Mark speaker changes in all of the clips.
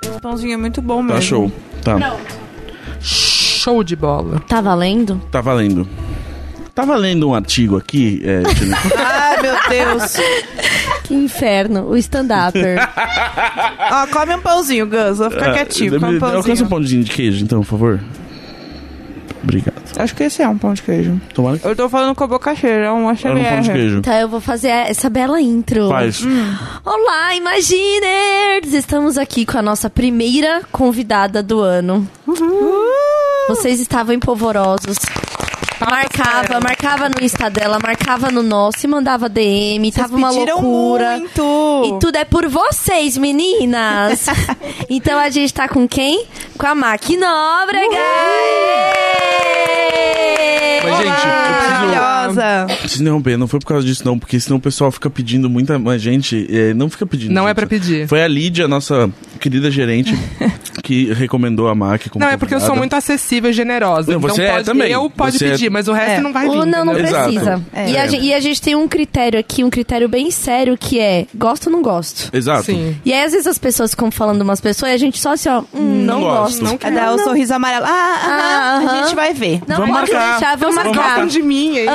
Speaker 1: Esse pãozinho é muito bom mesmo.
Speaker 2: Tá show. Tá.
Speaker 3: Show de bola.
Speaker 4: Tá valendo?
Speaker 2: Tá valendo. Tava lendo um artigo aqui, é, Tina.
Speaker 1: Ai, meu Deus.
Speaker 4: Que inferno. O stand-upper.
Speaker 1: Ó, come um pãozinho, Gus. Vou
Speaker 3: Tá
Speaker 1: ficar quietinho.
Speaker 3: é
Speaker 1: Come um
Speaker 2: Ah, Alcança
Speaker 1: pãozinho.
Speaker 2: um pãozinho de queijo, então, por favor. Obrigado.
Speaker 1: Acho que esse é um pão de queijo.
Speaker 2: Tomara que
Speaker 1: Eu tô falando com a boca cheia, é um
Speaker 2: era um pão de
Speaker 1: HMR.
Speaker 2: queijo.
Speaker 4: Tá, eu vou fazer essa bela intro.
Speaker 2: Faz.
Speaker 3: Hum.
Speaker 4: Olá, Imaginers! Estamos aqui com a nossa primeira convidada do ano. Vocês estavam empolvorosos. Marcava, marcava no Insta dela, marcava no nosso e mandava DM. tava uma
Speaker 1: pediram
Speaker 4: loucura.
Speaker 1: muito.
Speaker 4: E tudo é por vocês, meninas! então a gente tá com quem? Com a Maqui Nóbrega! Aê!
Speaker 2: Mas, gente, eu preciso...
Speaker 1: Maravilhosa.
Speaker 2: Se interromper, não foi por causa disso, não, porque senão o pessoal fica pedindo muita. Mas, gente, é, não fica pedindo.
Speaker 3: Não
Speaker 2: gente.
Speaker 3: é pra pedir.
Speaker 2: Foi a Lídia, nossa querida gerente, que recomendou a MAC como
Speaker 3: Não, é porque eu sou
Speaker 2: convidada.
Speaker 3: muito acessível e generosa.
Speaker 2: Não,
Speaker 3: então
Speaker 2: você é
Speaker 3: pode,
Speaker 2: também.
Speaker 3: eu pode
Speaker 2: Você é-
Speaker 3: pedir, mas o resto
Speaker 1: É.
Speaker 3: não vai vir.
Speaker 4: Ou não, não
Speaker 3: entendeu?
Speaker 2: né? Exato.
Speaker 4: precisa. E, a
Speaker 2: É.
Speaker 4: gen- e a gente, tem um critério aqui, um critério bem sério, que é gosto ou não gosto.
Speaker 2: Exato.
Speaker 3: Sim.
Speaker 4: E aí, às vezes, as pessoas ficam falando umas pessoas e a gente só assim, ó, hum, não
Speaker 2: gosto.
Speaker 4: gosto.
Speaker 2: Não
Speaker 1: É dar o sorriso amarelo. Ah, ah,
Speaker 4: Ah, aham.
Speaker 1: a gente vai ver.
Speaker 4: Não
Speaker 2: Vamos
Speaker 4: pode
Speaker 2: marcar.
Speaker 4: deixar, vamos
Speaker 2: Vamos
Speaker 4: marcar.
Speaker 2: marcar.
Speaker 3: Gostam de mim, hein?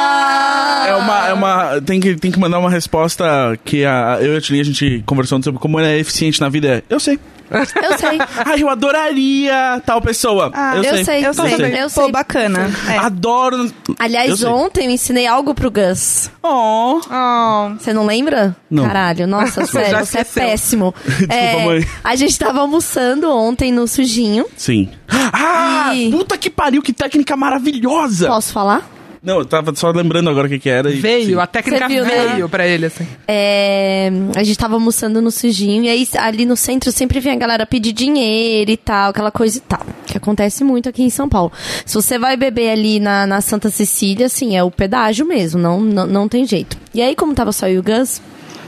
Speaker 4: Aham.
Speaker 2: É uma. É uma tem, que, tem que mandar uma resposta que a, eu e a Tilly, a gente conversando sobre como ela é eficiente na vida. É, eu sei.
Speaker 4: Eu sei.
Speaker 2: Ah, eu adoraria tal pessoa.
Speaker 1: Ah,
Speaker 2: eu,
Speaker 4: eu
Speaker 2: sei.
Speaker 4: sei.
Speaker 1: Eu sei.
Speaker 4: também. Eu sei.
Speaker 1: Pô, bacana. É.
Speaker 2: Adoro. Eu
Speaker 4: Aliás,
Speaker 2: sei.
Speaker 4: ontem eu ensinei algo pro Gus.
Speaker 1: Oh. Oh.
Speaker 4: Você não lembra?
Speaker 2: Não.
Speaker 4: Caralho, nossa, sério,
Speaker 3: Já
Speaker 4: você é
Speaker 3: esqueceu.
Speaker 4: péssimo. É,
Speaker 2: mãe.
Speaker 4: A gente tava almoçando ontem no sujinho.
Speaker 2: Sim. Ah!
Speaker 4: E-
Speaker 2: Puta que pariu, que técnica maravilhosa!
Speaker 4: Posso falar?
Speaker 2: Não, eu tava só lembrando agora o que, que era. e-
Speaker 3: Veio,
Speaker 2: sim.
Speaker 3: a técnica
Speaker 4: Você viu, né?
Speaker 3: veio pra ele, assim.
Speaker 4: É, a gente tava almoçando no sujinho, e aí ali no centro sempre vem a galera pedir dinheiro e tal, aquela coisa e tal. Que acontece muito aqui em São Paulo. Se você vai beber ali na, na Santa Cecília, assim, é o pedágio mesmo, não, não, não tem jeito. E aí, como tava só eu e o Gus,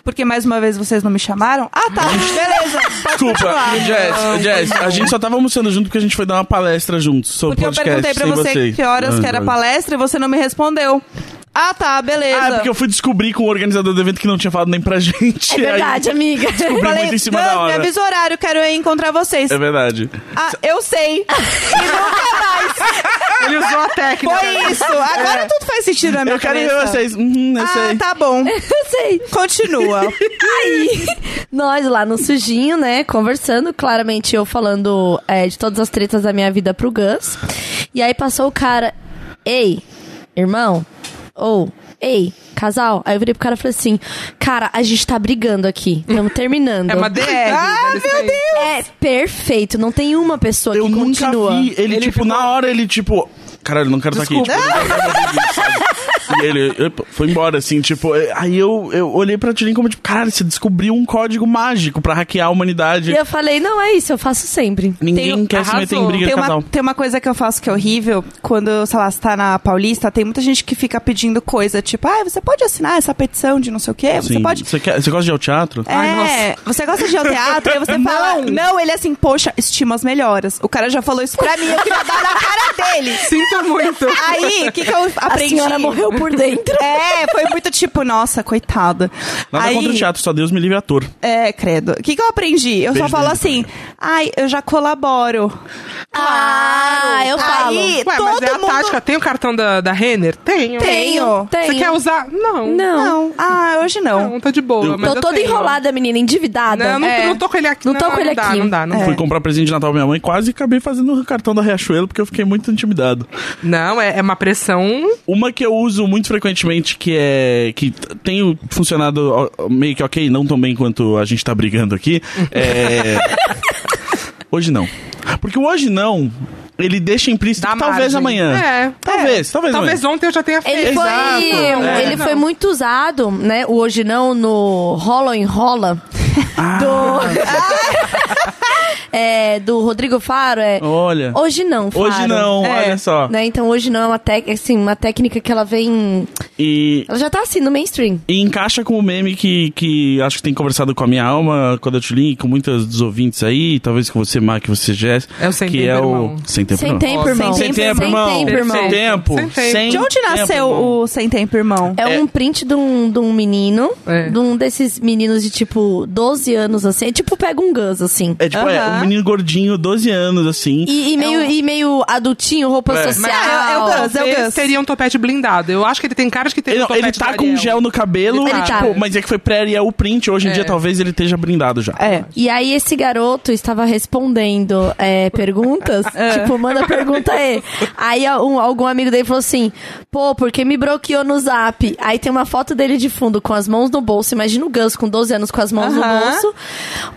Speaker 1: Porque mais uma vez vocês não me chamaram? Ah, tá. Beleza. Pode
Speaker 2: Desculpa,
Speaker 1: continuar. Ah, Não,
Speaker 2: Jess, Jess, a gente só tava almoçando junto porque a gente foi dar uma palestra juntos sobre
Speaker 1: Porque eu
Speaker 2: podcast.
Speaker 1: perguntei pra
Speaker 2: sem
Speaker 1: você, que horas
Speaker 2: Ah,
Speaker 1: que era a
Speaker 2: tá.
Speaker 1: palestra e você não me respondeu. Ah, tá, beleza.
Speaker 2: Ah, é porque eu fui descobrir com o organizador do evento que não tinha falado nem pra gente.
Speaker 4: é verdade, amiga.
Speaker 2: Aí, falei,
Speaker 1: falei,
Speaker 2: muito em cima
Speaker 1: "Gus,
Speaker 2: da
Speaker 1: me
Speaker 2: hora.
Speaker 1: avisa o horário, quero ir encontrar vocês.
Speaker 2: É verdade.
Speaker 1: Ah, eu sei. E nunca mais.
Speaker 3: Ele usou a técnica.
Speaker 1: Foi isso. Agora tudo faz sentido na minha
Speaker 2: É. Eu quero ir ver
Speaker 1: É cabeça.
Speaker 2: vocês. Uhum, eu
Speaker 1: Ah,
Speaker 2: sei.
Speaker 1: tá bom.
Speaker 4: Eu sei.
Speaker 1: Continua.
Speaker 4: Aí, nós lá no sujinho, né, conversando, claramente eu falando é, de todas as tretas da minha vida pro Gus. E aí passou o cara, ei, irmão, ou, ei, casal. Aí eu virei pro cara e falei assim, cara, a gente tá brigando aqui, estamos terminando.
Speaker 3: É uma DR.
Speaker 1: Ah,
Speaker 3: dá licença.
Speaker 1: meu Deus.
Speaker 4: É perfeito, não tem uma pessoa
Speaker 2: Eu
Speaker 4: que
Speaker 2: nunca
Speaker 4: continua.
Speaker 2: vi. Ele, tipo, na hora ele, tipo. Caralho, não quero
Speaker 3: Desculpa.
Speaker 2: estar aqui. Tipo, eu não quero fazer isso, sabe? e ele epa, foi embora, assim, tipo. eh, Aí eu, eu olhei pra Tilin como, tipo, caralho, você descobriu um código mágico pra hackear a humanidade.
Speaker 4: E eu falei, não, é isso, eu faço sempre.
Speaker 2: Ninguém
Speaker 3: Tem-
Speaker 2: quer se meter em
Speaker 3: arrasou.
Speaker 2: briga de
Speaker 1: Tem uma,
Speaker 2: casal.
Speaker 1: tem uma coisa que eu faço que é horrível. Quando, sei lá, você tá na Paulista, tem muita gente que fica pedindo coisa, tipo, ah, você pode assinar essa petição de não sei o quê? Você
Speaker 2: Sim.
Speaker 1: pode.
Speaker 2: Você, quer, você gosta de ir ao teatro?
Speaker 1: É,
Speaker 3: Ai,
Speaker 1: você gosta de ir ao teatro, aí você fala. Não, ele é assim, poxa, estima as melhoras. O cara já falou isso pra mim, eu queria dar na cara dele.
Speaker 3: Sinto muito.
Speaker 1: Aí, o que, que eu
Speaker 4: A
Speaker 1: aprendi?
Speaker 4: senhora morreu por dentro.
Speaker 1: É, foi muito tipo, nossa, coitada.
Speaker 2: Nada
Speaker 1: aí,
Speaker 2: contra o teatro, só Deus me livre ator.
Speaker 1: É, credo. O que, que eu aprendi? Eu só
Speaker 2: Beijo
Speaker 1: falo
Speaker 2: dele,
Speaker 1: assim, ai, eu já colaboro.
Speaker 4: Ah, eu falo.
Speaker 1: Aí,
Speaker 3: Ué,
Speaker 1: todo
Speaker 3: mas é a
Speaker 1: mundo...
Speaker 3: tática. Tem o cartão da, da Renner? Tenho.
Speaker 1: Tenho.
Speaker 4: tenho.
Speaker 3: Você quer usar? Não.
Speaker 4: Não.
Speaker 1: Não, ah, hoje não.
Speaker 3: Não, tá de boa.
Speaker 2: Eu-
Speaker 3: mas
Speaker 4: Tô
Speaker 3: eu
Speaker 4: toda
Speaker 3: tenho.
Speaker 4: enrolada, menina, endividada.
Speaker 3: Não, não,
Speaker 1: É.
Speaker 3: não tô com ele aqui.
Speaker 4: Não tô com ele
Speaker 3: dá,
Speaker 4: aqui.
Speaker 3: Não dá, não dá.
Speaker 2: Fui comprar presente de Natal pra minha mãe, quase acabei fazendo o cartão da Riachuelo, porque eu fiquei muito intimidado.
Speaker 3: Não, é, é uma pressão.
Speaker 2: Uma que eu uso muito frequentemente, que é. que t- tem funcionado ó, meio que ok, não tão bem quanto a gente tá brigando aqui. É. hoje não. Porque o hoje não, ele deixa implícito
Speaker 3: Dá
Speaker 2: que Tipo, talvez
Speaker 3: margem.
Speaker 2: amanhã.
Speaker 3: É.
Speaker 2: Talvez, talvez
Speaker 3: Talvez
Speaker 2: amanhã.
Speaker 3: ontem eu já tenha feito.
Speaker 4: Ele
Speaker 2: Exato,
Speaker 4: foi, um,
Speaker 2: é.
Speaker 4: ele
Speaker 3: Não.
Speaker 4: foi muito usado, né? O hoje não no rola ou enrola.
Speaker 2: Ah,
Speaker 4: Do... é, do Rodrigo Faro é.
Speaker 2: Olha.
Speaker 4: Hoje não, Faro.
Speaker 2: Hoje não,
Speaker 1: É.
Speaker 2: olha só.
Speaker 4: Né? Então hoje não é uma, tec- assim, uma técnica que ela vem.
Speaker 2: E,
Speaker 4: Ela já tá assim no mainstream.
Speaker 2: e encaixa com o meme que, que acho que tem conversado com a minha alma, com a da Tulin, com muitas dos ouvintes aí, talvez com você, Mar, que você, Jess.
Speaker 3: É o Sem
Speaker 2: que
Speaker 3: Tempo,
Speaker 2: é
Speaker 3: irmão.
Speaker 2: o Sem Tempo,
Speaker 4: Sem
Speaker 2: não.
Speaker 4: tempo,
Speaker 3: Nossa,
Speaker 4: irmão.
Speaker 2: Sem tempo, irmão.
Speaker 4: Sem
Speaker 2: Sem
Speaker 4: tempo, irmão.
Speaker 2: tempo.
Speaker 3: Sem tempo.
Speaker 2: Sem
Speaker 1: De onde
Speaker 2: tempo,
Speaker 1: nasceu
Speaker 2: irmão.
Speaker 1: o Sem Tempo, Irmão?
Speaker 4: É um print de um, de um menino,
Speaker 3: É.
Speaker 4: de um desses meninos de tipo 12 anos, assim. É tipo pega um gus, assim.
Speaker 2: É tipo, é,
Speaker 1: Aham.
Speaker 2: um menino gordinho, 12 anos, assim.
Speaker 4: E, e meio, e meio adultinho, roupa
Speaker 2: É.
Speaker 4: social.
Speaker 1: Mas é- é o Gus.
Speaker 3: Talvez teria um topete blindado. Eu acho que ele tem caras que
Speaker 2: Ele,
Speaker 3: teria um
Speaker 2: não,
Speaker 3: topete
Speaker 2: ele tá
Speaker 3: do
Speaker 2: com
Speaker 3: Ariel.
Speaker 2: gel no cabelo,
Speaker 4: Ele tá.
Speaker 2: tipo, mas é que foi pré Ariel print. Hoje em dia, talvez ele esteja brindado já.
Speaker 1: É.
Speaker 4: E aí esse garoto estava respondendo é, perguntas, tipo, manda pergunta aí. Aí um- algum amigo dele falou assim, pô, porque me bloqueou no zap? Aí tem uma foto dele de fundo com as mãos no bolso, imagina o Gus com 12 anos com as mãos no
Speaker 1: Aham.
Speaker 4: bolso.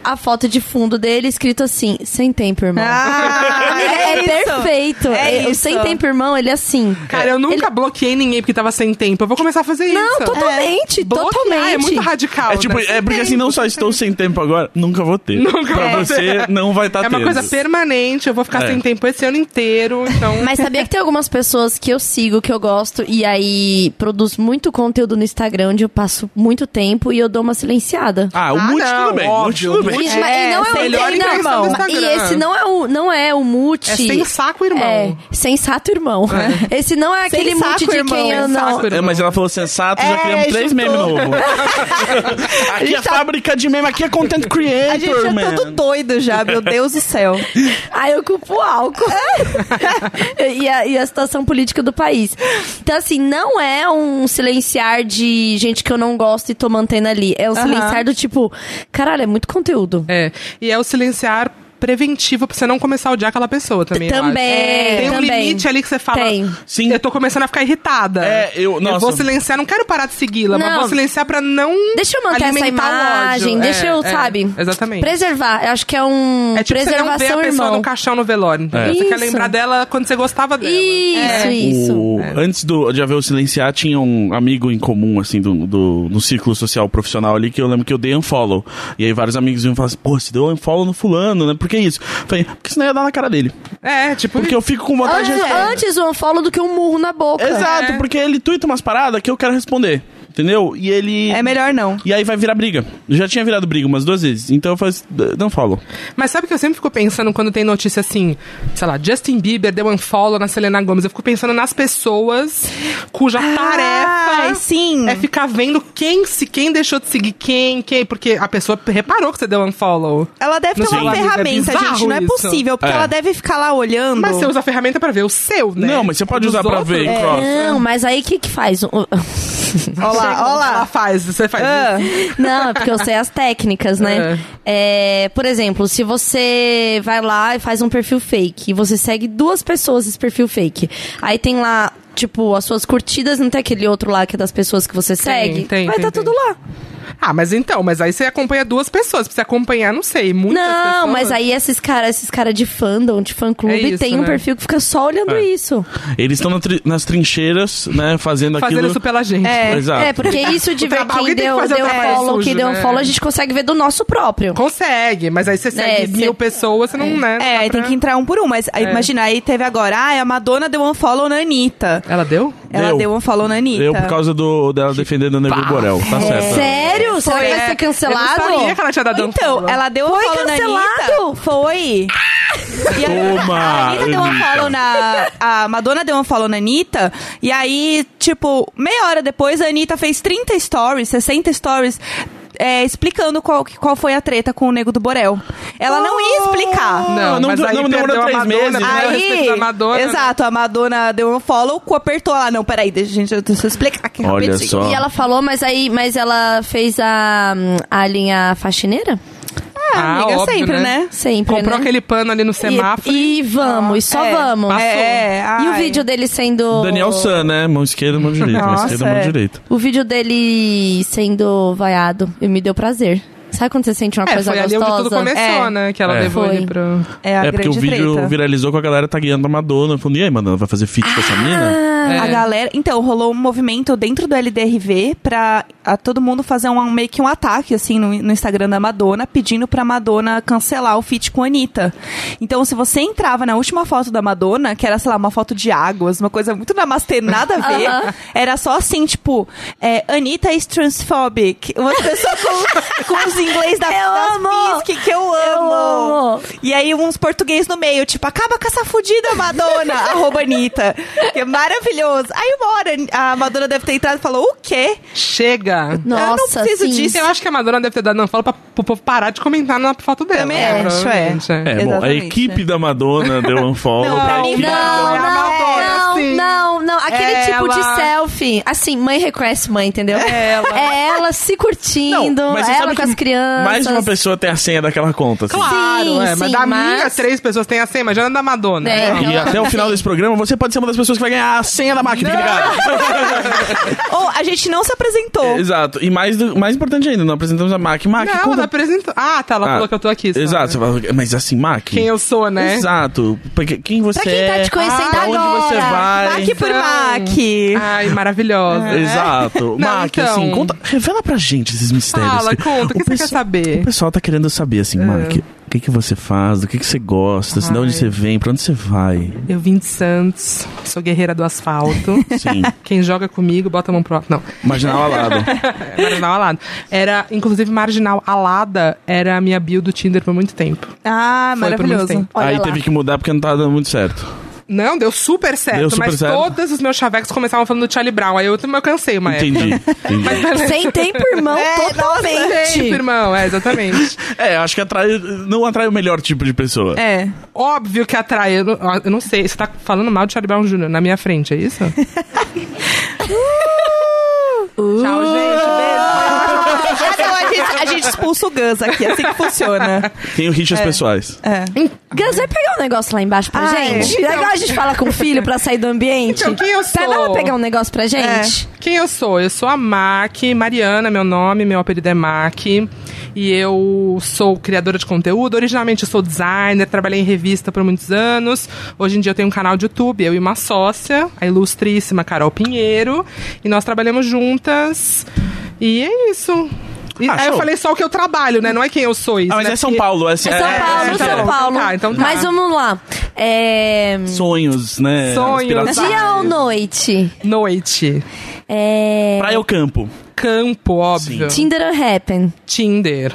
Speaker 4: A foto de fundo dele escrito assim, sem tempo, irmão.
Speaker 1: Ah,
Speaker 4: Amiga, é,
Speaker 1: isso.
Speaker 4: perfeito.
Speaker 1: É
Speaker 4: É, o
Speaker 1: isso.
Speaker 4: sem tempo, irmão, ele é assim.
Speaker 3: Cara, eu nunca bloqueei ninguém porque tava sem tempo. Eu vou começar a fazer
Speaker 4: Não,
Speaker 3: isso.
Speaker 4: totalmente,
Speaker 3: Bloquear
Speaker 4: totalmente.
Speaker 3: É muito radical.
Speaker 2: É tipo,
Speaker 3: né?
Speaker 2: é porque assim, não só estou sem tempo agora, nunca vou ter. pra
Speaker 3: vou
Speaker 2: você, não vai estar
Speaker 3: É uma
Speaker 2: tendo.
Speaker 3: coisa permanente, eu vou ficar
Speaker 2: É.
Speaker 3: sem tempo esse ano inteiro, então.
Speaker 4: Mas sabia que tem algumas pessoas que eu sigo, que eu gosto, e aí produz muito conteúdo no Instagram, onde eu passo muito tempo e eu dou uma silenciada.
Speaker 2: Ah, o
Speaker 3: Ah,
Speaker 2: Mute
Speaker 3: não,
Speaker 2: tudo bem,
Speaker 3: óbvio,
Speaker 2: Mute tudo bem.
Speaker 4: E,
Speaker 3: É,
Speaker 4: mas- e não é o
Speaker 3: melhor
Speaker 4: e não-
Speaker 3: impressão do
Speaker 4: E
Speaker 3: Instagram.
Speaker 4: esse não é o, não é o multi.
Speaker 3: É sem saco, irmão.
Speaker 4: É, sensato, irmão. Esse não é
Speaker 1: Sem
Speaker 4: aquele
Speaker 1: saco,
Speaker 4: multi de
Speaker 1: irmão,
Speaker 4: quem eu
Speaker 1: sem
Speaker 4: não.
Speaker 3: saco,
Speaker 2: É, mas ela falou sensato, já
Speaker 1: É,
Speaker 2: criamos três
Speaker 1: juntou.
Speaker 2: memes novos. aqui é fábrica de meme, aqui é content
Speaker 1: A gente
Speaker 2: creator,
Speaker 1: é
Speaker 2: man.
Speaker 1: todo doido já, meu Deus do céu.
Speaker 4: Aí eu culpo o álcool. e, a, e a situação política do país. Então, assim, não é um silenciar de gente que eu não gosto e tô mantendo ali. É um
Speaker 1: Aham.
Speaker 4: silenciar do tipo, caralho, é muito conteúdo.
Speaker 3: É. E é o silenciar preventivo pra você não começar a odiar aquela pessoa também. eu acho.
Speaker 4: Também,
Speaker 1: É,
Speaker 3: Tem um
Speaker 4: também.
Speaker 3: limite ali que você fala.
Speaker 4: Tem.
Speaker 2: Sim.
Speaker 3: Eu tô começando a ficar irritada.
Speaker 2: É, eu- nossa.
Speaker 3: vou silenciar, não quero parar de segui-la, mas
Speaker 4: Não.
Speaker 3: vou silenciar pra não.
Speaker 4: Deixa eu manter essa
Speaker 3: alimentar o ódio.
Speaker 4: imagem, deixa
Speaker 3: É,
Speaker 4: eu,
Speaker 3: é,
Speaker 4: sabe?
Speaker 3: Exatamente.
Speaker 4: Preservar. Eu acho que é um
Speaker 3: é tipo você não vê a
Speaker 4: preservação,
Speaker 3: pessoa
Speaker 4: irmão.
Speaker 3: no caixão no velório. entendeu?
Speaker 2: É.
Speaker 3: Você quer
Speaker 4: Isso.
Speaker 3: lembrar dela quando você gostava dela.
Speaker 4: Isso,
Speaker 3: É.
Speaker 4: isso.
Speaker 2: O- Antes do, de haver o silenciar, tinha um amigo em comum, assim, do, do, no círculo social profissional ali, que eu lembro que eu dei unfollow. E aí vários amigos vinham falar assim, pô, você deu unfollow no fulano, né? Por que isso? Eu Falei, porque senão ia dar na cara dele.
Speaker 3: É, tipo.
Speaker 2: Porque eu fico com vontade de
Speaker 4: Antes,
Speaker 2: responder.
Speaker 4: antes um follow do que um murro na boca.
Speaker 2: Exato,
Speaker 3: É.
Speaker 2: porque ele tuita umas paradas que eu quero responder, entendeu? E ele...
Speaker 1: É melhor não.
Speaker 2: E aí vai virar briga. Já tinha virado briga umas duas vezes. Então eu falei, assim, não follow.
Speaker 3: Mas sabe que eu sempre fico pensando quando tem notícia assim, sei lá, Justin Bieber deu um follow na Selena Gomes. Eu fico pensando nas pessoas cuja
Speaker 4: Ah,
Speaker 1: Ai,
Speaker 3: tarefa
Speaker 1: sim.
Speaker 3: é ficar vendo quem se quem deixou de seguir quem, quem, porque a pessoa reparou que você deu um follow.
Speaker 1: Ela deve
Speaker 3: Não
Speaker 1: ter uma
Speaker 3: sei.
Speaker 1: ferramenta,
Speaker 3: É bizarro
Speaker 1: gente. Não é
Speaker 3: isso.
Speaker 1: possível, porque
Speaker 2: É.
Speaker 1: ela deve ficar lá olhando.
Speaker 3: Mas você usa a ferramenta pra ver o seu, né?
Speaker 2: Não, mas você pode
Speaker 3: Dos
Speaker 2: usar pra
Speaker 3: outros.
Speaker 2: ver,
Speaker 3: É.
Speaker 2: cross.
Speaker 4: Não, mas aí o que que faz? Um- O-
Speaker 1: Olha
Speaker 3: Chega,
Speaker 1: lá, olha
Speaker 3: Ela
Speaker 1: lá.
Speaker 3: faz, você faz
Speaker 1: Ah,
Speaker 3: isso.
Speaker 4: Não, é porque eu sei as técnicas, né? É, por exemplo, se você vai lá e faz um perfil fake, e você segue duas pessoas esse perfil fake, aí tem lá, tipo, as suas curtidas, não tem aquele outro lá que é das pessoas que você segue?
Speaker 3: tem,
Speaker 4: vai
Speaker 3: tem,
Speaker 4: tá
Speaker 3: tem.
Speaker 4: tudo lá.
Speaker 3: Ah, mas então, mas aí você acompanha duas pessoas, pra você acompanhar, não sei, muitas
Speaker 4: Não,
Speaker 3: pessoas.
Speaker 4: mas aí esses caras esses cara de fandom, de
Speaker 3: É
Speaker 4: fã-clube,
Speaker 3: isso,
Speaker 4: tem um
Speaker 3: né?
Speaker 4: perfil que fica só olhando isso.
Speaker 2: Eles estão na tri- nas trincheiras, né, fazendo,
Speaker 3: fazendo
Speaker 2: aquilo...
Speaker 3: isso pela gente.
Speaker 1: É.
Speaker 2: Exato.
Speaker 4: É, porque isso de
Speaker 3: O
Speaker 4: ver
Speaker 3: trabalho-
Speaker 4: quem
Speaker 3: alguém tem que
Speaker 4: deu,
Speaker 3: fazer o
Speaker 4: deu
Speaker 3: trabalho
Speaker 4: follow,
Speaker 3: sujo,
Speaker 4: quem deu
Speaker 3: né?
Speaker 4: follow, a gente consegue ver do nosso próprio.
Speaker 3: Consegue, mas aí você segue
Speaker 4: É,
Speaker 3: mil
Speaker 4: você-
Speaker 3: pessoas, você não, né? não
Speaker 1: É,
Speaker 3: dá
Speaker 1: aí tem
Speaker 3: pra-
Speaker 1: que entrar um por um. Mas aí, imagina, aí teve agora, ah, a Madonna deu um follow na Anitta.
Speaker 3: Ela deu?
Speaker 1: Ela
Speaker 2: Deu.
Speaker 1: deu um follow na Anitta.
Speaker 2: Eu, por causa do, dela defendendo o Nego Borel. Tá certo.
Speaker 4: É. Sério? Será que
Speaker 1: Foi,
Speaker 4: vai
Speaker 1: é.
Speaker 4: ser cancelado?
Speaker 3: Eu não sabia que ela tinha dado um
Speaker 1: Então,
Speaker 3: follow.
Speaker 1: ela deu um
Speaker 4: Foi
Speaker 1: follow na
Speaker 4: cancelado?
Speaker 1: Anitta. Foi. E aí,
Speaker 2: Toma,
Speaker 1: a Anitta deu um
Speaker 2: Anitta.
Speaker 1: follow na. A Madonna deu um follow na Anitta. E aí, tipo, meia hora depois, a Anitta fez 30 stories, 60 stories. é, explicando qual, que- qual foi a treta com o Nego do Borel. Ela não ia explicar.
Speaker 2: Não, não
Speaker 3: mas
Speaker 2: deu-
Speaker 3: aí
Speaker 2: não demorou
Speaker 3: perdeu a
Speaker 2: três
Speaker 3: Madonna,
Speaker 2: meses, né?
Speaker 3: perdeu o
Speaker 1: Aí,
Speaker 3: respeito da Madonna, né?
Speaker 1: exato, a Madonna deu um follow, apertou lá. Não, peraí, deixa, gente, eu- deixa eu explicar aqui
Speaker 2: Olha
Speaker 1: rapidinho.
Speaker 2: só.
Speaker 4: E ela falou, mas aí, mas ela fez a, a linha faxineira?
Speaker 1: É, amiga,
Speaker 3: Ah, óbvio,
Speaker 1: sempre, né?
Speaker 4: Sempre,
Speaker 3: Comprou
Speaker 4: né?
Speaker 3: aquele pano ali no semáforo. Ah,
Speaker 4: E, e vamos, e só
Speaker 1: É,
Speaker 4: vamos.
Speaker 1: é,
Speaker 4: e o
Speaker 1: ai.
Speaker 4: vídeo dele sendo...
Speaker 2: Daniel San, né? Mão esquerda, mão direita. Mão
Speaker 1: Nossa,
Speaker 2: esquerda, mão
Speaker 1: é.
Speaker 2: direita.
Speaker 4: O vídeo dele sendo vaiado e me deu prazer. Sabe quando você sente uma
Speaker 3: É,
Speaker 4: coisa
Speaker 3: foi ali
Speaker 4: gostosa?
Speaker 3: onde tudo começou,
Speaker 1: É.
Speaker 3: né? Que ela
Speaker 2: É.
Speaker 3: levou
Speaker 4: Foi.
Speaker 3: ele pro...
Speaker 1: É a
Speaker 2: é porque o
Speaker 1: grande
Speaker 2: vídeo
Speaker 1: treta.
Speaker 2: viralizou com a galera tagueando a Madonna. Falando, e aí, Madonna, vai fazer feat com essa mina?
Speaker 1: Ah,
Speaker 3: É.
Speaker 1: A galera. Então, rolou um movimento dentro do LDRV pra a todo mundo fazer um, meio que um ataque, assim, no, no Instagram da Madonna, pedindo pra Madonna cancelar o feat com a Anitta. Então, se você entrava na última foto da Madonna, que era, sei lá, uma foto de águas, uma coisa muito namastê, nada a ver, era só assim, tipo, é, Anitta is transphobic. Uma pessoa com, com os inglês da,
Speaker 4: Eu
Speaker 1: das
Speaker 4: amo!
Speaker 1: Fisk, que eu
Speaker 4: Eu
Speaker 1: amo.
Speaker 4: amo!
Speaker 1: E aí uns português no meio, tipo, acaba com essa fudida, Madonna, arroba Anitta. Que é maravilhoso. Aí uma hora a Madonna deve ter entrado e falou, o quê?
Speaker 3: Chega!
Speaker 4: Nossa,
Speaker 1: Eu não preciso
Speaker 4: sim.
Speaker 1: disso.
Speaker 3: Eu acho que a Madonna deve ter dado não fala pra, pro povo parar de comentar na foto dela.
Speaker 1: Também
Speaker 3: né,
Speaker 1: acho, é.
Speaker 3: provavelmente,
Speaker 2: É, bom, a
Speaker 1: Exatamente,
Speaker 2: equipe da Madonna deu um follow.
Speaker 1: Não, pra
Speaker 2: pra
Speaker 1: mim
Speaker 2: equipe
Speaker 1: não.
Speaker 2: da
Speaker 4: Não,
Speaker 3: É a Madonna,
Speaker 4: não,
Speaker 3: sim.
Speaker 4: não, não. Aquele
Speaker 3: É
Speaker 4: tipo de
Speaker 3: ela.
Speaker 4: selfie. Assim, mãe reconhece mãe, entendeu?
Speaker 3: É ela.
Speaker 4: É ela se
Speaker 2: Não,
Speaker 4: curtindo,
Speaker 2: mas você
Speaker 4: é
Speaker 2: sabe
Speaker 4: ela com
Speaker 2: que
Speaker 4: as crianças.
Speaker 2: Mais de uma pessoa tem a senha daquela conta. assim.
Speaker 3: Claro,
Speaker 4: Sim,
Speaker 3: é. Mas
Speaker 4: sim,
Speaker 3: da minha,
Speaker 4: mas-
Speaker 3: três pessoas têm a senha, imagina da Madonna.
Speaker 4: É.
Speaker 3: Não.
Speaker 2: E até o final desse programa, você pode ser uma das pessoas que vai ganhar a senha da máquina, fique ligado.
Speaker 1: Ou a gente não se apresentou.
Speaker 2: Exato. E mais, do- mais importante ainda, não apresentamos a Mac. Mac,
Speaker 3: Não,
Speaker 2: conta-
Speaker 3: ela apresentou. Ah, tá, ela
Speaker 2: Ah,
Speaker 3: falou que eu tô aqui. sabe?
Speaker 2: Exato. Você fala, mas assim, Mac...
Speaker 3: Quem eu sou, né?
Speaker 2: Exato. Pra que- Quem você
Speaker 4: Pra quem tá
Speaker 2: é...
Speaker 4: te conhecendo
Speaker 2: pra onde
Speaker 4: agora.
Speaker 2: você vai...
Speaker 1: Mac por
Speaker 3: então.
Speaker 1: Mac.
Speaker 3: Ai, maravilhosa.
Speaker 2: Exato.
Speaker 3: Não,
Speaker 2: Mac,
Speaker 3: então.
Speaker 2: assim, conta, revela pra gente esses mistérios.
Speaker 3: Fala,
Speaker 2: que-
Speaker 3: conta, o que você quer
Speaker 2: pessoal-
Speaker 3: saber? É.
Speaker 2: O pessoal tá querendo saber, assim, Mac, o que, que você faz, do que, que você gosta, assim, de onde
Speaker 3: Ai.
Speaker 2: você vem, pra onde você vai.
Speaker 3: Eu vim de Santos, sou guerreira do asfalto.
Speaker 2: Sim,
Speaker 3: Quem joga comigo, bota a mão pro alto. Não,
Speaker 2: marginal alado.
Speaker 3: é marginal alado. Era, inclusive, marginal alada era a minha bio do Tinder por muito tempo.
Speaker 1: Ah,
Speaker 3: Foi por muito
Speaker 1: maravilhoso.
Speaker 3: tempo.
Speaker 4: Olha
Speaker 2: Aí
Speaker 4: lá.
Speaker 2: teve que mudar porque não tava dando muito certo.
Speaker 3: Não, deu super certo,
Speaker 2: Deu super
Speaker 3: mas
Speaker 2: certo.
Speaker 3: todos os meus chavecos começavam falando do Charlie Brown. Aí eu também cansei uma época.
Speaker 2: Entendi, entendi.
Speaker 3: é.
Speaker 4: Sem tempo, irmão,
Speaker 1: É,
Speaker 3: Sempre,
Speaker 4: totalmente.
Speaker 3: irmão, é, exatamente.
Speaker 2: É, acho que atrai, não atrai o melhor tipo de pessoa.
Speaker 1: É.
Speaker 3: Óbvio que atrai. Eu não, eu não sei, você tá falando mal de Charlie Brown Jr. na minha frente, é isso? Tchau, gente.
Speaker 4: Uh!
Speaker 1: Então, a, gente, a gente expulsa o Gus aqui, assim que funciona.
Speaker 2: Tem o rixas pessoais.
Speaker 1: É.
Speaker 4: Gus, vai pegar um negócio lá embaixo pra
Speaker 1: Ah, é.
Speaker 4: gente? É igual a gente fala com o filho pra sair do ambiente.
Speaker 3: Então, quem eu
Speaker 4: Vai vai lá
Speaker 3: sou? É.
Speaker 4: pegar um negócio pra gente?
Speaker 3: Quem eu sou? Eu sou a Mac, Mariana, meu nome, meu apelido é Mac. E eu sou criadora de conteúdo. Originalmente eu sou designer, trabalhei em revista por muitos anos. Hoje em dia eu tenho um canal de YouTube, eu e uma sócia, a ilustríssima Carol Pinheiro. E nós trabalhamos juntas. E é isso. E-
Speaker 2: Ah,
Speaker 3: aí eu
Speaker 2: show.
Speaker 3: falei só o que eu trabalho, né? Não é quem eu sou isso.
Speaker 2: Ah, mas
Speaker 3: né?
Speaker 2: é São
Speaker 3: Porque-
Speaker 2: Paulo, assim,
Speaker 4: É São
Speaker 2: é-
Speaker 4: Paulo,
Speaker 3: então,
Speaker 4: São
Speaker 3: então
Speaker 4: Paulo.
Speaker 3: tá, então tá.
Speaker 4: Mas vamos lá. É,
Speaker 2: Sonhos, né?
Speaker 3: Sonhos,
Speaker 2: Aspirações.
Speaker 4: Dia ou noite?
Speaker 3: Noite.
Speaker 4: É,
Speaker 2: Praia ou campo?
Speaker 3: Campo, óbvio.
Speaker 4: Tinder or Happen?
Speaker 3: Tinder.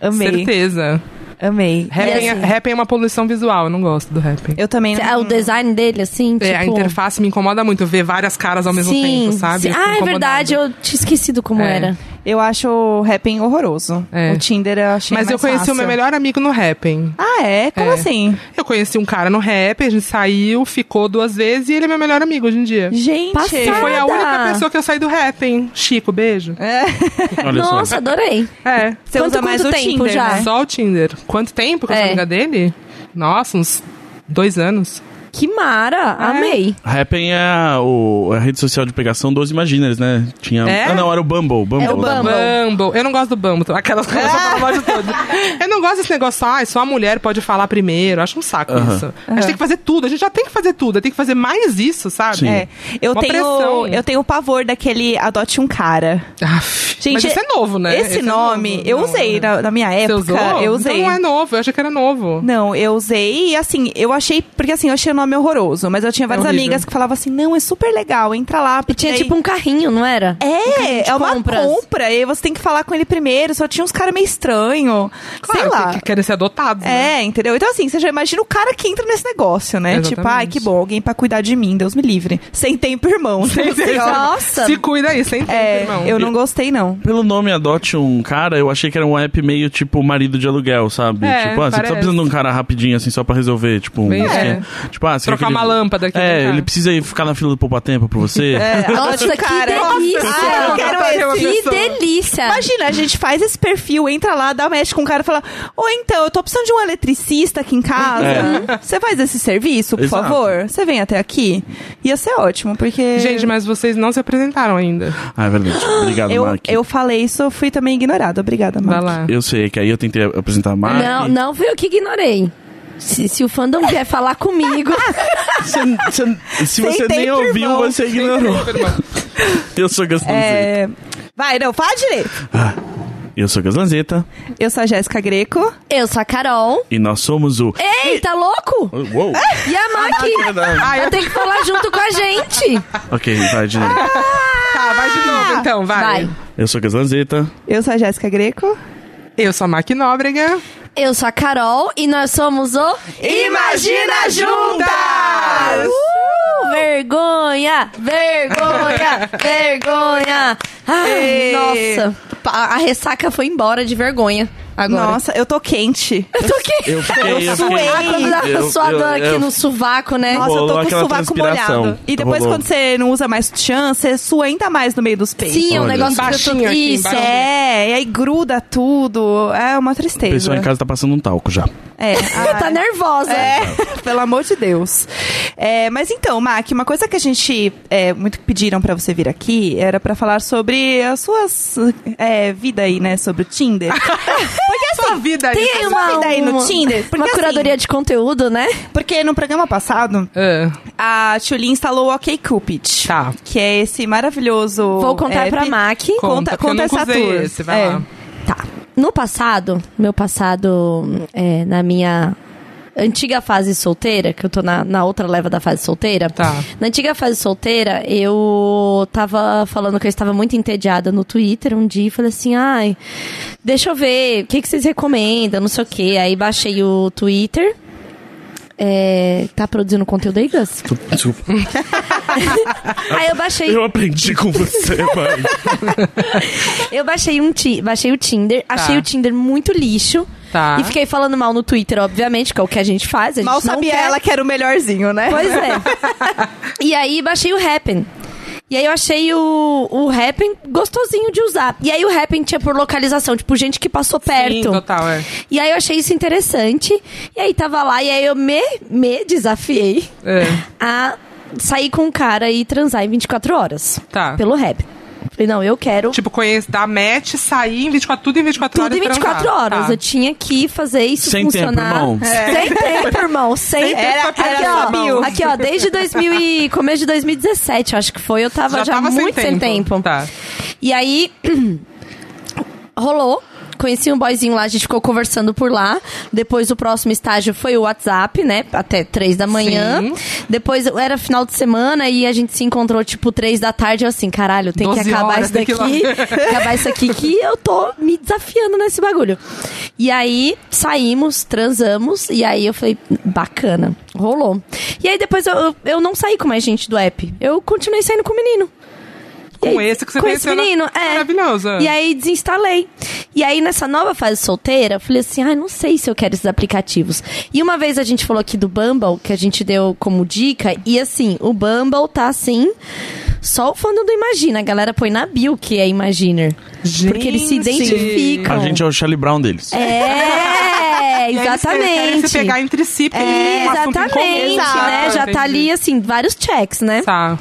Speaker 1: Amei.
Speaker 3: Certeza.
Speaker 1: Amei.
Speaker 3: Rapping,
Speaker 4: E
Speaker 3: é-
Speaker 4: assim?
Speaker 3: rapping é uma poluição visual, eu não gosto do rapping.
Speaker 1: Eu também não.
Speaker 4: É o design dele, assim?
Speaker 3: Hum. É, a
Speaker 4: tipo-
Speaker 3: interface me incomoda muito, ver várias caras ao mesmo
Speaker 4: sim,
Speaker 3: tempo, sabe?
Speaker 4: sim.
Speaker 3: Eu fico
Speaker 4: Ah, é
Speaker 3: incomodada.
Speaker 4: verdade, eu tinha esquecido como
Speaker 3: É.
Speaker 4: era.
Speaker 1: Eu acho o rapping horroroso.
Speaker 3: É.
Speaker 1: O Tinder eu achei
Speaker 3: Mas eu
Speaker 1: mais
Speaker 3: conheci
Speaker 1: fácil.
Speaker 3: o meu melhor amigo no rapping.
Speaker 1: Ah, é? Como
Speaker 3: É.
Speaker 1: assim?
Speaker 3: Eu conheci um cara no rapping, a gente saiu, ficou duas vezes e ele é meu melhor amigo hoje em dia.
Speaker 1: Gente.
Speaker 4: Passada.
Speaker 3: E foi a única
Speaker 4: Nada.
Speaker 3: pessoa que eu saí do rapping. Chico, beijo.
Speaker 1: É.
Speaker 2: Olha
Speaker 4: Nossa,
Speaker 2: só.
Speaker 4: adorei.
Speaker 3: É.
Speaker 1: Você
Speaker 4: Quanto-
Speaker 1: usa mais
Speaker 4: quanto
Speaker 1: o
Speaker 4: tempo
Speaker 1: Tinder,
Speaker 4: já?
Speaker 1: né?
Speaker 3: Só o Tinder. Quanto tempo que eu
Speaker 4: É.
Speaker 3: sou amiga dele? Nossa, uns dois anos.
Speaker 4: Que mara,
Speaker 3: É.
Speaker 4: amei.
Speaker 2: Happn é a, o- a rede social de pegação dos Imaginers, né? Tinha.
Speaker 3: É?
Speaker 2: Ah, não, era o Bumble. Bumble.
Speaker 4: É o
Speaker 2: né?
Speaker 4: Bumble.
Speaker 3: Bumble. Eu não gosto do Bumble. tá? Aquelas coisas que eu gosto de tudo. Eu não gosto desse negócio, ah, só a mulher pode falar primeiro. Acho um saco
Speaker 2: Aham.
Speaker 3: isso. A gente tem que fazer tudo. A gente já tem que fazer tudo. Tem que fazer mais isso, sabe?
Speaker 2: Sim.
Speaker 1: É. Eu
Speaker 3: Uma
Speaker 1: tenho,
Speaker 3: pressão.
Speaker 1: eu tenho pavor daquele adote um cara.
Speaker 3: Aff.
Speaker 1: Gente,
Speaker 3: Mas isso é novo, né?
Speaker 1: Esse,
Speaker 3: Esse é
Speaker 1: nome
Speaker 3: novo.
Speaker 1: eu
Speaker 3: Não,
Speaker 1: usei
Speaker 3: né?
Speaker 1: na, na minha
Speaker 3: Você
Speaker 1: época.
Speaker 3: usou?
Speaker 1: Eu usei.
Speaker 3: Então não é novo. Eu achei que era novo.
Speaker 1: Não, eu usei e assim, eu achei. Porque assim, eu achei o nome horroroso, mas eu tinha várias
Speaker 3: É horrível.
Speaker 1: amigas que falavam assim: não, é super legal, entra lá.
Speaker 4: E
Speaker 1: porque
Speaker 4: tinha
Speaker 3: É.
Speaker 1: aí-
Speaker 4: tipo um carrinho, não era?
Speaker 3: um
Speaker 1: É,
Speaker 4: de
Speaker 1: é uma
Speaker 4: compras.
Speaker 1: compra, e aí você tem que falar com ele primeiro, só tinha uns caras meio estranhos. sei
Speaker 3: Claro que-
Speaker 1: lá.
Speaker 3: Que querem ser adotados, né?
Speaker 1: É, entendeu? Então, assim, você já imagina o cara que entra nesse negócio, né? Tipo,
Speaker 3: Exatamente.
Speaker 1: ai, que bom, alguém pra cuidar de mim, Deus me livre. Sem tempo, irmão.
Speaker 3: É,
Speaker 1: Sem tempo.
Speaker 4: Nossa.
Speaker 3: Se cuida aí, sem tempo,
Speaker 1: É,
Speaker 3: irmão.
Speaker 1: eu não gostei, não.
Speaker 2: Pelo nome Adote um Cara, eu achei que era um app meio tipo marido de aluguel, sabe?
Speaker 3: É,
Speaker 2: tipo, ah, você tá
Speaker 3: parece.
Speaker 2: precisando de um cara rapidinho, assim, só pra resolver, tipo, um
Speaker 3: Bem,
Speaker 2: esquema.
Speaker 3: é.
Speaker 2: Tipo, ah, lá. você quer
Speaker 3: Trocar
Speaker 2: que ele-
Speaker 3: uma lâmpada aqui, né, vem
Speaker 2: É,
Speaker 3: cá.
Speaker 2: ele precisa ir ficar na fila do poupatempo pra você.
Speaker 4: Nossa, que
Speaker 1: Cara,
Speaker 4: delícia!
Speaker 1: ah, eu quero
Speaker 3: Olha, é uma
Speaker 4: que
Speaker 3: pessoa.
Speaker 4: delícia!
Speaker 1: Imagina, a gente faz esse perfil, entra lá, dá match com o cara e fala: Ô, então, eu tô precisando de um eletricista aqui em
Speaker 3: É.
Speaker 1: casa. Você faz esse serviço, por
Speaker 2: Exato.
Speaker 1: favor? Você vem até aqui? Ia ser ótimo, porque.
Speaker 3: Gente, mas vocês não se apresentaram ainda.
Speaker 2: Ah, é verdade. Obrigado,
Speaker 1: eu,
Speaker 2: Mark.
Speaker 1: eu falei isso, eu fui também ignorada. Obrigada,
Speaker 3: Vai
Speaker 1: Mark.
Speaker 3: lá.
Speaker 2: Eu sei que aí eu tentei apresentar a Mark.
Speaker 4: Não, não fui eu que ignorei. Se, se o fandom vier falar comigo,
Speaker 2: Cê- cê- se você
Speaker 1: Tentei
Speaker 2: nem
Speaker 1: por
Speaker 2: ouviu,
Speaker 1: mão.
Speaker 2: você ignorou. Eu sou Gastão Zeta.
Speaker 1: É, Vai, não, fala direito.
Speaker 2: Eu sou Gastão Zeta
Speaker 1: Eu sou a Jéssica Greco.
Speaker 4: eu sou a Carol.
Speaker 2: e nós somos o.
Speaker 4: Ei, tá louco?
Speaker 2: Uou!
Speaker 4: E a Maki?
Speaker 2: Verdade.
Speaker 3: Ah,
Speaker 4: Eu tenho que falar junto com a gente.
Speaker 2: ok, vai de novo.
Speaker 3: Tá, vai de novo então, vai.
Speaker 4: Vai.
Speaker 2: Eu sou Gastão Zeta.
Speaker 1: Eu sou a Jéssica Greco.
Speaker 3: Eu sou a Maqui Nóbrega.
Speaker 4: Eu sou a Carol e nós somos o
Speaker 1: Imagina Juntas!
Speaker 4: Uh, vergonha, vergonha, vergonha. Ai,
Speaker 1: Ei.
Speaker 4: nossa, Pa- a ressaca foi embora de vergonha agora.
Speaker 1: Nossa, eu tô quente.
Speaker 4: Eu tô aqui.
Speaker 2: Eu fiquei.
Speaker 1: Eu
Speaker 2: eu fiquei-
Speaker 1: suei.
Speaker 4: Ah, quando dá
Speaker 2: eu- eu-
Speaker 4: suador aqui
Speaker 2: eu-
Speaker 4: no sovaco, né?
Speaker 1: Nossa, eu
Speaker 2: Rolou
Speaker 1: tô com o
Speaker 2: aquela
Speaker 1: sovaco
Speaker 2: transpiração.
Speaker 1: molhado. E depois,
Speaker 2: Rolou.
Speaker 1: quando você não usa mais tchan, você sua ainda mais no meio dos peitos.
Speaker 4: Sim, é um
Speaker 2: Olha.
Speaker 4: negócio que
Speaker 3: Baixinho
Speaker 4: eu tô...
Speaker 3: aqui
Speaker 4: Isso,
Speaker 3: embaixo.
Speaker 4: é.
Speaker 1: É, e aí gruda tudo. É uma
Speaker 2: O
Speaker 1: tristeza.
Speaker 2: pessoal em casa tá passando um talco já.
Speaker 1: É, ai.
Speaker 4: Tá nervosa.
Speaker 1: É, pelo amor de Deus. É, mas então, Mac, uma coisa que a gente é, muito pediram pra você vir aqui era pra falar sobre as suas é, vida aí, né, sobre o Tinder. Porque assim,
Speaker 3: Sua vida aí.
Speaker 1: tem uma vida aí no Tinder. Porque,
Speaker 4: uma
Speaker 1: assim,
Speaker 4: curadoria de conteúdo, né?
Speaker 1: porque no programa passado
Speaker 3: Ah,
Speaker 1: a Tchulin instalou o OkCupid,
Speaker 3: Tá.
Speaker 1: que é esse maravilhoso.
Speaker 4: Vou contar
Speaker 1: app.
Speaker 4: pra Mac.
Speaker 1: Conta,
Speaker 3: Conta, porque eu
Speaker 1: conta
Speaker 3: nunca
Speaker 1: essa
Speaker 3: usei
Speaker 1: tour.
Speaker 3: esse, vai
Speaker 1: É.
Speaker 3: lá.
Speaker 4: Tá. No passado, meu passado é, na minha antiga fase solteira, que eu tô na, na outra leva da fase solteira.
Speaker 3: Tá.
Speaker 4: Na antiga fase solteira, eu tava falando que eu estava muito entediada no Twitter um dia e falei assim, ai, deixa eu ver, o que, que vocês recomendam, não sei o quê. Aí baixei o Twitter. É, tá produzindo conteúdo aí, Gus?
Speaker 2: Desculpa.
Speaker 4: Aí eu baixei
Speaker 2: Eu aprendi com você, mãe.
Speaker 4: Eu baixei, um ti baixei o Tinder, achei o Tinder muito lixo.
Speaker 3: Tá.
Speaker 4: E fiquei falando mal no Twitter, obviamente, que é o que a gente faz. A gente
Speaker 1: Mal
Speaker 4: não
Speaker 1: sabia
Speaker 4: quer.
Speaker 1: ela que era o melhorzinho, né?
Speaker 4: Pois é. e aí baixei o Happn. E aí eu achei o, o Happn gostosinho de usar. E aí o Happn tinha por localização, tipo, gente que passou perto.
Speaker 3: Sim, total, é.
Speaker 4: E aí eu achei isso interessante. E aí tava lá, e aí eu me, me desafiei
Speaker 3: É.
Speaker 4: a sair com um cara e transar em 24 horas.
Speaker 3: Tá.
Speaker 4: Pelo Happn. Falei, não, eu quero
Speaker 3: Tipo, conheço, dar match, sair em 24, tudo em 24
Speaker 4: Tudo
Speaker 3: horas. tá?
Speaker 4: em 24 horas. Eu
Speaker 3: Eu
Speaker 4: tinha que fazer isso
Speaker 2: Sem tempo,
Speaker 4: funcionar. É.
Speaker 2: irmão.
Speaker 4: Sem tempo, irmão. Sem
Speaker 3: Sem
Speaker 4: tempo.
Speaker 3: tempo pra
Speaker 4: aqui,
Speaker 3: pegar
Speaker 4: ó,
Speaker 3: na mão.
Speaker 4: aqui, ó, desde 2000 e começo de 2017, acho que foi. Eu tava já, muito sem tempo.
Speaker 3: Tá.
Speaker 4: E aí, rolou. Conheci um boyzinho lá, a gente ficou conversando por lá. Depois o próximo estágio foi o WhatsApp, né? Até três da manhã.
Speaker 3: Sim.
Speaker 4: Depois era final de semana e a gente se encontrou tipo três da tarde. Eu assim, caralho, tem que
Speaker 3: 12
Speaker 4: acabar
Speaker 3: horas,
Speaker 4: isso
Speaker 3: tem
Speaker 4: daqui.
Speaker 3: que ir lá.
Speaker 4: acabar isso aqui que eu tô me desafiando nesse bagulho. E aí saímos, transamos. E aí eu falei, bacana, rolou. E aí depois eu, eu, eu não saí com mais gente do app. Eu continuei saindo com o menino. E
Speaker 3: Com
Speaker 4: aí,
Speaker 3: esse que você
Speaker 4: com esse
Speaker 3: conheceu né? na-
Speaker 4: menino, é.
Speaker 3: Maravilhoso.
Speaker 4: E aí desinstalei. E aí nessa nova fase solteira, eu falei assim: "Ai, não sei se eu quero esses aplicativos". E uma vez a gente falou aqui do Bumble, que a gente deu como dica, e assim, o Bumble tá assim, só o fandom do Imagina, a galera põe na bio que é Imaginer, porque eles se
Speaker 3: Gente.
Speaker 4: identificam.
Speaker 2: A gente é o Charlie Brown deles.
Speaker 4: É,
Speaker 3: E aí eles querem- querem
Speaker 4: exatamente.
Speaker 3: se pegar entre si, porque
Speaker 4: É,
Speaker 3: tem um assunto em comum.
Speaker 4: exatamente,
Speaker 3: Exato,
Speaker 4: né? Já
Speaker 3: entendi.
Speaker 4: tá ali, assim, vários checks, né?
Speaker 3: Tá.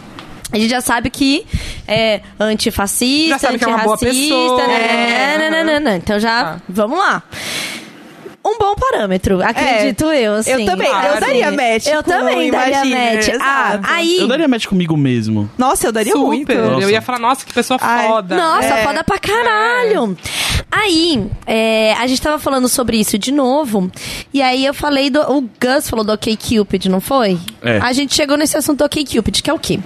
Speaker 4: A gente já sabe que é antifascista,
Speaker 3: Já sabe que é uma boa
Speaker 4: antirracista,
Speaker 3: pessoa. É.
Speaker 4: né, né, né, né, né. Então já,
Speaker 3: Tá. É.
Speaker 4: vamos lá. Um bom parâmetro, acredito eu, assim.
Speaker 1: Eu também,
Speaker 3: claro.
Speaker 1: eu daria match.
Speaker 4: Eu
Speaker 1: com
Speaker 4: também
Speaker 1: o
Speaker 4: daria
Speaker 1: Imaginer,
Speaker 4: match. Ah,
Speaker 1: exato.
Speaker 4: aí...
Speaker 2: Eu daria match comigo mesmo.
Speaker 1: Nossa, eu daria
Speaker 3: Super.
Speaker 1: muito.
Speaker 2: Nossa.
Speaker 3: Eu ia falar, nossa, que pessoa
Speaker 1: Ai,
Speaker 3: foda.
Speaker 4: Nossa,
Speaker 1: É.
Speaker 4: foda pra caralho. Aí, é, a gente tava falando sobre isso de novo. E aí eu falei do. O Gus falou do OK Cupid, não foi?
Speaker 2: É.
Speaker 4: A gente chegou nesse assunto do OK Cupid, que é o quê?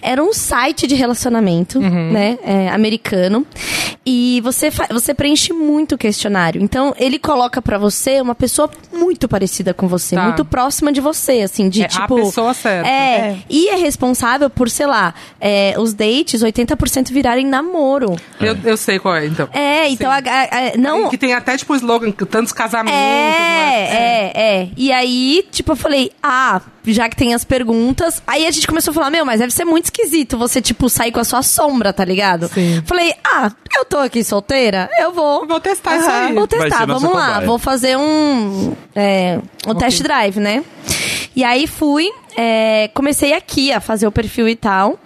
Speaker 4: Era um site de relacionamento,
Speaker 3: Uhum.
Speaker 4: né? é, americano. E você, fa- você preenche muito o questionário. Então, ele coloca pra você uma pessoa muito parecida com você,
Speaker 3: Tá.
Speaker 4: muito próxima de você, assim, de
Speaker 3: É a
Speaker 4: tipo.
Speaker 3: pessoa certa.
Speaker 4: É,
Speaker 1: É.
Speaker 4: E é responsável por, sei lá, é, os dates, 80% virarem namoro.
Speaker 3: Eu, eu sei qual é, então.
Speaker 4: É, então. A, a- a- não,
Speaker 3: Que tem até, tipo, o slogan, que tantos casamentos. né?
Speaker 4: é, é, é. E aí, tipo, eu falei, ah, já que tem as perguntas. Aí a gente começou a falar, meu, mas deve ser muito esquisito você, tipo, sair com a sua sombra, tá ligado?
Speaker 3: Sim.
Speaker 4: Falei, ah, eu tô aqui solteira, eu vou.
Speaker 3: Vou testar isso
Speaker 4: Aham,
Speaker 3: aí.
Speaker 4: Tá Vou
Speaker 2: Vai
Speaker 4: testar,
Speaker 2: ser nossa
Speaker 4: vamos lá.
Speaker 2: cobaia.
Speaker 4: Vou fazer um, é, um test drive, né? E aí fui, é, comecei aqui a fazer o perfil e tal.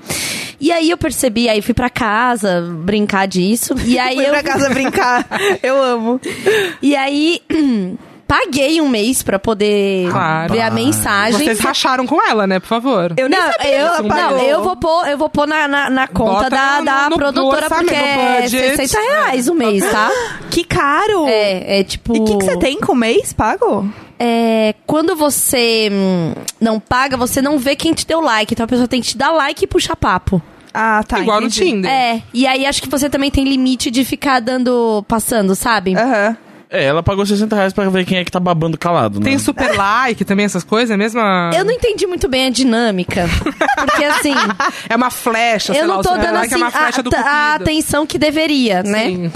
Speaker 4: E aí eu percebi, aí fui pra casa brincar disso. E aí
Speaker 1: Fui
Speaker 4: eu
Speaker 1: pra casa brincar. Eu amo.
Speaker 4: e aí, paguei um mês pra poder
Speaker 3: Claro.
Speaker 4: ver a mensagem.
Speaker 3: Vocês racharam com ela, né, por favor.
Speaker 1: Eu nem
Speaker 4: não,
Speaker 1: sabia que
Speaker 4: eu,
Speaker 1: ela
Speaker 4: não,
Speaker 1: pagou.
Speaker 4: eu vou pôr, eu vou pôr na, na, na conta
Speaker 3: Bota
Speaker 4: da,
Speaker 3: no-
Speaker 4: da
Speaker 3: no- no
Speaker 4: produtora,
Speaker 3: orçamento,
Speaker 4: porque
Speaker 3: no
Speaker 4: é
Speaker 3: budget.
Speaker 4: 60 reais o mês, tá?
Speaker 1: Que caro!
Speaker 4: É, é tipo.
Speaker 1: E o que, que você tem com o mês pago?
Speaker 4: É, quando você hum, não paga, você não vê quem te deu like. Então a pessoa tem que te dar like e puxar papo.
Speaker 1: Ah, tá.
Speaker 3: Igual no
Speaker 1: entendi.
Speaker 3: Tinder.
Speaker 4: É, e aí acho que você também tem limite de ficar dando, passando, sabe?
Speaker 1: Aham.
Speaker 2: É, ela pagou 60 reais pra ver quem é que tá babando calado, né?
Speaker 3: Tem super like também, essas coisas, é mesmo? a-
Speaker 4: Eu não entendi muito bem a dinâmica. porque assim.
Speaker 3: É uma flecha, sei
Speaker 4: eu
Speaker 3: lá,
Speaker 4: não
Speaker 3: o
Speaker 4: tô
Speaker 3: super
Speaker 4: dando
Speaker 3: like
Speaker 4: assim
Speaker 3: é uma flecha do
Speaker 4: a, a
Speaker 3: cupido.
Speaker 4: atenção que deveria, né?
Speaker 3: Sim.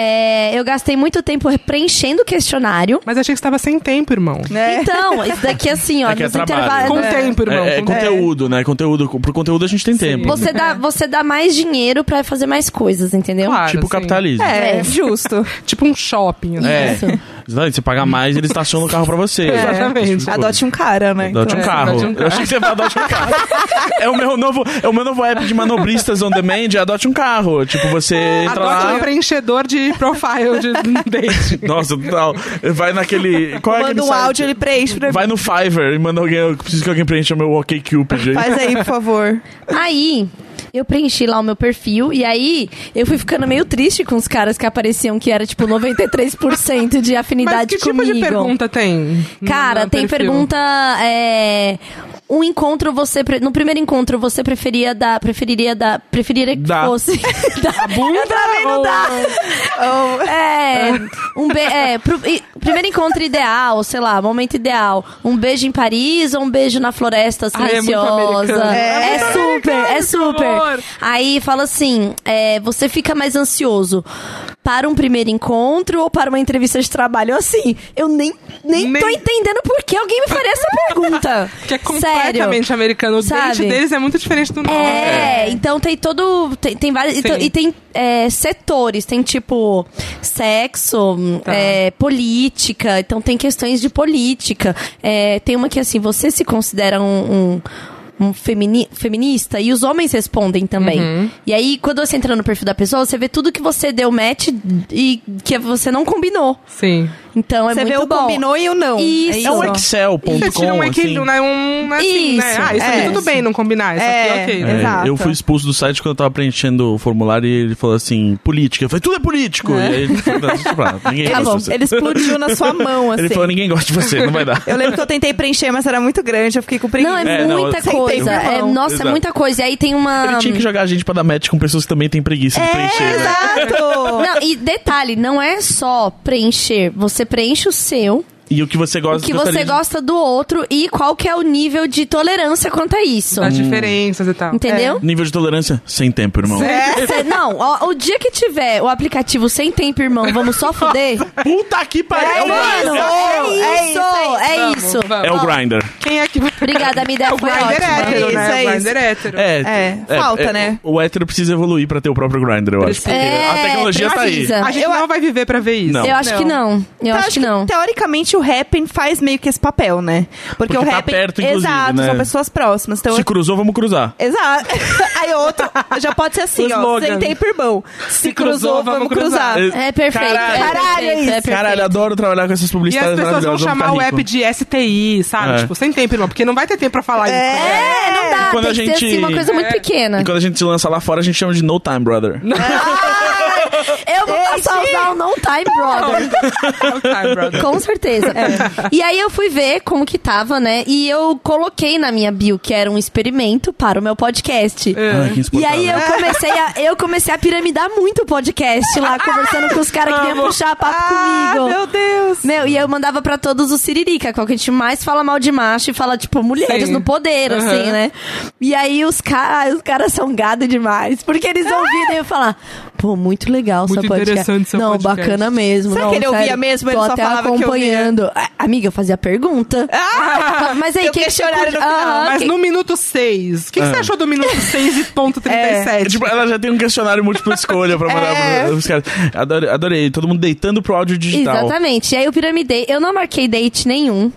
Speaker 4: É, eu gastei muito tempo preenchendo o questionário.
Speaker 3: Mas eu achei que você tava sem tempo, irmão.
Speaker 1: É.
Speaker 4: Então, isso daqui assim, ó,
Speaker 2: É que é
Speaker 4: nos
Speaker 2: trabalho.
Speaker 4: intervalos.
Speaker 3: Com
Speaker 4: É.
Speaker 3: tempo, irmão.
Speaker 2: É, é
Speaker 3: com
Speaker 2: conteúdo, né? Conteúdo, pro conteúdo a gente tem tempo.
Speaker 4: Você dá, você dá mais dinheiro pra fazer mais coisas, entendeu?
Speaker 3: Claro,
Speaker 2: Tipo o
Speaker 3: sim.
Speaker 2: capitalismo.
Speaker 1: É,
Speaker 4: É.
Speaker 1: justo.
Speaker 3: Tipo um shopping. assim.
Speaker 2: É.
Speaker 4: Isso.
Speaker 2: Exatamente, você paga mais, ele estaciona o carro pra você.
Speaker 3: Exatamente.
Speaker 2: Esse tipo de coisa.
Speaker 1: Adote um cara, né?
Speaker 2: Adote um
Speaker 1: Então,
Speaker 2: carro.
Speaker 3: adote um carro.
Speaker 2: Eu achei que você ia falar adote um carro. é, o meu novo, é o meu novo app de manobristas on demand, é adote um carro. Tipo, você entra
Speaker 3: Adote
Speaker 2: lá.
Speaker 3: um preenchedor de profile de um date.
Speaker 2: Nossa, total. Vai naquele. Qual é
Speaker 1: Manda
Speaker 2: aquele
Speaker 1: um
Speaker 2: site?
Speaker 1: áudio, ele preenche pra mim.
Speaker 2: Vai no Fiverr e manda alguém. Eu preciso que alguém preencha meu OK Cupid aí.
Speaker 1: Faz aí, por favor.
Speaker 4: É Aí, eu preenchi lá o meu perfil e aí eu fui ficando meio triste com os caras que apareciam que era tipo 93% de
Speaker 3: Mas
Speaker 4: afinidade
Speaker 3: que tipo
Speaker 4: comigo.
Speaker 3: de pergunta tem? no-
Speaker 4: Cara,
Speaker 3: no
Speaker 4: tem
Speaker 3: perfil?
Speaker 4: pergunta. É, um encontro você. pre- No primeiro encontro, você preferia dar. Preferiria dar. Preferiria que
Speaker 2: Dá.
Speaker 4: fosse. dar-
Speaker 3: Bunda ou-
Speaker 1: Oh,
Speaker 4: é. Um be é pro- e- primeiro encontro ideal, sei lá, momento ideal. Um beijo em Paris ou um beijo na floresta
Speaker 3: Ah, é muito
Speaker 4: silenciosa.
Speaker 3: americano.
Speaker 4: é,
Speaker 1: É,
Speaker 4: super, é
Speaker 3: horror.
Speaker 4: super. Aí fala assim: é, você fica mais ansioso para um primeiro encontro ou para uma entrevista de trabalho? Assim, eu nem, nem,
Speaker 3: Nem-
Speaker 4: tô entendendo por que alguém me faria essa pergunta.
Speaker 3: Que é completamente
Speaker 4: Sério.
Speaker 3: americano. O date
Speaker 4: Sabe?
Speaker 3: deles é muito diferente do nosso.
Speaker 4: É, então tem todo. Tem, tem vários. E,
Speaker 3: Sim.
Speaker 4: to- e tem é, setores, tem tipo sexo,
Speaker 3: Tá.
Speaker 4: é, política, então tem questões de política. É, tem uma que assim, você se considera um. um- um femini- feminista e os homens respondem também. E aí, quando você entra no perfil da pessoa, você vê tudo que você deu match e que você não combinou.
Speaker 3: Sim.
Speaker 4: Então é
Speaker 1: Você
Speaker 4: muito
Speaker 1: vê o
Speaker 4: bom.
Speaker 1: combinou e o não.
Speaker 4: Isso.
Speaker 2: É um
Speaker 1: É
Speaker 3: Você tira
Speaker 2: Excel.com.
Speaker 3: um
Speaker 2: assim.
Speaker 3: equilíbrio, né? Um, assim, né?
Speaker 4: Isso.
Speaker 3: Ah, isso
Speaker 1: É.
Speaker 3: aqui tudo bem não combinar. Isso
Speaker 1: É.
Speaker 3: aqui ok.
Speaker 2: É,
Speaker 3: né?
Speaker 1: Exato.
Speaker 2: eu fui expulso do site quando eu tava preenchendo o formulário e ele falou assim, política. Eu falei, tudo é político. E aí ele falou, "Não, deixa pra lá, ninguém
Speaker 1: Ele,
Speaker 2: gosta de
Speaker 1: Tá bom,
Speaker 2: você."
Speaker 1: ele explodiu na sua mão, assim.
Speaker 2: Ele falou, ninguém gosta de você, não vai dar.
Speaker 1: Eu lembro que eu tentei preencher, mas era muito grande, eu fiquei com preguiça.
Speaker 4: Não, é,
Speaker 2: É, não,
Speaker 4: muita
Speaker 1: sem
Speaker 4: coisa.
Speaker 1: tempo,
Speaker 4: É,
Speaker 1: não.
Speaker 4: nossa,
Speaker 2: Exato.
Speaker 4: é muita coisa. E aí tem uma.
Speaker 2: Ele tinha que jogar a gente pra dar match com pessoas que também têm preguiça
Speaker 1: É,
Speaker 2: de preencher. né?
Speaker 1: Exato!
Speaker 4: Não, e detalhe, não é só preencher. Você preenche o seu,
Speaker 2: E o que você
Speaker 4: o
Speaker 2: gosta
Speaker 4: que
Speaker 2: gostaria
Speaker 4: você
Speaker 2: de-
Speaker 4: gosta do outro e qual que é o nível de tolerância quanto a
Speaker 2: É.
Speaker 4: isso.
Speaker 2: Hum.
Speaker 3: As diferenças e tal.
Speaker 4: Entendeu?
Speaker 2: Nível de tolerância, sem tempo, irmão.
Speaker 4: Cê- não, ó, o dia que tiver o aplicativo sem tempo, irmão, vamos só fuder.
Speaker 2: Puta que pariu! É,
Speaker 4: Mano,
Speaker 2: o-
Speaker 4: é isso, é
Speaker 3: Vamos,
Speaker 4: isso.
Speaker 3: vamos.
Speaker 2: é o
Speaker 4: Ó,
Speaker 2: grinder.
Speaker 3: Quem é que...
Speaker 4: Obrigada, minha ideia
Speaker 3: O
Speaker 4: foi
Speaker 3: grinder
Speaker 4: ótima.
Speaker 3: hétero,
Speaker 1: Isso,
Speaker 3: né?
Speaker 1: é
Speaker 3: O
Speaker 1: isso.
Speaker 3: grinder hétero.
Speaker 1: É, falta, né?
Speaker 2: O hétero precisa evoluir pra ter o próprio grinder, eu acho.
Speaker 3: Precisa.
Speaker 2: porque
Speaker 4: É,
Speaker 2: a tecnologia tá
Speaker 4: precisa.
Speaker 3: A gente não vai viver pra ver isso.
Speaker 2: Não.
Speaker 4: Eu acho que não. Eu
Speaker 1: Então,
Speaker 4: acho que não.
Speaker 1: Teoricamente, o Happn faz meio que esse papel, né? Porque,
Speaker 2: Porque
Speaker 1: o
Speaker 2: tá
Speaker 1: Happn...
Speaker 2: perto, inclusive,
Speaker 1: Exato,
Speaker 2: né?
Speaker 1: são pessoas próximas. Então,
Speaker 2: aí. Se cruzou, vamos cruzar.
Speaker 1: Exato. Aí outro, já pode ser assim,
Speaker 2: O
Speaker 1: ó.
Speaker 2: slogan.
Speaker 1: Sem tempo, irmão. Se, cruzou, vamos cruzar.
Speaker 4: É perfeito.
Speaker 2: Caralho.
Speaker 4: é
Speaker 1: Caralho, é
Speaker 4: perfeito,
Speaker 1: isso.
Speaker 4: é perfeito.
Speaker 2: Caralho, adoro trabalhar com essas
Speaker 3: E as
Speaker 2: publicidades
Speaker 3: pessoas vão
Speaker 2: maravilhosas.
Speaker 3: chamar
Speaker 2: ficar
Speaker 3: o
Speaker 2: rico.
Speaker 3: app de STI, sabe?
Speaker 2: um É.
Speaker 3: Tipo, sem tempo, irmão, porque não vai ter tempo pra falar isso. né?
Speaker 4: É, não dá.
Speaker 2: E quando
Speaker 4: tem
Speaker 2: a
Speaker 4: que
Speaker 2: gente-
Speaker 4: ser assim, uma coisa muito pequena.
Speaker 2: E quando a gente lança lá fora, a gente chama de No Time Brother.
Speaker 4: Eu vou passa a usar o No Time Brother.
Speaker 3: Tá, brother.
Speaker 4: Com certeza. é. E aí eu fui ver como que tava, né? E eu coloquei na minha bio que era um experimento para o meu podcast.
Speaker 1: É.
Speaker 2: Ai, Ah, que
Speaker 4: E
Speaker 2: insuportável.
Speaker 4: aí eu
Speaker 1: né?
Speaker 4: comecei a eu comecei a piramidar muito o podcast lá, conversando com os caras que vinham puxar papo
Speaker 1: Ah,
Speaker 4: comigo.
Speaker 1: meu Deus.
Speaker 4: Meu, e eu mandava pra todos o Siririca, qual que a gente mais fala mal de macho e fala, tipo, mulheres
Speaker 3: Sim.
Speaker 4: no poder,
Speaker 3: Uhum.
Speaker 4: assim, né? E aí os, ca os caras são gado demais, porque eles
Speaker 1: Ah!
Speaker 4: ouviram e eu falar, pô, muito legal
Speaker 3: Muito
Speaker 4: seu podcast.
Speaker 3: interessante seu
Speaker 4: Não,
Speaker 3: podcast.
Speaker 4: bacana mesmo.
Speaker 1: Será
Speaker 4: não,
Speaker 1: que ele
Speaker 4: sério,
Speaker 1: ouvia mesmo? Ele
Speaker 4: tô
Speaker 1: só
Speaker 4: até
Speaker 1: falava que ouvia.
Speaker 4: acompanhando. Ah, Amiga, eu fazia pergunta. Ah, mas aí,
Speaker 1: seu
Speaker 4: quem que você
Speaker 1: questionário
Speaker 4: curte?
Speaker 1: no final,
Speaker 4: Aham,
Speaker 3: Mas
Speaker 4: quem-
Speaker 3: no minuto 6, o que, que você achou do minuto 6.37?
Speaker 2: É, tipo, ela já tem um questionário múltipla escolha pra mandar
Speaker 1: É.
Speaker 2: pros- pros caras. Adorei, adorei, todo mundo deitando pro áudio digital.
Speaker 4: Exatamente. E aí eu piramidei. Eu não marquei date nenhum.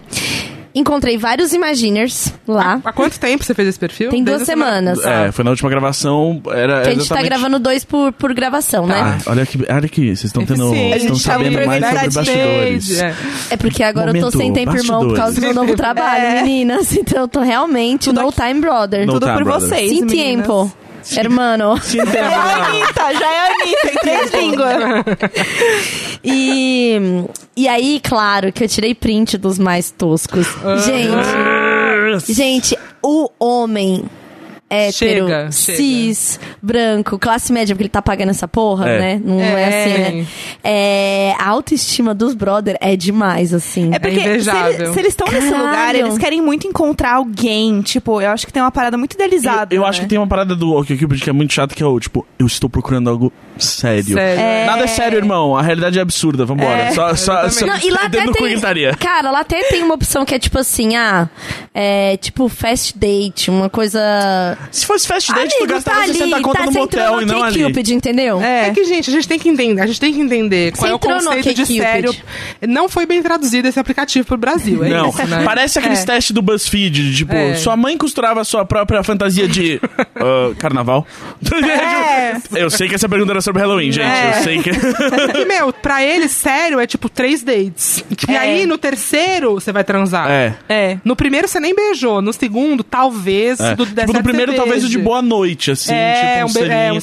Speaker 4: Encontrei vários Imaginers
Speaker 1: Ah,
Speaker 4: lá.
Speaker 3: Há quanto tempo você fez esse perfil?
Speaker 4: Ah.
Speaker 1: um
Speaker 4: Tem
Speaker 3: Desde
Speaker 4: duas
Speaker 3: a semana-
Speaker 4: semanas.
Speaker 2: É, foi na última gravação, era
Speaker 4: Que a gente tá
Speaker 2: exatamente...
Speaker 4: gravando dois por, por gravação,
Speaker 2: Ah,
Speaker 4: né?
Speaker 2: olha que, olha que vocês estão tendo,
Speaker 3: Eficiente,
Speaker 2: vocês estão
Speaker 1: a gente tá
Speaker 2: sabendo
Speaker 1: muito
Speaker 2: mais sobre
Speaker 1: organizadinho.
Speaker 2: bastidores.
Speaker 3: É.
Speaker 4: É porque agora eu tô
Speaker 2: Momento
Speaker 4: sem tempo irmão por causa do meu novo trabalho,
Speaker 1: É.
Speaker 4: meninas. Então eu tô realmente no time brother.
Speaker 2: No
Speaker 1: Tudo
Speaker 2: Tá,
Speaker 1: por
Speaker 2: brother.
Speaker 1: vocês,
Speaker 4: Sem
Speaker 1: meninas.
Speaker 4: tempo, hermano.
Speaker 2: Sim, tem
Speaker 1: É a
Speaker 2: a-
Speaker 1: Anitta, já é a Anitta, em três línguas.
Speaker 4: E, e aí, claro, que eu tirei print dos mais toscos.
Speaker 1: Ah.
Speaker 4: Gente, gente, o homem... Hétero,
Speaker 3: Chega, chega.
Speaker 4: cis, branco, classe média, porque ele tá pagando essa porra,
Speaker 2: É.
Speaker 4: né? Não é,
Speaker 3: É.
Speaker 4: assim, né? É, a autoestima dos brother é demais, assim.
Speaker 1: É porque se eles-
Speaker 3: invejável.
Speaker 1: se eles estão nesse
Speaker 4: Caralho.
Speaker 1: lugar, eles querem muito encontrar alguém. Tipo, eu acho que tem uma parada muito idealizada. né?
Speaker 2: Eu acho que tem uma parada do OkCupid que é muito chato, que é o tipo, eu estou procurando algo sério.
Speaker 3: Sério.
Speaker 2: Nada é sério, irmão. A realidade é absurda. Vambora. só, só, só,
Speaker 4: Não, e lá
Speaker 2: dedo
Speaker 4: até
Speaker 2: no cu e
Speaker 4: tem.
Speaker 2: gritaria.
Speaker 4: Cara, lá até tem uma opção que é tipo assim, ah, é tipo fast date, uma coisa.
Speaker 2: Se fosse fast date, tu
Speaker 4: Amigo,
Speaker 2: gastava
Speaker 4: tá ali,
Speaker 2: 60 conta
Speaker 4: tá,
Speaker 2: no
Speaker 4: você entrou
Speaker 2: motel e não ali.
Speaker 4: Cupid, entendeu?
Speaker 3: É.
Speaker 1: É.
Speaker 3: que, gente, a gente tem que entender, a gente tem que entender qual é o
Speaker 4: entrou no
Speaker 3: conceito de
Speaker 4: OkCupid?
Speaker 3: sério. Não foi bem traduzido esse aplicativo pro Brasil, é
Speaker 2: Não,
Speaker 3: isso, né?
Speaker 2: parece aqueles testes do BuzzFeed, de, tipo,
Speaker 3: É.
Speaker 2: sua mãe costurava sua própria fantasia de ah, carnaval.
Speaker 3: É.
Speaker 2: Eu sei que essa pergunta era sobre Halloween, gente. Eu sei que...
Speaker 3: E, meu, pra ele, sério, é tipo três dates. E
Speaker 1: É.
Speaker 3: aí, no terceiro, você vai transar.
Speaker 2: é.
Speaker 1: É.
Speaker 3: No primeiro, você nem beijou. No segundo, talvez.
Speaker 2: É.
Speaker 3: Se do, der
Speaker 2: Tipo, no
Speaker 3: certo,
Speaker 2: primeiro,
Speaker 3: você
Speaker 2: talvez o de
Speaker 3: beije.
Speaker 2: boa noite, assim,
Speaker 3: É,
Speaker 2: tipo, um,
Speaker 3: um, be- é, um
Speaker 2: selinho.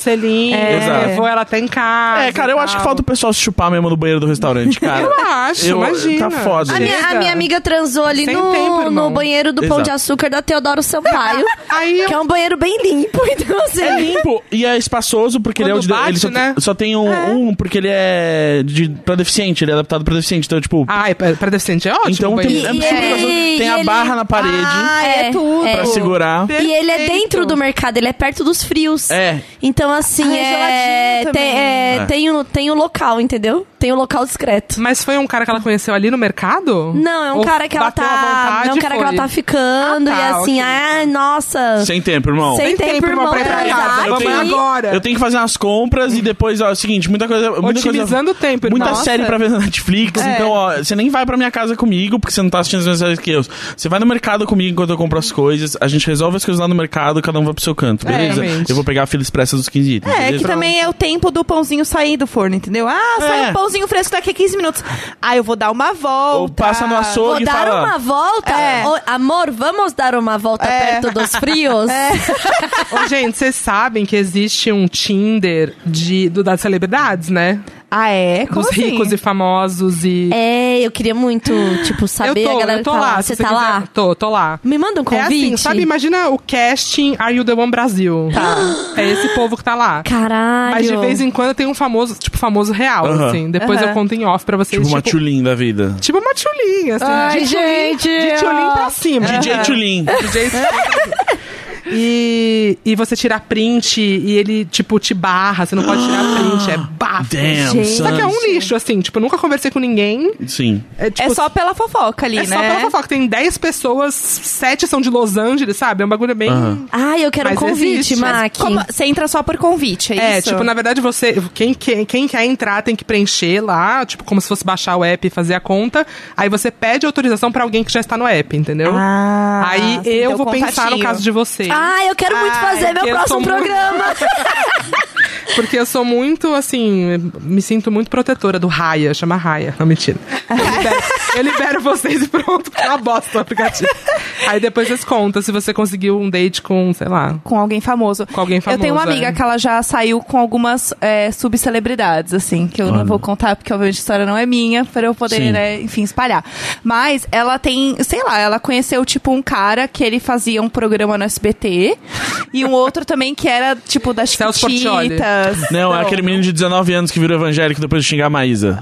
Speaker 3: selinho.
Speaker 2: Exato.
Speaker 3: Levou ela até em casa.
Speaker 2: É, cara, eu
Speaker 3: e
Speaker 2: acho que
Speaker 3: tal.
Speaker 2: falta o pessoal se chupar mesmo no banheiro do restaurante, cara.
Speaker 3: Eu acho, imagina.
Speaker 2: Tá foda.
Speaker 4: A minha, a minha amiga transou ali
Speaker 3: Sem
Speaker 4: no,
Speaker 3: tempo, irmão.
Speaker 4: no banheiro do Pão
Speaker 2: Exato.
Speaker 4: de Açúcar da Teodoro Sampaio.
Speaker 3: Aí eu-
Speaker 4: que é um banheiro bem limpo, então assim.
Speaker 2: É limpo e é espaçoso porque ele é o
Speaker 3: Quando
Speaker 2: de,
Speaker 3: bate,
Speaker 2: ele só,
Speaker 3: né?
Speaker 2: só tem um, um porque ele é de pra deficiente, ele é adaptado pra deficiente, então tipo,
Speaker 3: Ai, pra, pra deficiente é Ah, ótimo.
Speaker 2: então
Speaker 3: o
Speaker 2: tem,
Speaker 4: E-
Speaker 2: é
Speaker 3: banheiro.
Speaker 4: e
Speaker 2: absurdo,
Speaker 4: ele-
Speaker 2: tem a
Speaker 4: e ele-
Speaker 2: barra na parede
Speaker 1: Ah, é,
Speaker 4: É,
Speaker 1: tudo.
Speaker 4: é.
Speaker 2: pra segurar.
Speaker 4: E ele é
Speaker 3: Perfeito.
Speaker 4: dentro do mercado, ele é perto dos frios.
Speaker 2: É.
Speaker 4: Então, assim,
Speaker 1: Ah, é
Speaker 4: é,
Speaker 1: geladinho
Speaker 4: tem, é,
Speaker 2: também.
Speaker 4: Tem, o, tem o local, entendeu? Tem o local discreto.
Speaker 3: Mas foi um cara que ela conheceu ali no mercado?
Speaker 4: Não, é um
Speaker 3: Ou
Speaker 4: cara que ela
Speaker 3: bateu
Speaker 4: tá.
Speaker 3: à vontade,
Speaker 4: é um cara que
Speaker 3: foi?
Speaker 4: ela tá ficando
Speaker 3: Ah, tá,
Speaker 4: e assim,
Speaker 3: ok.
Speaker 4: ai, nossa.
Speaker 2: Sem tempo, irmão.
Speaker 4: Sem-
Speaker 3: Tem
Speaker 4: tempo,
Speaker 3: tempo, irmão,
Speaker 4: irmão,
Speaker 3: pra ir pra
Speaker 4: pra
Speaker 3: casa.
Speaker 4: transar
Speaker 3: Vamos
Speaker 4: aqui.
Speaker 3: agora.
Speaker 2: Eu tenho que fazer umas compras e depois, ó, é o seguinte, muita coisa, muita coisa
Speaker 3: Otimizando o tempo, irmão. É.
Speaker 2: Muita
Speaker 3: Nossa.
Speaker 2: série pra ver na Netflix, então, ó, você nem vai pra minha casa comigo, porque você não tá assistindo as mesmas séries que eu. Você vai no mercado comigo enquanto eu compro as coisas, a gente resolve as coisas lá no mercado, cada um vai pro seu canto, beleza?
Speaker 3: É, realmente.
Speaker 2: eu vou pegar a fila expressa dos 15 itens.
Speaker 1: É,
Speaker 2: beleza?
Speaker 1: que também é o tempo do pãozinho sair do forno, entendeu? Ah, sai
Speaker 2: É.
Speaker 1: um pãozinho fresco daqui a 15 minutos. Ah, eu vou dar uma volta.
Speaker 2: Ou passa no açougue
Speaker 4: Vou
Speaker 2: e
Speaker 4: dar
Speaker 2: fala...
Speaker 4: uma volta?
Speaker 1: É.
Speaker 4: Ô, amor, vamos dar uma volta perto dos frios?
Speaker 3: Ô, gente, vocês sabem que existe um Tinder de, do, das celebridades, né?
Speaker 1: Ah, é? Como
Speaker 3: Dos
Speaker 1: assim?
Speaker 3: ricos e famosos e...
Speaker 4: É, eu queria muito, tipo, saber
Speaker 3: eu tô,
Speaker 4: a galera
Speaker 3: eu tô
Speaker 4: que tá
Speaker 3: lá.
Speaker 4: lá.
Speaker 3: se
Speaker 4: Você tá
Speaker 3: quiser-
Speaker 4: lá?
Speaker 3: Tô, tô lá.
Speaker 4: Me manda um
Speaker 3: É
Speaker 4: convite.
Speaker 3: assim, sabe? Imagina o casting Are You The One Brasil. É esse povo que tá lá.
Speaker 4: Caralho.
Speaker 3: Mas de vez em quando tem um famoso, tipo, famoso real,
Speaker 2: Aham.
Speaker 3: assim. Depois eu
Speaker 1: Aham.
Speaker 3: conto em off pra vocês.
Speaker 2: Tipo uma Tulin da vida.
Speaker 3: Tipo uma tchulinha, assim.
Speaker 4: Ai,
Speaker 3: de tchulim-
Speaker 4: gente,
Speaker 3: De tchulim
Speaker 4: ó.
Speaker 3: pra cima.
Speaker 2: DJ Tulin.
Speaker 3: DJ E, e você tira print e ele, tipo, te barra. Você não pode tirar print, é bafo.
Speaker 2: Damn,
Speaker 4: Gente.
Speaker 2: son.
Speaker 3: Só que é um lixo, assim. Tipo, eu nunca conversei com ninguém.
Speaker 2: Sim.
Speaker 3: É, tipo,
Speaker 1: É só pela fofoca ali,
Speaker 3: é
Speaker 1: né?
Speaker 3: só pela fofoca. Tem 10 pessoas, 7 são de Los Angeles, sabe? É um bagulho bem...
Speaker 2: Aham.
Speaker 4: Ai, eu quero
Speaker 3: Mas
Speaker 4: um convite,
Speaker 3: existe, mas assim?
Speaker 4: Mac.
Speaker 1: Como- você entra só por convite, é,
Speaker 3: É,
Speaker 1: isso?
Speaker 3: tipo, na verdade, você. Quem, quem, quem quer entrar tem que preencher lá, tipo, como se fosse baixar o app e fazer a conta. Aí você pede autorização pra alguém que já está no app, entendeu?
Speaker 1: Ah,
Speaker 3: Aí
Speaker 1: você tem
Speaker 3: eu
Speaker 1: o
Speaker 3: vou pensar no
Speaker 1: contatinho.
Speaker 3: caso de vocês.
Speaker 4: Ai, eu quero muito
Speaker 3: Ai,
Speaker 4: fazer meu
Speaker 3: que eu sou
Speaker 4: próximo
Speaker 3: muito-
Speaker 4: programa.
Speaker 3: Porque eu sou muito, assim, me sinto muito protetora do Raya, chama Raya, não mentira. Eu libero, eu libero vocês e pronto, porque é uma bosta o aplicativo. Aí depois vocês contam se você conseguiu um date com, sei lá.
Speaker 1: Com alguém famoso.
Speaker 3: Com alguém
Speaker 1: Eu tenho uma
Speaker 3: famoso,
Speaker 1: amiga
Speaker 3: é.
Speaker 1: que ela já saiu com algumas é, subcelebridades, assim, que eu não vou contar porque obviamente a história não é minha, pra eu
Speaker 2: Sim.
Speaker 1: poder, né, enfim, espalhar. Mas ela tem, sei lá, ela conheceu, tipo, um cara que ele fazia um programa no SBT e um outro também que era, tipo, das
Speaker 3: Celso Portiolli.
Speaker 1: Chiquititas.
Speaker 2: Não, é aquele menino de 19 anos que virou evangélico depois de xingar a Maísa.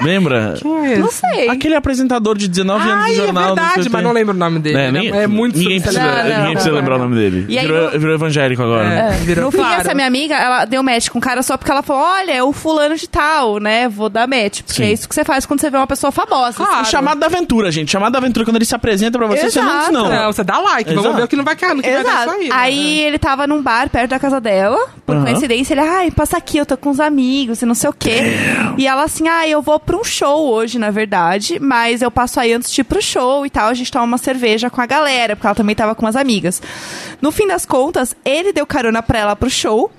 Speaker 2: Lembra?
Speaker 1: Não sei.
Speaker 2: Aquele apresentador de 19 anos
Speaker 3: Ai,
Speaker 2: do
Speaker 3: é
Speaker 2: jornal. não sei
Speaker 3: verdade,
Speaker 2: o
Speaker 3: mas
Speaker 2: quê.
Speaker 3: não lembro o nome dele.
Speaker 2: É, nem,
Speaker 3: é muito
Speaker 2: ninguém precisa,
Speaker 1: subcelebridade. Não, não,
Speaker 2: ninguém precisa
Speaker 1: não,
Speaker 2: lembrar
Speaker 1: não.
Speaker 2: o nome dele.
Speaker 1: E aí
Speaker 2: Virou,
Speaker 1: no-
Speaker 2: virou evangélico agora.
Speaker 3: É, virou
Speaker 1: no fim,
Speaker 3: claro.
Speaker 1: essa minha amiga, ela deu match com o cara só porque ela falou: olha, é o fulano de tal, né? Vou dar match. Porque
Speaker 2: Sim.
Speaker 1: é isso que você faz quando você vê uma pessoa famosa.
Speaker 3: Claro.
Speaker 2: O chamado da aventura, gente. Chamado da aventura, quando ele se apresenta pra você, você não diz
Speaker 1: Exato.
Speaker 2: não.
Speaker 3: Não, você dá like, vamos
Speaker 2: Exato.
Speaker 3: ver o que não vai, que não vai dar
Speaker 1: Exato.
Speaker 3: isso aí.
Speaker 1: Aí,
Speaker 3: né?
Speaker 1: ele tava num bar perto da casa dela. Por
Speaker 2: Aham.
Speaker 1: coincidência, ele, ai, passa aqui, eu tô com uns amigos e não sei o quê. E ela assim, ai, eu vou pra um show hoje, na verdade, mas eu passo aí antes de ir pro show e tal. A gente toma uma cerveja com a galera, porque ela também tava com umas amigas. No fim das contas, ele deu carona pra ela pro show.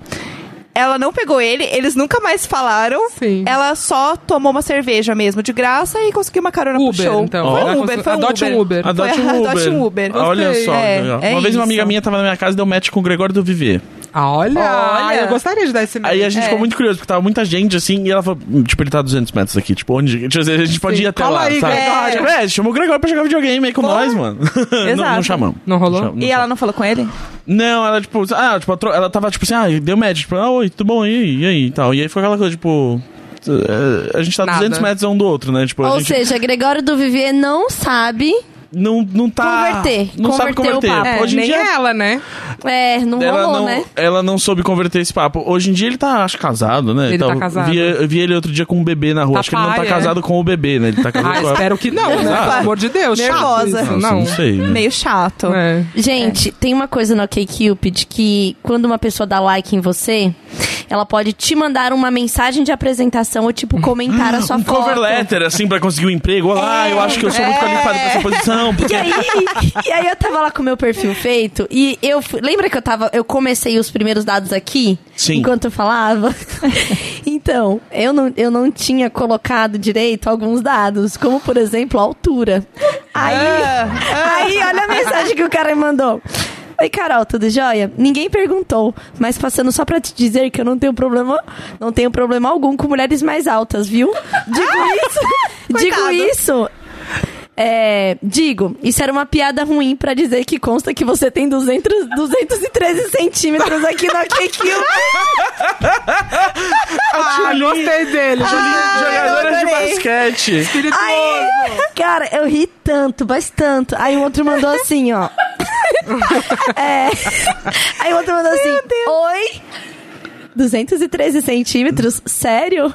Speaker 1: Ela não pegou ele, eles nunca mais falaram.
Speaker 3: Sim.
Speaker 1: Ela só tomou uma cerveja mesmo de graça e conseguiu uma carona pro
Speaker 3: Uber,
Speaker 1: show.
Speaker 3: então.
Speaker 1: Foi
Speaker 3: Ela
Speaker 1: um Uber,
Speaker 3: cons-
Speaker 1: foi um
Speaker 3: Adote um Uber.
Speaker 2: Adote
Speaker 1: Foi-
Speaker 2: um Uber.
Speaker 1: adote um Uber.
Speaker 2: Olha
Speaker 3: Gostei.
Speaker 2: só.
Speaker 1: É,
Speaker 2: legal.
Speaker 1: é
Speaker 2: uma vez uma amiga
Speaker 1: isso.
Speaker 2: minha tava na minha casa e deu match com o Gregório do Viver.
Speaker 3: Olha,
Speaker 1: Olha.
Speaker 3: eu gostaria de dar esse É,
Speaker 2: Aí a gente ficou muito curioso, porque tava muita gente assim, e ela falou, "Hum, tipo, ele tá a 200 metros daqui, tipo, onde? Tipo, assim, a gente pode
Speaker 3: Sim,
Speaker 2: ir até
Speaker 3: cola
Speaker 2: lá,
Speaker 3: aí,
Speaker 2: sabe?
Speaker 1: Gregório.
Speaker 2: Tipo, é, chamou o Gregório pra jogar videogame aí com nós, mano. não, não
Speaker 1: Exato.
Speaker 2: chamamos.
Speaker 3: Não rolou?
Speaker 2: chamamos,
Speaker 1: E
Speaker 2: não
Speaker 1: ela não falou com ele?
Speaker 2: Não, ela, tipo, ah, tipo, ela tro- ela tava, tipo assim, ah, deu match, tipo, ah, oi, tudo bom, e aí, e aí, e tal. E aí ficou aquela coisa, tipo, eh, a gente tá
Speaker 3: Nada.
Speaker 2: 200 metros um do outro, né? Tipo, a
Speaker 4: Ou
Speaker 2: gente
Speaker 4: seja, Gregório do Vivier não sabe.
Speaker 2: não, não tá...
Speaker 4: Converter,
Speaker 2: Não sabe
Speaker 4: converter o
Speaker 2: converter.
Speaker 4: papo.
Speaker 3: É,
Speaker 2: Hoje em
Speaker 3: nem
Speaker 2: dia...
Speaker 3: ela, né?
Speaker 4: É, não
Speaker 2: Ela
Speaker 4: rolou,
Speaker 2: não,
Speaker 4: né?
Speaker 2: ela não soube converter esse papo. Hoje em dia ele tá, acho, casado, né?
Speaker 3: Ele tá
Speaker 2: Tava-
Speaker 3: casado.
Speaker 2: Vi, eu vi ele outro dia com um bebê na rua.
Speaker 3: Tá
Speaker 2: acho que ele não tá
Speaker 3: pai, é.
Speaker 2: casado com o bebê, né? Ele tá casado
Speaker 3: Ah,
Speaker 2: com a...
Speaker 3: espero que não, né?
Speaker 2: Exato.
Speaker 3: Pelo amor de Deus. chato
Speaker 1: Nervosa.
Speaker 3: isso,
Speaker 2: Nossa,
Speaker 3: Não.
Speaker 2: não sei. né?
Speaker 1: Meio chato.
Speaker 3: É.
Speaker 4: Gente, tem uma coisa no OkCupid que quando uma pessoa dá like em você, ela pode te mandar uma mensagem de apresentação ou tipo comentar a sua
Speaker 2: Um
Speaker 4: foto.
Speaker 2: cover letter, assim, pra conseguir um emprego. Olá,
Speaker 4: É,
Speaker 2: eu acho que eu sou muito
Speaker 4: é.
Speaker 2: qualificado pra essa posição.
Speaker 4: E
Speaker 2: Porque...
Speaker 4: aí, e aí eu tava lá com o meu perfil feito e eu fui, lembra que eu tava, eu comecei os primeiros dados aqui
Speaker 2: Sim.
Speaker 4: enquanto eu falava. Então, eu não, eu não tinha colocado direito alguns dados, como por exemplo, a altura. Aí, aí olha a mensagem que o cara me mandou. Oi, Carol, tudo jóia? Ninguém perguntou, mas passando só pra te dizer que eu não tenho problema, não tenho problema algum com mulheres mais altas, viu? Digo isso. digo
Speaker 1: Coitado.
Speaker 4: isso. É, digo, isso era uma piada ruim pra dizer que consta que você tem 200, 213 centímetros aqui na KQ.
Speaker 3: Ah, gostei dele.
Speaker 2: Jogadora de
Speaker 1: adorei.
Speaker 2: basquete.
Speaker 4: Aí, cara, eu ri tanto, mas tanto. Aí o outro mandou assim, ó. É. Aí o outro mandou assim: Oi? 213 centímetros? Sério?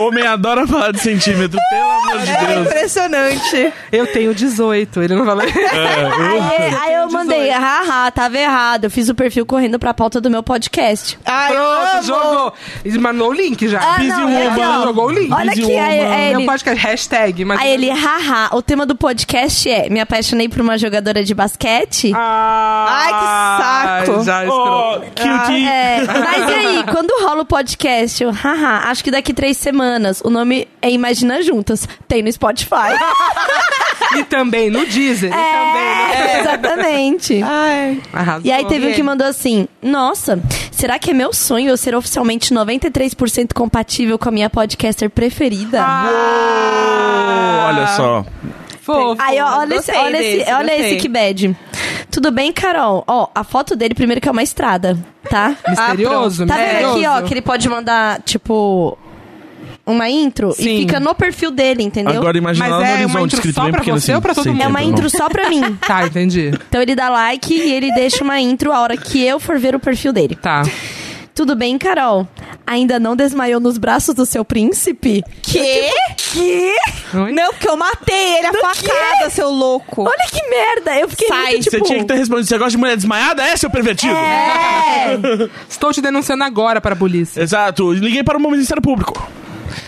Speaker 2: Homem adora falar de centímetro, pelo amor de
Speaker 1: É
Speaker 2: Deus.
Speaker 1: impressionante.
Speaker 3: Eu tenho 18, ele não falou. É,
Speaker 4: Aí, aí eu mandei: Haha, tava errado. Eu fiz o perfil correndo pra pauta do meu podcast.
Speaker 1: Ai,
Speaker 3: Pronto,
Speaker 1: amo.
Speaker 3: jogou. Ele mandou o link já.
Speaker 4: Ah, não,
Speaker 3: Ele
Speaker 4: aqui, ó.
Speaker 3: um jogou o link. um
Speaker 4: Olha
Speaker 2: Busy
Speaker 4: aqui, aí,
Speaker 2: woman.
Speaker 4: aí
Speaker 3: Não
Speaker 4: ele. Ah,
Speaker 3: pode que é hashtag, mas.
Speaker 4: Aí ele, haha, o tema do podcast é Me apaixonei por uma jogadora de basquete.
Speaker 3: Ah,
Speaker 1: Ai, que saco.
Speaker 3: Já
Speaker 2: Oh,
Speaker 3: escroto.
Speaker 2: cute.
Speaker 4: É, mas e aí, quando rola o podcast, eu, haha, acho que daqui três semanas. O nome é Imagina Juntas. Tem no Spotify.
Speaker 3: E também no Deezer. E também né? Ah, no...
Speaker 4: É, exatamente.
Speaker 1: Ai.
Speaker 3: Arrasou.
Speaker 4: E aí teve um que
Speaker 3: ele?
Speaker 4: mandou assim: Nossa, será que é meu sonho eu ser oficialmente 93% compatível com a minha podcaster preferida?
Speaker 3: Ah,
Speaker 4: Ah.
Speaker 2: Oh, olha só.
Speaker 3: Fofo.
Speaker 4: Aí, ó, olha esse,
Speaker 1: Gostei
Speaker 4: olha, esse,
Speaker 1: desse,
Speaker 4: olha
Speaker 1: gostei.
Speaker 4: esse que bad. Tudo bem, Carol? Ó, a foto dele primeiro que é uma estrada, tá?
Speaker 3: Ah, Misterioso,
Speaker 4: Tá vendo
Speaker 3: misterioso.
Speaker 4: aqui, ó, que ele pode mandar, tipo, uma intro
Speaker 3: Sim.
Speaker 4: e fica no perfil dele, entendeu?
Speaker 2: Agora imagina lá
Speaker 3: Mas é
Speaker 2: no
Speaker 3: uma
Speaker 2: horizonte
Speaker 3: intro
Speaker 2: escrito
Speaker 3: só
Speaker 2: bem
Speaker 3: pra
Speaker 2: pequeno
Speaker 3: você
Speaker 2: assim.
Speaker 3: ou pra todo
Speaker 2: sem
Speaker 3: mundo?
Speaker 4: é uma
Speaker 2: tempo,
Speaker 4: intro só pra mim.
Speaker 3: Tá, entendi.
Speaker 4: Então ele dá like e ele deixa uma intro a hora que eu for ver o perfil dele.
Speaker 3: Tá.
Speaker 4: Tudo bem, Carol? Ainda não desmaiou nos braços do seu príncipe? tipo,
Speaker 1: Que?
Speaker 4: Que?
Speaker 3: Oi?
Speaker 1: Não, porque eu matei ele a
Speaker 4: Do
Speaker 1: facada, seu louco.
Speaker 4: Olha que merda! Eu fiquei
Speaker 1: Sai.
Speaker 4: muito,
Speaker 2: Você
Speaker 4: tipo...
Speaker 2: tinha que ter respondido. Você gosta de mulher desmaiada? É, seu pervertido?
Speaker 4: É!
Speaker 3: Estou te denunciando agora para a polícia.
Speaker 2: Exato. Liguei para o Ministério Público.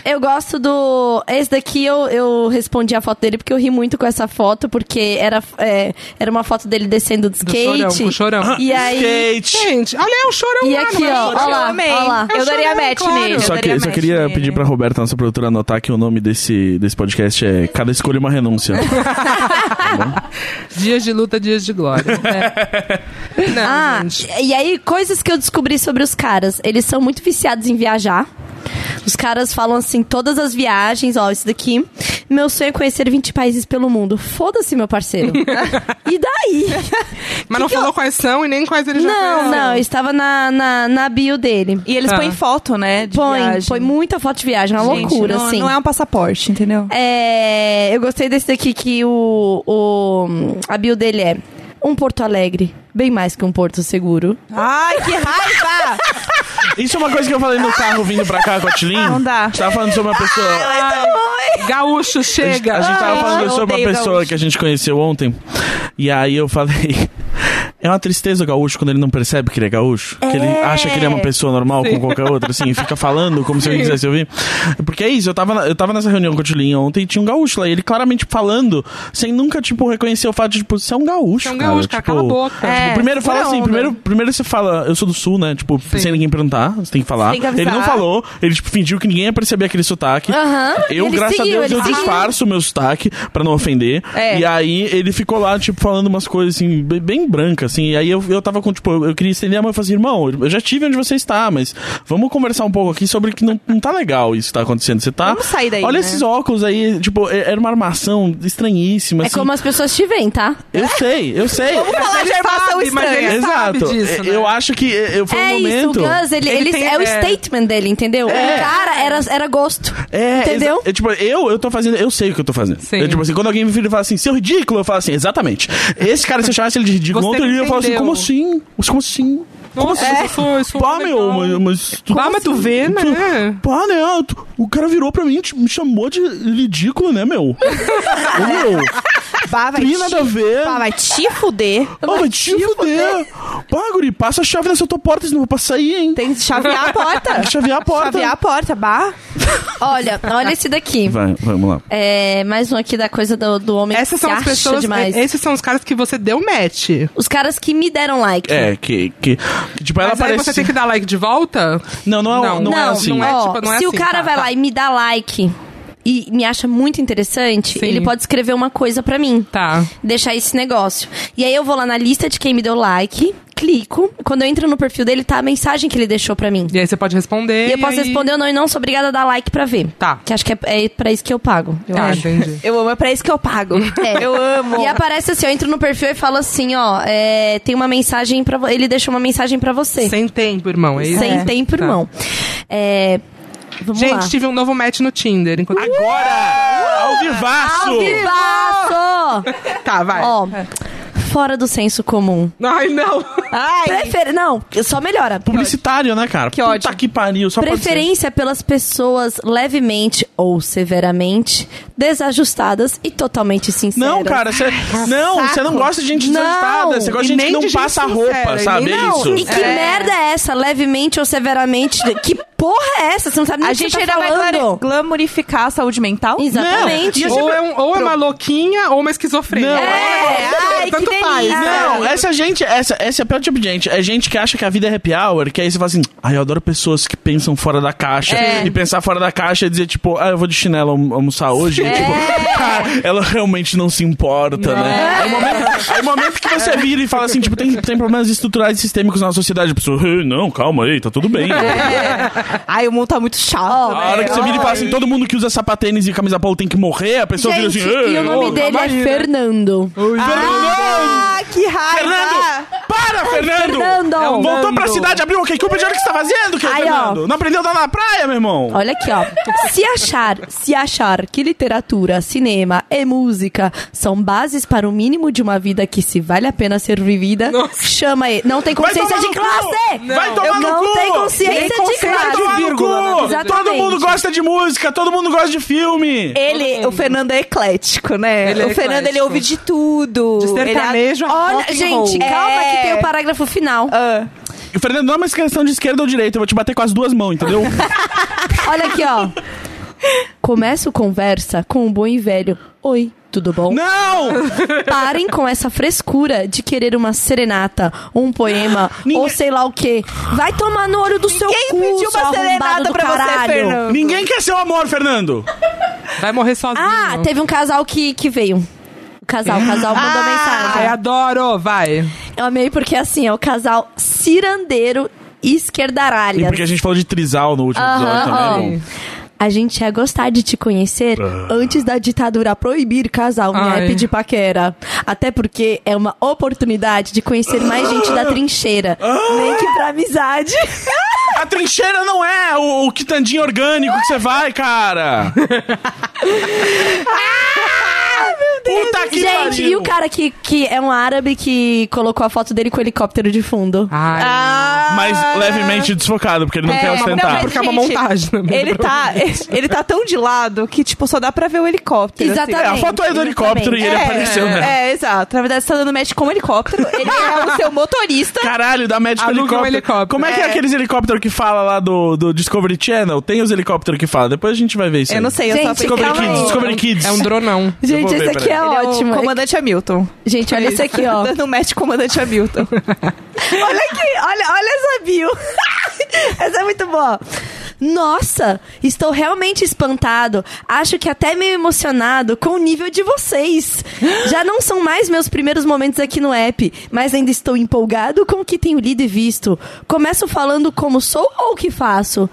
Speaker 4: Eu gosto do. Esse daqui eu, eu respondi a foto dele porque eu ri muito com essa foto, porque era, é, era uma foto dele descendo de
Speaker 3: Do
Speaker 4: skate.
Speaker 3: chorão, com o chorão.
Speaker 4: E aí.
Speaker 2: Skate!
Speaker 3: Gente, olha é o chorão
Speaker 4: E
Speaker 3: lá,
Speaker 4: aqui,
Speaker 3: não é?
Speaker 4: ó, ó
Speaker 1: eu
Speaker 4: lá,
Speaker 1: amei.
Speaker 4: ó lá.
Speaker 1: Eu,
Speaker 3: Eu
Speaker 1: daria
Speaker 3: chorei,
Speaker 1: match
Speaker 3: claro.
Speaker 1: nele. eu
Speaker 2: Só que
Speaker 1: daria
Speaker 2: eu só
Speaker 1: match
Speaker 2: queria
Speaker 4: né?
Speaker 1: nele.
Speaker 2: pedir pra Roberta, nossa produtora, anotar que o nome desse, desse podcast é Cada Escolha Uma Renúncia.
Speaker 3: Dias de luta, dias de glória. É. Não,
Speaker 4: Ah,
Speaker 3: gente.
Speaker 4: e aí, coisas que eu descobri sobre os caras. Eles são muito viciados em viajar. Os caras falam assim, todas as viagens, ó, isso daqui. Meu sonho é conhecer 20 países pelo mundo. Foda-se, meu parceiro. e daí?
Speaker 3: Mas não
Speaker 4: que
Speaker 3: falou quais são e nem quais ele já
Speaker 4: Não,
Speaker 3: fez.
Speaker 4: não, eu estava na, na, na bio dele. Ah.
Speaker 1: E eles
Speaker 3: Tá.
Speaker 1: põem foto, né? De
Speaker 4: Põe,
Speaker 1: viagem.
Speaker 4: põe muita foto de viagem, é uma
Speaker 1: Gente,
Speaker 4: loucura,
Speaker 1: não,
Speaker 4: assim.
Speaker 1: Não é um passaporte, entendeu?
Speaker 4: É, eu gostei desse daqui que o, o a bio dele é um Porto Alegre, bem mais que um porto seguro.
Speaker 1: Ai, que raiva!
Speaker 2: Isso é uma coisa que eu falei no carro vindo pra cá com a Tilin.
Speaker 1: Não dá.
Speaker 2: A gente tava falando sobre uma pessoa.
Speaker 3: Gaúcho,
Speaker 2: A gente,
Speaker 4: tá-
Speaker 3: chega.
Speaker 2: a
Speaker 4: Ah.
Speaker 2: gente tava
Speaker 1: Ai,
Speaker 2: falando
Speaker 1: eu
Speaker 2: sobre uma
Speaker 1: odeio
Speaker 2: pessoa
Speaker 1: gaúcho.
Speaker 2: que a gente conheceu ontem. E aí eu falei. É uma tristeza o gaúcho quando ele não percebe que ele é gaúcho. Que ele acha que ele é uma pessoa normal como qualquer outra, assim, e fica falando como se eu quisesse ouvir. Porque é isso, eu tava, na- eu tava nessa reunião com o Tilinha ontem e tinha um gaúcho lá. E ele claramente falando, sem nunca, tipo, reconhecer o fato de, tipo, você é um gaúcho.
Speaker 3: Você é um
Speaker 2: cara,
Speaker 3: gaúcho, cara,
Speaker 2: tipo,
Speaker 3: cala a boca.
Speaker 1: É,
Speaker 2: Tipo, primeiro fala
Speaker 1: pura
Speaker 2: assim,
Speaker 1: onda.
Speaker 2: primeiro, primeiro você fala, eu sou do sul, né? Tipo, sem ninguém perguntar, você tem que falar.
Speaker 1: Tem que avisar.
Speaker 2: ele não falou, ele tipo, fingiu que ninguém ia perceber aquele sotaque.
Speaker 4: Aham,
Speaker 2: Eu,
Speaker 4: ele
Speaker 2: graças
Speaker 4: seguiu,
Speaker 2: a Deus,
Speaker 4: ele
Speaker 2: eu
Speaker 4: seguiu.
Speaker 2: disfarço o meu sotaque pra não ofender.
Speaker 1: É.
Speaker 2: E aí ele ficou lá, tipo, falando umas coisas assim, bem, bem branca, assim. E aí eu, eu tava com, tipo, eu, eu queria estender a mão e falei assim, irmão, eu já tive onde você está, mas vamos conversar um pouco aqui sobre que não, não tá legal isso que tá acontecendo. Você tá.
Speaker 1: Vamos sair daí,
Speaker 2: Olha
Speaker 1: né?
Speaker 2: esses óculos aí, tipo, é- era uma armação estranhíssima.
Speaker 4: É
Speaker 2: assim.
Speaker 4: como as pessoas te veem, tá?
Speaker 2: Eu sei, eu sei.
Speaker 1: Vamos falar de armação
Speaker 3: sabe, mas
Speaker 1: estranha.
Speaker 3: ele-
Speaker 2: Exato.
Speaker 3: sabe disso, né?
Speaker 2: Eu acho que eh, eu- foi
Speaker 4: é
Speaker 2: um
Speaker 4: isso, o
Speaker 2: momento.
Speaker 4: Gus, ele,
Speaker 3: Ele
Speaker 4: ele-
Speaker 3: tem-
Speaker 4: é o
Speaker 3: é.
Speaker 4: statement dele, entendeu? O cara era, era gosto.
Speaker 2: É,
Speaker 4: entendeu?
Speaker 2: exa- é, tipo, eu, eu tô fazendo, eu sei o que eu tô fazendo.
Speaker 3: Sim.
Speaker 2: É, tipo assim, quando alguém me vira e fala assim, seu ridículo, eu falo assim, exatamente. Esse cara, se eu chamasse ele de ridículo,
Speaker 3: Você
Speaker 2: ontem ele ia falar assim,
Speaker 3: entendeu.
Speaker 2: como assim? Mas Como assim? Como
Speaker 3: Nossa,
Speaker 2: assim?
Speaker 3: eu sou- eu sou
Speaker 2: Pá,
Speaker 3: legal.
Speaker 2: meu, mas- mas...
Speaker 3: Pá, mas tu vê, né?
Speaker 2: Tu, pá, né? tu- o cara virou pra mim, e te- me chamou de ridículo, né, meu? Ô, meu,
Speaker 1: Bah, vai
Speaker 2: tri nada a
Speaker 1: te-
Speaker 2: ver.
Speaker 1: Bah, vai te fuder.
Speaker 2: Ô, vai te
Speaker 4: né?
Speaker 2: fuder. Pá, guri, passa a chave nessa tua porta, senão eu vou pra sair, hein?
Speaker 1: Tem que chavear a
Speaker 2: Tem
Speaker 1: porta.
Speaker 2: que chavear a porta.
Speaker 1: Chavear a porta, bah.
Speaker 4: Olha, olha esse daqui.
Speaker 2: Vai, vamos lá.
Speaker 4: É, mais um aqui da coisa do, do homem
Speaker 3: Essas
Speaker 4: que
Speaker 3: são
Speaker 4: se
Speaker 3: as
Speaker 4: acha
Speaker 3: pessoas. é,
Speaker 4: demais.
Speaker 3: Esses são os caras que você deu match.
Speaker 4: Os caras que me deram like.
Speaker 2: É, que, que, que tipo, ela
Speaker 3: Mas aí
Speaker 2: parece...
Speaker 3: você tem que dar like de volta?
Speaker 2: Não, não é,
Speaker 3: Não,
Speaker 2: não, é assim.
Speaker 3: não é,
Speaker 4: ó,
Speaker 3: tipo, não é
Speaker 4: se o
Speaker 3: assim,
Speaker 4: cara
Speaker 3: tá,
Speaker 4: vai
Speaker 3: tá.
Speaker 4: lá e me dá like e me acha muito interessante,
Speaker 3: Sim.
Speaker 4: ele pode escrever uma coisa pra mim.
Speaker 3: Tá.
Speaker 4: Deixar esse negócio. E aí eu vou lá na lista de quem me deu like, clico. Quando eu entro no perfil dele, tá a mensagem que ele deixou pra mim.
Speaker 3: E aí você pode responder.
Speaker 4: E eu posso
Speaker 3: aí-
Speaker 4: responder ou não, e não sou obrigada a dar like pra ver.
Speaker 3: Tá.
Speaker 4: Que acho que é, é pra isso que eu pago, eu
Speaker 3: Tá,
Speaker 4: acho.
Speaker 3: entendi.
Speaker 1: Eu amo, é pra isso que eu pago.
Speaker 4: É.
Speaker 1: Eu amo.
Speaker 4: E aparece assim, eu entro no perfil e falo assim, ó, é, tem uma mensagem para Ele deixou uma mensagem pra você.
Speaker 3: Sem tempo, irmão. É isso?
Speaker 4: Sem
Speaker 3: É.
Speaker 4: tempo,
Speaker 3: Tá.
Speaker 4: irmão. É, vamos
Speaker 3: Gente,
Speaker 4: lá.
Speaker 3: tive um novo match no Tinder. Enquanto...
Speaker 2: Agora!
Speaker 3: Uh!
Speaker 2: Ao vivaço!
Speaker 4: Ao vivaço!
Speaker 3: Tá, vai.
Speaker 4: Ó, fora do senso comum.
Speaker 3: Ai, não.
Speaker 1: Ai,
Speaker 4: Prefer... Não, só melhora.
Speaker 2: Publicitário, né, cara? Que
Speaker 1: ódio.
Speaker 2: Puta que pariu, só pode ser.
Speaker 4: Preferência pelas pessoas levemente ou severamente desajustadas e totalmente sinceras.
Speaker 2: Não, cara, você não, você não gosta de gente
Speaker 4: Não,
Speaker 2: desajustada, você gosta de
Speaker 3: e
Speaker 2: gente
Speaker 3: nem
Speaker 2: que não
Speaker 3: de gente
Speaker 2: passa
Speaker 3: sincera,
Speaker 2: roupa,
Speaker 3: e
Speaker 2: sabe?
Speaker 3: nem-
Speaker 2: É isso.
Speaker 4: E que
Speaker 1: É.
Speaker 4: merda é essa? Levemente ou severamente? Que porra é essa? Você não sabe nem
Speaker 1: a
Speaker 4: o que
Speaker 1: gente
Speaker 4: você
Speaker 1: ainda
Speaker 4: tá
Speaker 1: vai glari-
Speaker 4: falando.
Speaker 1: glamorificar a saúde mental?
Speaker 4: Exatamente.
Speaker 3: Ou é, um- ou é uma louquinha ou uma esquizofrênica.
Speaker 2: Não.
Speaker 1: É, ai,
Speaker 3: Tanto
Speaker 1: que
Speaker 3: faz.
Speaker 1: delícia.
Speaker 2: Não, essa gente, essa, essa é o pior tipo de gente. É gente que acha que a vida é happy hour, que aí você fala assim, ai, eu adoro pessoas que pensam fora da caixa. E pensar fora da caixa é dizer, tipo, ah, eu vou de chinelo almo- almoçar hoje.
Speaker 4: É.
Speaker 2: E, tipo, cara, ela realmente não se importa, né? Aí o momento, aí o momento que você vira e fala assim, tipo, tem, tem problemas estruturais e sistêmicos na sociedade. A pessoa, "Ei, não, calma aí, tá tudo bem.
Speaker 4: É.
Speaker 1: Ai, o mundo tá muito chato.
Speaker 4: Ó,
Speaker 2: A
Speaker 1: né?
Speaker 2: hora que você vira e fala assim, todo mundo que usa sapatênis e camisa polo tem que morrer, a pessoa
Speaker 4: Gente,
Speaker 2: vira assim, "Ei,
Speaker 4: e o nome
Speaker 2: ô,
Speaker 4: dele
Speaker 2: calma aí,
Speaker 4: é
Speaker 2: né?"
Speaker 4: Fernando.
Speaker 1: Ah, que raiva!
Speaker 2: Fernando! Para, Fernando!
Speaker 4: Fernando!
Speaker 2: É um- Voltou
Speaker 3: Fernando.
Speaker 2: pra cidade, abriu o OkCupid, olha o que você tá fazendo, que é
Speaker 4: Aí, ó.
Speaker 2: Fernando! Não aprendeu a dar na praia, meu irmão!
Speaker 4: Olha aqui, ó. Se achar, se achar que literatura, cinema e música são bases para o mínimo de uma vida que se vale a pena ser vivida, chama ele. Não tem consciência
Speaker 2: tomar
Speaker 4: de
Speaker 2: no
Speaker 4: classe!
Speaker 2: cu! Vai tomar
Speaker 4: Eu
Speaker 2: no
Speaker 4: não
Speaker 2: cu!
Speaker 4: tenho
Speaker 3: Nem
Speaker 4: consciência de
Speaker 3: consciência
Speaker 2: Vai
Speaker 3: de
Speaker 4: classe!
Speaker 2: tomar no
Speaker 3: vírgula, na
Speaker 2: cu!
Speaker 4: verdade.
Speaker 2: Todo mundo
Speaker 4: Exatamente.
Speaker 2: gosta de música, todo mundo gosta de filme!
Speaker 1: Ele, o Fernando é eclético, né?
Speaker 3: Ele é
Speaker 1: o Fernando, ele
Speaker 3: eclético.
Speaker 1: ouve de tudo.
Speaker 3: De sertanejo
Speaker 1: ele... é
Speaker 3: a
Speaker 1: Olha,
Speaker 3: rock and
Speaker 4: Gente,
Speaker 3: roll.
Speaker 4: calma
Speaker 1: É.
Speaker 4: que tem o parágrafo final.
Speaker 1: ah,
Speaker 2: E, Fernando, não é uma questão de esquerda ou direita, eu vou te bater com as duas mãos, entendeu?
Speaker 4: Olha aqui, ó. Começo conversa com um bom e velho. Oi, tudo bom?
Speaker 2: Não!
Speaker 4: Parem com essa frescura de querer uma serenata, um poema, ou sei lá o quê. Vai tomar no olho do seu
Speaker 1: Quem
Speaker 4: cu,
Speaker 1: pediu
Speaker 4: seu
Speaker 1: uma
Speaker 4: arrombado
Speaker 1: serenata
Speaker 4: do
Speaker 1: pra você,
Speaker 4: caralho.
Speaker 1: Fernando?
Speaker 2: Ninguém quer seu amor, Fernando!
Speaker 3: Vai morrer sozinho.
Speaker 4: Ah, teve um casal que, que veio. O casal, o casal mandou
Speaker 1: Ah!
Speaker 3: Ai,
Speaker 4: mensagem.
Speaker 3: adoro! Vai.
Speaker 4: Eu amei porque assim, é o casal cirandeiro e
Speaker 2: E
Speaker 4: esquerdaralha.
Speaker 2: porque a gente falou de trisal no último episódio
Speaker 3: É
Speaker 4: Aham,
Speaker 2: também. é bom.
Speaker 4: ó. A gente ia gostar de te conhecer
Speaker 2: Ah.
Speaker 4: antes da ditadura proibir casal em
Speaker 3: Ai.
Speaker 4: app de paquera. Até porque é uma oportunidade de conhecer mais gente da trincheira.
Speaker 2: Ah.
Speaker 4: Nem que pra amizade.
Speaker 2: A trincheira não é o, o quitandinho orgânico que você vai, cara! Puta que
Speaker 4: Gente,
Speaker 2: pariu!
Speaker 4: e o cara que, que é um árabe que colocou a foto dele com o helicóptero de fundo?
Speaker 3: Ai.
Speaker 2: Hum, Mas levemente desfocado, porque ele não
Speaker 1: É,
Speaker 2: quer
Speaker 1: não,
Speaker 2: ostentar.
Speaker 1: mas-
Speaker 3: porque é uma
Speaker 1: Gente,
Speaker 3: montagem também.
Speaker 1: Ele tá, ele tá tão de lado que, tipo, só dá pra ver o helicóptero. assim.
Speaker 2: É,
Speaker 4: Exatamente.
Speaker 2: a foto é do
Speaker 4: Exatamente.
Speaker 2: helicóptero e ele
Speaker 1: É,
Speaker 2: apareceu, né?
Speaker 1: É, exato. Na verdade, você tá dando match com o helicóptero. Ele é o seu motorista.
Speaker 2: Caralho, dá médico
Speaker 3: Aluga um
Speaker 2: helicóptero.
Speaker 3: helicóptero.
Speaker 2: Como é que é
Speaker 1: É.
Speaker 2: aqueles helicópteros que fala lá do, do Discovery Channel? Tem os helicópteros que falam. Depois a gente vai ver isso.
Speaker 1: Eu
Speaker 2: aí.
Speaker 1: não sei, eu só
Speaker 4: Gente,
Speaker 1: pensei.
Speaker 2: Discovery
Speaker 1: Calma
Speaker 2: Kids,
Speaker 1: aí.
Speaker 2: Discovery Kids.
Speaker 3: É um dronão.
Speaker 2: Eu
Speaker 4: Gente,
Speaker 2: vou ver,
Speaker 4: esse aqui é
Speaker 2: peraí.
Speaker 1: Ele é o
Speaker 4: ótimo.
Speaker 1: comandante Hamilton.
Speaker 4: Gente, olha esse aqui, ó.
Speaker 1: Dando um match com o comandante Hamilton.
Speaker 4: Olha aqui, olha, olha essa bio. essa é muito boa. Nossa, estou realmente espantado. Acho que até meio emocionado com o nível de vocês. Já não são mais meus primeiros momentos aqui no app, mas ainda estou empolgado com o que tenho lido e visto. Começo falando como sou ou o que faço.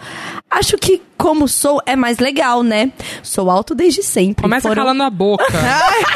Speaker 4: Acho que como sou é mais legal, né? Sou alto desde sempre.
Speaker 3: Começa
Speaker 4: Foram-
Speaker 3: calando a boca.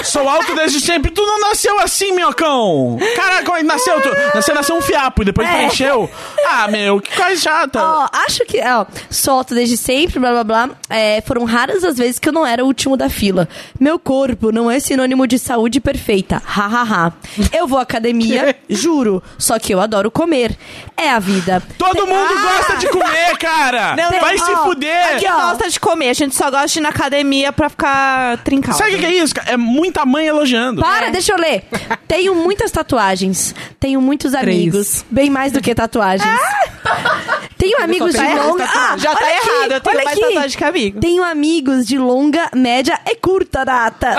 Speaker 2: Sou alto desde sempre. Tu não nasceu assim, minhocão. Caraca, é nasceu. Tu, nasceu, nasceu um fiapo e depois
Speaker 4: É.
Speaker 2: preencheu. Ah, meu, que coisa chata.
Speaker 4: Ó, acho que, ó, solto desde sempre, blá blá blá. É, foram raras as vezes que eu não era o último da fila. Meu corpo não é sinônimo de saúde perfeita. Ha ha ha. Eu vou à academia, juro. Só que eu adoro comer. É a vida.
Speaker 2: Todo mundo
Speaker 1: Ah!
Speaker 2: gosta de comer, cara.
Speaker 1: Não, não.
Speaker 2: Vai se
Speaker 4: Ó,
Speaker 2: fuder.
Speaker 1: Aqui
Speaker 4: ó.
Speaker 1: gosta de comer, a gente só gosta de ir na academia pra ficar trincado.
Speaker 2: Sabe o que que é isso? cara? É muita mãe elogiando.
Speaker 4: Para, deixa eu ler. Tenho muitas tatuagens. Tenho muitos amigos. Bem mais do que tatuagens.
Speaker 1: Ah!
Speaker 4: Tenho amigos de
Speaker 3: tem mais
Speaker 4: longa. Ah,
Speaker 1: Já tá
Speaker 4: olha aqui,
Speaker 1: errado, eu tenho
Speaker 4: olha
Speaker 1: mais
Speaker 4: aqui.
Speaker 1: tatuagem que amigo.
Speaker 4: Tenho amigos de longa, média e curta data.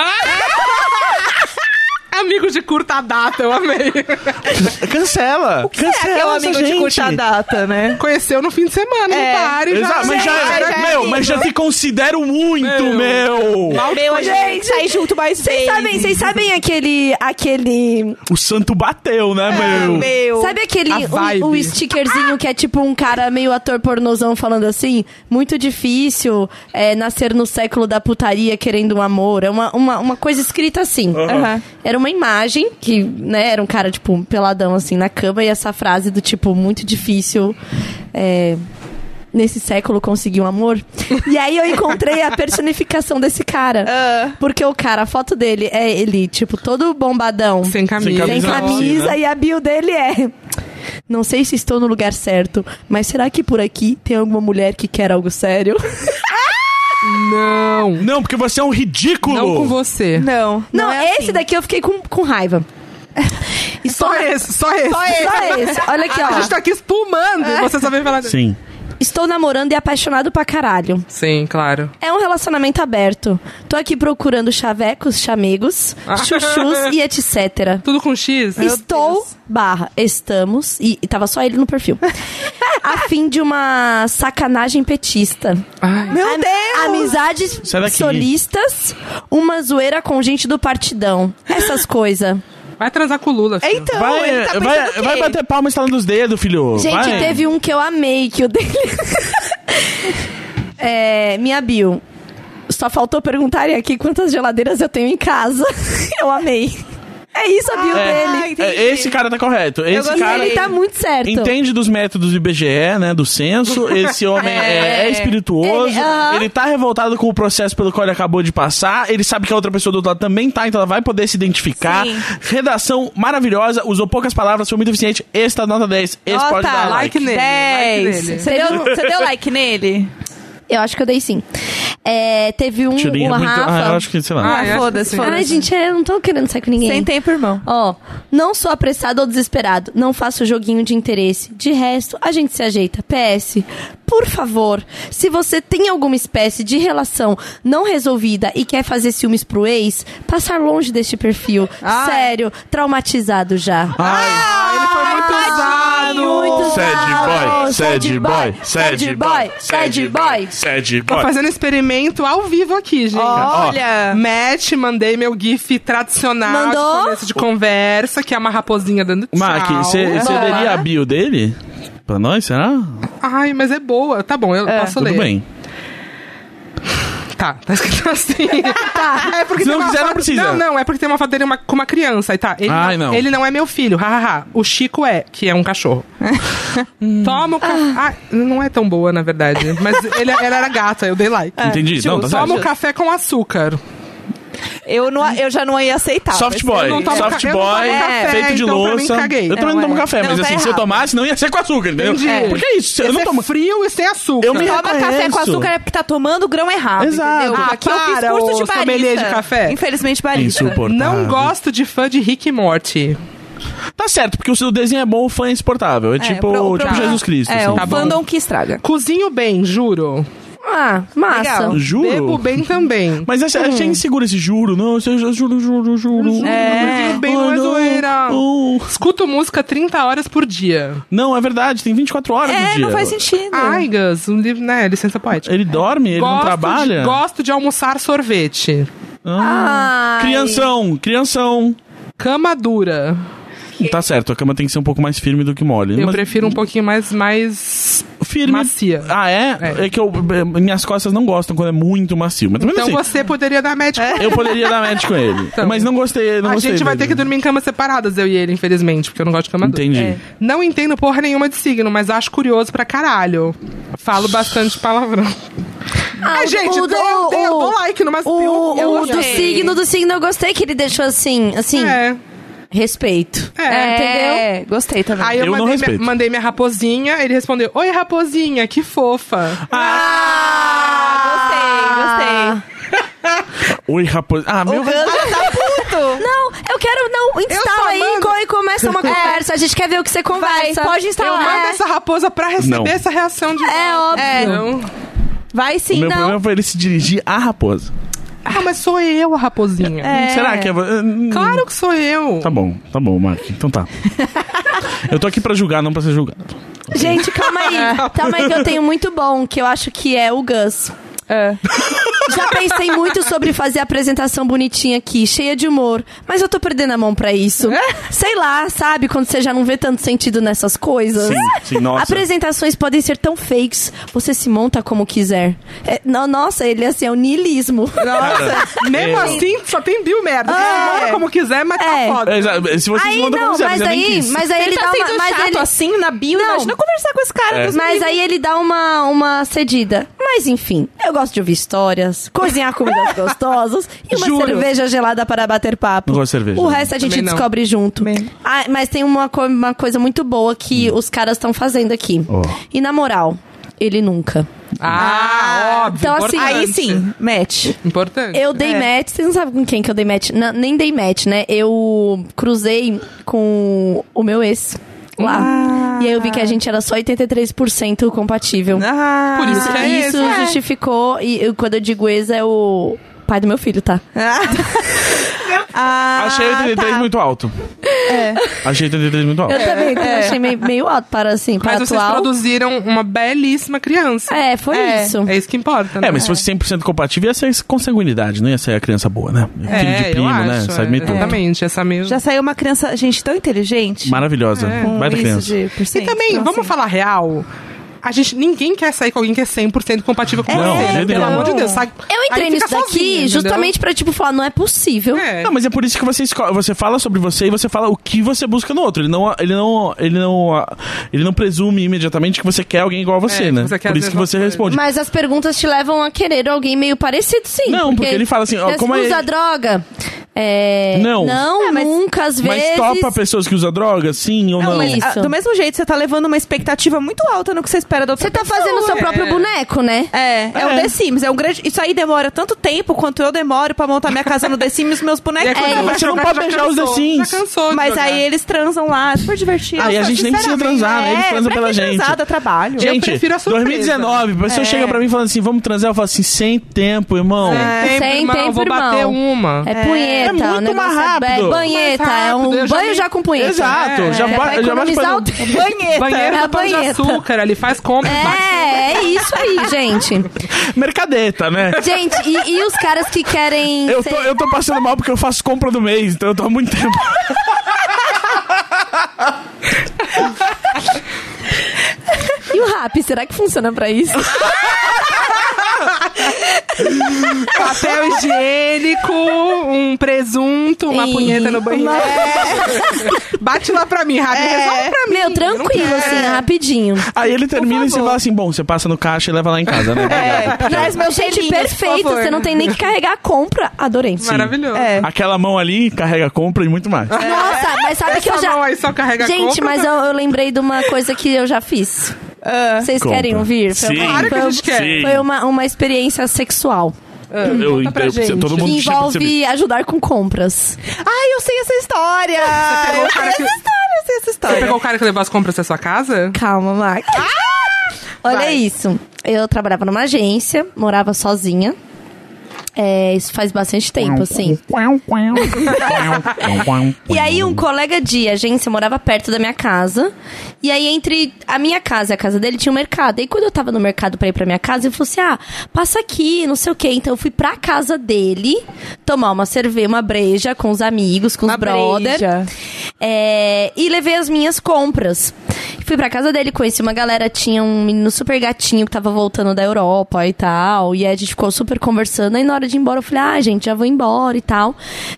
Speaker 3: Amigo de curta data, eu amei.
Speaker 2: Cancela.
Speaker 1: É
Speaker 2: Cancela
Speaker 1: aquele
Speaker 2: essa
Speaker 1: amigo de
Speaker 2: gente.
Speaker 1: curta data, né?
Speaker 3: Conheceu no fim de semana,
Speaker 1: É.
Speaker 3: no bar e já... um
Speaker 2: Exato, mas já,
Speaker 1: já é
Speaker 2: meu,
Speaker 1: amigo.
Speaker 2: mas já te considero muito,
Speaker 3: Meu.
Speaker 2: meu.
Speaker 1: Meu, a gente sai junto mais
Speaker 4: Vocês
Speaker 1: vezes.
Speaker 4: sabem, vocês sabem aquele. aquele.
Speaker 2: O santo bateu, né, meu?
Speaker 1: Ah, Meu.
Speaker 4: Sabe aquele
Speaker 3: A vibe.
Speaker 4: um, um stickerzinho que é tipo um cara meio ator pornozão falando assim? Muito difícil é, nascer no século da putaria querendo um amor. É uma, uma, uma coisa escrita assim.
Speaker 1: Aham.
Speaker 4: Era uma imagem que, né, era um cara, tipo, um peladão assim na cama, e essa frase do tipo, muito difícil. é, Nesse século conseguir um amor. E aí eu encontrei a personificação desse cara.
Speaker 1: Ah.
Speaker 4: Porque o cara, a foto dele é ele, tipo, todo bombadão.
Speaker 3: Sem camisa. né?
Speaker 2: Sem
Speaker 4: Sem
Speaker 2: Camisa
Speaker 4: camisa
Speaker 2: rosa.
Speaker 4: e a bio dele é. Não sei se estou no lugar certo, mas será que por aqui tem alguma mulher que quer algo sério?
Speaker 3: Não.
Speaker 2: Não, porque você é um ridículo.
Speaker 3: Não com você.
Speaker 1: Não.
Speaker 4: Não,
Speaker 1: é
Speaker 4: esse
Speaker 1: assim.
Speaker 4: daqui eu fiquei com, com raiva. Estou
Speaker 3: Só
Speaker 4: na-
Speaker 3: esse, só esse.
Speaker 4: Só esse. Só esse. Olha aqui,
Speaker 3: A gente
Speaker 4: ó. É.
Speaker 3: tá aqui espumando e você só vem falar... assim.
Speaker 2: Sim.
Speaker 3: disso.
Speaker 4: Estou namorando e apaixonado pra caralho.
Speaker 3: Sim, claro.
Speaker 4: É um relacionamento aberto. Tô aqui procurando chavecos, chamegos, chuchus e etc.
Speaker 3: Tudo com X?
Speaker 4: Estou, barra, estamos, e, e tava só ele no perfil. a fim de uma sacanagem petista.
Speaker 3: Ai.
Speaker 1: Meu
Speaker 4: Am-
Speaker 1: Deus!
Speaker 4: Amizades
Speaker 2: Será que-
Speaker 4: solistas, uma zoeira com gente do partidão. Essas coisas.
Speaker 3: Vai transar com o Lula, filho.
Speaker 1: Então,
Speaker 2: vai,
Speaker 1: ele tá
Speaker 2: vai,
Speaker 1: pensando o
Speaker 2: vai
Speaker 1: quê?
Speaker 2: bater palma instalando os dedos, filho.
Speaker 4: Gente,
Speaker 2: vai.
Speaker 4: teve um que eu amei, que o dele. é, minha bio. Só faltou perguntarem aqui quantas geladeiras eu tenho em casa. eu amei. É isso a bio
Speaker 1: Ah,
Speaker 4: dele.
Speaker 1: entendi.
Speaker 2: É, Esse cara tá correto. Esse
Speaker 1: gostei.
Speaker 2: cara
Speaker 4: ele tá muito certo.
Speaker 2: entende dos métodos do IBGE, né? Do censo. Esse homem é, é espirituoso. Ele,
Speaker 4: Ele- aham.
Speaker 2: tá revoltado com o processo pelo qual ele acabou de passar. Ele sabe que a outra pessoa do outro lado também tá, então ela vai poder se identificar.
Speaker 1: Sim.
Speaker 2: Redação maravilhosa. Usou poucas palavras, foi muito eficiente. Esse tá nota 10. Esse
Speaker 1: Ó,
Speaker 2: pode
Speaker 1: tá,
Speaker 2: dar like.
Speaker 3: nele, like
Speaker 1: 10.
Speaker 3: nele.
Speaker 1: Você deu, você deu like nele?
Speaker 4: Eu acho que eu dei sim. É, teve um,
Speaker 2: Tirinha
Speaker 4: o
Speaker 2: muito. Ah, eu
Speaker 4: Rafa.
Speaker 2: acho que, sei lá.
Speaker 1: Ah,
Speaker 3: eu acho
Speaker 1: foda-se,
Speaker 3: que sim.
Speaker 1: foda-se.
Speaker 4: Ai, gente, é, eu não tô querendo sair com ninguém.
Speaker 1: Sem tempo, irmão.
Speaker 4: Ó, não sou apressado ou desesperado, não faço joguinho de interesse. De resto, a gente se ajeita. PS, por favor, se você tem alguma espécie de relação não resolvida e quer fazer ciúmes pro ex, passar longe deste perfil.
Speaker 1: Ai.
Speaker 4: Sério, traumatizado já.
Speaker 2: Ai.
Speaker 3: Ah, ele foi muito usado.
Speaker 4: Muito mal.
Speaker 2: Sad boy, sad boy, sad boy, sad boy, sad
Speaker 3: Tô
Speaker 2: boy.
Speaker 3: tá fazendo experimento ao vivo aqui, gente.
Speaker 1: Olha.
Speaker 3: Match, mandei meu gif tradicional
Speaker 4: Mandou?
Speaker 3: de começo de conversa, que é uma raposinha dando tchau.
Speaker 2: Mark, você
Speaker 1: Vamos lá.
Speaker 2: leria a bio dele? Pra nós, será?
Speaker 3: Ai, mas é boa. Tá bom, eu posso
Speaker 2: Tudo
Speaker 3: ler.
Speaker 2: bem.
Speaker 3: Tá, tá escrito assim. tá. É porque
Speaker 2: Se
Speaker 3: tem
Speaker 2: não
Speaker 3: uma
Speaker 2: quiser, não
Speaker 3: foto-
Speaker 2: precisa.
Speaker 3: Não, não, é porque tem uma foto dele uma- com uma criança. Aí tá, ele,
Speaker 2: Ai,
Speaker 3: não,
Speaker 2: não.
Speaker 3: ele não é meu filho, hahaha. O Chico é, que é um cachorro. Toma o café. Ah, não é tão boa, na verdade. Mas ele, ela era gata, É, eu dei like.
Speaker 2: Entendi. Não, tá
Speaker 3: Toma o
Speaker 2: certo.
Speaker 3: café com açúcar.
Speaker 1: Eu, não, eu já não ia aceitar. mas-
Speaker 2: Soft boy,
Speaker 3: não tomo
Speaker 2: soft
Speaker 3: ca- Tá, eu não
Speaker 2: boy,
Speaker 3: tomo café,
Speaker 2: feito de
Speaker 3: então pra mim
Speaker 2: louça.
Speaker 3: caguei.
Speaker 2: Eu também não
Speaker 1: Não,
Speaker 2: tomo
Speaker 1: é.
Speaker 2: café,
Speaker 1: Não,
Speaker 2: mas
Speaker 1: tá
Speaker 2: assim, se eu
Speaker 1: errado.
Speaker 2: tomasse, não ia ser com açúcar, entendeu?
Speaker 3: Entendi.
Speaker 2: É. Porque é isso, eu
Speaker 3: Esse
Speaker 2: não
Speaker 3: é
Speaker 2: tomo...
Speaker 3: frio e sem açúcar.
Speaker 2: Eu me
Speaker 1: Toma café com
Speaker 2: Reconheço.
Speaker 1: açúcar é porque tá tomando o grão errado.
Speaker 2: Exato.
Speaker 1: entendeu?
Speaker 3: Ah,
Speaker 1: Aqui eu fiz
Speaker 3: para,
Speaker 1: curso de
Speaker 3: ô sommelier
Speaker 1: barista.
Speaker 3: de café.
Speaker 1: Infelizmente,
Speaker 2: É
Speaker 1: barista.
Speaker 2: insuportável.
Speaker 3: Não gosto de fã de Rick e Morty.
Speaker 2: Tá certo, porque o seu desenho é bom, o fã é insuportável. É,
Speaker 1: É,
Speaker 2: tipo,
Speaker 1: o pro- o
Speaker 2: tipo
Speaker 1: problema-
Speaker 2: Jesus Cristo.
Speaker 1: É,
Speaker 2: assim.
Speaker 1: o fandom que estraga.
Speaker 3: Cozinho bem, juro.
Speaker 4: Ah, massa.
Speaker 1: Legal.
Speaker 2: Juro.
Speaker 3: Bebo bem também.
Speaker 2: Mas achei, achei inseguro esse juro. Não, eu sei, eu juro, juro, juro.
Speaker 1: É.
Speaker 3: Cozinho bem, não é
Speaker 2: Ah,
Speaker 3: zoeira.
Speaker 2: não. Ah.
Speaker 3: Escuto música 30 horas por dia.
Speaker 2: Não, é verdade, tem 24 horas do
Speaker 1: É,
Speaker 2: dia.
Speaker 1: não faz sentido.
Speaker 3: Ai, Gus, um livro, né? Licença poética.
Speaker 2: Ele dorme, ele não
Speaker 3: Gosto
Speaker 2: trabalha.
Speaker 3: De, gosto de almoçar sorvete.
Speaker 4: Ai.
Speaker 2: Ah. Crianção, crianção.
Speaker 3: Cama dura.
Speaker 2: Tá certo, a cama tem que ser um pouco mais firme do que mole.
Speaker 3: Eu
Speaker 2: mas
Speaker 3: prefiro um pouquinho mais. mais...
Speaker 2: firme.
Speaker 3: macia.
Speaker 2: Ah, é? é?
Speaker 3: É.
Speaker 2: que eu, eh, minhas costas não gostam quando é muito macio. Mas também
Speaker 3: Então
Speaker 2: assim,
Speaker 3: você poderia dar médico.
Speaker 2: eu poderia dar match com ele.
Speaker 3: Então.
Speaker 2: mas não gostei, não
Speaker 3: A
Speaker 2: gostei
Speaker 3: gente vai ter
Speaker 2: dele.
Speaker 3: que dormir em camas separadas, eu e ele, infelizmente, porque eu não gosto de cama dura.
Speaker 2: Entendi.
Speaker 1: É.
Speaker 3: Não entendo porra nenhuma de signo, mas acho curioso pra caralho. Falo bastante palavrão.
Speaker 4: Ah,
Speaker 3: Ai, gente, um eu dou- eu dou like numas
Speaker 4: o,
Speaker 3: piucas,
Speaker 2: um
Speaker 3: eu
Speaker 4: o
Speaker 3: gostei.
Speaker 4: do signo, do signo eu gostei que ele deixou assim, assim,
Speaker 3: É.
Speaker 4: respeito.
Speaker 3: É.
Speaker 4: Entendeu?
Speaker 1: É, gostei também.
Speaker 3: Aí eu,
Speaker 2: Eu não
Speaker 3: mandei, minha,
Speaker 2: respeito.
Speaker 3: mandei minha raposinha, ele respondeu: Oi, raposinha, que fofa.
Speaker 4: Tá,
Speaker 1: Ah, gostei, gostei.
Speaker 2: Oi, rapaz. Ah, meu.
Speaker 1: O Gus já tá puto.
Speaker 4: Não, eu quero, não,
Speaker 3: só
Speaker 4: instala aí
Speaker 3: mando.
Speaker 4: co- e começa uma conversa. A gente quer ver o que você conversa.
Speaker 1: Vai, pode instalar. É.
Speaker 4: Eu mando
Speaker 3: Manda
Speaker 4: essa-
Speaker 3: essa raposa pra receber
Speaker 2: Não.
Speaker 3: essa reação de
Speaker 4: É
Speaker 3: volta,
Speaker 4: óbvio.
Speaker 3: entendeu?
Speaker 1: Vai
Speaker 2: o
Speaker 1: sim,
Speaker 2: meu
Speaker 1: não.
Speaker 2: problema foi ele se dirigir à raposa.
Speaker 3: Ah, mas sou eu a raposinha.
Speaker 1: É.
Speaker 2: Será que é. vo- Hum,
Speaker 3: Claro que sou eu.
Speaker 2: Tá bom, tá bom, Mark. Então tá. eu tô aqui pra julgar, não pra ser julgado.
Speaker 4: Gente, calma aí. calma aí que eu tenho muito bom, que eu acho que é o Gus.
Speaker 1: É.
Speaker 4: Já pensei muito sobre fazer a apresentação bonitinha aqui, cheia de humor, mas eu tô perdendo a mão pra isso.
Speaker 1: É.
Speaker 4: Sei lá, sabe? Quando você já não vê tanto sentido nessas coisas.
Speaker 2: Sim, sim, nossa.
Speaker 4: Apresentações podem ser tão fakes, você se monta como quiser. É, no- nossa, ele assim, é o niilismo.
Speaker 3: Nossa, mesmo
Speaker 2: eu-
Speaker 3: assim, só tem bio merda. Você manda como quiser, mas
Speaker 4: É.
Speaker 3: tá foda.
Speaker 2: É, exa- se vocês
Speaker 4: Aí
Speaker 2: mandam como
Speaker 4: não,
Speaker 2: quiser,
Speaker 4: mas
Speaker 2: eu nem
Speaker 4: aí,
Speaker 2: quis.
Speaker 4: mas aí ele,
Speaker 1: ele tá
Speaker 4: dá
Speaker 1: sendo
Speaker 4: uma, mas
Speaker 1: chato
Speaker 4: ele,
Speaker 1: assim na bio,
Speaker 4: Não.
Speaker 1: imagina conversar com esse cara.
Speaker 2: É.
Speaker 1: Deus me
Speaker 4: Mas
Speaker 1: livre.
Speaker 4: aí ele dá uma, uma cedida. Mas enfim, eu gosto de ouvir histórias, cozinhar comidas gostosas e uma
Speaker 3: Juro.
Speaker 4: cerveja gelada para bater papo.
Speaker 2: Não gosto de cerveja,
Speaker 4: O
Speaker 2: não.
Speaker 4: resto a gente
Speaker 3: Também não.
Speaker 4: descobre junto.
Speaker 1: Também.
Speaker 4: Ah, mas tem uma, co- uma coisa muito boa que os caras estão fazendo aqui.
Speaker 2: Ó.
Speaker 4: E na moral, ele nunca.
Speaker 3: Ah, óbvio.
Speaker 4: Então, assim,
Speaker 3: importante.
Speaker 1: Aí sim, match.
Speaker 3: Importante.
Speaker 4: Eu dei
Speaker 1: É.
Speaker 4: match, você não sabe com quem que eu dei match. Na- nem dei match, né? Eu cruzei com o meu ex lá. E aí eu vi que a gente era só 83% compatível.
Speaker 1: Ah.
Speaker 3: Por isso que é
Speaker 4: Isso
Speaker 3: esse.
Speaker 4: justificou, e eu- quando eu digo ex, é o pai do meu filho, tá?
Speaker 1: Ah,
Speaker 2: Achei 83
Speaker 1: tá.
Speaker 2: muito alto. É. Achei 83 muito alto.
Speaker 4: Eu também então eu achei meio, meio alto para assim, para
Speaker 3: Mas vocês
Speaker 4: atual.
Speaker 3: produziram uma belíssima criança.
Speaker 4: É, foi
Speaker 1: É.
Speaker 4: isso.
Speaker 3: É isso que importa, né?
Speaker 2: É, mas se fosse 100% compatível, ia ser consanguinidade, não ia ser a criança boa, né?
Speaker 3: É,
Speaker 2: Filho de
Speaker 3: eu
Speaker 2: primo,
Speaker 3: acho,
Speaker 2: né? Sabe
Speaker 3: é,
Speaker 2: meio tonto.
Speaker 3: Exatamente, essa mesmo.
Speaker 1: Já saiu uma criança, gente, tão inteligente.
Speaker 2: Maravilhosa.
Speaker 3: É,
Speaker 1: com
Speaker 2: Vai da
Speaker 1: isso
Speaker 2: criança.
Speaker 1: de por
Speaker 3: E
Speaker 1: cento.
Speaker 3: também,
Speaker 1: Então,
Speaker 3: vamos
Speaker 1: assim,
Speaker 3: falar real. A gente, ninguém quer sair com alguém que é 100% compatível com
Speaker 1: É,
Speaker 2: Não, de
Speaker 3: você,
Speaker 2: jeito
Speaker 3: pelo
Speaker 2: nenhum.
Speaker 3: amor de Deus. Sai,
Speaker 4: Eu entrei
Speaker 3: aí
Speaker 4: nisso
Speaker 3: fica
Speaker 4: daqui
Speaker 3: sozinho, entendeu?
Speaker 4: justamente pra, tipo, falar, não é possível.
Speaker 3: É.
Speaker 2: Não, mas é por isso que você escolhe, você fala sobre você e você fala o que você busca no outro. Ele não, ele não, ele não, ele não presume imediatamente que você quer alguém igual a você,
Speaker 3: É,
Speaker 2: né?
Speaker 3: você quer
Speaker 2: por
Speaker 3: as
Speaker 2: isso que
Speaker 3: mesmas
Speaker 2: você
Speaker 3: coisas.
Speaker 2: responde.
Speaker 4: Mas as perguntas te levam a querer alguém meio parecido, sim.
Speaker 2: Não, porque ele fala assim, ó,
Speaker 4: né,
Speaker 2: como é-
Speaker 4: usa droga, É,
Speaker 2: Não.
Speaker 4: Não,
Speaker 1: É, mas-
Speaker 4: nunca, às vezes.
Speaker 2: Mas topa pessoas que usam droga, sim ou não?
Speaker 1: mas,
Speaker 4: Isso.
Speaker 1: ah, do mesmo jeito, você tá levando uma expectativa muito alta no que você espera da outra
Speaker 4: Você tá
Speaker 1: pessoa.
Speaker 4: fazendo o seu
Speaker 1: é.
Speaker 4: próprio boneco, né?
Speaker 1: É, é, o
Speaker 2: É.
Speaker 1: The Sims. É um grande... Isso aí demora tanto tempo quanto eu demoro pra montar minha casa no The Sims e meus
Speaker 3: E aí,
Speaker 1: bonecos.
Speaker 3: quando
Speaker 4: É,
Speaker 3: vai né?
Speaker 2: mas você não
Speaker 3: jogar,
Speaker 2: pode
Speaker 3: já
Speaker 2: beijar os
Speaker 3: cansou,
Speaker 2: The Sims.
Speaker 3: Já cansou de
Speaker 1: Mas
Speaker 3: jogar.
Speaker 1: aí eles transam lá, é super divertido.
Speaker 2: Aí a gente nem precisa
Speaker 1: Sinceramente,
Speaker 2: transar, né? Eles
Speaker 1: é,
Speaker 2: transam
Speaker 1: pra
Speaker 2: pela
Speaker 1: que
Speaker 2: gente.
Speaker 1: transar, dá trabalho.
Speaker 3: Eu
Speaker 2: Gente,
Speaker 3: prefiro a surpresa.
Speaker 2: 2019, a pessoa
Speaker 1: É.
Speaker 2: chega pra mim falando assim, vamos transar, eu falo assim, sem tempo, irmão.
Speaker 4: Sem
Speaker 3: Tem tempo,
Speaker 4: tempo,
Speaker 3: irmão. Vou bater
Speaker 4: irmão.
Speaker 3: uma.
Speaker 1: É,
Speaker 4: É,
Speaker 1: é
Speaker 2: muito
Speaker 4: punheta. o negócio
Speaker 2: mais
Speaker 4: é ba-
Speaker 2: rápido.
Speaker 4: banheta.
Speaker 3: Mais
Speaker 4: é
Speaker 3: rápido,
Speaker 4: um
Speaker 3: eu já
Speaker 4: banho
Speaker 3: me-
Speaker 4: já com punheta.
Speaker 2: Exato,
Speaker 4: É,
Speaker 2: já, um ba-
Speaker 4: é, pra
Speaker 2: já bate
Speaker 4: economizar
Speaker 2: pra...
Speaker 4: o tempo.
Speaker 1: Banheta.
Speaker 3: Banheiro
Speaker 4: É a
Speaker 3: com pão de
Speaker 4: banheta.
Speaker 3: açúcar, ele faz compra.
Speaker 4: É, é isso aí, gente.
Speaker 2: Mercadeta, né?
Speaker 4: Gente, e, e os caras que querem.
Speaker 2: Eu
Speaker 4: ser-
Speaker 2: tô, eu tô passando mal porque eu faço compra do mês, então eu tô há muito tempo.
Speaker 4: E o rap, será que funciona pra isso?
Speaker 3: Papel higiênico, um presunto, uma
Speaker 4: Ih,
Speaker 3: punheta no banheiro.
Speaker 4: uma- É.
Speaker 3: Bate lá pra mim, Rabi, resolve pra mim.
Speaker 4: Meu, tranquilo, assim, rapidinho.
Speaker 2: Aí ele termina e você
Speaker 1: favor.
Speaker 2: fala assim, bom, você passa no caixa e leva lá em casa, né?
Speaker 1: É,
Speaker 2: Obrigado.
Speaker 1: traz meus
Speaker 4: Gente,
Speaker 1: selinhos, por
Speaker 4: perfeito.
Speaker 1: favor.
Speaker 4: Você não tem nem que carregar a compra. Adorei.
Speaker 3: Maravilhoso.
Speaker 1: É.
Speaker 2: Aquela mão ali carrega a compra e muito mais.
Speaker 4: É. Nossa, mas sabe que eu
Speaker 3: É, Essa
Speaker 4: já.
Speaker 3: mão aí só carrega
Speaker 4: Gente,
Speaker 3: compra.
Speaker 4: mas eu, eu lembrei de uma coisa que eu já fiz.
Speaker 1: Ah.
Speaker 4: Vocês
Speaker 2: Conta.
Speaker 4: querem ouvir? Foi
Speaker 2: Sim.
Speaker 4: uma-
Speaker 3: Claro que a gente
Speaker 4: foi-
Speaker 3: quer. Ah,
Speaker 2: Sim.
Speaker 4: Foi uma, uma experiência sexual
Speaker 2: Eu, eu,
Speaker 3: Conta pra
Speaker 2: eu-
Speaker 3: gente.
Speaker 2: todo
Speaker 4: que
Speaker 2: mundo tinha percebido.
Speaker 4: envolve ajudar com compras.
Speaker 1: Ai, eu sei essa história!
Speaker 3: pegou
Speaker 1: Eu
Speaker 3: o
Speaker 1: sei
Speaker 3: cara
Speaker 1: essa
Speaker 3: que-
Speaker 1: história, eu sei essa
Speaker 3: Você
Speaker 1: história.
Speaker 3: pegou o cara que levou as compras da sua casa?
Speaker 4: Calma, Mac.
Speaker 1: Ah!
Speaker 4: Olha
Speaker 3: Vai.
Speaker 4: isso. Eu trabalhava numa agência, morava sozinha. É, isso faz bastante tempo, assim. E aí, um colega de agência morava perto da minha casa. E aí, entre a minha casa e a casa dele, tinha um mercado. E quando eu tava no mercado pra ir pra minha casa, ele falou assim: ah, passa aqui, não sei o quê. Então, eu fui pra casa dele tomar uma cerveja, uma breja com os amigos, com os
Speaker 1: Uma
Speaker 4: brothers.
Speaker 1: breja.
Speaker 4: É, e levei as minhas compras. Fui pra casa dele, conheci uma galera, tinha um menino super gatinho que tava voltando da Europa e tal. E aí a gente ficou super conversando. Aí na hora de ir embora, eu falei, ah, gente, já vou embora e tal.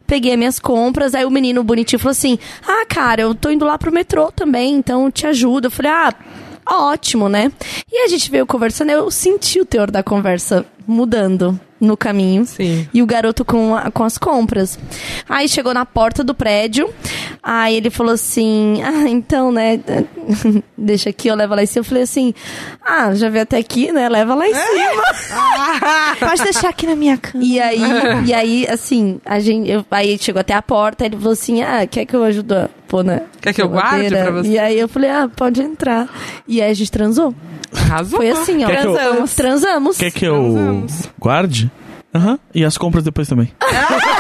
Speaker 4: Peguei as minhas compras. Aí o menino bonitinho falou assim: Ah, cara, eu tô indo lá pro metrô também, então eu te ajudo. Eu falei, ah. Ótimo, né? E a gente veio conversando, eu senti o teor da conversa mudando no caminho.
Speaker 3: Sim.
Speaker 4: E o garoto com, a- com as compras. Aí chegou na porta do prédio. Aí ele falou assim: Ah, então, né? Deixa aqui, eu levo lá em cima. Eu falei assim: Ah, já veio até aqui, né? Leva
Speaker 3: É.
Speaker 4: lá em cima.
Speaker 1: Pode deixar aqui na minha cama.
Speaker 4: E aí, e aí assim, a gente, eu- aí ele chegou até a porta. Ele falou assim: Ah, quer que eu ajude a pôr na.
Speaker 3: Quer que eu guarde
Speaker 4: geladeira?"
Speaker 3: pra você?
Speaker 4: E aí eu falei: Ah, pode entrar. E aí a gente transou.
Speaker 3: Arrasou.
Speaker 4: Foi assim, ó.
Speaker 2: Quer que eu-
Speaker 4: transamos. Transamos.
Speaker 2: Quer que eu guarde? Aham. E as compras depois também.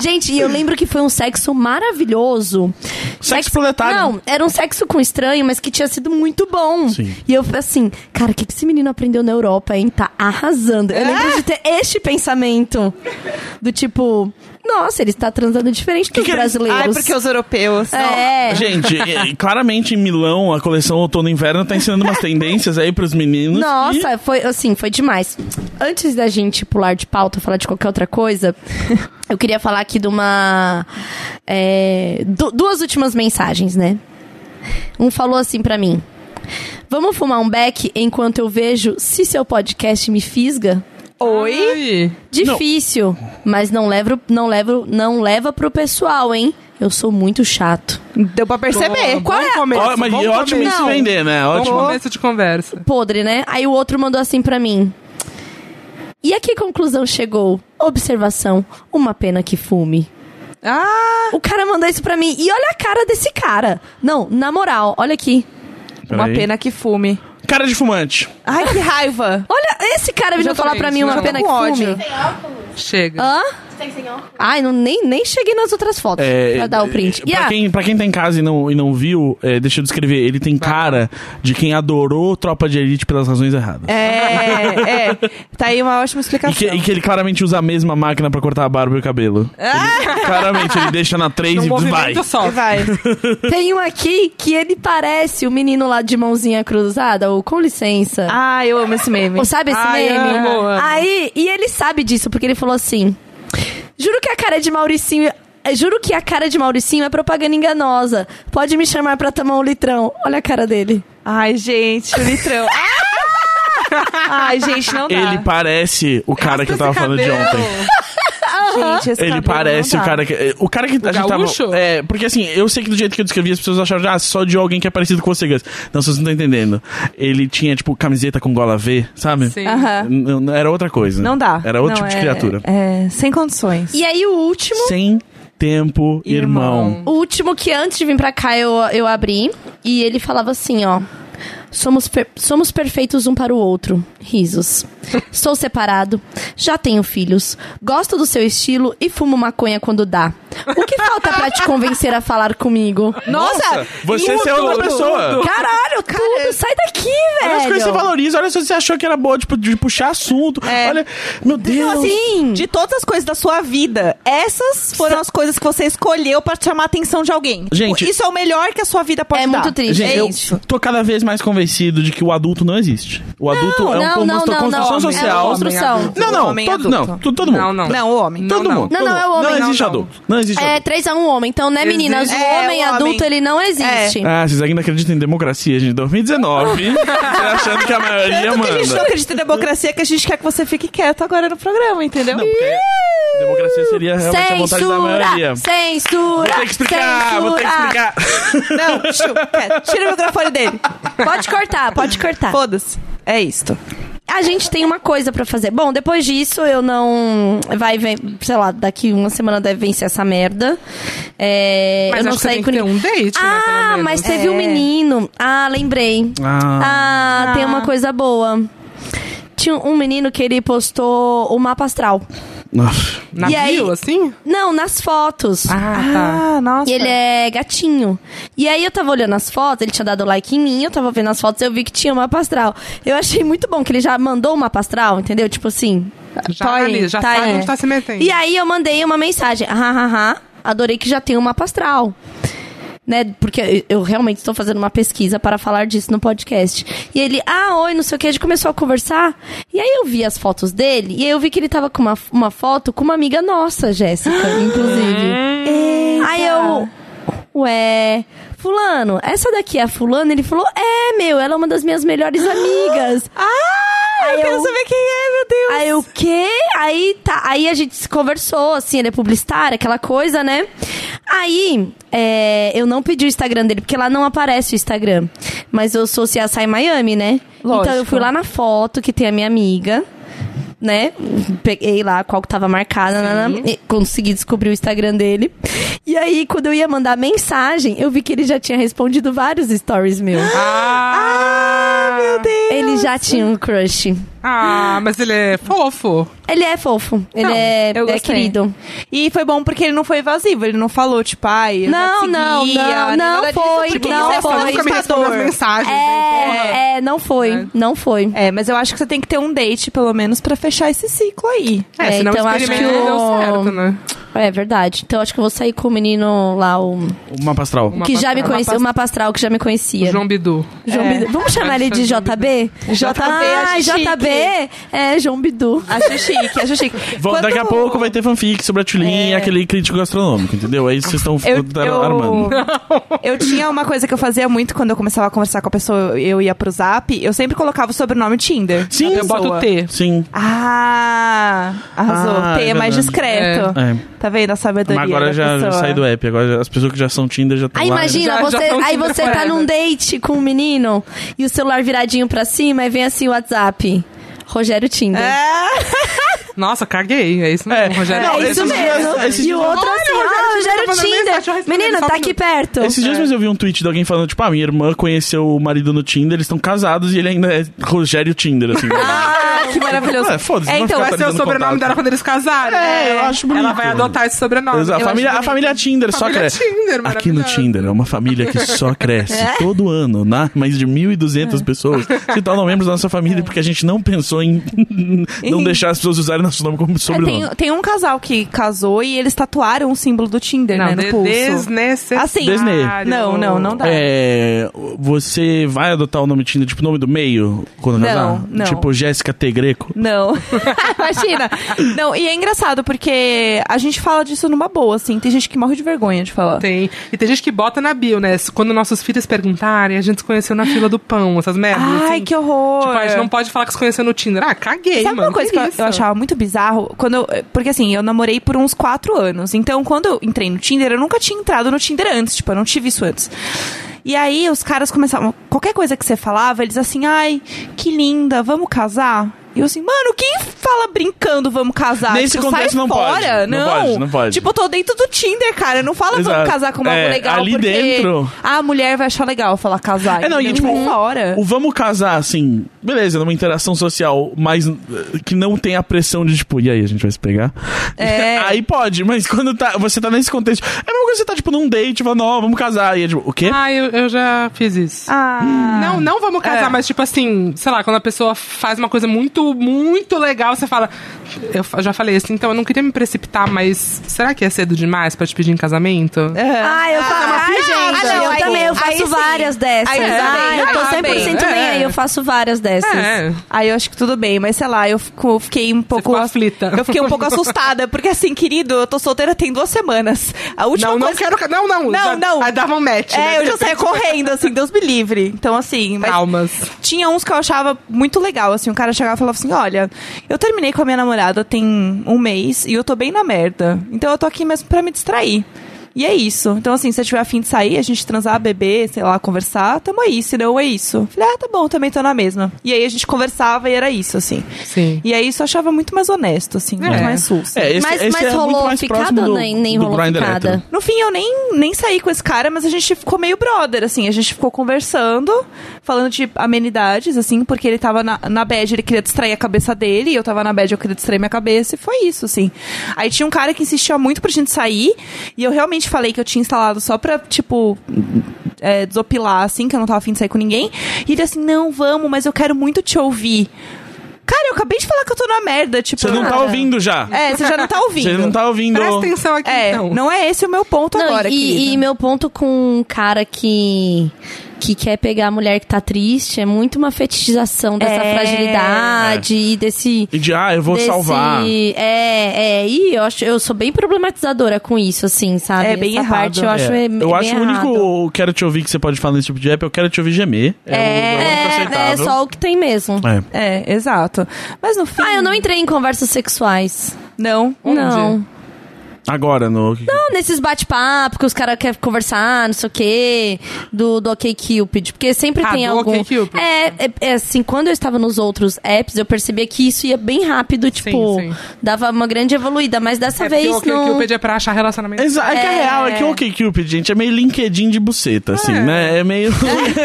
Speaker 4: Gente, e eu lembro que foi um sexo maravilhoso.
Speaker 2: Sexo proletário.
Speaker 4: Não, era um sexo com estranho, mas que tinha sido muito bom.
Speaker 2: Sim.
Speaker 4: E eu falei assim, cara, o que, que esse menino aprendeu na Europa, hein? Tá arrasando. Eu lembro de ter este pensamento. Do tipo, nossa, ele está transando diferente dos
Speaker 2: que ele-
Speaker 4: brasileiros.
Speaker 1: Ai, porque os europeus. não.
Speaker 4: É.
Speaker 2: Gente, e- e claramente em Milão, a coleção outono e inverno tá ensinando umas tendências aí pros meninos.
Speaker 4: Nossa, foi assim, foi demais. Antes da gente pular de pauta, falar de qualquer outra coisa, eu queria falar aqui de uma. é, du- duas últimas mensagens, né? Um falou assim pra mim: Vamos fumar um beck enquanto eu vejo se seu podcast me fisga?
Speaker 1: Oi?
Speaker 3: Oi?
Speaker 4: Difícil, mas não levo, não levo, não leva pro pessoal, hein? Eu sou muito chato.
Speaker 1: Deu pra perceber.
Speaker 3: Bom,
Speaker 1: Qual
Speaker 3: bom
Speaker 1: é?
Speaker 2: E...
Speaker 3: começo,
Speaker 2: Ó, mas
Speaker 3: bom
Speaker 2: é ótimo em
Speaker 3: começo.
Speaker 2: se vender, né?
Speaker 3: Bom
Speaker 2: Ótimo.
Speaker 3: começo de conversa.
Speaker 4: podre, né? Aí o outro mandou assim pra mim. E a que conclusão chegou? Observação, uma pena que fume.
Speaker 3: Ah,
Speaker 4: O cara mandou isso pra mim. E olha a cara desse cara. Não, na moral, olha aqui.
Speaker 1: Uma
Speaker 2: Peraí.
Speaker 1: pena que fume.
Speaker 2: Cara de fumante.
Speaker 1: Ai, que raiva.
Speaker 4: Olha, esse cara vindo
Speaker 3: tô
Speaker 4: falar
Speaker 3: bem,
Speaker 4: pra mim
Speaker 3: já
Speaker 4: uma
Speaker 3: tô
Speaker 4: pena que
Speaker 1: com ódio.
Speaker 4: fume.
Speaker 3: chega.
Speaker 4: Hã? Ai, não, nem, nem cheguei nas outras fotos pra dar o print.
Speaker 2: É, Pra,
Speaker 4: E ah, a-
Speaker 2: quem, pra quem tá em casa e não, e não viu, é, deixa eu descrever. Ele tem cara de quem adorou Tropa de Elite pelas razões erradas.
Speaker 1: É, é. Tá aí uma ótima
Speaker 2: E
Speaker 1: explicação.
Speaker 2: que, e que ele claramente usa a mesma máquina pra cortar a barba e o cabelo.
Speaker 4: Ah!
Speaker 2: Ele- claramente, ele deixa na 3
Speaker 3: Num
Speaker 2: e vai.
Speaker 3: Um movimento só.
Speaker 1: E Vai.
Speaker 4: Tem um aqui que ele parece o menino lá de mãozinha cruzada, ou com licença.
Speaker 1: Ai, Ah, eu amo esse meme.
Speaker 4: Ou sabe esse
Speaker 3: Ai,
Speaker 4: meme?
Speaker 3: amo, amo.
Speaker 4: Aí, e ele sabe disso, porque ele falou assim: Juro que a cara de Mauricinho. eh, Juro que a cara de Mauricinho é propaganda enganosa. Pode me chamar pra tomar um litrão. Olha a cara dele.
Speaker 1: Ai, gente, o litrão. Ah! Ai, gente, não dá.
Speaker 2: Ele parece o cara que eu tava falando de ontem.
Speaker 1: gente, esse
Speaker 2: Ele
Speaker 1: cabelo
Speaker 2: parece
Speaker 1: não
Speaker 2: o
Speaker 1: dá.
Speaker 2: cara que. é, O cara que a gente
Speaker 3: gaúcho?
Speaker 2: tava. É, porque assim, eu sei que do jeito que eu descrevi, as pessoas acharam, ah, só de alguém que é parecido com você, Gus. Não, vocês não estão entendendo. Ele tinha, tipo, camiseta com gola V, sabe?
Speaker 3: Sim.
Speaker 1: Aham.
Speaker 2: N- n- Era outra coisa.
Speaker 1: Não dá.
Speaker 2: Era outro
Speaker 1: Não,
Speaker 2: tipo de
Speaker 1: é-
Speaker 2: criatura.
Speaker 1: É, sem condições.
Speaker 4: E aí o último,
Speaker 2: Sem tempo, irmão.
Speaker 4: o último que antes de vir pra cá eu, eu abri, e ele falava assim, ó. Somos, per- somos perfeitos um para o outro. Risos. Sou separado, já tenho filhos, gosto do seu estilo e fumo maconha quando dá. O que falta pra te convencer a falar comigo?
Speaker 1: Nossa,
Speaker 2: Você é outra pessoa.
Speaker 4: Caralho, tudo, sai daqui, velho.
Speaker 2: Olha as coisas que você valoriza, olha se você achou que era boa tipo, de puxar assunto.
Speaker 1: É.
Speaker 2: Olha, meu Deus.
Speaker 1: Não, assim,
Speaker 4: Sim.
Speaker 1: De todas as coisas da sua vida, essas foram as coisas que você escolheu pra chamar a atenção de alguém.
Speaker 2: Gente-
Speaker 1: Tipo, isso é o melhor que a sua vida pode
Speaker 4: É
Speaker 1: dar.
Speaker 4: muito triste.
Speaker 2: Gente,
Speaker 1: é
Speaker 2: eu
Speaker 1: isso.
Speaker 2: tô cada vez mais convencido de que o adulto não existe. O adulto é uma
Speaker 4: não, não,
Speaker 2: constru- construção
Speaker 4: não, não. É uma
Speaker 2: social.
Speaker 4: construção.
Speaker 2: não,
Speaker 1: O
Speaker 2: não,
Speaker 1: homem
Speaker 2: todo,
Speaker 1: adulto.
Speaker 2: não, to- todo mundo.
Speaker 3: Não, não.
Speaker 1: Não, o homem.
Speaker 2: Todo
Speaker 3: Não, não.
Speaker 2: mundo.
Speaker 4: Não,
Speaker 2: todo
Speaker 4: não, é o
Speaker 2: mundo.
Speaker 4: homem,
Speaker 2: Não
Speaker 4: não,
Speaker 2: existe
Speaker 3: não.
Speaker 2: adulto. Não existe
Speaker 4: É,
Speaker 2: adulto.
Speaker 4: 3 a 1 homem. Então, né,
Speaker 3: Existe.
Speaker 4: meninas? O
Speaker 1: É,
Speaker 4: homem É.
Speaker 1: o homem.
Speaker 4: adulto, ele não existe.
Speaker 2: Ah, vocês ainda acreditam em democracia, gente. 2019, tá achando que a maioria
Speaker 1: Tanto que a gente não
Speaker 2: manda.
Speaker 1: acredita em democracia que a gente quer que você fique quieto agora no programa, entendeu?
Speaker 2: Não, porque democracia seria É, realmente a vontade da maioria.
Speaker 4: Censura! Censura!
Speaker 2: Vou ter que explicar, vou ter que
Speaker 4: censura.
Speaker 2: explicar.
Speaker 1: Não, tira, quieto. Tira o microfone dele.
Speaker 4: Pode cortar, pode cortar.
Speaker 1: Foda-se. É isto.
Speaker 4: A gente tem uma coisa pra fazer. Bom, depois disso, eu não. Vai, ven- sei lá, daqui uma semana deve vencer essa merda. É,
Speaker 3: Mas
Speaker 4: eu não
Speaker 3: acho que
Speaker 4: sei
Speaker 3: tem que ter um date, né, pelo
Speaker 4: Ah,
Speaker 3: menos.
Speaker 4: mas teve
Speaker 1: É.
Speaker 4: um menino. Ah, lembrei. Ah, tem uma coisa boa. Tinha um menino que ele postou o mapa astral.
Speaker 2: Nossa.
Speaker 3: Na
Speaker 4: E
Speaker 3: bio,
Speaker 4: aí?
Speaker 3: assim?
Speaker 4: Não, nas fotos.
Speaker 3: Ah, tá.
Speaker 1: nossa.
Speaker 4: E ele é gatinho. E aí eu tava olhando as fotos, ele tinha dado like em mim, eu tava vendo as fotos, eu vi que tinha uma pastral. Eu achei muito bom que ele já mandou uma pastral, entendeu? Tipo assim.
Speaker 3: Já
Speaker 4: tá aí,
Speaker 3: ali, já
Speaker 4: tá
Speaker 3: sabe
Speaker 4: aí.
Speaker 3: onde tá se metendo.
Speaker 4: E aí eu mandei uma mensagem. Ah, ah, ah, adorei que já tem uma pastral. Né? Porque eu- eu realmente estou fazendo uma pesquisa para falar disso no podcast. E ele, ah, oi, não sei o que, a gente começou a conversar. E aí eu vi as fotos dele, e aí eu vi que ele tava com uma, uma foto com uma amiga nossa, Jéssica, inclusive. Aí eu. Ué, fulano, essa daqui é a fulano? Ele falou, é, meu, ela é uma das minhas melhores amigas.
Speaker 1: Ah, eu,
Speaker 4: Aí
Speaker 1: quero
Speaker 4: eu-
Speaker 1: saber quem é, meu Deus.
Speaker 4: Aí eu, o quê? Aí tá, aí a gente se conversou, assim, ele é publicitário, aquela coisa, né? Aí, é, eu não pedi o Instagram dele, porque lá não aparece o Instagram. Mas eu sou CSI Miami, né?
Speaker 1: Lógico.
Speaker 4: Então eu fui lá na foto que tem a minha amiga, né? Peguei lá qual que tava marcada, nanana, e consegui descobrir o Instagram dele. E aí, quando eu ia mandar mensagem, eu vi que ele já tinha respondido vários stories meus.
Speaker 3: Ah, meu Deus.
Speaker 4: Ele já tinha um crush.
Speaker 3: Ah, mas ele é fofo.
Speaker 4: Ele é fofo, ele
Speaker 1: Não,
Speaker 4: é,
Speaker 1: eu
Speaker 4: é
Speaker 1: gostei.
Speaker 4: querido.
Speaker 1: E foi bom porque ele não foi evasivo, ele não falou, tipo, ai, eu
Speaker 4: Não,
Speaker 1: seguia,
Speaker 4: não,
Speaker 1: nem
Speaker 4: não,
Speaker 1: nada
Speaker 4: não
Speaker 1: disso,
Speaker 4: foi,
Speaker 1: porque
Speaker 4: não
Speaker 1: isso é
Speaker 4: foi.
Speaker 1: foda,
Speaker 4: Nunca
Speaker 3: Nunca me respondeu as
Speaker 1: ditador.
Speaker 3: mensagens. né?
Speaker 4: É, é, não foi, não foi.
Speaker 1: É, mas eu acho que você tem que ter um date, pelo menos, pra fechar esse ciclo aí.
Speaker 3: Porra.
Speaker 4: É,
Speaker 3: senão
Speaker 4: então
Speaker 3: o
Speaker 4: acho que
Speaker 3: experimento não
Speaker 4: o-
Speaker 3: deu certo, né?
Speaker 4: É verdade. Então acho que eu vou sair com o menino lá, o
Speaker 2: Uma pastral.
Speaker 3: Uma
Speaker 4: que já me
Speaker 3: pastral.
Speaker 4: conhecia, o mapa astral que já me conhecia.
Speaker 3: João Bidu.
Speaker 4: João
Speaker 1: É.
Speaker 4: Bidu. Vamos chamar ele de JB?
Speaker 1: JB,
Speaker 4: Ah,
Speaker 1: acho chique.
Speaker 4: JB é João Bidu.
Speaker 1: Acho chique, acho chique.
Speaker 2: Vão-
Speaker 1: Quando-
Speaker 2: Daqui a pouco vai ter fanfic sobre a Tulin e aquele crítico gastronômico, entendeu? É isso que vocês estão
Speaker 1: Eu,
Speaker 2: tá armando.
Speaker 1: eu, eu tinha uma coisa que eu fazia muito quando eu começava a conversar com a pessoa, eu ia pro zap, eu sempre colocava o sobrenome Tinder.
Speaker 2: Sim,
Speaker 1: da
Speaker 3: Eu boto
Speaker 1: pessoa.
Speaker 3: o T.
Speaker 2: Sim.
Speaker 1: Ah, arrasou.
Speaker 2: Ah,
Speaker 1: T
Speaker 2: é
Speaker 1: é mais
Speaker 2: verdade.
Speaker 1: discreto.
Speaker 2: É.
Speaker 1: Tá vendo a sabedoria
Speaker 2: Mas agora
Speaker 1: da
Speaker 2: já, já
Speaker 1: pessoa.
Speaker 2: saí do app. Agora já- as pessoas que já são Tinder já estão
Speaker 4: Aí
Speaker 2: lá. né?
Speaker 4: imagina,
Speaker 3: já- já
Speaker 4: você,
Speaker 3: não
Speaker 4: aí
Speaker 3: tive
Speaker 4: você tá
Speaker 3: forever.
Speaker 4: num date com um menino e o celular viradinho pra cima e vem assim o WhatsApp. Rogério Tinder.
Speaker 1: Ah,
Speaker 3: Nossa, caguei. É isso mesmo,
Speaker 2: É.
Speaker 3: Rogério.
Speaker 2: Não,
Speaker 4: É isso
Speaker 2: esses dias-
Speaker 4: mesmo.
Speaker 2: esses
Speaker 4: e
Speaker 2: dias-
Speaker 4: o outro
Speaker 3: Olha,
Speaker 4: assim,
Speaker 3: o Rogério
Speaker 4: ah,
Speaker 3: Tinder tá
Speaker 4: Rogério
Speaker 3: mandando mensagem, deixa eu
Speaker 4: Tinder.
Speaker 3: responder
Speaker 4: Menino,
Speaker 3: só um
Speaker 4: tá aqui
Speaker 3: minuto.
Speaker 4: perto.
Speaker 2: Esses dias mesmo eu vi um tweet de alguém falando, tipo, ah, minha irmã conheceu o marido no Tinder, eles estão casados e ele ainda é Rogério Tinder, assim.
Speaker 1: ah, que maravilhoso.
Speaker 2: É, foda-se,
Speaker 1: É,
Speaker 2: não
Speaker 1: então,
Speaker 2: fica
Speaker 1: vai
Speaker 3: Vai ser o
Speaker 2: Atualizando
Speaker 3: sobrenome
Speaker 2: contato.
Speaker 3: dela quando eles casarem. né?
Speaker 2: É, eu acho bonito.
Speaker 3: Ela vai adotar esse sobrenome.
Speaker 2: Exato. A
Speaker 3: Ah, Eu
Speaker 2: família,
Speaker 3: acho
Speaker 2: a família Tinder só
Speaker 3: Família
Speaker 2: cresce.
Speaker 3: Tinder, É?
Speaker 2: Aqui no
Speaker 3: maravilhosa.
Speaker 2: Tinder é uma família que só cresce todo ano, né? Mais de
Speaker 3: É.
Speaker 2: 1.200 pessoas se tornam membros da nossa família porque a gente não pensou em não deixar as pessoas usarem nosso nome como
Speaker 1: É,
Speaker 2: sobrenome.
Speaker 1: tem, tem um casal que casou e eles tatuaram o símbolo do Tinder, né?
Speaker 3: Não,
Speaker 1: No
Speaker 3: de-
Speaker 1: pulso.
Speaker 3: é desnecessário.
Speaker 1: Assim.
Speaker 2: Disney.
Speaker 1: Não, não, não
Speaker 3: tá.
Speaker 1: dá.
Speaker 2: É, você vai adotar o nome Tinder, tipo, nome do meio, quando
Speaker 1: Não,
Speaker 2: casar?
Speaker 1: não.
Speaker 2: Tipo, Jéssica T. greco?
Speaker 1: Não. Imagina. Não, e é engraçado, porque a gente fala disso numa boa, assim. Tem gente que morre de vergonha de falar.
Speaker 3: Tem. E tem gente que bota na bio, né? Quando nossos filhos perguntarem, a gente se conheceu na fila do pão, essas merdas.
Speaker 1: Ai,
Speaker 3: assim.
Speaker 1: que horror.
Speaker 3: Tipo, a gente não pode falar que se conheceu no Tinder. Ah, caguei,
Speaker 1: Sabe
Speaker 3: mano.
Speaker 1: uma coisa que, eu-
Speaker 3: isso?
Speaker 1: eu achava muito bizarro? Quando eu- porque assim, eu namorei por uns quatro anos. Então, quando eu entrei no Tinder, eu nunca tinha entrado no Tinder antes. Tipo, eu não tive isso antes. E aí, os caras começavam... Qualquer coisa que você falava, eles assim... Ai, que linda, vamos casar? E eu assim, mano, quem fala brincando vamos casar?
Speaker 2: Nesse
Speaker 1: tipo,
Speaker 2: contexto
Speaker 1: sai
Speaker 2: não
Speaker 1: fora.
Speaker 2: pode, não
Speaker 1: Não,
Speaker 2: pode, não pode.
Speaker 1: Tipo, eu tô dentro do Tinder, cara. Não fala
Speaker 2: Exato.
Speaker 1: vamos casar com uma
Speaker 2: É,
Speaker 1: mulher legal.
Speaker 2: ali
Speaker 1: porque
Speaker 2: dentro-
Speaker 1: A mulher vai achar legal falar casar.
Speaker 2: É, não, e,
Speaker 1: entendeu?
Speaker 2: tipo,
Speaker 1: Sai fora.
Speaker 2: O vamos casar, assim, beleza, numa interação social, mas eh, que não tem a pressão de, tipo, e aí, a gente vai se pegar?
Speaker 1: É.
Speaker 2: aí pode, mas quando tá, você tá nesse contexto. É a mesma coisa que você tá, tipo, num date, falando, ó, vamos casar. E é tipo, o quê?
Speaker 3: Ah, eu, eu já fiz isso.
Speaker 1: Ah.
Speaker 3: Não, não vamos casar,
Speaker 1: É.
Speaker 3: mas tipo assim, sei lá, quando a pessoa faz uma coisa muito, muito legal, você fala. Eu fa- já falei assim, então eu não queria me precipitar, mas será que é cedo demais pra te pedir em casamento?
Speaker 1: É,
Speaker 4: Ah, eu faço. Ah, gente,
Speaker 1: Ah, não,
Speaker 4: eu
Speaker 1: aí-
Speaker 4: também eu
Speaker 1: aí
Speaker 4: faço
Speaker 1: sim.
Speaker 4: várias dessas. Ah,
Speaker 1: Aí tá bem,
Speaker 4: eu tô
Speaker 1: aí tá
Speaker 4: 100%
Speaker 1: bem.
Speaker 4: nem
Speaker 3: É.
Speaker 4: aí, eu faço várias dessas.
Speaker 3: É.
Speaker 1: Aí eu acho que tudo bem, mas sei lá, eu, fico- eu fiquei um pouco.
Speaker 3: ficou né? aflita.
Speaker 1: Eu fiquei um pouco assustada, porque assim, querido, eu tô solteira tem duas semanas. A última
Speaker 3: Não, não
Speaker 1: coisa.
Speaker 3: quero. ca- Não, não.
Speaker 1: Não,
Speaker 3: já-
Speaker 1: não.
Speaker 3: Aí dava um match.
Speaker 1: É,
Speaker 3: né?
Speaker 1: eu já saía correndo, assim, Deus me livre. Então, assim, mas
Speaker 3: Traumas.
Speaker 1: tinha uns que eu achava muito legal, assim, o cara chegava e falava assim, olha, eu terminei com a minha namorada tem um mês e eu tô bem na merda. Então eu tô aqui mesmo pra me distrair. E é isso. Então, assim, se você tiver afim de sair, a gente transar, beber, sei lá, conversar, tamo aí, se não é isso. Falei, ah, tá bom, também tô na mesma. E aí a gente conversava e era isso, assim.
Speaker 3: Sim.
Speaker 1: E aí isso eu achava muito mais honesto, assim, muito
Speaker 3: É.
Speaker 1: mais sus.
Speaker 2: É, esse,
Speaker 4: mas
Speaker 2: esse
Speaker 4: mas
Speaker 2: é muito
Speaker 4: rolou
Speaker 2: mais
Speaker 4: ficada
Speaker 2: próximo
Speaker 4: ou
Speaker 2: do,
Speaker 4: nem, nem
Speaker 2: do
Speaker 4: rolou
Speaker 2: grinder
Speaker 4: ficada?
Speaker 2: hétero.
Speaker 1: No fim, eu nem, nem saí com esse cara, mas a gente ficou meio brother, assim. A gente ficou conversando, falando de amenidades, assim, porque ele tava na, na bad, ele queria distrair a cabeça dele, e eu tava na bad, eu queria distrair minha cabeça, e foi isso, assim. Aí tinha um cara que insistia muito pra gente sair, e eu realmente falei que eu tinha instalado só pra, tipo, é, desopilar, assim, que eu não tava afim de sair com ninguém. E ele assim, não, vamos, mas eu quero muito te ouvir. Cara, eu acabei de falar que eu tô na merda, tipo...
Speaker 2: Você não tá
Speaker 1: cara.
Speaker 2: ouvindo já.
Speaker 1: É, você já não tá ouvindo.
Speaker 2: Você não tá ouvindo.
Speaker 3: Presta atenção aqui,
Speaker 1: É,
Speaker 3: então.
Speaker 1: não é esse o meu ponto
Speaker 4: Não,
Speaker 1: agora,
Speaker 4: e,
Speaker 1: querida.
Speaker 4: e meu ponto com um cara que, que quer pegar a mulher que tá triste é muito uma fetichização dessa
Speaker 1: É.
Speaker 4: fragilidade e desse.
Speaker 2: E de, ah, eu vou
Speaker 4: desse-
Speaker 2: salvar.
Speaker 4: É, é, e eu, acho, eu sou bem problematizadora com isso, assim, sabe?
Speaker 1: É bem
Speaker 4: Essa
Speaker 1: errado.
Speaker 4: parte eu
Speaker 1: É.
Speaker 4: acho,
Speaker 2: É,
Speaker 4: é,
Speaker 2: eu acho
Speaker 4: bem
Speaker 2: o único
Speaker 4: errado.
Speaker 2: o quero te ouvir que você pode falar nesse tipo de app, eu quero te ouvir gemer. É, o, é o único
Speaker 4: É, né, é
Speaker 2: aceitável.
Speaker 4: só o que tem mesmo.
Speaker 2: É.
Speaker 1: É, exato. Mas no fim.
Speaker 4: Ah, eu não Hum, entrei em conversas sexuais.
Speaker 1: Não.
Speaker 3: Onde?
Speaker 4: Não.
Speaker 2: Agora, no.
Speaker 4: Não, Ah, nesses bate-papo que os caras querem conversar, não sei o quê, do, do OK Cupid. Porque sempre
Speaker 3: Ah,
Speaker 4: tem
Speaker 3: do
Speaker 4: algum.
Speaker 3: OkCupid.
Speaker 4: É, é, é assim, quando eu estava nos outros apps, eu percebia que isso ia bem rápido, tipo,
Speaker 3: sim.
Speaker 4: dava uma grande evoluída, mas dessa
Speaker 3: É
Speaker 4: vez
Speaker 3: porque o que
Speaker 4: não.
Speaker 3: eu pedi é pra achar relacionamento.
Speaker 2: Exa é que a real é que o OkCupid, gente, é meio LinkedIn de buceta, assim, né? É meio.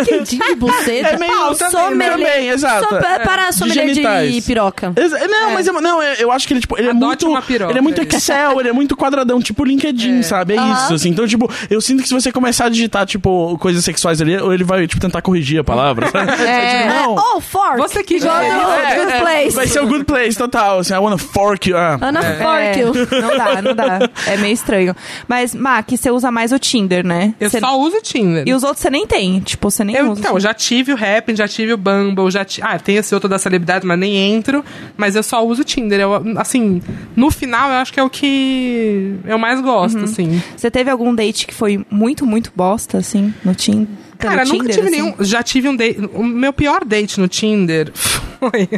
Speaker 4: Entendi, buceta.
Speaker 2: É meio-
Speaker 4: Pau,
Speaker 2: também,
Speaker 4: sommelier-
Speaker 2: também, exato.
Speaker 4: Só pa- Para sommelier de,
Speaker 2: genitais.
Speaker 4: piroca.
Speaker 2: Exa- é, Não, mas eu, não, eu eu acho que ele, tipo, ele é
Speaker 3: Adote
Speaker 2: muito.
Speaker 3: uma piroca,
Speaker 2: ele é muito
Speaker 3: é isso.
Speaker 2: Excel, ele é muito quadradão, tipo LinkedIn, sabe? É isso, assim. Então, tipo, eu sinto que se você começar a digitar, tipo, coisas sexuais ali, ele vai, tipo, tentar corrigir a palavra, sabe?
Speaker 1: É.
Speaker 2: Tipo, não.
Speaker 4: Oh, fork!
Speaker 3: Você que
Speaker 4: Igual
Speaker 3: já.
Speaker 4: do-
Speaker 2: É,
Speaker 4: do
Speaker 2: é,
Speaker 4: place.
Speaker 2: Vai ser o good place, total. Assim, I wanna fork you. Ah,
Speaker 4: Ana
Speaker 1: É,
Speaker 4: Fork. eu-
Speaker 1: não dá, não dá. É meio estranho. Mas, Mac, você usa mais o Tinder, né?
Speaker 3: Eu
Speaker 1: Você-
Speaker 3: só uso o Tinder.
Speaker 1: E os outros você nem tem. Tipo, você nem
Speaker 3: Eu,
Speaker 1: usa.
Speaker 3: então, já tive o Happn, já tive o Bumble, já ti... Ah, tem esse outro da celebridade, mas nem entro. Mas eu só uso o Tinder. Eu, assim, no final, eu acho que é o que eu mais gosto,
Speaker 1: Uhum.
Speaker 3: assim.
Speaker 1: Você teve algum date que foi muito, muito bosta, assim, no Tinder? pelo
Speaker 3: Cara, eu nunca
Speaker 1: Tinder,
Speaker 3: tive
Speaker 1: assim?
Speaker 3: nenhum... Já tive um date... O meu pior date no Tinder foi...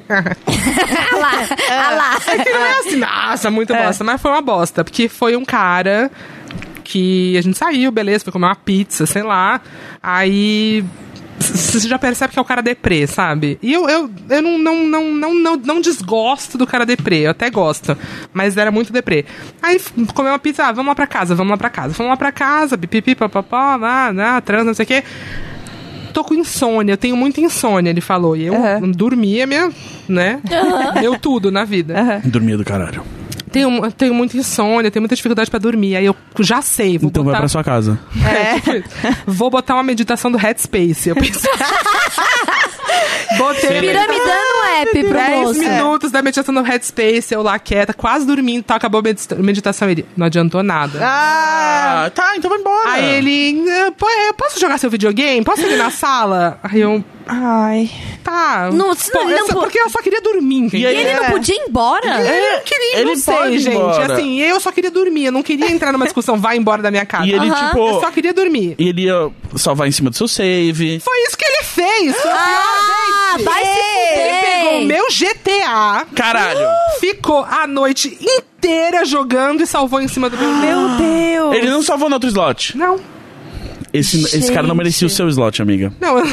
Speaker 4: Ah lá, ah lá.
Speaker 3: É que não é assim, nossa, muito bosta. Mas foi uma bosta, porque foi um cara que a gente saiu, beleza, foi comer uma pizza, sei lá. Aí. c- Você já percebe que é o cara deprê, sabe? E eu, eu, eu não, não, não, não, não, não desgosto do cara deprê, eu até gosto. Mas era muito deprê. Aí f- comeu uma pizza, ah, vamos lá pra casa, vamos lá pra casa. Vamos lá pra casa, pipipi, papapá, lá, lá, trans, não sei o quê tô com insônia, eu tenho muita insônia, ele falou. E eu
Speaker 1: Aham.
Speaker 3: dormia minha, né? Eu tudo na vida.
Speaker 2: dormia do caralho.
Speaker 3: Tenho, tenho muita insônia, tenho muita dificuldade pra dormir. Aí eu já sei, vou
Speaker 2: Então vai
Speaker 3: botar.
Speaker 2: pra sua casa.
Speaker 3: É, tipo isso. vou botar uma meditação do Headspace. Eu pensei. Botei a meditação.
Speaker 4: Piramidando o app pro
Speaker 3: 10
Speaker 4: moço.
Speaker 3: minutos da meditação do Headspace, eu lá quieta, quase dormindo, tá, acabou a medita- meditação. Ele não adiantou nada.
Speaker 2: Ah, tá, então vai embora.
Speaker 3: Aí ele, "Ah, pô, é, posso jogar seu videogame? Posso ir na sala? Aí eu,
Speaker 1: Ai.
Speaker 3: Tá.
Speaker 4: Não, se não,
Speaker 3: Pô,
Speaker 4: ele
Speaker 3: essa-
Speaker 4: não po-
Speaker 3: porque ela só queria dormir, entendeu?
Speaker 2: E aí-
Speaker 4: E ele não
Speaker 1: É.
Speaker 4: podia ir embora?
Speaker 3: Eu não queria,
Speaker 2: Ele
Speaker 3: não sei,
Speaker 2: pode ir
Speaker 3: gente.
Speaker 2: embora.
Speaker 3: Assim, eu só queria dormir. Eu não queria entrar numa discussão, vai embora da minha casa.
Speaker 2: E ele,
Speaker 4: Aham.
Speaker 2: tipo.
Speaker 3: Eu É só queria dormir.
Speaker 2: Ele ia salvar em cima do seu save.
Speaker 3: Foi isso que ele fez. Foi
Speaker 4: Ah, vai se
Speaker 3: Ele pegou o
Speaker 4: fuder!
Speaker 3: meu GTA,
Speaker 2: Caralho!
Speaker 3: ficou a noite inteira jogando e salvou em cima do meu.
Speaker 1: Meu Deus.
Speaker 2: Ele não salvou no outro slot.
Speaker 3: Não,
Speaker 2: Esse, esse cara não
Speaker 4: Gente.
Speaker 2: merecia o seu slot, amiga.
Speaker 3: não. eu-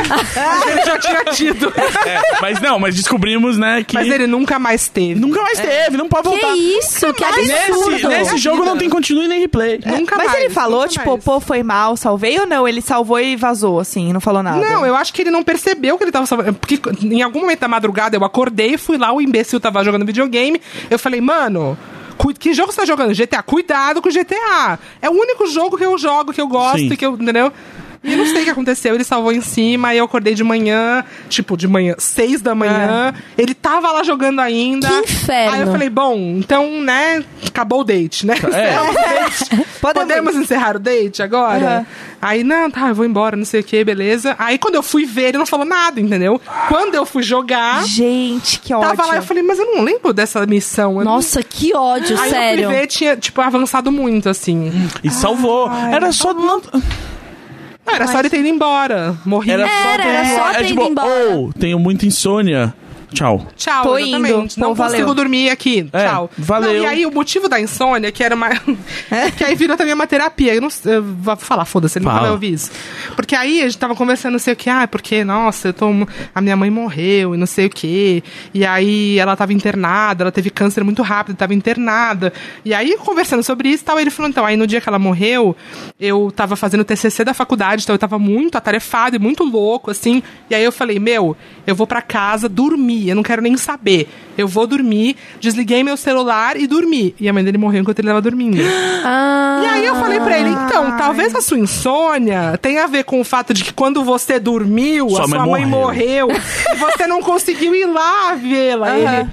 Speaker 3: Mas ele já tinha tido.
Speaker 2: É, mas não, mas descobrimos, né, que.
Speaker 3: Mas ele nunca mais teve.
Speaker 2: Nunca mais teve, não pode
Speaker 4: Que
Speaker 2: voltar.
Speaker 4: isso? Que
Speaker 2: Nesse,
Speaker 4: absurdo!
Speaker 2: nesse
Speaker 3: É a
Speaker 2: jogo
Speaker 3: vida.
Speaker 2: não tem continue nem replay.
Speaker 3: Nunca
Speaker 1: Mas
Speaker 3: mais.
Speaker 1: ele falou,
Speaker 3: nunca
Speaker 1: tipo,
Speaker 3: mais.
Speaker 1: pô, foi mal, salvei ou não? Ele salvou e vazou, assim, não falou nada.
Speaker 3: Não, eu acho que ele não percebeu que ele tava salvando. Porque em algum momento da madrugada eu acordei, fui lá, o imbecil tava jogando videogame. Eu falei, mano. cu- Que jogo você tá jogando? GTA. Cuidado com GTA. É o único jogo que eu jogo, que eu gosto,
Speaker 2: Sim.
Speaker 3: e que eu. Entendeu? E eu não sei o que aconteceu. Ele salvou em cima, aí eu acordei de manhã, tipo, de manhã, seis da manhã. Ele tava lá jogando ainda.
Speaker 4: É. Que inferno.
Speaker 3: Aí eu falei, bom, então, né, acabou o date, né?
Speaker 2: É,
Speaker 3: Encerramos o date.
Speaker 1: Podemos.
Speaker 3: Podemos encerrar o date agora?
Speaker 1: Aham.
Speaker 3: Aí, não, tá, eu vou embora, não sei o que, beleza. Aí, quando eu fui ver, ele não falou nada, entendeu? Quando eu fui jogar,
Speaker 1: Gente, que ódio.
Speaker 3: tava lá, eu falei, mas eu não lembro dessa missão. eu não-
Speaker 4: Nossa, que ódio,
Speaker 3: Aí eu
Speaker 4: sério.
Speaker 3: fui ver, tinha, tipo, avançado muito, assim.
Speaker 2: E salvou. Era só. Não,
Speaker 3: Não, era só ele ter ido embora. Morri.
Speaker 2: era só.
Speaker 4: Era,
Speaker 2: ter-
Speaker 4: era só ter
Speaker 2: é
Speaker 4: ido
Speaker 2: tipo,
Speaker 4: embora.
Speaker 2: oh, tenho muita insônia. Tchau.
Speaker 3: Tchau,
Speaker 1: Tô
Speaker 3: exatamente.
Speaker 1: indo.
Speaker 3: Não
Speaker 1: Pô, valeu.
Speaker 3: consigo dormir aqui.
Speaker 2: É,
Speaker 3: Tchau.
Speaker 2: valeu.
Speaker 3: Não, e aí o motivo da insônia, que era uma. que aí virou também uma terapia. Eu não sei- eu vou falar, foda-se, ele nunca
Speaker 2: Fala.
Speaker 3: vai ouvir isso. Porque aí a gente tava conversando, não sei o que, ah, porque, nossa, eu tô. A minha mãe morreu e não sei o que. E aí ela tava internada, ela teve câncer muito rápido, tava internada. E aí, conversando sobre isso e tal, ele falou, então, aí no dia que ela morreu, eu tava fazendo o TCC da faculdade, então eu tava muito atarefado e muito louco, assim. E aí eu falei, meu, eu vou pra casa dormir, eu não quero nem saber. Eu vou dormir, desliguei meu celular e dormi. E a mãe dele morreu enquanto ele tava dormindo.
Speaker 4: Ah,
Speaker 3: E aí eu falei pra ele, então, talvez a sua insônia tenha a ver com o fato de que quando você dormiu,
Speaker 2: Sua
Speaker 3: a
Speaker 2: mãe
Speaker 3: sua mãe
Speaker 2: morreu.
Speaker 3: morreu, e você não conseguiu ir lá vê-la. Ele,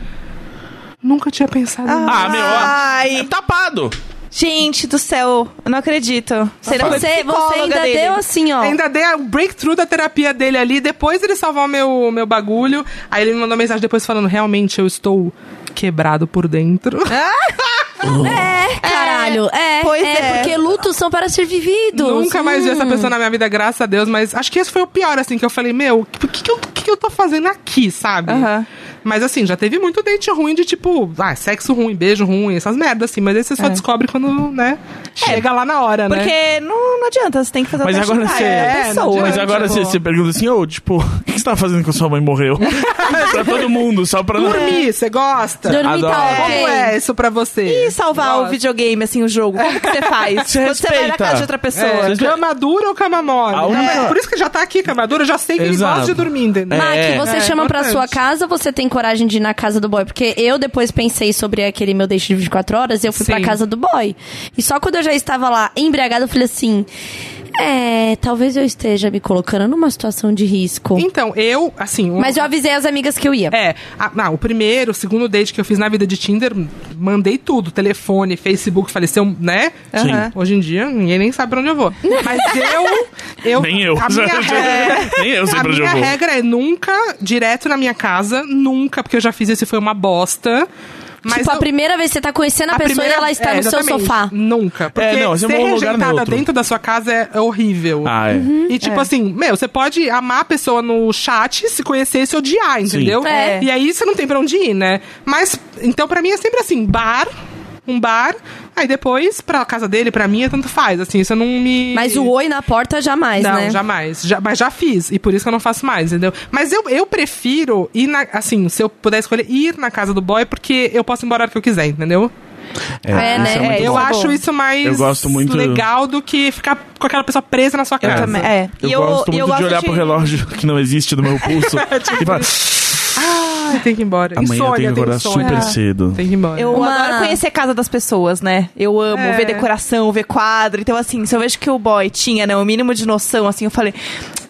Speaker 3: nunca tinha pensado nisso.
Speaker 2: Ah, meu, ó. É
Speaker 1: Ai,
Speaker 2: tapado.
Speaker 1: gente do céu, eu não acredito. Você, não foi
Speaker 4: você, você
Speaker 1: psicóloga
Speaker 4: ainda
Speaker 1: dele.
Speaker 4: deu assim, ó.
Speaker 3: Ainda dei o breakthrough da terapia dele ali, depois ele salvou meu, meu bagulho. Aí ele me mandou mensagem depois falando: realmente eu estou quebrado por dentro.
Speaker 4: É, caralho. É,
Speaker 1: Pois é.
Speaker 4: porque lutos são para ser vividos.
Speaker 3: Nunca mais vi
Speaker 4: Hum.
Speaker 3: essa pessoa na minha vida, graças a Deus, mas acho que esse foi o pior, assim, que eu falei, meu, o que, que, eu, que que eu tô fazendo aqui, sabe?
Speaker 1: Aham.
Speaker 3: Mas assim, já teve muito dente ruim de tipo, ah, sexo ruim, beijo ruim, essas merdas, assim, mas aí você só descobre quando, né, chega lá na hora, né?
Speaker 1: Porque é. não, não adianta, você tem que fazer
Speaker 2: Mas
Speaker 1: o teste
Speaker 2: agora
Speaker 1: drive
Speaker 2: você-
Speaker 1: da
Speaker 3: É, não
Speaker 1: pessoa.
Speaker 2: Mas
Speaker 3: Gente,
Speaker 2: agora
Speaker 3: tipo-
Speaker 2: você, você pergunta assim, ô, tipo, o que você tá fazendo quando sua mãe morreu? pra todo mundo, só pra.
Speaker 3: Dormir, você gosta?
Speaker 4: Dormir tá
Speaker 2: Adoro.
Speaker 4: ok.
Speaker 3: Como é isso pra você?
Speaker 1: E salvar o videogame, assim, o jogo? Como que você faz?
Speaker 2: Você
Speaker 1: Quando você vai na
Speaker 2: respeita.
Speaker 1: casa de outra pessoa.
Speaker 2: É,
Speaker 3: É,
Speaker 2: Vocês-
Speaker 3: cama dura ou cama mole?
Speaker 2: A única-
Speaker 3: Cama- Por isso que já tá aqui, cama dura, eu já sei que ele
Speaker 2: Exato.
Speaker 3: gosta de dormir, entendeu?
Speaker 4: Mac,
Speaker 2: É.
Speaker 4: você
Speaker 3: É,
Speaker 4: chama pra
Speaker 3: importante.
Speaker 4: sua casa, você tem coragem de ir na casa do boy? Porque eu depois pensei sobre aquele meu deixo de 24 horas e eu fui
Speaker 3: Sim.
Speaker 4: pra casa do boy. E só quando eu já estava lá embriagada, eu falei assim: É, talvez eu esteja me colocando numa situação de risco.
Speaker 3: Então, eu, assim... o-
Speaker 4: Mas eu avisei as amigas que eu ia.
Speaker 3: É, a- não, o primeiro, o segundo date que eu fiz na vida de Tinder, mandei tudo. Telefone, Facebook, falei, seu, né?
Speaker 2: Sim.
Speaker 1: Aham.
Speaker 3: Hoje em dia, ninguém nem sabe pra onde eu vou. Mas eu... eu
Speaker 2: Nem eu.
Speaker 3: A minha, re-
Speaker 2: Nem eu sei
Speaker 3: a
Speaker 2: pra onde eu
Speaker 3: minha
Speaker 2: vou.
Speaker 3: regra é nunca, direto na minha casa, nunca, porque eu já fiz isso e foi uma bosta. Mas
Speaker 4: tipo, a
Speaker 3: eu-
Speaker 4: primeira vez que você tá conhecendo a, pessoa e ela está
Speaker 3: é,
Speaker 4: no seu
Speaker 3: exatamente.
Speaker 4: sofá.
Speaker 3: Nunca. Porque
Speaker 2: É, não, esse é
Speaker 3: ser
Speaker 2: um bom lugar,
Speaker 3: rejeitada
Speaker 2: não é outro.
Speaker 3: dentro da sua casa é, é horrível.
Speaker 2: Ah, é.
Speaker 3: E tipo assim, meu, você pode amar a pessoa no chat, se conhecer e se odiar, entendeu?
Speaker 4: É.
Speaker 3: E aí você não tem pra onde ir, né? Mas, então pra mim é sempre assim, bar, um bar, aí depois pra casa dele, pra mim, é tanto faz, assim, isso eu não me...
Speaker 4: Mas o oi na porta jamais,
Speaker 3: Não,
Speaker 4: né?
Speaker 3: jamais. Já, mas já fiz. E por isso que eu não faço mais, entendeu? Mas eu, eu prefiro ir na. Assim, se eu puder escolher, ir na casa do boy, porque eu posso ir embora a hora que eu quiser, entendeu? Ah,
Speaker 4: É, né?
Speaker 2: isso
Speaker 4: É,
Speaker 2: muito
Speaker 3: eu
Speaker 2: bom.
Speaker 3: acho isso mais
Speaker 2: Eu gosto muito-
Speaker 3: legal do que ficar com aquela pessoa presa na sua
Speaker 1: Eu
Speaker 3: casa.
Speaker 1: também. É.
Speaker 2: Eu,
Speaker 1: E
Speaker 2: gosto
Speaker 1: e
Speaker 2: muito de olhar pro relógio que não existe do meu pulso e falar, "Ah,
Speaker 3: Ai, tem que ir embora.
Speaker 2: amanhã eu
Speaker 3: É, tipo insônia,
Speaker 2: tenho que
Speaker 3: tem
Speaker 2: acordar
Speaker 3: insônia. É.
Speaker 2: super cedo.
Speaker 3: Tem que ir embora.
Speaker 1: Eu
Speaker 4: Uma-
Speaker 1: adoro conhecer a casa das pessoas, né? Eu amo
Speaker 3: É.
Speaker 1: ver decoração, ver quadro. Então, assim, se eu vejo que o boy tinha, né, o mínimo de noção, assim, eu falei,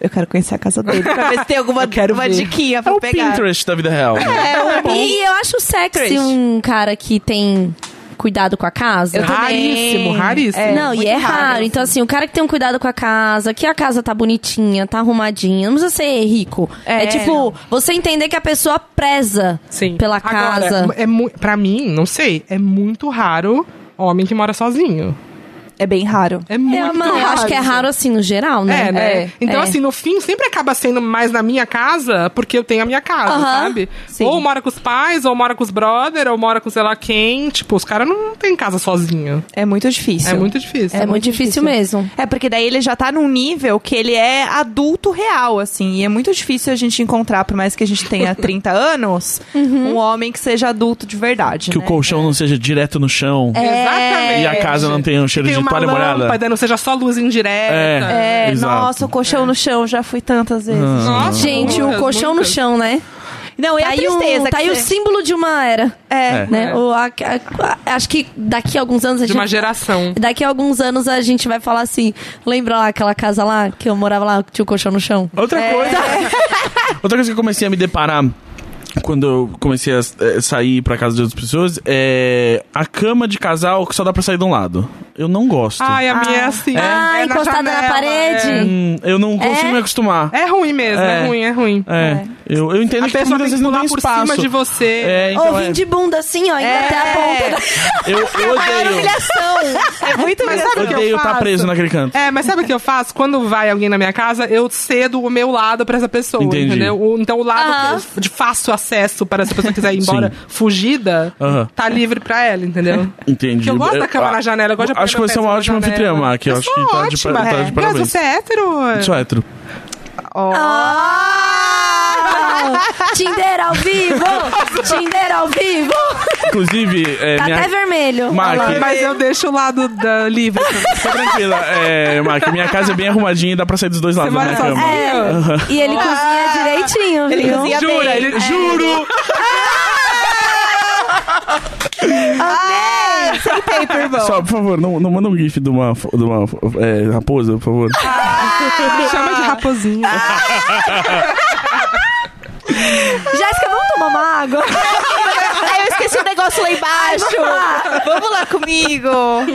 Speaker 1: eu quero conhecer a casa dele pra ver se tem alguma
Speaker 3: Eu quero
Speaker 1: uma
Speaker 3: ver.
Speaker 1: diquinha
Speaker 2: É
Speaker 1: pra
Speaker 2: o
Speaker 1: pegar.
Speaker 2: Pinterest da vida real. né?
Speaker 1: É, o
Speaker 4: E eu acho sexy
Speaker 1: Crush.
Speaker 4: um cara que tem cuidado com a casa.
Speaker 1: Eu também.
Speaker 3: Raríssimo, raríssimo.
Speaker 1: É,
Speaker 4: não, e
Speaker 1: muito
Speaker 4: é
Speaker 1: raro.
Speaker 4: raro. Então, assim, o cara que tem um cuidado com a casa, que a casa tá bonitinha, tá arrumadinha, não precisa ser rico.
Speaker 1: É.
Speaker 4: É, tipo, você entender que a pessoa preza
Speaker 3: Sim.
Speaker 4: pela
Speaker 3: Agora,
Speaker 4: casa.
Speaker 3: É, mu- pra mim, não sei, é muito raro homem que mora sozinho.
Speaker 1: É bem raro.
Speaker 3: É muito
Speaker 4: é, mano, eu
Speaker 3: raro.
Speaker 4: acho que é raro assim no geral, né?
Speaker 3: É, né?
Speaker 1: É,
Speaker 3: então,
Speaker 4: é.
Speaker 3: assim, no fim, sempre acaba sendo mais na minha casa, porque eu tenho a minha casa,
Speaker 4: Aham,
Speaker 3: sabe?
Speaker 1: sim.
Speaker 3: Ou mora com os pais, ou mora com os brother, ou mora com sei lá quem. Tipo, os caras não têm casa sozinho.
Speaker 1: É muito difícil.
Speaker 3: É muito difícil.
Speaker 4: É, muito difícil, mesmo.
Speaker 1: É, porque daí ele já tá num nível que ele é adulto real, assim. E é muito difícil a gente encontrar, por mais que a gente tenha 30 anos,
Speaker 4: Uhum.
Speaker 1: um homem que seja adulto de
Speaker 3: É,
Speaker 1: verdade.
Speaker 2: Que o
Speaker 1: né?
Speaker 2: colchão não seja direto no chão.
Speaker 3: Exatamente.
Speaker 2: E a casa não tem um cheiro
Speaker 3: Tem
Speaker 2: de
Speaker 3: uma
Speaker 2: toalha molhada.
Speaker 3: lâmpada, não seja só luz indireta.
Speaker 1: É,
Speaker 2: Exato. Ah.
Speaker 1: nossa, o colchão no chão já fui tantas vezes.
Speaker 3: Nossa,
Speaker 4: Gente,
Speaker 3: muitas,
Speaker 4: o colchão
Speaker 3: muitas.
Speaker 4: no chão, né?
Speaker 1: Não, e
Speaker 4: Tá
Speaker 1: a
Speaker 4: aí, um-
Speaker 1: tristeza. que
Speaker 4: tá aí o
Speaker 1: você-
Speaker 4: símbolo de uma era.
Speaker 1: É.
Speaker 2: É.
Speaker 4: Né? O- a- a- a- acho que daqui a alguns anos a
Speaker 3: De
Speaker 4: gente.
Speaker 3: uma geração.
Speaker 4: Daqui a alguns anos a gente vai falar assim: lembra lá aquela casa lá que eu morava lá, que tinha o colchão no chão?
Speaker 2: Outra
Speaker 3: É.
Speaker 2: coisa. Outra coisa que eu comecei a me deparar quando eu comecei a eh, sair pra casa de outras pessoas é a cama de casal que só dá pra sair de um lado. Eu não gosto.
Speaker 3: Ai, a minha é assim.
Speaker 4: Ah,
Speaker 3: é
Speaker 4: encostada na
Speaker 3: janela,
Speaker 4: parede.
Speaker 2: Hum, eu não consigo
Speaker 4: É?
Speaker 2: me acosumar.
Speaker 3: É, É ruim mesmo, é,
Speaker 2: É.
Speaker 3: ruim, é ruim.
Speaker 2: É. Eu, eu entendo
Speaker 3: A
Speaker 2: que por
Speaker 3: pessoa
Speaker 2: muitas
Speaker 3: tem
Speaker 2: vezes
Speaker 3: que
Speaker 2: não
Speaker 3: pular
Speaker 2: tem
Speaker 3: por
Speaker 2: espaço.
Speaker 3: cima de você.
Speaker 2: É,
Speaker 4: Ou
Speaker 2: então
Speaker 4: vim
Speaker 2: é.
Speaker 4: de bunda assim, ó, indo até a ponta. da-
Speaker 2: Eu, eu
Speaker 1: Maior
Speaker 2: odeio.
Speaker 1: humilhação. É muito
Speaker 3: Mas
Speaker 1: humilhação.
Speaker 3: sabe o que eu
Speaker 2: Odeio estar
Speaker 3: faço?
Speaker 2: preso naquele canto.
Speaker 3: É, mas sabe o que eu faço? Quando vai alguém na minha casa, eu cedo o meu lado pra essa pessoa,
Speaker 2: Entendi.
Speaker 3: entendeu? O- Então o lado
Speaker 4: Aham.
Speaker 3: que eu- de fácil acesso para essa pessoa que quiser ir embora
Speaker 2: Sim.
Speaker 3: fugida,
Speaker 2: Aham.
Speaker 3: tá livre pra ela, entendeu?
Speaker 2: Entendi.
Speaker 3: Porque eu gosto da cama
Speaker 2: ah,
Speaker 3: na janela, eu gosto de apoiar
Speaker 2: Acho que
Speaker 3: meu
Speaker 2: você é
Speaker 3: pé
Speaker 2: uma
Speaker 3: na
Speaker 2: ótima
Speaker 3: janela.
Speaker 2: anfitriã, Mark. Eu acho que
Speaker 3: sou
Speaker 2: tá de,
Speaker 3: ótima,
Speaker 2: par- tá
Speaker 3: é.
Speaker 2: de
Speaker 3: Mas
Speaker 2: parabéns.
Speaker 3: você é hétero?
Speaker 2: Sou hétero.
Speaker 4: Ah, Tinder ao vivo! Tinder ao vivo!
Speaker 2: Inclusive, é,
Speaker 4: Tá
Speaker 2: minha...
Speaker 4: até vermelho.
Speaker 2: Mark,
Speaker 4: Olha lá.
Speaker 3: Mas eu deixo o lado da livre.
Speaker 2: Fica tranquila, é, Mark. Minha casa é bem arrumadinha e dá pra sair dos dois lados
Speaker 3: Você
Speaker 2: da minha
Speaker 3: mora
Speaker 2: cama.
Speaker 3: sozinha?
Speaker 4: É, e ele cozinha direitinho,
Speaker 1: Ele
Speaker 4: viu?
Speaker 1: cozinha bem.
Speaker 2: Jura, ele-
Speaker 1: É.
Speaker 2: juro!
Speaker 1: Amei! Sem paper, irmão.
Speaker 2: Só, por favor, não, não manda um gif de uma, fo- de uma fo- é, raposa, por favor.
Speaker 3: Ah.
Speaker 1: Ah,
Speaker 3: Chama de raposinha.
Speaker 4: Jéssica, vamos tomar uma água?
Speaker 1: Ai, eu esqueci o negócio lá embaixo. Vamos lá comigo.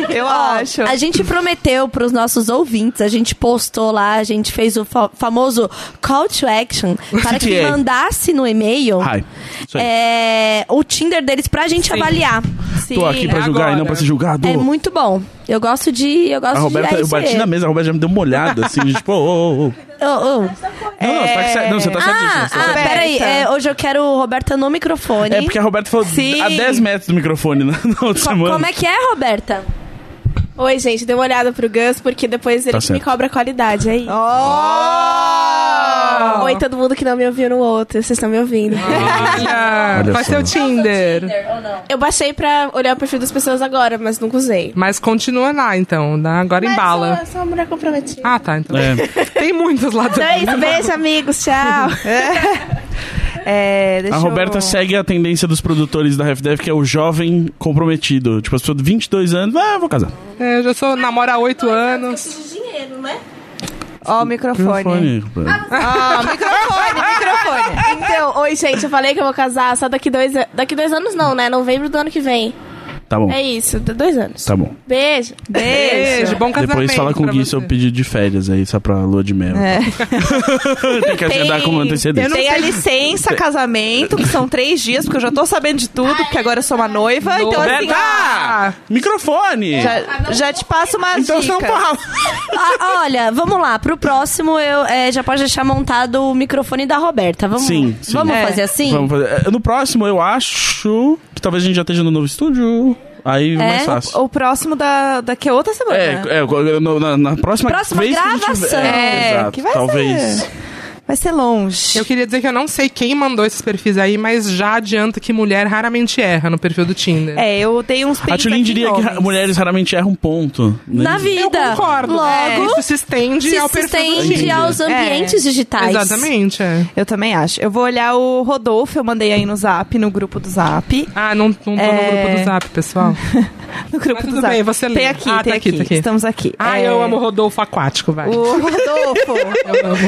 Speaker 1: Eu acho.
Speaker 4: A gente prometeu pros nossos ouvintes, a gente postou lá, a gente fez o fa- famoso call to action para que
Speaker 2: CTA.
Speaker 4: mandasse no e-mail
Speaker 2: Hi. é? Ah, Isso aí.
Speaker 4: é, o Tinder deles pra gente avaliar.
Speaker 2: Tô aqui pra
Speaker 3: é
Speaker 2: julgar e não
Speaker 3: agora.
Speaker 2: pra ser julgado.
Speaker 4: É muito bom. Eu gosto de. Eu gosto
Speaker 2: A Ah, Roberta,
Speaker 4: de. é
Speaker 2: eu
Speaker 4: isso
Speaker 2: bati
Speaker 4: aí.
Speaker 2: na mesa, a Roberta já me deu uma olhada, assim, de tipo, ô, ô, ô.
Speaker 4: Ô, ô.
Speaker 2: Não, não, você
Speaker 3: É.
Speaker 2: tá certo. Não, você tá certíssima,
Speaker 4: Ah,
Speaker 2: você tá
Speaker 4: ah
Speaker 2: certíssima.
Speaker 4: peraí. é, hoje eu quero Roberta no microfone.
Speaker 2: É porque a Roberta falou
Speaker 1: Sim.
Speaker 2: a 10 metros do microfone na, na outra
Speaker 4: Co-
Speaker 2: semana.
Speaker 4: Como é que é, Roberta?
Speaker 5: Oi, gente, dê uma olhada pro Gus, porque depois ele
Speaker 2: Tá
Speaker 5: que
Speaker 2: certo.
Speaker 5: me cobra a qualidade, é isso.
Speaker 1: Oh!
Speaker 5: Oi, todo mundo que não me ouviu no outro, vocês estão me ouvindo.
Speaker 2: Ah.
Speaker 3: Olha,
Speaker 2: Olha
Speaker 3: vai
Speaker 2: só.
Speaker 3: ser o Tinder.
Speaker 5: Eu baixei pra olhar o perfil das pessoas agora, mas nunca usei. É
Speaker 3: Mas continua lá, então. né? Agora embala.
Speaker 5: Mas sou, sou uma mulher comprometida.
Speaker 3: Ah, tá. Então.
Speaker 2: É.
Speaker 3: Tem muitos lá também.
Speaker 5: Então é isso, beijo, amigos, tchau.
Speaker 1: É, deixa
Speaker 2: A Roberta
Speaker 1: eu...
Speaker 2: segue a tendência dos produtores da RefDev, que é o jovem comprometido. Tipo, as pessoas de 22 anos, ah, eu vou casar.
Speaker 3: É, eu já sou namora há oito anos.
Speaker 1: Ó, o microfone.
Speaker 2: Roberta.
Speaker 1: Ó, microfone, microfone.
Speaker 5: Então, oi, gente, eu falei que eu vou casar só daqui dois anos. Daqui dois anos não, né? Novembro do ano que vem.
Speaker 2: Tá bom,
Speaker 5: É isso, d- dois anos.
Speaker 2: tá bom.
Speaker 5: Beijo.
Speaker 1: Beijo.
Speaker 3: Beijo, bom casamento.
Speaker 2: Depois fala com o
Speaker 3: pra
Speaker 2: Gui
Speaker 3: você.
Speaker 2: seu pedido de férias aí, só pra lua de mel.
Speaker 1: É.
Speaker 2: Tem que agendar com é antecedência.
Speaker 1: Tem a licença, casamento, que são três dias, porque eu já tô sabendo de tudo, porque agora eu sou uma noiva. Então, assim,
Speaker 2: Roberta! Microfone!
Speaker 3: Ah,
Speaker 1: já, já te passo uma
Speaker 2: então
Speaker 3: um
Speaker 1: dica.
Speaker 2: São Paulo.
Speaker 4: Ah, olha, vamos lá. Pro próximo, eu é, já pode deixar montado o microfone da Roberta. Vamos,
Speaker 2: Sim, sim.
Speaker 4: vamos
Speaker 1: É.
Speaker 4: fazer assim?
Speaker 2: Vamos fazer. é, No próximo, eu acho que talvez a gente já esteja no novo estúdio. Aí é mais fácil.
Speaker 1: O próximo da, daqui a outra semana.
Speaker 2: É, é no- na, na próxima,
Speaker 4: Próxima
Speaker 2: vez que a gente
Speaker 4: gravação.
Speaker 2: tiver-
Speaker 1: É,
Speaker 2: exato,
Speaker 1: que vai
Speaker 2: talvez.
Speaker 1: ser. Vai ser longe.
Speaker 3: Eu queria dizer que eu não sei quem mandou esses perfis aí, mas já adianto que mulher raramente erra no perfil do Tinder.
Speaker 1: É, eu dei uns
Speaker 2: A
Speaker 1: prints
Speaker 2: Tulin
Speaker 1: aqui
Speaker 2: diria
Speaker 1: em
Speaker 2: que
Speaker 1: homens.
Speaker 2: ra- mulheres raramente erram ponto. né?
Speaker 4: Na
Speaker 3: Eu
Speaker 4: vida.
Speaker 3: concordo. É,
Speaker 4: Logo,
Speaker 3: Isso se estende
Speaker 4: se
Speaker 3: ao perfil do
Speaker 4: estende
Speaker 2: Tinder.
Speaker 3: Tinder.
Speaker 4: aos ambientes digitais.
Speaker 3: Exatamente, é.
Speaker 1: Eu também acho. Eu vou olhar o Rodolfo, eu mandei aí no zap, no grupo do zap.
Speaker 3: Ah, não, não tô
Speaker 1: É.
Speaker 3: no grupo do Zap, pessoal.
Speaker 1: No grupo
Speaker 3: Mas
Speaker 1: do
Speaker 3: tudo
Speaker 1: zap.
Speaker 3: bem, você
Speaker 1: Tem
Speaker 3: lê.
Speaker 1: aqui,
Speaker 3: Ah,
Speaker 1: tem
Speaker 3: tá
Speaker 1: aqui,
Speaker 3: aqui, tá aqui.
Speaker 1: Estamos aqui.
Speaker 3: Ah,
Speaker 1: É,
Speaker 3: eu amo Rodolfo Aquático, vai.
Speaker 1: O Rodolfo.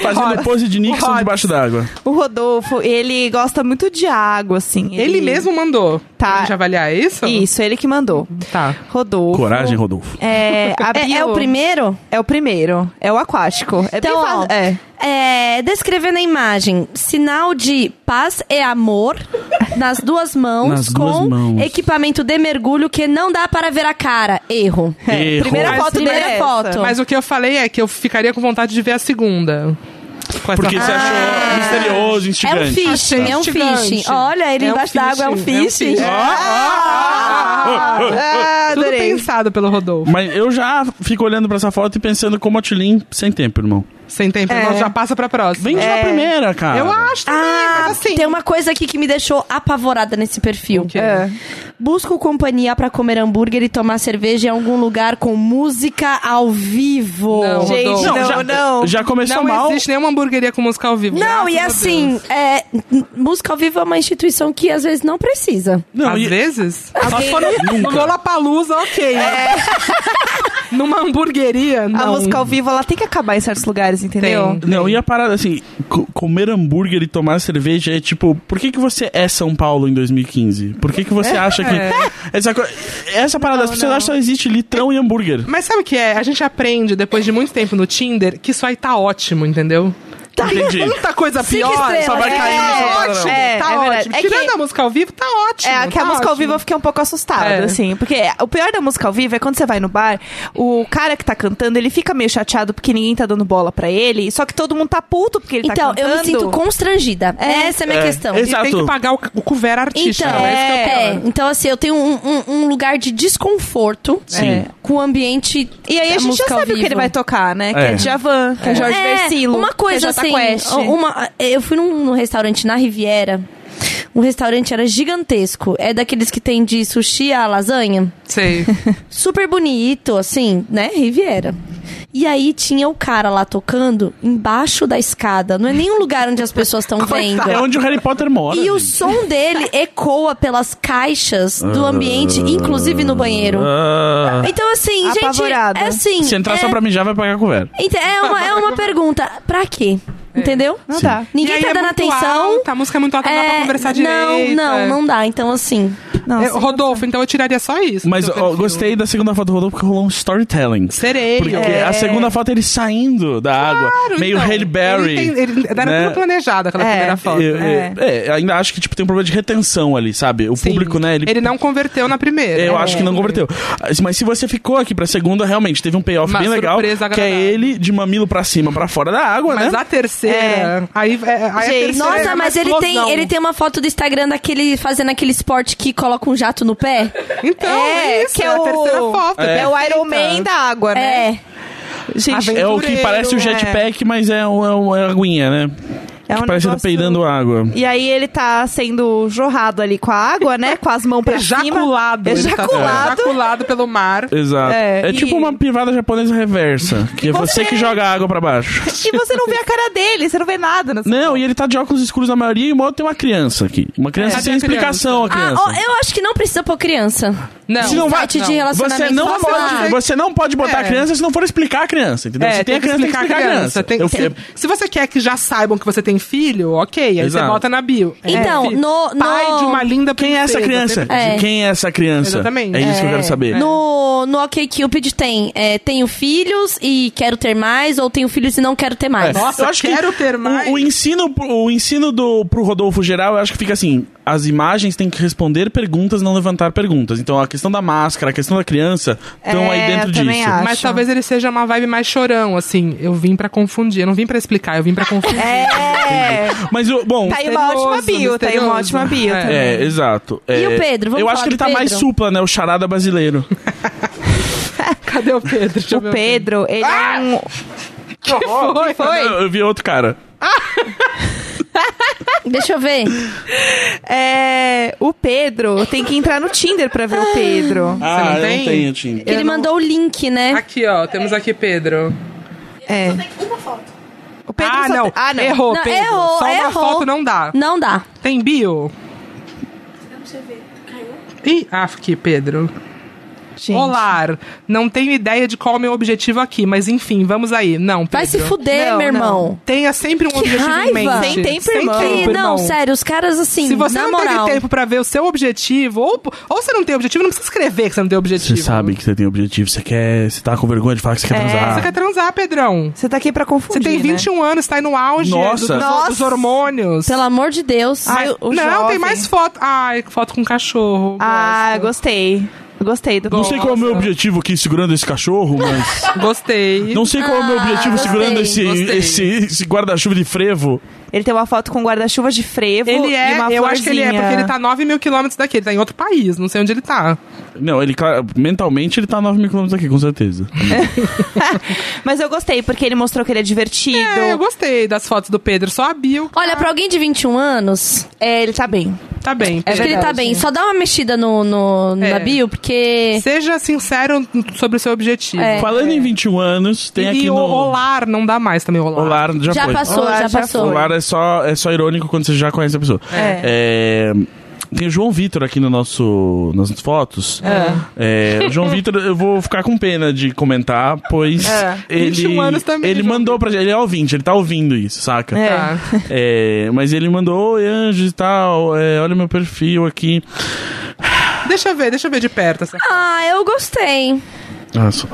Speaker 2: Fazendo pose de Nixon
Speaker 3: Rods.
Speaker 2: debaixo d'água.
Speaker 1: O Rodolfo, ele gosta muito de água, assim.
Speaker 3: Ele mesmo mandou.
Speaker 1: Tá.
Speaker 3: Pra gente avaliar é isso?
Speaker 1: Isso, ele que mandou.
Speaker 3: Tá.
Speaker 1: Rodolfo.
Speaker 2: Uhum. Coragem, Rodolfo.
Speaker 1: É, a
Speaker 4: É,
Speaker 1: bio-
Speaker 4: é o primeiro?
Speaker 1: É o primeiro. É o aquático. É bem
Speaker 4: Então, ó,
Speaker 1: fácil- é.
Speaker 4: é, descrevendo a imagem, sinal de paz e amor nas duas mãos
Speaker 2: Nas
Speaker 4: com
Speaker 2: duas mãos.
Speaker 4: equipamento de mergulho que não dá para ver a cara. Erro.
Speaker 2: Erro.
Speaker 1: Primeira
Speaker 3: É. Mas
Speaker 1: foto
Speaker 4: primeira
Speaker 1: dele é
Speaker 4: foto.
Speaker 1: essa.
Speaker 3: Mas o que eu falei é que eu ficaria com vontade de ver a segunda. Com essa-
Speaker 2: Porque é você achou misterioso,
Speaker 4: É um
Speaker 2: instigante. Tá.
Speaker 4: fishing,
Speaker 3: Achei
Speaker 4: é um
Speaker 3: instigante.
Speaker 4: fishing. Olha, ele
Speaker 3: É um
Speaker 4: embaixo d'água é um
Speaker 3: fishing, é um
Speaker 4: fishing.
Speaker 3: fishing.
Speaker 1: Ah,
Speaker 3: Tudo
Speaker 1: adorei.
Speaker 3: pensado pelo Rodolfo.
Speaker 2: Mas eu já fico olhando pra essa foto e pensando como a Tulin sem tempo, irmão.
Speaker 3: Sem tempo,
Speaker 1: É.
Speaker 3: nós já passa pra próxima.
Speaker 2: Vende na primeira, cara.
Speaker 3: É. Eu acho também,
Speaker 4: Ah,
Speaker 3: mas assim...
Speaker 1: então,
Speaker 4: tem uma coisa aqui que me deixou apavorada nesse perfil.
Speaker 3: O quê?
Speaker 1: É.
Speaker 4: Busco companhia pra comer hambúrguer e tomar cerveja em algum lugar com música ao vivo.
Speaker 3: Não,
Speaker 1: Gente,
Speaker 3: Rodolfo.
Speaker 1: não,
Speaker 2: já,
Speaker 1: não.
Speaker 2: Já começou
Speaker 3: Não
Speaker 2: mal.
Speaker 3: existe nenhuma hamburgueria com música ao vivo.
Speaker 4: Não,
Speaker 3: graças
Speaker 4: e
Speaker 3: a
Speaker 4: assim,
Speaker 3: Deus.
Speaker 4: é, n- música ao vivo é uma instituição que às vezes não precisa.
Speaker 2: Não,
Speaker 3: Às
Speaker 2: e-
Speaker 3: vezes. Só se for no- no Lollapalooza, ok. Numa hamburgueria,
Speaker 1: É. A
Speaker 3: não.
Speaker 1: música ao vivo, ela tem que acabar em certos lugares, entendeu?
Speaker 3: Tem.
Speaker 2: Não, e a parada assim, co- comer hambúrguer e tomar cerveja é tipo, por que, que você é São Paulo em 2015? Por que, que você acha que. Essa, co- essa parada, as pessoas acham que só existe litrão e hambúrguer.
Speaker 3: Mas sabe o que é? A gente aprende, depois de muito tempo no Tinder, que isso aí tá ótimo, entendeu? Tá
Speaker 2: Entendi.
Speaker 3: Tanta coisa
Speaker 1: Cinco
Speaker 3: pior.
Speaker 1: estrelas,
Speaker 2: só vai
Speaker 1: é.
Speaker 2: cair no seu
Speaker 3: Tá
Speaker 2: padrão.
Speaker 3: ótimo,
Speaker 1: É,
Speaker 3: tá
Speaker 1: é verdade.
Speaker 3: ótimo.
Speaker 1: É que-
Speaker 3: Tirando a música ao vivo, tá ótimo.
Speaker 1: É, que
Speaker 3: tá
Speaker 1: a música ao
Speaker 3: ótimo.
Speaker 1: vivo eu fiquei um pouco assustada,
Speaker 3: É.
Speaker 1: assim. Porque o pior da música ao vivo é quando você vai no bar, o cara que tá cantando, ele fica meio chateado porque ninguém tá dando bola pra ele, só que todo mundo tá puto porque ele
Speaker 4: então,
Speaker 1: tá cantando.
Speaker 4: eu me sinto constrangida. Essa é a minha
Speaker 2: É,
Speaker 4: questão.
Speaker 2: esse-
Speaker 3: E tem
Speaker 2: Exato.
Speaker 3: que pagar o, o couvert artista.
Speaker 4: Então,
Speaker 3: né? Esse que é o
Speaker 4: é,
Speaker 3: pior.
Speaker 4: então assim, eu tenho um, um- um lugar de desconforto
Speaker 2: Sim.
Speaker 4: é, com o ambiente.
Speaker 1: E aí a gente já sabe o que ele vai tocar, né? Que é,
Speaker 2: É.
Speaker 1: Djavan, que é, Jorge
Speaker 4: É,
Speaker 1: Versilo.
Speaker 4: Uma coisa
Speaker 1: que é
Speaker 4: assim,
Speaker 1: Jota Quest.
Speaker 4: uma, eu fui num, num restaurante na Riviera. O restaurante era gigantesco. É daqueles que tem de sushi a lasanha.
Speaker 3: Sei.
Speaker 4: Super bonito, assim, né? Riviera. E aí tinha o cara lá tocando embaixo da escada. Não é nenhum lugar onde as pessoas estão vendo.
Speaker 2: É onde o Harry Potter mora.
Speaker 4: E o
Speaker 2: gente.
Speaker 4: som dele ecoa pelas caixas do ambiente, inclusive no banheiro.
Speaker 2: Ah.
Speaker 4: Então, assim,
Speaker 1: Apavorada.
Speaker 4: gente, é assim.
Speaker 2: Se entrar
Speaker 4: é,
Speaker 2: só pra mijar, vai pagar couvert.
Speaker 4: Ent- É uma, é uma pergunta. Pra quê?
Speaker 2: É.
Speaker 4: Entendeu?
Speaker 1: Não dá.
Speaker 3: E
Speaker 4: Ninguém
Speaker 3: aí
Speaker 4: tá
Speaker 3: é
Speaker 4: dando
Speaker 3: muito
Speaker 4: atenção.
Speaker 3: alta, a música é muito alta, não dá pra
Speaker 4: É,
Speaker 3: conversar
Speaker 4: não,
Speaker 3: direito.
Speaker 4: não,
Speaker 3: é.
Speaker 4: não dá. Então, assim.
Speaker 1: Nossa.
Speaker 3: É, Rodolfo, então eu tiraria só isso.
Speaker 2: Mas
Speaker 3: do
Speaker 2: ó,
Speaker 3: perfil.
Speaker 2: gostei da segunda foto do Rodolfo porque rolou um storytelling.
Speaker 3: Sereio.
Speaker 2: Porque a segunda foto é ele saindo da água.
Speaker 3: Claro,
Speaker 2: meio
Speaker 3: então.
Speaker 2: Halle Berry.
Speaker 3: Ele tem, ele, era
Speaker 2: né?
Speaker 3: tudo planejado aquela
Speaker 1: É.
Speaker 3: primeira foto. né?
Speaker 2: Eu-
Speaker 1: É.
Speaker 2: eu- é, ainda acho que tipo, tem um problema de retenção ali, sabe? O
Speaker 3: Sim.
Speaker 2: público, né? Ele,
Speaker 3: Ele não converteu na primeira.
Speaker 2: eu
Speaker 3: É.
Speaker 2: acho que não converteu. Mas se você ficou aqui pra segunda, realmente teve um payoff
Speaker 3: Uma
Speaker 2: bem legal.
Speaker 3: surpresa
Speaker 2: Que é
Speaker 3: agradável.
Speaker 2: ele de mamilo pra cima, pra fora da água,
Speaker 3: Mas
Speaker 2: né?
Speaker 3: a terceira. Aí, é, aí
Speaker 1: Gente,
Speaker 3: a terceira
Speaker 4: Nossa,
Speaker 3: é uma
Speaker 4: mas ele
Speaker 3: explosão.
Speaker 4: tem, ele tem uma foto do Instagram daquele fazendo aquele esporte que coloca um jato no pé.
Speaker 3: Então, é, isso,
Speaker 1: que é,
Speaker 3: a
Speaker 1: o...
Speaker 3: terceira então. foto. né?
Speaker 1: É.
Speaker 3: perfeita.
Speaker 1: o Iron Man da água, né?
Speaker 4: É.
Speaker 1: Gente,
Speaker 2: É o que parece o
Speaker 1: aventureiro,
Speaker 2: jetpack, mas é, um, é, um, é aguinha, né?
Speaker 1: É
Speaker 2: que
Speaker 1: um
Speaker 2: parece que tá
Speaker 1: negócio-
Speaker 2: peidando água.
Speaker 1: E aí ele tá sendo jorrado ali com a água, né? Com as mãos pra
Speaker 3: Ejaculado.
Speaker 1: cima.
Speaker 3: ele tá-
Speaker 1: Ejaculado.
Speaker 3: Ejaculado pelo mar.
Speaker 2: Exato.
Speaker 1: É,
Speaker 2: É,
Speaker 1: e-
Speaker 2: tipo uma privada japonesa reversa, que é você que joga a água pra baixo.
Speaker 1: E você não vê a cara dele, você não vê nada. Nessa
Speaker 2: Não, e ele tá de óculos escuros na maioria e o outro tem uma criança aqui. Uma criança
Speaker 3: Cadê
Speaker 2: sem
Speaker 3: a
Speaker 2: explicação, a
Speaker 4: Ah, ó,
Speaker 2: criança.
Speaker 4: eu acho que não precisa pôr criança.
Speaker 3: Não.
Speaker 2: Se não vai-
Speaker 4: Site de
Speaker 3: não.
Speaker 4: relacionamento.
Speaker 2: Você não,
Speaker 4: só
Speaker 2: pode,
Speaker 4: falar.
Speaker 2: você não pode botar
Speaker 3: É.
Speaker 2: a criança se não for explicar a criança, entendeu?
Speaker 3: É,
Speaker 2: se tem a criança, tem que explicar a criança.
Speaker 3: Tem-
Speaker 2: Eu-
Speaker 3: tem- Se você quer que já saibam que você tem filho, ok. Aí você
Speaker 2: Exato.
Speaker 3: bota na bio. É,
Speaker 4: Então,
Speaker 3: filho,
Speaker 4: no- no-
Speaker 3: Pai de uma linda
Speaker 2: Quem é essa
Speaker 3: princesa.
Speaker 2: criança?
Speaker 4: É.
Speaker 2: De quem é essa criança?
Speaker 3: Exatamente.
Speaker 2: É isso que eu
Speaker 3: É.
Speaker 2: quero saber.
Speaker 4: No, no OkCupid tem é, tenho filhos e quero ter mais, ou tenho filhos e não quero ter mais.
Speaker 3: É. Nossa,
Speaker 2: É. eu acho
Speaker 3: quero
Speaker 2: que
Speaker 3: ter mais.
Speaker 2: O, o ensino, o ensino do, pro Rodolfo geral, eu acho que fica assim: as imagens têm que responder perguntas, não levantar perguntas. Então a questão da máscara, a questão da criança estão
Speaker 1: É,
Speaker 2: aí dentro
Speaker 1: eu também
Speaker 2: disso.
Speaker 1: acho.
Speaker 3: Mas talvez ele seja uma vibe mais chorão, assim. Eu vim pra confundir. Eu não vim pra explicar, eu vim pra confundir.
Speaker 1: É.
Speaker 2: Mas, o bom.
Speaker 1: Tá aí uma
Speaker 3: Misterioso,
Speaker 1: ótima bio, tá aí uma
Speaker 3: misterioso.
Speaker 1: ótima bio.
Speaker 3: É.
Speaker 1: também.
Speaker 2: É, exato. É,
Speaker 4: o Pedro? Vamos
Speaker 2: eu
Speaker 4: falar
Speaker 2: acho que ele
Speaker 4: do
Speaker 2: tá mais
Speaker 4: Pedro?
Speaker 2: supla, né? O charada brasileiro.
Speaker 3: Cadê o Pedro? Deixa
Speaker 1: É.
Speaker 3: eu
Speaker 1: O
Speaker 3: ver Ah!
Speaker 1: Pedro, ele é um.
Speaker 3: Foi,
Speaker 2: Eu, eu vi outro cara.
Speaker 4: Deixa eu ver.
Speaker 1: É, o Pedro tem que entrar no Tinder pra ver o Pedro.
Speaker 2: ah,
Speaker 3: não
Speaker 2: eu
Speaker 3: tem?
Speaker 2: não tenho, Tim.
Speaker 4: Ele mandou o link, né?
Speaker 3: Aqui, ó. Temos aqui Pedro.
Speaker 1: É. O Pedro
Speaker 3: ah,
Speaker 1: só
Speaker 3: não.
Speaker 1: tem- Ah, não.
Speaker 3: Errou,
Speaker 4: Não,
Speaker 3: Pedro.
Speaker 4: errou,
Speaker 3: Só uma
Speaker 4: errou.
Speaker 3: foto não dá.
Speaker 4: Não dá.
Speaker 3: Tem bio? Ih, ah, aqui, Pedro.
Speaker 1: Gente.
Speaker 3: Olar, não tenho ideia de qual é o meu objetivo aqui, mas enfim, vamos aí. Não,
Speaker 4: Vai se
Speaker 3: Pedro.
Speaker 4: fuder,
Speaker 1: Não,
Speaker 4: meu irmão.
Speaker 3: Tenha sempre um objetivo
Speaker 4: raiva!
Speaker 3: em mente.
Speaker 1: Sem tempo, irmão.
Speaker 4: Que-
Speaker 3: tempo,
Speaker 4: não,
Speaker 3: irmão.
Speaker 4: sério, os caras assim,
Speaker 3: Se você
Speaker 4: na
Speaker 3: não
Speaker 4: moral.
Speaker 3: teve tempo pra ver o seu objetivo, ou, ou você não tem objetivo, não precisa escrever que você não tem objetivo.
Speaker 2: Você sabe que você tem objetivo, você quer. Você tá com vergonha de falar que você quer
Speaker 3: Você
Speaker 2: transar.
Speaker 3: quer transar, Pedrão.
Speaker 1: Você tá aqui pra
Speaker 3: Você
Speaker 1: confundir.
Speaker 4: né?
Speaker 3: tem 21 anos, tá aí no auge
Speaker 2: Nossa.
Speaker 3: do- do-
Speaker 1: Nossa.
Speaker 3: dos hormônios.
Speaker 4: Pelo amor de Deus.
Speaker 1: Ai, o
Speaker 3: não,
Speaker 1: jovem.
Speaker 3: tem mais foto. Ai, foto com cachorro.
Speaker 1: Ah,
Speaker 3: gosto.
Speaker 1: gostei. Gostei do
Speaker 2: Não sei qual é o meu objetivo aqui segurando esse cachorro, mas.
Speaker 3: Gostei.
Speaker 2: Não sei qual é o meu
Speaker 4: Ah,
Speaker 2: objetivo
Speaker 4: gostei,
Speaker 2: segurando esse,
Speaker 3: gostei.
Speaker 2: esse, esse guarda-chuva de frevo.
Speaker 1: Ele tem uma foto com um guarda-chuva de frevo
Speaker 3: Ele
Speaker 1: e
Speaker 3: é,
Speaker 1: uma
Speaker 3: eu acho que ele é,
Speaker 1: florzinha.
Speaker 3: porque ele tá 9 mil quilômetros daqui, ele tá em outro país, não sei onde ele tá.
Speaker 2: Não, ele clara- mentalmente ele tá a 9 mil quilômetros aqui, com certeza.
Speaker 1: Mas eu gostei, porque ele mostrou que ele é divertido.
Speaker 3: É, eu gostei das fotos do Pedro, só a bio.
Speaker 4: Olha, pra alguém de 21 anos,
Speaker 1: É, ele tá bem.
Speaker 3: Tá bem,
Speaker 4: acho
Speaker 3: Pedro.
Speaker 4: que ele tá bem. Só dá uma mexida no, no- na
Speaker 3: É.
Speaker 4: bio, porque.
Speaker 3: Seja sincero sobre o seu objetivo.
Speaker 4: É.
Speaker 2: Falando em 21 anos, tem
Speaker 3: e
Speaker 2: aqui
Speaker 3: o
Speaker 2: no.
Speaker 3: Olar não dá mais também, Olar.
Speaker 2: Olar já,
Speaker 4: Já
Speaker 2: foi.
Speaker 4: passou,
Speaker 1: Olá,
Speaker 4: já
Speaker 1: já
Speaker 4: passou.
Speaker 2: Olar é só, é só irônico quando você já conhece a pessoa. É, Tem o João Vitor aqui no nosso, nas fotos. É, o João Vitor, eu vou ficar com pena de comentar, pois
Speaker 1: É.
Speaker 2: ele,
Speaker 3: 21 anos também,
Speaker 2: ele
Speaker 3: João
Speaker 2: mandou pra gente. Ele é ouvinte, ele tá ouvindo isso, saca?
Speaker 1: É.
Speaker 3: Tá.
Speaker 2: É, mas ele mandou, oi anjos e tal, é, olha meu perfil aqui.
Speaker 3: Deixa eu ver, deixa eu ver de perto. assim. Essa...
Speaker 4: Ah, eu gostei.
Speaker 2: Nossa.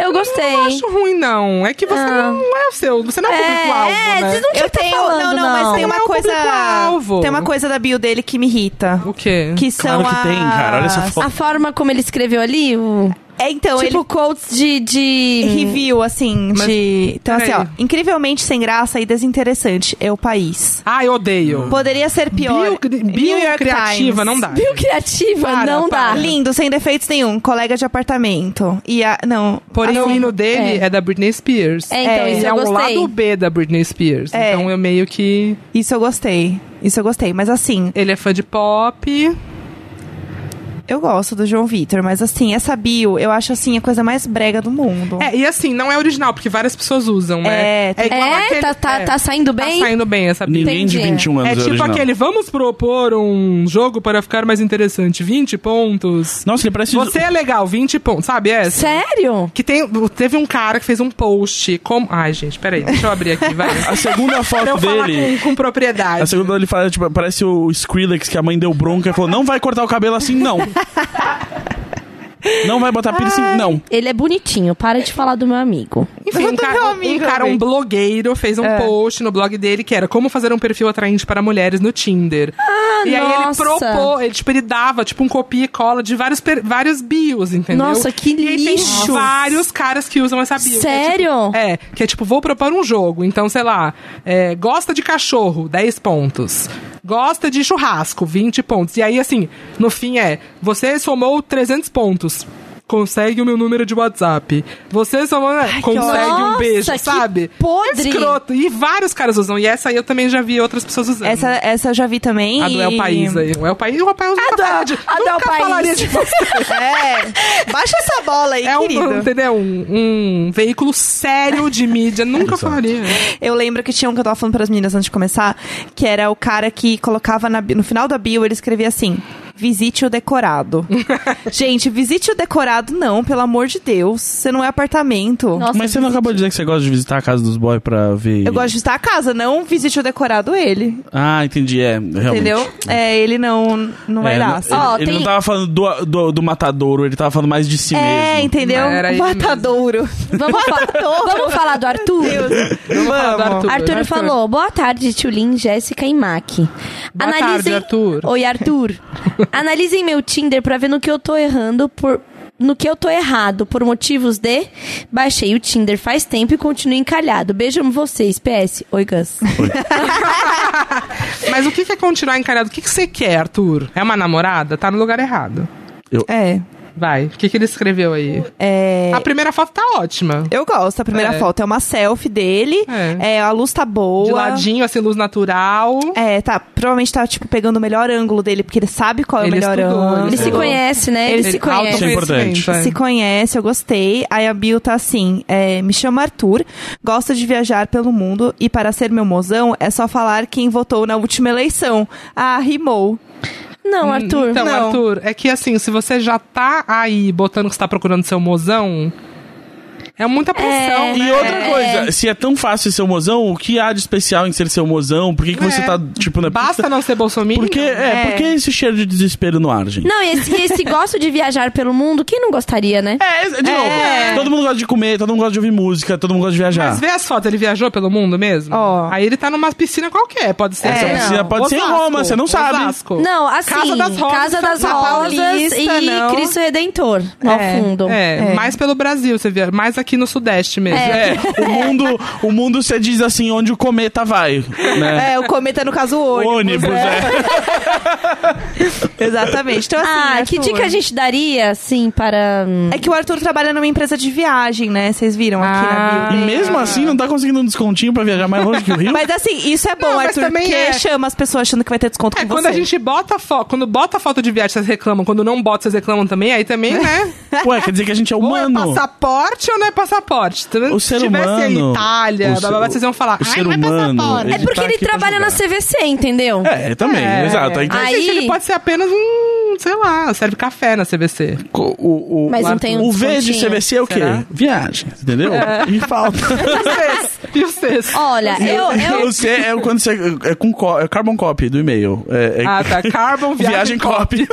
Speaker 4: Eu gostei.
Speaker 3: Não acho um ruim, não. É que você não, é o seu, você não é o público-alvo,
Speaker 4: é,
Speaker 3: né?
Speaker 4: vocês não tinham
Speaker 1: Eu
Speaker 4: que tá
Speaker 1: tenho.
Speaker 4: falando,
Speaker 1: não, não, mas tem
Speaker 3: Não
Speaker 1: uma
Speaker 3: é o
Speaker 1: coisa.
Speaker 3: público-alvo.
Speaker 1: Tem uma coisa da bio dele que me irrita.
Speaker 3: O quê?
Speaker 1: Que são
Speaker 2: Claro que
Speaker 1: as-
Speaker 2: tem, cara, olha essa foto.
Speaker 4: A forma como ele escreveu ali, o...
Speaker 1: É, então,
Speaker 4: tipo quotes de... de...
Speaker 1: ele review, assim,
Speaker 3: hum. Mas-
Speaker 1: de. Então, assim, ó.
Speaker 3: Peraí.
Speaker 1: Incrivelmente sem graça e desinteressante é o país.
Speaker 3: Ah, eu odeio.
Speaker 1: Poderia ser pior.
Speaker 3: Bio, bio
Speaker 1: New York
Speaker 3: criativa,
Speaker 1: Times.
Speaker 3: não dá.
Speaker 4: Viu, criativa?
Speaker 3: Para,
Speaker 4: não
Speaker 3: para.
Speaker 4: dá.
Speaker 1: Lindo, sem defeitos nenhum. Colega de apartamento. E a. Não.
Speaker 3: Porém, o
Speaker 1: assim,
Speaker 3: hino dele é, da Britney Spears.
Speaker 4: Ah, É, então,
Speaker 1: É,
Speaker 4: isso
Speaker 3: Ele
Speaker 4: eu
Speaker 3: é um
Speaker 4: gostei.
Speaker 3: lado B da Britney Spears.
Speaker 1: É.
Speaker 3: Então eu meio que.
Speaker 1: Isso eu gostei. Isso eu gostei. Mas assim,
Speaker 3: Ele é fã de pop.
Speaker 1: eu gosto do João Vitor, mas assim, essa bio, eu acho assim a coisa mais brega do mundo.
Speaker 3: É, e assim, não é original, porque várias pessoas usam,
Speaker 1: É,
Speaker 3: né?
Speaker 1: tem-
Speaker 3: igual
Speaker 4: É,
Speaker 3: aquele-
Speaker 4: tá, tá,
Speaker 3: é,
Speaker 4: tá saindo bem?
Speaker 3: Tá saindo bem essa Britney.
Speaker 2: Ninguém de
Speaker 4: Entendi.
Speaker 2: 21 anos
Speaker 3: É tipo
Speaker 2: original.
Speaker 3: aquele, vamos propor um jogo para ficar mais interessante. 20 pontos.
Speaker 2: Nossa, ele parece.
Speaker 3: Você é legal, 20 pontos, sabe? É.
Speaker 4: Sério?
Speaker 3: Que tem, teve um cara que fez um post como... Ai, gente, peraí, deixa eu abrir aqui, vai.
Speaker 2: A segunda
Speaker 3: Pra
Speaker 2: foto
Speaker 3: eu falar
Speaker 2: dele.
Speaker 3: com, com propriedade.
Speaker 2: A segunda ele fala, tipo, parece o Skrillex que a mãe deu bronca e falou: não vai cortar o cabelo assim, não. não vai botar piercing, não.
Speaker 4: Ele é bonitinho, para de falar do meu amigo.
Speaker 3: Enfim, um
Speaker 1: do
Speaker 3: cara,
Speaker 1: meu
Speaker 3: um-
Speaker 1: amigo,
Speaker 3: um, cara, um
Speaker 1: velho.
Speaker 3: blogueiro, fez
Speaker 4: É.
Speaker 3: um post no blog dele que era como fazer um perfil atraente para mulheres no Tinder. Ah, e aí ele
Speaker 4: nossa.
Speaker 3: propôs, ele, tipo, ele dava, tipo, um copia e cola de vários, per- vários bios, entendeu?
Speaker 4: Nossa, que
Speaker 3: E aí
Speaker 4: lixo.
Speaker 3: tem vários caras que usam essa bio. que é, tipo,
Speaker 4: Sério?
Speaker 3: É, que é tipo, vou propor um jogo. Então, sei lá, é, gosta de cachorro, 10 pontos. Gosta de churrasco, 20 pontos. E aí, assim, no fim é, você somou 300 pontos. Consegue o meu número de WhatsApp. Você somou. consegue
Speaker 4: ótimo.
Speaker 3: um
Speaker 4: Nossa,
Speaker 3: beijo,
Speaker 4: que
Speaker 3: sabe?
Speaker 4: podre.
Speaker 3: Escroto. E vários caras usam. E essa aí eu também já vi outras pessoas usando.
Speaker 1: Essa, essa eu já vi também.
Speaker 3: A do El
Speaker 1: e-
Speaker 3: País aí. O El País, o El País nunca,
Speaker 1: do-
Speaker 3: falaria de,
Speaker 1: a do El
Speaker 3: nunca
Speaker 1: País.
Speaker 3: falaria de você.
Speaker 1: É. Baixa essa bola aí,
Speaker 3: É um,
Speaker 1: querido.
Speaker 3: entendeu? Um, um veículo sério de mídia. Nunca falaria.
Speaker 1: Eu lembro que tinha um que eu tava falando pras meninas antes de começar, que era o cara que colocava na bi- no final da bio, ele escrevia assim: visite o decorado. Gente, visite o decorado, não, pelo amor de Deus. Você não é apartamento.
Speaker 4: Nossa,
Speaker 2: Mas você não acabou de dizer que você gosta de visitar a casa dos boys pra ver.
Speaker 1: Eu gosto de estar a casa, não visite o decorado ele.
Speaker 2: Ah, entendi, é. Realmente.
Speaker 1: Entendeu? É, ele não, não vai
Speaker 2: É,
Speaker 1: dar.
Speaker 2: não-
Speaker 1: sabe?
Speaker 2: ele,
Speaker 4: Ó,
Speaker 2: ele
Speaker 4: tem-
Speaker 2: não tava falando do, do, do matadouro, ele tava falando mais de si
Speaker 1: é,
Speaker 2: mesmo.
Speaker 1: entendeu?
Speaker 3: Era ele
Speaker 1: Matadouro.
Speaker 4: Vamos, fa- Vamos falar do Arthur?
Speaker 3: Vamos falar do Arthur.
Speaker 4: Arthur falou, boa tarde, Tulin, Jéssica e Mac.
Speaker 3: Boa tarde, Arthur.
Speaker 4: Oi, Arthur. Analisem meu Tinder pra ver no que eu tô errando por... No que eu tô errado, por motivos de... Baixei o Tinder faz tempo e continuo encalhado. Beijo, amo vocês. PS. Oi, Gus.
Speaker 3: Mas o que que é continuar encalhado? O que que você quer, Arthur? É uma namorada? Tá no lugar errado.
Speaker 1: É.
Speaker 3: Vai. O que que ele escreveu aí?
Speaker 1: É.
Speaker 3: A primeira foto tá ótima.
Speaker 1: Eu gosto, a primeira
Speaker 3: É.
Speaker 1: foto é uma selfie dele,
Speaker 3: É.
Speaker 1: é, a luz tá boa.
Speaker 3: De ladinho, assim, luz natural.
Speaker 1: É, tá. Provavelmente tá, tipo, pegando o melhor ângulo dele, porque ele sabe qual é
Speaker 3: Ele
Speaker 1: o melhor
Speaker 3: estudou,
Speaker 1: ângulo.
Speaker 4: Ele se
Speaker 3: Boa.
Speaker 4: conhece, né? Ele, se conhece.
Speaker 2: Isso é importante.
Speaker 3: autoconhecimento, é.
Speaker 1: Se conhece, eu gostei. Aí a Bill tá assim: é, me chamo Arthur, gosto de viajar pelo mundo e para ser meu mozão é só falar quem votou na última eleição. Ah, rimou.
Speaker 4: Não, Arthur.
Speaker 3: Então,
Speaker 1: Não.
Speaker 3: Arthur, é que assim, se você já tá aí botando que você tá procurando seu mozão, é muita pressão.
Speaker 4: É.
Speaker 2: E outra coisa, se é tão fácil ser mozão, o que há de especial em ser seu mozão? Por que, que você
Speaker 3: É.
Speaker 2: tá, tipo, na
Speaker 3: Basta não ser bolsominion. né?
Speaker 2: Porque, é,
Speaker 1: É.
Speaker 2: por que esse cheiro de desespero no ar, gente?
Speaker 4: Não, e esse, e esse gosto de viajar pelo mundo, quem não gostaria, né?
Speaker 2: É, de novo,
Speaker 1: É.
Speaker 2: todo mundo gosta de comer, todo mundo gosta de ouvir música, todo mundo gosta de viajar.
Speaker 3: Mas vê as fotos, ele viajou pelo mundo mesmo?
Speaker 1: Ó.
Speaker 3: Aí ele tá numa piscina qualquer, pode ser.
Speaker 2: Essa
Speaker 4: É,
Speaker 2: piscina
Speaker 4: não.
Speaker 2: pode ser em Roma, você não sabe.
Speaker 3: Osasco.
Speaker 4: Não, assim,
Speaker 3: Casa das Rosas,
Speaker 4: Casa das
Speaker 3: São Paulo.
Speaker 4: Rosas
Speaker 1: Paulista,
Speaker 4: e
Speaker 1: não.
Speaker 4: Cristo Redentor, ao
Speaker 1: É,
Speaker 4: fundo.
Speaker 3: É,
Speaker 1: É.
Speaker 3: mais pelo Brasil, você vê, mais aqui no Sudeste mesmo.
Speaker 2: É, o mundo, o mundo você diz assim, onde o cometa vai, né?
Speaker 1: É, o cometa, no caso, o ônibus.
Speaker 2: Ônibus, é.
Speaker 1: Exatamente. Então, assim,
Speaker 4: Ah, que
Speaker 1: Arthur.
Speaker 4: dica a gente daria, assim, para... hum,
Speaker 1: É que o Arthur trabalha numa empresa de viagem, né? Vocês viram aqui na
Speaker 3: Ah.
Speaker 1: bio.
Speaker 2: E mesmo assim não tá conseguindo um descontinho pra viajar mais longe que o Rio?
Speaker 1: Mas assim, isso é bom,
Speaker 3: Não, mas
Speaker 1: Arthur,
Speaker 3: também
Speaker 1: porque
Speaker 3: é.
Speaker 1: chama as pessoas achando que vai ter desconto
Speaker 3: É,
Speaker 1: com
Speaker 3: quando
Speaker 1: você.
Speaker 3: a gente bota foto, quando bota foto de viagem, vocês reclamam. Quando não bota, vocês reclamam também. Aí também, né?
Speaker 2: Ué, quer dizer que a gente é
Speaker 3: Ou é
Speaker 2: humano.
Speaker 3: passaporte ou não é passaporte. Então,
Speaker 2: O
Speaker 3: Se
Speaker 2: ser
Speaker 3: tivesse aí
Speaker 2: humano-
Speaker 3: Itália,
Speaker 2: o
Speaker 3: blá, blá, blá,
Speaker 2: ser-
Speaker 3: vocês iam falar.
Speaker 2: o ser
Speaker 3: Ai, não é
Speaker 2: humano,
Speaker 3: passaporte.
Speaker 2: ele
Speaker 4: É porque
Speaker 2: tá
Speaker 4: ele
Speaker 2: aqui pra
Speaker 4: trabalha na
Speaker 2: ajudar.
Speaker 4: CVC, entendeu?
Speaker 2: É, também,
Speaker 3: É.
Speaker 2: exato. Aí que-
Speaker 4: Ai.
Speaker 3: Gente,
Speaker 4: Aí-
Speaker 3: ele pode ser apenas um, sei lá, serve café na CVC.
Speaker 2: o, o,
Speaker 4: Mas não
Speaker 2: o-
Speaker 4: tem um
Speaker 2: o V de
Speaker 4: descontinho?
Speaker 2: CVC é o quê?
Speaker 3: Será?
Speaker 2: Viagem, entendeu? E falta.
Speaker 3: e vocês?
Speaker 4: Olha, eu... eu...
Speaker 2: O C é quando você. É, com co- é carbon copy do e-mail. É, é-
Speaker 3: Ah, tá. Carbon
Speaker 2: Viagem
Speaker 3: viagem. Ah.
Speaker 2: copy.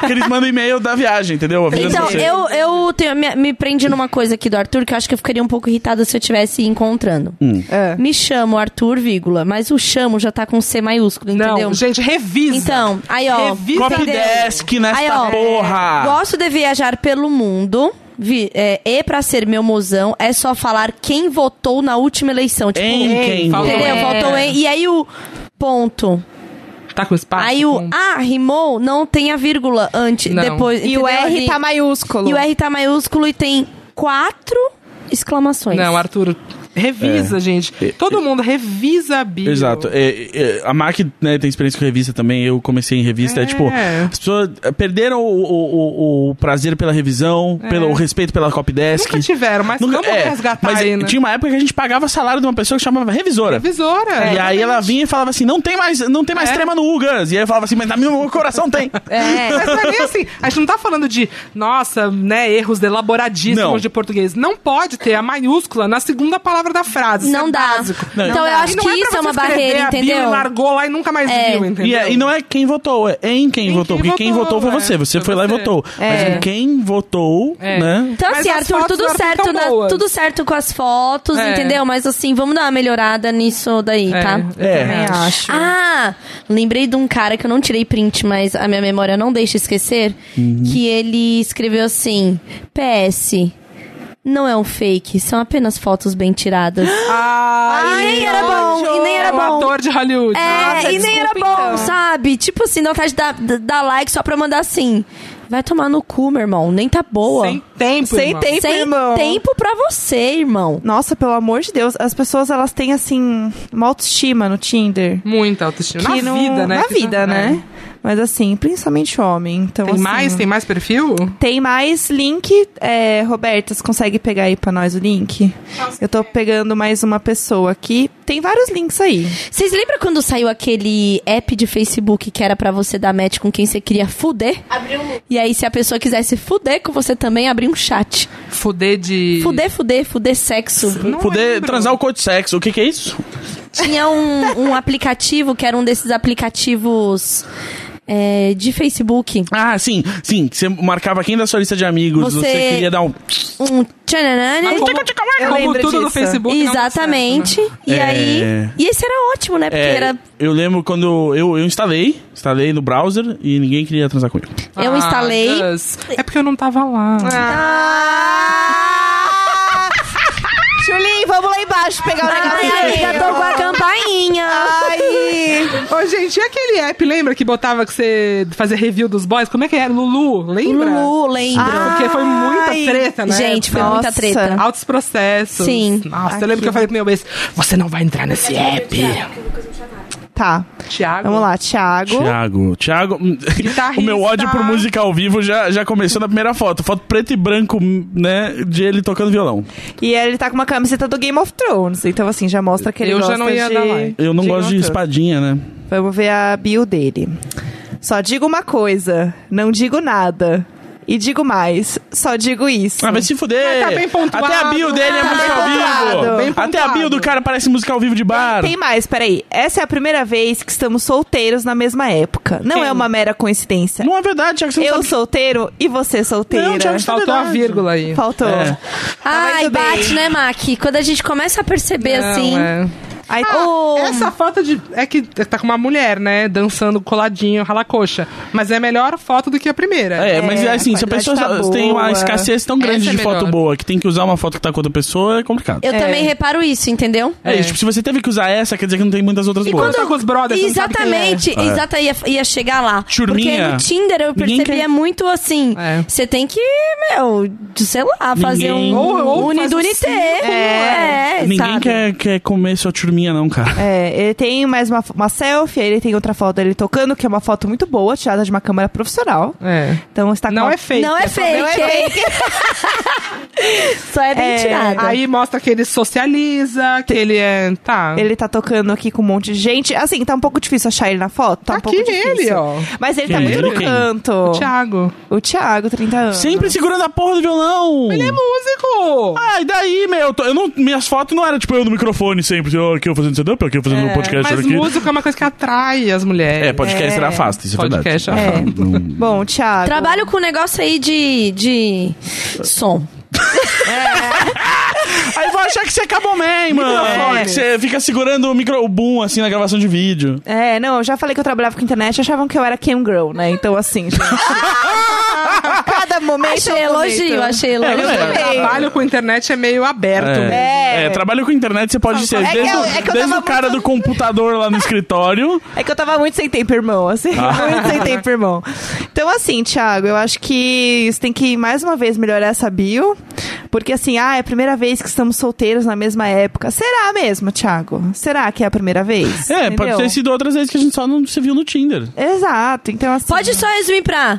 Speaker 2: Porque eles mandam e-mail da viagem, entendeu? Avisando
Speaker 4: Então,
Speaker 2: você.
Speaker 4: eu, eu tenho- me, me prendi numa coisa aqui do Arthur que eu acho que eu ficaria um pouco irritada se eu estivesse encontrando.
Speaker 2: Hum.
Speaker 1: É.
Speaker 4: Me chamo Arthur, vírgula, mas o chamo já tá com C maiúsculo, entendeu?
Speaker 3: Não, gente, revisa.
Speaker 4: Então, aí ó.
Speaker 3: Revisa.
Speaker 2: Copy
Speaker 4: entendeu?
Speaker 2: desk nesta
Speaker 4: Aí, ó,
Speaker 2: porra!
Speaker 4: Gosto de viajar pelo mundo. Vi, é, e pra ser meu mozão, é só falar quem votou na última eleição. Tipo,
Speaker 2: Em
Speaker 3: Ei,
Speaker 2: quem?
Speaker 3: falou.
Speaker 2: votou?
Speaker 4: entendeu?
Speaker 3: É.
Speaker 4: Votou em. E aí o. Ponto.
Speaker 3: Tá com espaço?
Speaker 4: Então, aí o.
Speaker 3: com-
Speaker 4: Ah, rimou, não tem a vírgula antes.
Speaker 3: Não.
Speaker 4: Depois,
Speaker 1: E o
Speaker 4: entendeu?
Speaker 1: R tá maiúsculo.
Speaker 4: E o R tá maiúsculo e tem quatro exclamações.
Speaker 3: Não, Arthur, revisa,
Speaker 2: É.
Speaker 3: gente.
Speaker 2: É,
Speaker 3: Todo mundo revisa a bio.
Speaker 2: Exato. É, é, a Mac né, tem experiência com revista também. Eu comecei em revista. É,
Speaker 3: É.
Speaker 2: tipo, as pessoas é, perderam o, o- o- o prazer pela revisão, pelo o respeito pela copy desk.
Speaker 3: É. Nunca tiveram, mas
Speaker 2: Nunca-
Speaker 3: vamos
Speaker 2: é,
Speaker 3: resgatar
Speaker 2: mas
Speaker 3: aí,
Speaker 2: é,
Speaker 3: né?
Speaker 2: tinha uma época que a gente pagava salário de uma pessoa que chamava revisora.
Speaker 3: Revisora.
Speaker 2: É, e aí
Speaker 3: exatamente.
Speaker 2: ela vinha e falava assim: não tem mais, não tem mais
Speaker 3: É.
Speaker 2: trema no Ugas. E aí eu falava assim, mas no meu coração tem.
Speaker 3: Mas não é nem assim. A gente não tá falando de, nossa, né, erros elaboradíssimos
Speaker 2: Não.
Speaker 3: de português. Não pode ter a maiúscula na segunda palavra da frase. Isso
Speaker 4: Não
Speaker 3: é
Speaker 4: dá.
Speaker 3: básico.
Speaker 4: Não, Então
Speaker 3: dá.
Speaker 4: eu acho
Speaker 3: E não
Speaker 4: que
Speaker 3: pra
Speaker 4: isso é
Speaker 3: você
Speaker 4: uma
Speaker 3: escrever
Speaker 4: barreira,
Speaker 3: a bio
Speaker 4: entendeu?
Speaker 3: E largou lá e nunca mais
Speaker 4: É.
Speaker 3: viu,
Speaker 2: E,
Speaker 3: entendeu?
Speaker 2: é- e não é quem votou, é em quem
Speaker 3: Em
Speaker 2: votou.
Speaker 3: quem
Speaker 2: porque quem votou
Speaker 3: votou,
Speaker 2: foi
Speaker 3: é.
Speaker 2: você. Você
Speaker 3: Foi
Speaker 2: foi lá e
Speaker 3: você.
Speaker 2: votou. Mas em quem votou,
Speaker 3: É.
Speaker 2: né?
Speaker 4: Então,
Speaker 3: Mas
Speaker 4: assim,
Speaker 3: as
Speaker 4: Arthur,
Speaker 3: fotos do
Speaker 4: tudo
Speaker 3: Arthur
Speaker 4: certo,
Speaker 3: tão
Speaker 4: na-
Speaker 3: boas.
Speaker 4: tudo certo com as fotos,
Speaker 3: É.
Speaker 4: entendeu? Mas assim, vamos dar uma melhorada nisso daí,
Speaker 3: É,
Speaker 4: tá?
Speaker 3: eu
Speaker 2: É.
Speaker 3: também
Speaker 1: Também
Speaker 3: acho.
Speaker 1: acho.
Speaker 4: Ah, lembrei de um cara que eu não tirei print, mas a minha memória não deixa esquecer. Que ele escreveu assim: PS, não é um fake, são apenas fotos bem tiradas.
Speaker 3: Ai,
Speaker 4: e nem era
Speaker 3: nojo.
Speaker 4: bom, e nem era
Speaker 3: É um
Speaker 4: bom.
Speaker 3: ator de Hollywood.
Speaker 4: É,
Speaker 1: Nossa,
Speaker 4: e nem
Speaker 1: desculpa,
Speaker 4: era bom,
Speaker 1: então.
Speaker 4: sabe? Tipo assim, dá vontade de dar, de dar like só pra mandar assim. Vai tomar no cu, meu irmão. Nem tá boa.
Speaker 3: Sem tempo,
Speaker 1: Sem
Speaker 3: irmão.
Speaker 1: tempo,
Speaker 4: Sem
Speaker 1: irmão.
Speaker 4: tempo pra você, irmão.
Speaker 1: Nossa, pelo amor de Deus, as pessoas elas têm assim uma autoestima no Tinder.
Speaker 3: Muita autoestima.
Speaker 1: que
Speaker 3: na
Speaker 1: não-
Speaker 3: vida, né?
Speaker 1: Na
Speaker 3: Que já-
Speaker 1: vida, né? Mas assim, principalmente homem. Então,
Speaker 3: Tem
Speaker 1: assim,
Speaker 3: mais? Tem mais perfil?
Speaker 1: Tem mais link, é, Roberta, você consegue pegar aí pra nós o link? Eu tô pegando mais uma pessoa aqui. Tem vários links aí.
Speaker 4: Vocês lembram quando saiu aquele app de Facebook que era pra você dar match com quem você queria fuder?
Speaker 5: Abriu um
Speaker 4: E aí, se a pessoa quisesse fuder com você também, abrir um chat.
Speaker 3: Fuder de...
Speaker 4: Fuder, fuder, fuder sexo.
Speaker 3: Não
Speaker 2: Poder
Speaker 3: lembro.
Speaker 2: transar o corpo de sexo. O que, que é isso?
Speaker 4: Tinha um, um aplicativo que era um desses aplicativos é, de Facebook.
Speaker 2: Ah, sim, sim. Você marcava quem da sua lista de amigos,
Speaker 4: Você-
Speaker 2: você, queria dar um.
Speaker 4: Um tchananã.
Speaker 3: Mas como- é
Speaker 1: Eu
Speaker 3: Como
Speaker 1: lembro
Speaker 3: tudo no
Speaker 1: disso.
Speaker 3: Facebook não dá certo, né?
Speaker 4: Exatamente. E
Speaker 2: É.
Speaker 4: aí. E esse era ótimo, né? Porque
Speaker 2: É,
Speaker 4: era.
Speaker 2: Eu lembro quando eu, eu instalei, instalei no browser e ninguém queria transar comigo.
Speaker 4: Eu
Speaker 3: Ah,
Speaker 4: instalei. Ah,
Speaker 3: Gus, É porque eu não tava lá. Ah.
Speaker 1: Julinho, vamos lá embaixo pegar o
Speaker 4: Ai, amiga, tô com a campainha.
Speaker 3: Ô, gente, e aquele app, lembra que botava que você fazia review dos boys? Como é que era? Lulu, lembra?
Speaker 4: Lulu, lembro.
Speaker 3: Porque foi muita
Speaker 1: Ai.
Speaker 3: treta, né?
Speaker 4: Gente, foi
Speaker 1: Nossa.
Speaker 4: muita treta.
Speaker 3: Altos processos.
Speaker 4: Sim.
Speaker 3: Nossa, eu lembro que eu falei pro meu ex, você não vai entrar nesse app.
Speaker 1: Tá,
Speaker 3: Tiago.
Speaker 1: vamos lá, Thiago.
Speaker 2: Tiago, Tiago.
Speaker 3: Guitarrista.
Speaker 2: hum, o meu ódio por música ao vivo já, já começou na primeira foto. Foto preto e branco, né? De ele tocando violão.
Speaker 1: E ele tá com uma camiseta do Game of Thrones. Então, assim, já mostra que ele
Speaker 3: Eu
Speaker 1: gosta
Speaker 3: já não ia
Speaker 1: de...
Speaker 3: dar like.
Speaker 2: Eu não
Speaker 1: de
Speaker 2: gosto de
Speaker 1: Game of Thrones.
Speaker 2: espadinha, né?
Speaker 1: Vamos ver a bio dele. Só digo uma coisa, não digo nada. E digo mais, só digo isso.
Speaker 2: Ah, vai se fuder.
Speaker 3: Mas tá bem pontuado.
Speaker 2: Até a bio dele é
Speaker 1: Tá
Speaker 2: música ao
Speaker 1: bem pontuado.
Speaker 2: vivo.
Speaker 3: Bem
Speaker 2: Até a bio
Speaker 3: pontuado.
Speaker 2: do cara parece música ao vivo de bar.
Speaker 1: Tem mais, peraí. Essa é a primeira vez que estamos solteiros na mesma época. Não é uma mera coincidência.
Speaker 2: Não é verdade, Thiago, você não
Speaker 1: Eu
Speaker 2: sabe.
Speaker 1: solteiro e você solteira.
Speaker 2: Não, Thiago, isso é
Speaker 3: Faltou a
Speaker 2: verdade.
Speaker 3: vírgula aí.
Speaker 1: Faltou.
Speaker 2: É.
Speaker 4: Ai,
Speaker 1: tudo bem.
Speaker 4: bate, né, Mac? Quando a gente começa a perceber
Speaker 3: Não,
Speaker 4: assim.
Speaker 3: é.
Speaker 1: Aí,
Speaker 3: Ah,
Speaker 1: ô,
Speaker 3: Essa foto de. É que tá com uma mulher, né? Dançando coladinho, rala coxa. Mas é a melhor foto do que a primeira.
Speaker 2: É, mas
Speaker 1: É,
Speaker 2: assim,
Speaker 1: a
Speaker 2: se a
Speaker 1: qualidade
Speaker 2: pessoa
Speaker 1: tá
Speaker 2: só- tem
Speaker 1: boa.
Speaker 2: uma escassez tão grande
Speaker 3: Essa é
Speaker 2: de foto
Speaker 3: melhor.
Speaker 2: boa que tem que usar uma foto que tá com outra pessoa, é complicado.
Speaker 4: Eu também reparo isso, entendeu?
Speaker 2: É, isso, tipo, se você teve que usar essa, quer dizer que não tem muitas outras
Speaker 3: E
Speaker 2: boas.
Speaker 3: quando- tá com os brothers, você não sabe quem é.
Speaker 4: Exatamente, exata ia, ia chegar lá.
Speaker 2: Churminha.
Speaker 4: Porque no Tinder eu
Speaker 2: Ninguém
Speaker 4: percebia
Speaker 2: quer-
Speaker 4: muito assim.
Speaker 3: É.
Speaker 4: Você tem que, meu, sei lá, fazer
Speaker 2: Ninguém-
Speaker 4: um
Speaker 3: Ou- ou
Speaker 4: uni
Speaker 3: faz
Speaker 4: do
Speaker 3: um
Speaker 4: unité.
Speaker 3: círculo,
Speaker 4: É,
Speaker 2: Ninguém
Speaker 4: sabe?
Speaker 2: quer, quer comer sua turminha, não, cara.
Speaker 1: É, ele tem mais uma, uma selfie, aí ele tem outra foto dele tocando, que é uma foto muito boa, tirada de uma câmera profissional.
Speaker 3: É.
Speaker 1: Então está com
Speaker 3: Não
Speaker 1: uma...
Speaker 3: é fake.
Speaker 4: Não é
Speaker 3: só-
Speaker 4: fake. Só é bem tirada.
Speaker 3: Aí mostra que ele socializa, que ele é. Tá.
Speaker 1: Ele tá tocando aqui com um monte de gente. Assim, tá um pouco difícil achar ele na foto. Tá,
Speaker 3: Tá
Speaker 1: um pouco
Speaker 3: aqui
Speaker 1: difícil.
Speaker 3: ele, ó.
Speaker 1: Mas ele tá
Speaker 2: Quem?
Speaker 1: muito no
Speaker 2: Ele quem?
Speaker 1: canto.
Speaker 3: O Thiago.
Speaker 1: O Thiago, 30 anos.
Speaker 2: Sempre segurando a porra do violão.
Speaker 3: Ele é músico!
Speaker 2: Ah, e daí, meu? Eu tô- eu não, minhas fotos não eram tipo eu no microfone sempre, assim, ó, aqui eu fazendo stand-up, aqui eu fazendo um podcast
Speaker 3: Mas
Speaker 2: aqui.
Speaker 3: música é uma coisa que atrai as mulheres.
Speaker 2: É, podcast era afasta, isso é verdade.
Speaker 3: Podcast era
Speaker 1: É.
Speaker 2: Ah, não-
Speaker 1: Bom, Thiago.
Speaker 4: Trabalho com um negócio aí de, de som.
Speaker 2: Aí vão achar que você acabou man, mano.
Speaker 1: Microfone.
Speaker 2: Que Você fica segurando o, micro, o boom, assim, na gravação de vídeo.
Speaker 1: É, não, eu já falei que eu trabalhava com internet, achavam que eu era Cam Girl, né? Então, assim, gente. cada momento.
Speaker 3: Então
Speaker 4: Achei
Speaker 1: é um momento.
Speaker 4: elogio, achei elogio.
Speaker 2: galera,
Speaker 3: O trabalho com internet é meio aberto. né?
Speaker 1: É.
Speaker 2: é, trabalho com internet, você pode ser
Speaker 1: é que
Speaker 2: desde,
Speaker 1: eu-
Speaker 2: o-
Speaker 1: é que eu
Speaker 2: desde
Speaker 1: tava
Speaker 2: o cara
Speaker 1: muito-
Speaker 2: do computador lá no escritório.
Speaker 1: É que eu tava muito sem tempo, irmão, assim.
Speaker 2: Ah.
Speaker 1: Muito sem tempo, irmão. Então, assim, Thiago, eu acho que você tem que, mais uma vez, melhorar essa bio. Porque, assim, ah, é a primeira vez que estamos solteiros na mesma época. Será mesmo, Thiago? Será que é a primeira vez?
Speaker 2: É,
Speaker 1: Entendeu?
Speaker 2: pode ter sido outras vezes que a gente só não se viu no Tinder.
Speaker 1: Exato, então assim...
Speaker 4: Pode só resumir pra.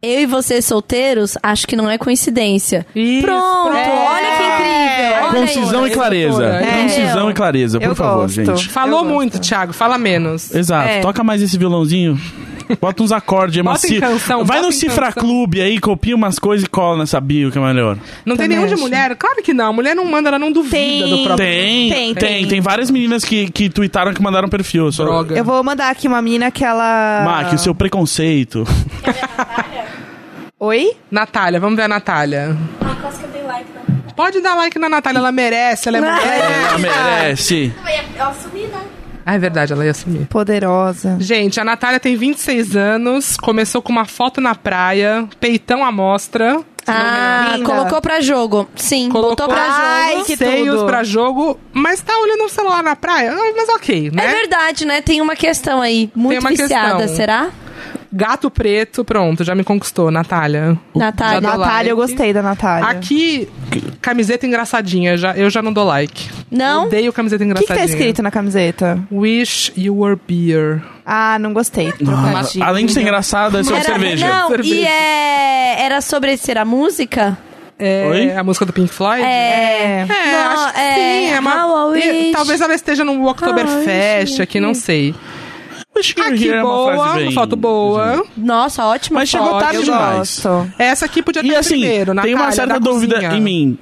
Speaker 4: Eu e você solteiros, acho que não é coincidência.
Speaker 3: Isso,
Speaker 4: pronto,
Speaker 3: pronto.
Speaker 4: olha que incrível. olha
Speaker 2: Concisão e
Speaker 4: isso.
Speaker 2: clareza.
Speaker 3: É.
Speaker 2: Concisão e clareza, por
Speaker 1: Eu
Speaker 2: favor,
Speaker 1: gosto.
Speaker 2: gente.
Speaker 3: Falou
Speaker 1: Eu gosto.
Speaker 3: muito, Thiago. Fala menos.
Speaker 2: Exato,
Speaker 1: É.
Speaker 2: toca mais esse violãozinho. Bota uns acordes, é
Speaker 3: Bota em
Speaker 2: macio.
Speaker 3: canção,
Speaker 2: Vai no
Speaker 3: bota em
Speaker 2: Cifra
Speaker 3: canção.
Speaker 2: Clube aí, copia umas coisas e cola nessa bio que é melhor.
Speaker 3: Não tem
Speaker 1: Também
Speaker 3: nenhum de
Speaker 1: acho.
Speaker 3: mulher? Claro que não. A mulher não manda, ela não duvida
Speaker 1: Tem.
Speaker 3: do próprio.
Speaker 2: Tem,
Speaker 1: Tem,
Speaker 2: tem,
Speaker 1: tem.
Speaker 2: tem. várias meninas que, que tuitaram que mandaram perfil. Só...
Speaker 3: Droga.
Speaker 1: Eu vou mandar aqui uma mina que ela...
Speaker 2: Mac, o seu preconceito.
Speaker 1: Oi?
Speaker 3: Natália, vamos ver a Natália.
Speaker 5: Ah, quase que eu dei like não.
Speaker 3: Pode dar like na Natália, ela merece, ela é mulher.
Speaker 2: Ela Ah, merece.
Speaker 5: Eu ia- Eu assumi, né?
Speaker 3: Ah, é verdade, ela ia sumir.
Speaker 1: Poderosa.
Speaker 3: Gente, a Natália tem 26 anos, começou com uma foto na praia, peitão à mostra,
Speaker 4: Ah,
Speaker 1: Linda.
Speaker 4: colocou pra jogo. Sim, botou pra jogo.
Speaker 1: Ai, que
Speaker 3: seios
Speaker 1: tudo.
Speaker 3: pra jogo, mas tá olhando o celular na praia? Ah, Mas ok,
Speaker 4: É
Speaker 3: né?
Speaker 4: verdade, né? Tem uma questão aí, muito
Speaker 3: uma
Speaker 4: viciada,
Speaker 3: questão.
Speaker 4: será?
Speaker 3: Gato preto, pronto, já me conquistou, Natália.
Speaker 4: Natália.
Speaker 3: Já dou like.
Speaker 1: Natália, eu gostei da Natália.
Speaker 3: Aqui, camiseta engraçadinha, já, eu já não dou like.
Speaker 4: Não?
Speaker 3: Odeio camiseta
Speaker 1: O que, que
Speaker 3: engraçadinha.
Speaker 1: tá escrito na camiseta?
Speaker 3: Wish you were beer.
Speaker 1: Ah, não gostei. Trocadilho.
Speaker 2: Além de ser engraçado, é só
Speaker 4: Era-
Speaker 2: cerveja.
Speaker 4: Não,
Speaker 3: Cerveja.
Speaker 4: e é... Era sobre ser a música?
Speaker 3: É
Speaker 2: Oi?
Speaker 3: a música do Pink Floyd?
Speaker 1: É.
Speaker 3: É,
Speaker 4: Não,
Speaker 3: acho que
Speaker 4: é,
Speaker 3: sim. É
Speaker 4: How I
Speaker 3: uma,
Speaker 4: wish.
Speaker 3: e- talvez ela esteja no Oktoberfest aqui, não sei.
Speaker 2: Acho que
Speaker 3: Aqui,
Speaker 2: é uma
Speaker 3: Ah, boa,
Speaker 2: frase bem-
Speaker 3: foto boa.
Speaker 4: Nossa, ótima
Speaker 2: Mas
Speaker 4: foto.
Speaker 2: chegou tarde
Speaker 1: eu
Speaker 2: demais.
Speaker 1: gosto.
Speaker 3: Essa aqui podia ter
Speaker 2: E assim,
Speaker 3: primeiro, Natália,
Speaker 2: tem uma certa
Speaker 3: da
Speaker 2: dúvida
Speaker 3: cozinha.
Speaker 2: em mim.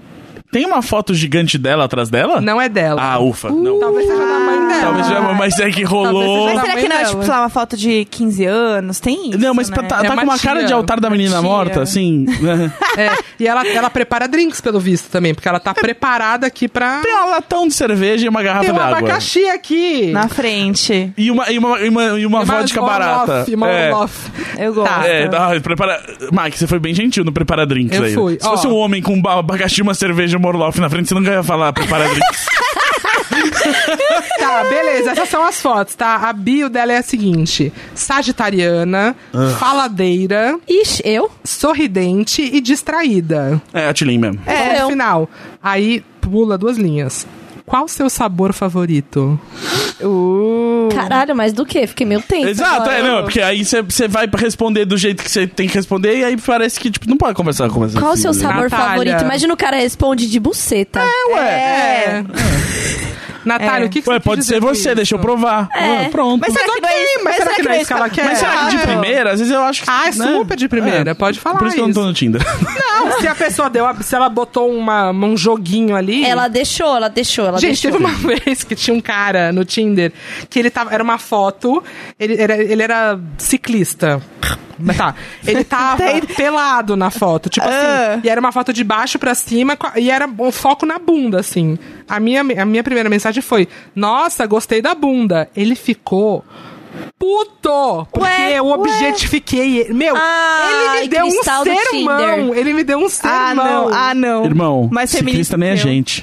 Speaker 2: Tem uma foto gigante dela atrás dela?
Speaker 3: Não Uh, é dela.
Speaker 2: Ah, ufa. não.
Speaker 3: Talvez seja da mãe dela.
Speaker 2: Talvez já, mas é que rolou.
Speaker 1: Mas
Speaker 3: Da
Speaker 1: será
Speaker 3: mãe
Speaker 1: que não é,
Speaker 3: dela.
Speaker 1: tipo, sei lá, uma foto de 15 anos? Tem isso,
Speaker 2: Não, mas
Speaker 1: né?
Speaker 2: tá, tá
Speaker 3: É
Speaker 2: com
Speaker 3: uma
Speaker 2: uma cara
Speaker 3: tia,
Speaker 2: de altar da menina
Speaker 1: tia.
Speaker 2: morta, assim.
Speaker 3: É, e ela, ela prepara drinks, pelo visto, também, porque ela tá preparada aqui pra.
Speaker 2: Tem um latão de cerveja e uma
Speaker 3: Tem
Speaker 2: garrafa
Speaker 3: um
Speaker 2: de água.
Speaker 3: abacaxi aqui.
Speaker 1: Na frente.
Speaker 2: E uma, e uma, e uma, e uma
Speaker 3: E mais
Speaker 2: vodka
Speaker 3: uma
Speaker 2: barata.
Speaker 3: Olof, uma
Speaker 2: é.
Speaker 3: Olof.
Speaker 1: Eu gosto.
Speaker 3: Tá,
Speaker 2: É, dá, prepara... Mike, você foi bem gentil no preparar drinks
Speaker 3: Eu
Speaker 2: aí.
Speaker 3: fui,
Speaker 2: Se
Speaker 3: ó.
Speaker 2: fosse um homem com um ba- abacaxi, uma cerveja e um morloff na frente, você nunca ia falar preparar drinks.
Speaker 3: Tá, beleza. Essas são as fotos, tá? A bio dela é a seguinte: sagitariana, faladeira,
Speaker 4: Ixi, eu?
Speaker 3: sorridente e distraída.
Speaker 2: É, a Tilin mesmo.
Speaker 3: É,
Speaker 4: eu.
Speaker 3: no final. Aí pula duas linhas. Qual o seu sabor favorito?
Speaker 1: Uh.
Speaker 4: Caralho, mas do que? Fiquei meio
Speaker 3: então,
Speaker 4: tenso.
Speaker 2: Exato,
Speaker 4: agora.
Speaker 2: é, não, porque aí você- você vai responder do jeito que você tem que responder e aí parece que, tipo, não pode conversar com você.
Speaker 4: Qual o seu sabor
Speaker 3: Natália. É,
Speaker 4: favorito? Imagina o cara responde de buceta.
Speaker 3: Ué. É. Natália,
Speaker 1: É.
Speaker 3: o que, que
Speaker 2: Ué,
Speaker 3: você
Speaker 2: pode
Speaker 3: quis
Speaker 2: ser
Speaker 3: dizer com
Speaker 2: você,
Speaker 3: isso?
Speaker 2: deixa eu provar. Ué, pronto.
Speaker 1: Mas será que não é
Speaker 3: ok,
Speaker 1: isso?
Speaker 3: mas será que não é isso que ela quer?
Speaker 2: Mas será que de
Speaker 1: Claro.
Speaker 2: primeira? Às vezes eu acho que.
Speaker 3: Ah, é super de primeira, pode falar
Speaker 2: Né? Por isso que eu não tô
Speaker 3: isso. Então,
Speaker 2: no Tinder.
Speaker 3: Não, se a pessoa deu, a- se ela botou uma, um joguinho ali.
Speaker 4: Ela deixou, ela deixou, ela
Speaker 3: Gente,
Speaker 4: deixou.
Speaker 3: teve uma vez que tinha um cara no Tinder que ele tava. Era uma foto, ele era, ele era ciclista. Mas Tá. Ele tava pelado na foto, tipo
Speaker 1: Ah.
Speaker 3: assim. E era uma foto de baixo pra cima co- e era um foco na bunda, assim. A minha, a minha primeira mensagem foi: Nossa, gostei da bunda. Ele ficou. Puto! Porque
Speaker 1: Ué,
Speaker 3: eu
Speaker 1: ué.
Speaker 3: objetifiquei ele. Meu,
Speaker 4: Ah,
Speaker 3: ele me deu um
Speaker 4: cristal do
Speaker 3: sermão.
Speaker 4: Tinder.
Speaker 3: Ele me deu um sermão.
Speaker 1: Ah, não. Ah, não.
Speaker 2: Irmão,
Speaker 1: mas feminista
Speaker 2: ciclista nem é
Speaker 1: meu.
Speaker 2: gente.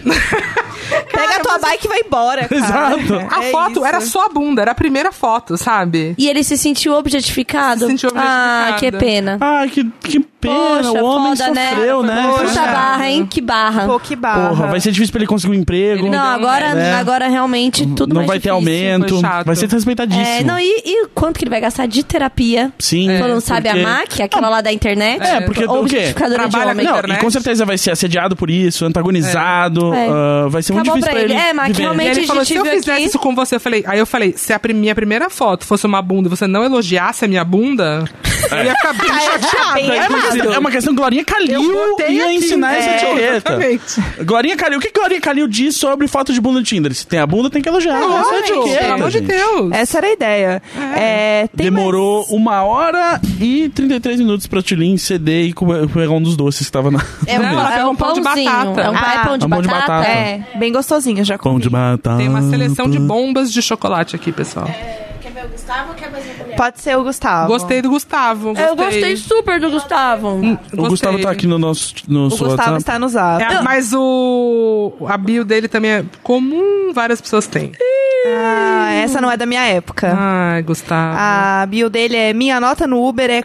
Speaker 1: Pega a tua bike e vai embora, cara.
Speaker 2: Exato.
Speaker 3: A
Speaker 1: É
Speaker 3: foto
Speaker 1: isso.
Speaker 3: era só a bunda, era a primeira foto, sabe?
Speaker 4: E ele se sentiu objetificado?
Speaker 3: Se sentiu
Speaker 4: Ah,
Speaker 3: objetificado.
Speaker 4: que pena.
Speaker 2: Ai, Ah, que, que pena.
Speaker 4: Poxa,
Speaker 2: o homem
Speaker 4: foda, né?
Speaker 2: sofreu, né?
Speaker 1: Poxa.
Speaker 4: Puta barra, hein? Que
Speaker 3: Um
Speaker 4: barra.
Speaker 1: Pô, que barra.
Speaker 2: Porra, vai ser difícil pra ele conseguir um emprego.
Speaker 4: Não, agora,
Speaker 2: né?
Speaker 4: agora realmente tudo
Speaker 2: não
Speaker 4: mais
Speaker 2: vai ter
Speaker 4: difícil.
Speaker 2: aumento.
Speaker 3: foi chato.
Speaker 2: Vai ser desrespeitadíssimo.
Speaker 4: É, não, e, e quanto que ele vai gastar de terapia?
Speaker 2: Sim.
Speaker 4: Falando, sabe
Speaker 2: É, porque-
Speaker 4: a MAC, aquela lá da internet?
Speaker 2: É, porque
Speaker 4: Ou
Speaker 2: o quê?
Speaker 4: objetificadora de
Speaker 3: Trabalha
Speaker 4: homem.
Speaker 3: na
Speaker 2: Não,
Speaker 3: internet.
Speaker 2: e com certeza vai ser assediado por isso, antagonizado.
Speaker 4: É.
Speaker 2: ah, vai ser muito difícil
Speaker 4: Acabou pra
Speaker 2: pra ele.
Speaker 4: ele. É, mas que
Speaker 2: viver.
Speaker 3: E
Speaker 4: realmente-
Speaker 3: ele
Speaker 4: a
Speaker 3: falou,
Speaker 4: gente
Speaker 3: se eu
Speaker 4: viu
Speaker 3: fizesse
Speaker 4: aqui-
Speaker 3: isso com você, eu falei, aí eu falei, se a pri- minha primeira foto fosse uma bunda e você não elogiasse a minha bunda, eu ia ficar
Speaker 4: Ah,
Speaker 3: bem chateada.
Speaker 1: bem
Speaker 2: É uma, questão, é uma questão que Glorinha Calil
Speaker 3: botei
Speaker 2: ia
Speaker 3: aqui.
Speaker 2: ensinar
Speaker 4: né?
Speaker 2: essa
Speaker 3: É,
Speaker 2: etiqueta.
Speaker 3: exatamente.
Speaker 2: Glorinha Calil, o que Glorinha Calil diz sobre foto de bunda no Tinder? Se tem a bunda, tem que elogiar. essa é a
Speaker 3: Óbvio,
Speaker 2: etiqueta,
Speaker 3: Pelo amor de
Speaker 2: gente.
Speaker 3: Deus.
Speaker 1: Essa era a ideia. É, tem
Speaker 2: Demorou uma hora e 33 minutos pra Tulin ceder e co- pegar um dos doces que tava na.
Speaker 4: É, um,
Speaker 3: Não, ela
Speaker 4: é
Speaker 3: pegou
Speaker 4: um pão de batata. É um
Speaker 1: Ah,
Speaker 4: pai pão de
Speaker 2: um pão de
Speaker 4: batata.
Speaker 2: batata.
Speaker 4: É.
Speaker 1: mais- É, bem gostosinho já.
Speaker 2: Pão de batata.
Speaker 3: Tem uma seleção de bombas de chocolate aqui, pessoal.
Speaker 4: Tá
Speaker 5: Quer ver o Gustavo ou quer mais uma mulher?
Speaker 1: Pode ser o Gustavo.
Speaker 3: Gostei do Gustavo. É. Gostei.
Speaker 4: Eu gostei super do Gustavo.
Speaker 2: O Gustavo tá aqui no nosso no
Speaker 1: O
Speaker 2: seu
Speaker 1: Gustavo
Speaker 2: WhatsApp.
Speaker 1: está no zap.
Speaker 3: É, mas o a bio dele também é comum, várias pessoas têm.
Speaker 1: Ah, essa não é da minha época.
Speaker 3: Ai, Gustavo.
Speaker 4: Ah.
Speaker 1: A bio dele é Minha nota no Uber é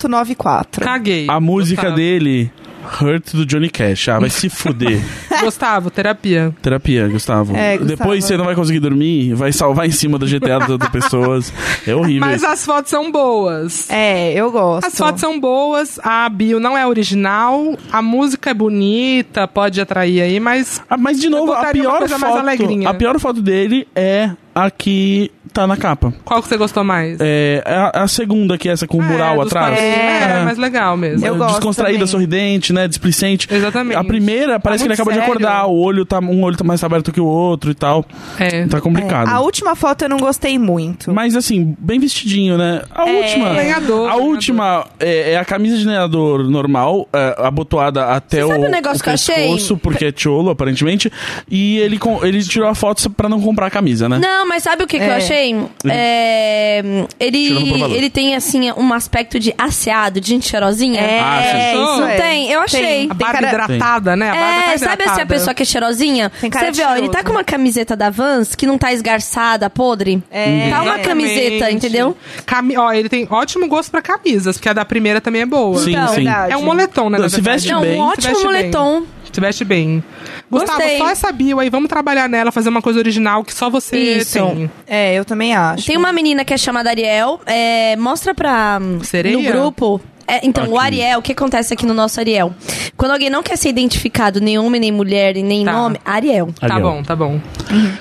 Speaker 1: 4.94.
Speaker 3: Caguei.
Speaker 2: A música
Speaker 3: Gustavo.
Speaker 2: dele, Hurt do Johnny Cash. Ah, vai se fuder.
Speaker 3: Gustavo, terapia.
Speaker 2: Terapia, Gustavo.
Speaker 1: É, Gustavo.
Speaker 2: Depois você não vai conseguir dormir, vai salvar em cima do GTA das outras pessoas. É horrível.
Speaker 3: Mas as fotos são boas.
Speaker 1: É, eu gosto.
Speaker 3: As fotos são boas, a bio não é original, a música é bonita, pode atrair aí, mas
Speaker 2: Ah, mas de novo, a
Speaker 3: botaria uma
Speaker 2: pior
Speaker 3: coisa mais
Speaker 2: foto,
Speaker 3: alegrinha.
Speaker 2: a pior foto dele é a que tá na capa.
Speaker 3: qual que você gostou mais?
Speaker 2: É a, a segunda que é essa com o
Speaker 3: Ah,
Speaker 2: mural
Speaker 3: dos
Speaker 2: atrás.
Speaker 3: quadrinhos. É,
Speaker 2: É.
Speaker 3: é mais legal mesmo.
Speaker 1: Eu
Speaker 2: É,
Speaker 1: gosto
Speaker 2: Descontraída,
Speaker 1: também.
Speaker 2: sorridente, né? Displicente.
Speaker 3: Exatamente. Tá
Speaker 2: A primeira parece que ele
Speaker 3: muito
Speaker 2: acabou de
Speaker 3: sério.
Speaker 2: acordar, o olho tá, um olho tá mais aberto que o outro e tal.
Speaker 3: É.
Speaker 2: Tá complicado.
Speaker 1: A última foto eu não gostei
Speaker 3: Então-
Speaker 1: muito.
Speaker 2: Mas assim, bem vestidinho, né? A
Speaker 1: É.
Speaker 2: última.
Speaker 3: Lenhador,
Speaker 2: a
Speaker 3: lenhador.
Speaker 2: última é, é a camisa de lenhador normal, é, abotoada até o,
Speaker 4: sabe um negócio
Speaker 2: o
Speaker 4: que eu achei?
Speaker 2: pescoço, porque é tcholo, aparentemente. E ele, com- ele tirou a foto pra não comprar a camisa, né?
Speaker 4: Não, mas sabe o que, que eu achei? É,
Speaker 2: Tirando pro
Speaker 4: ele,
Speaker 2: valor.
Speaker 4: ele tem, assim, um aspecto de asseado, de gente cheirosinha.
Speaker 1: É,
Speaker 2: Ah, você
Speaker 1: isso
Speaker 3: achou?
Speaker 4: Não
Speaker 1: é.
Speaker 4: tem? Eu achei.
Speaker 1: Tem.
Speaker 3: A Barbie
Speaker 1: cara-
Speaker 3: hidratada, né? A Barbie tá
Speaker 4: É, sabe assim,
Speaker 3: hidratada.
Speaker 4: a pessoa que é cheirosinha?
Speaker 1: Tem cara
Speaker 4: Você
Speaker 1: de
Speaker 4: vê, ó, ele tá
Speaker 1: cheiroso.
Speaker 4: com uma camiseta da Vans que não tá esgarçada, podre.
Speaker 1: É.
Speaker 4: Tá uma
Speaker 1: Exatamente.
Speaker 4: camiseta, entendeu?
Speaker 3: Cami... Ó, ele tem ótimo gosto pra camisas, porque a da primeira também é boa.
Speaker 2: Sim,
Speaker 4: Então,
Speaker 2: sim.
Speaker 1: verdade.
Speaker 3: É um moletom, né?
Speaker 2: Não,
Speaker 3: na
Speaker 2: se
Speaker 3: verdade.
Speaker 2: veste
Speaker 4: É
Speaker 2: bem.
Speaker 4: um
Speaker 3: Se
Speaker 4: ótimo
Speaker 3: veste bem.
Speaker 4: moletom.
Speaker 3: Se veste bem. Gustavo,
Speaker 4: Gostei.
Speaker 3: só essa bio aí, vamos trabalhar nela, fazer uma coisa original que só você
Speaker 4: Isso.
Speaker 3: tem.
Speaker 1: É, eu também acho.
Speaker 4: Tem uma menina que é chamada Ariel. é, mostra pra.
Speaker 3: Sereia?
Speaker 4: No grupo. É, então, o
Speaker 2: Aqui.
Speaker 4: Ariel, o que acontece aqui no nosso Ariel? Quando alguém não quer ser identificado, nem homem, nem mulher, e nem
Speaker 3: Tá.
Speaker 4: nome, Ariel.
Speaker 3: Tá
Speaker 2: Ariel.
Speaker 3: bom, tá bom.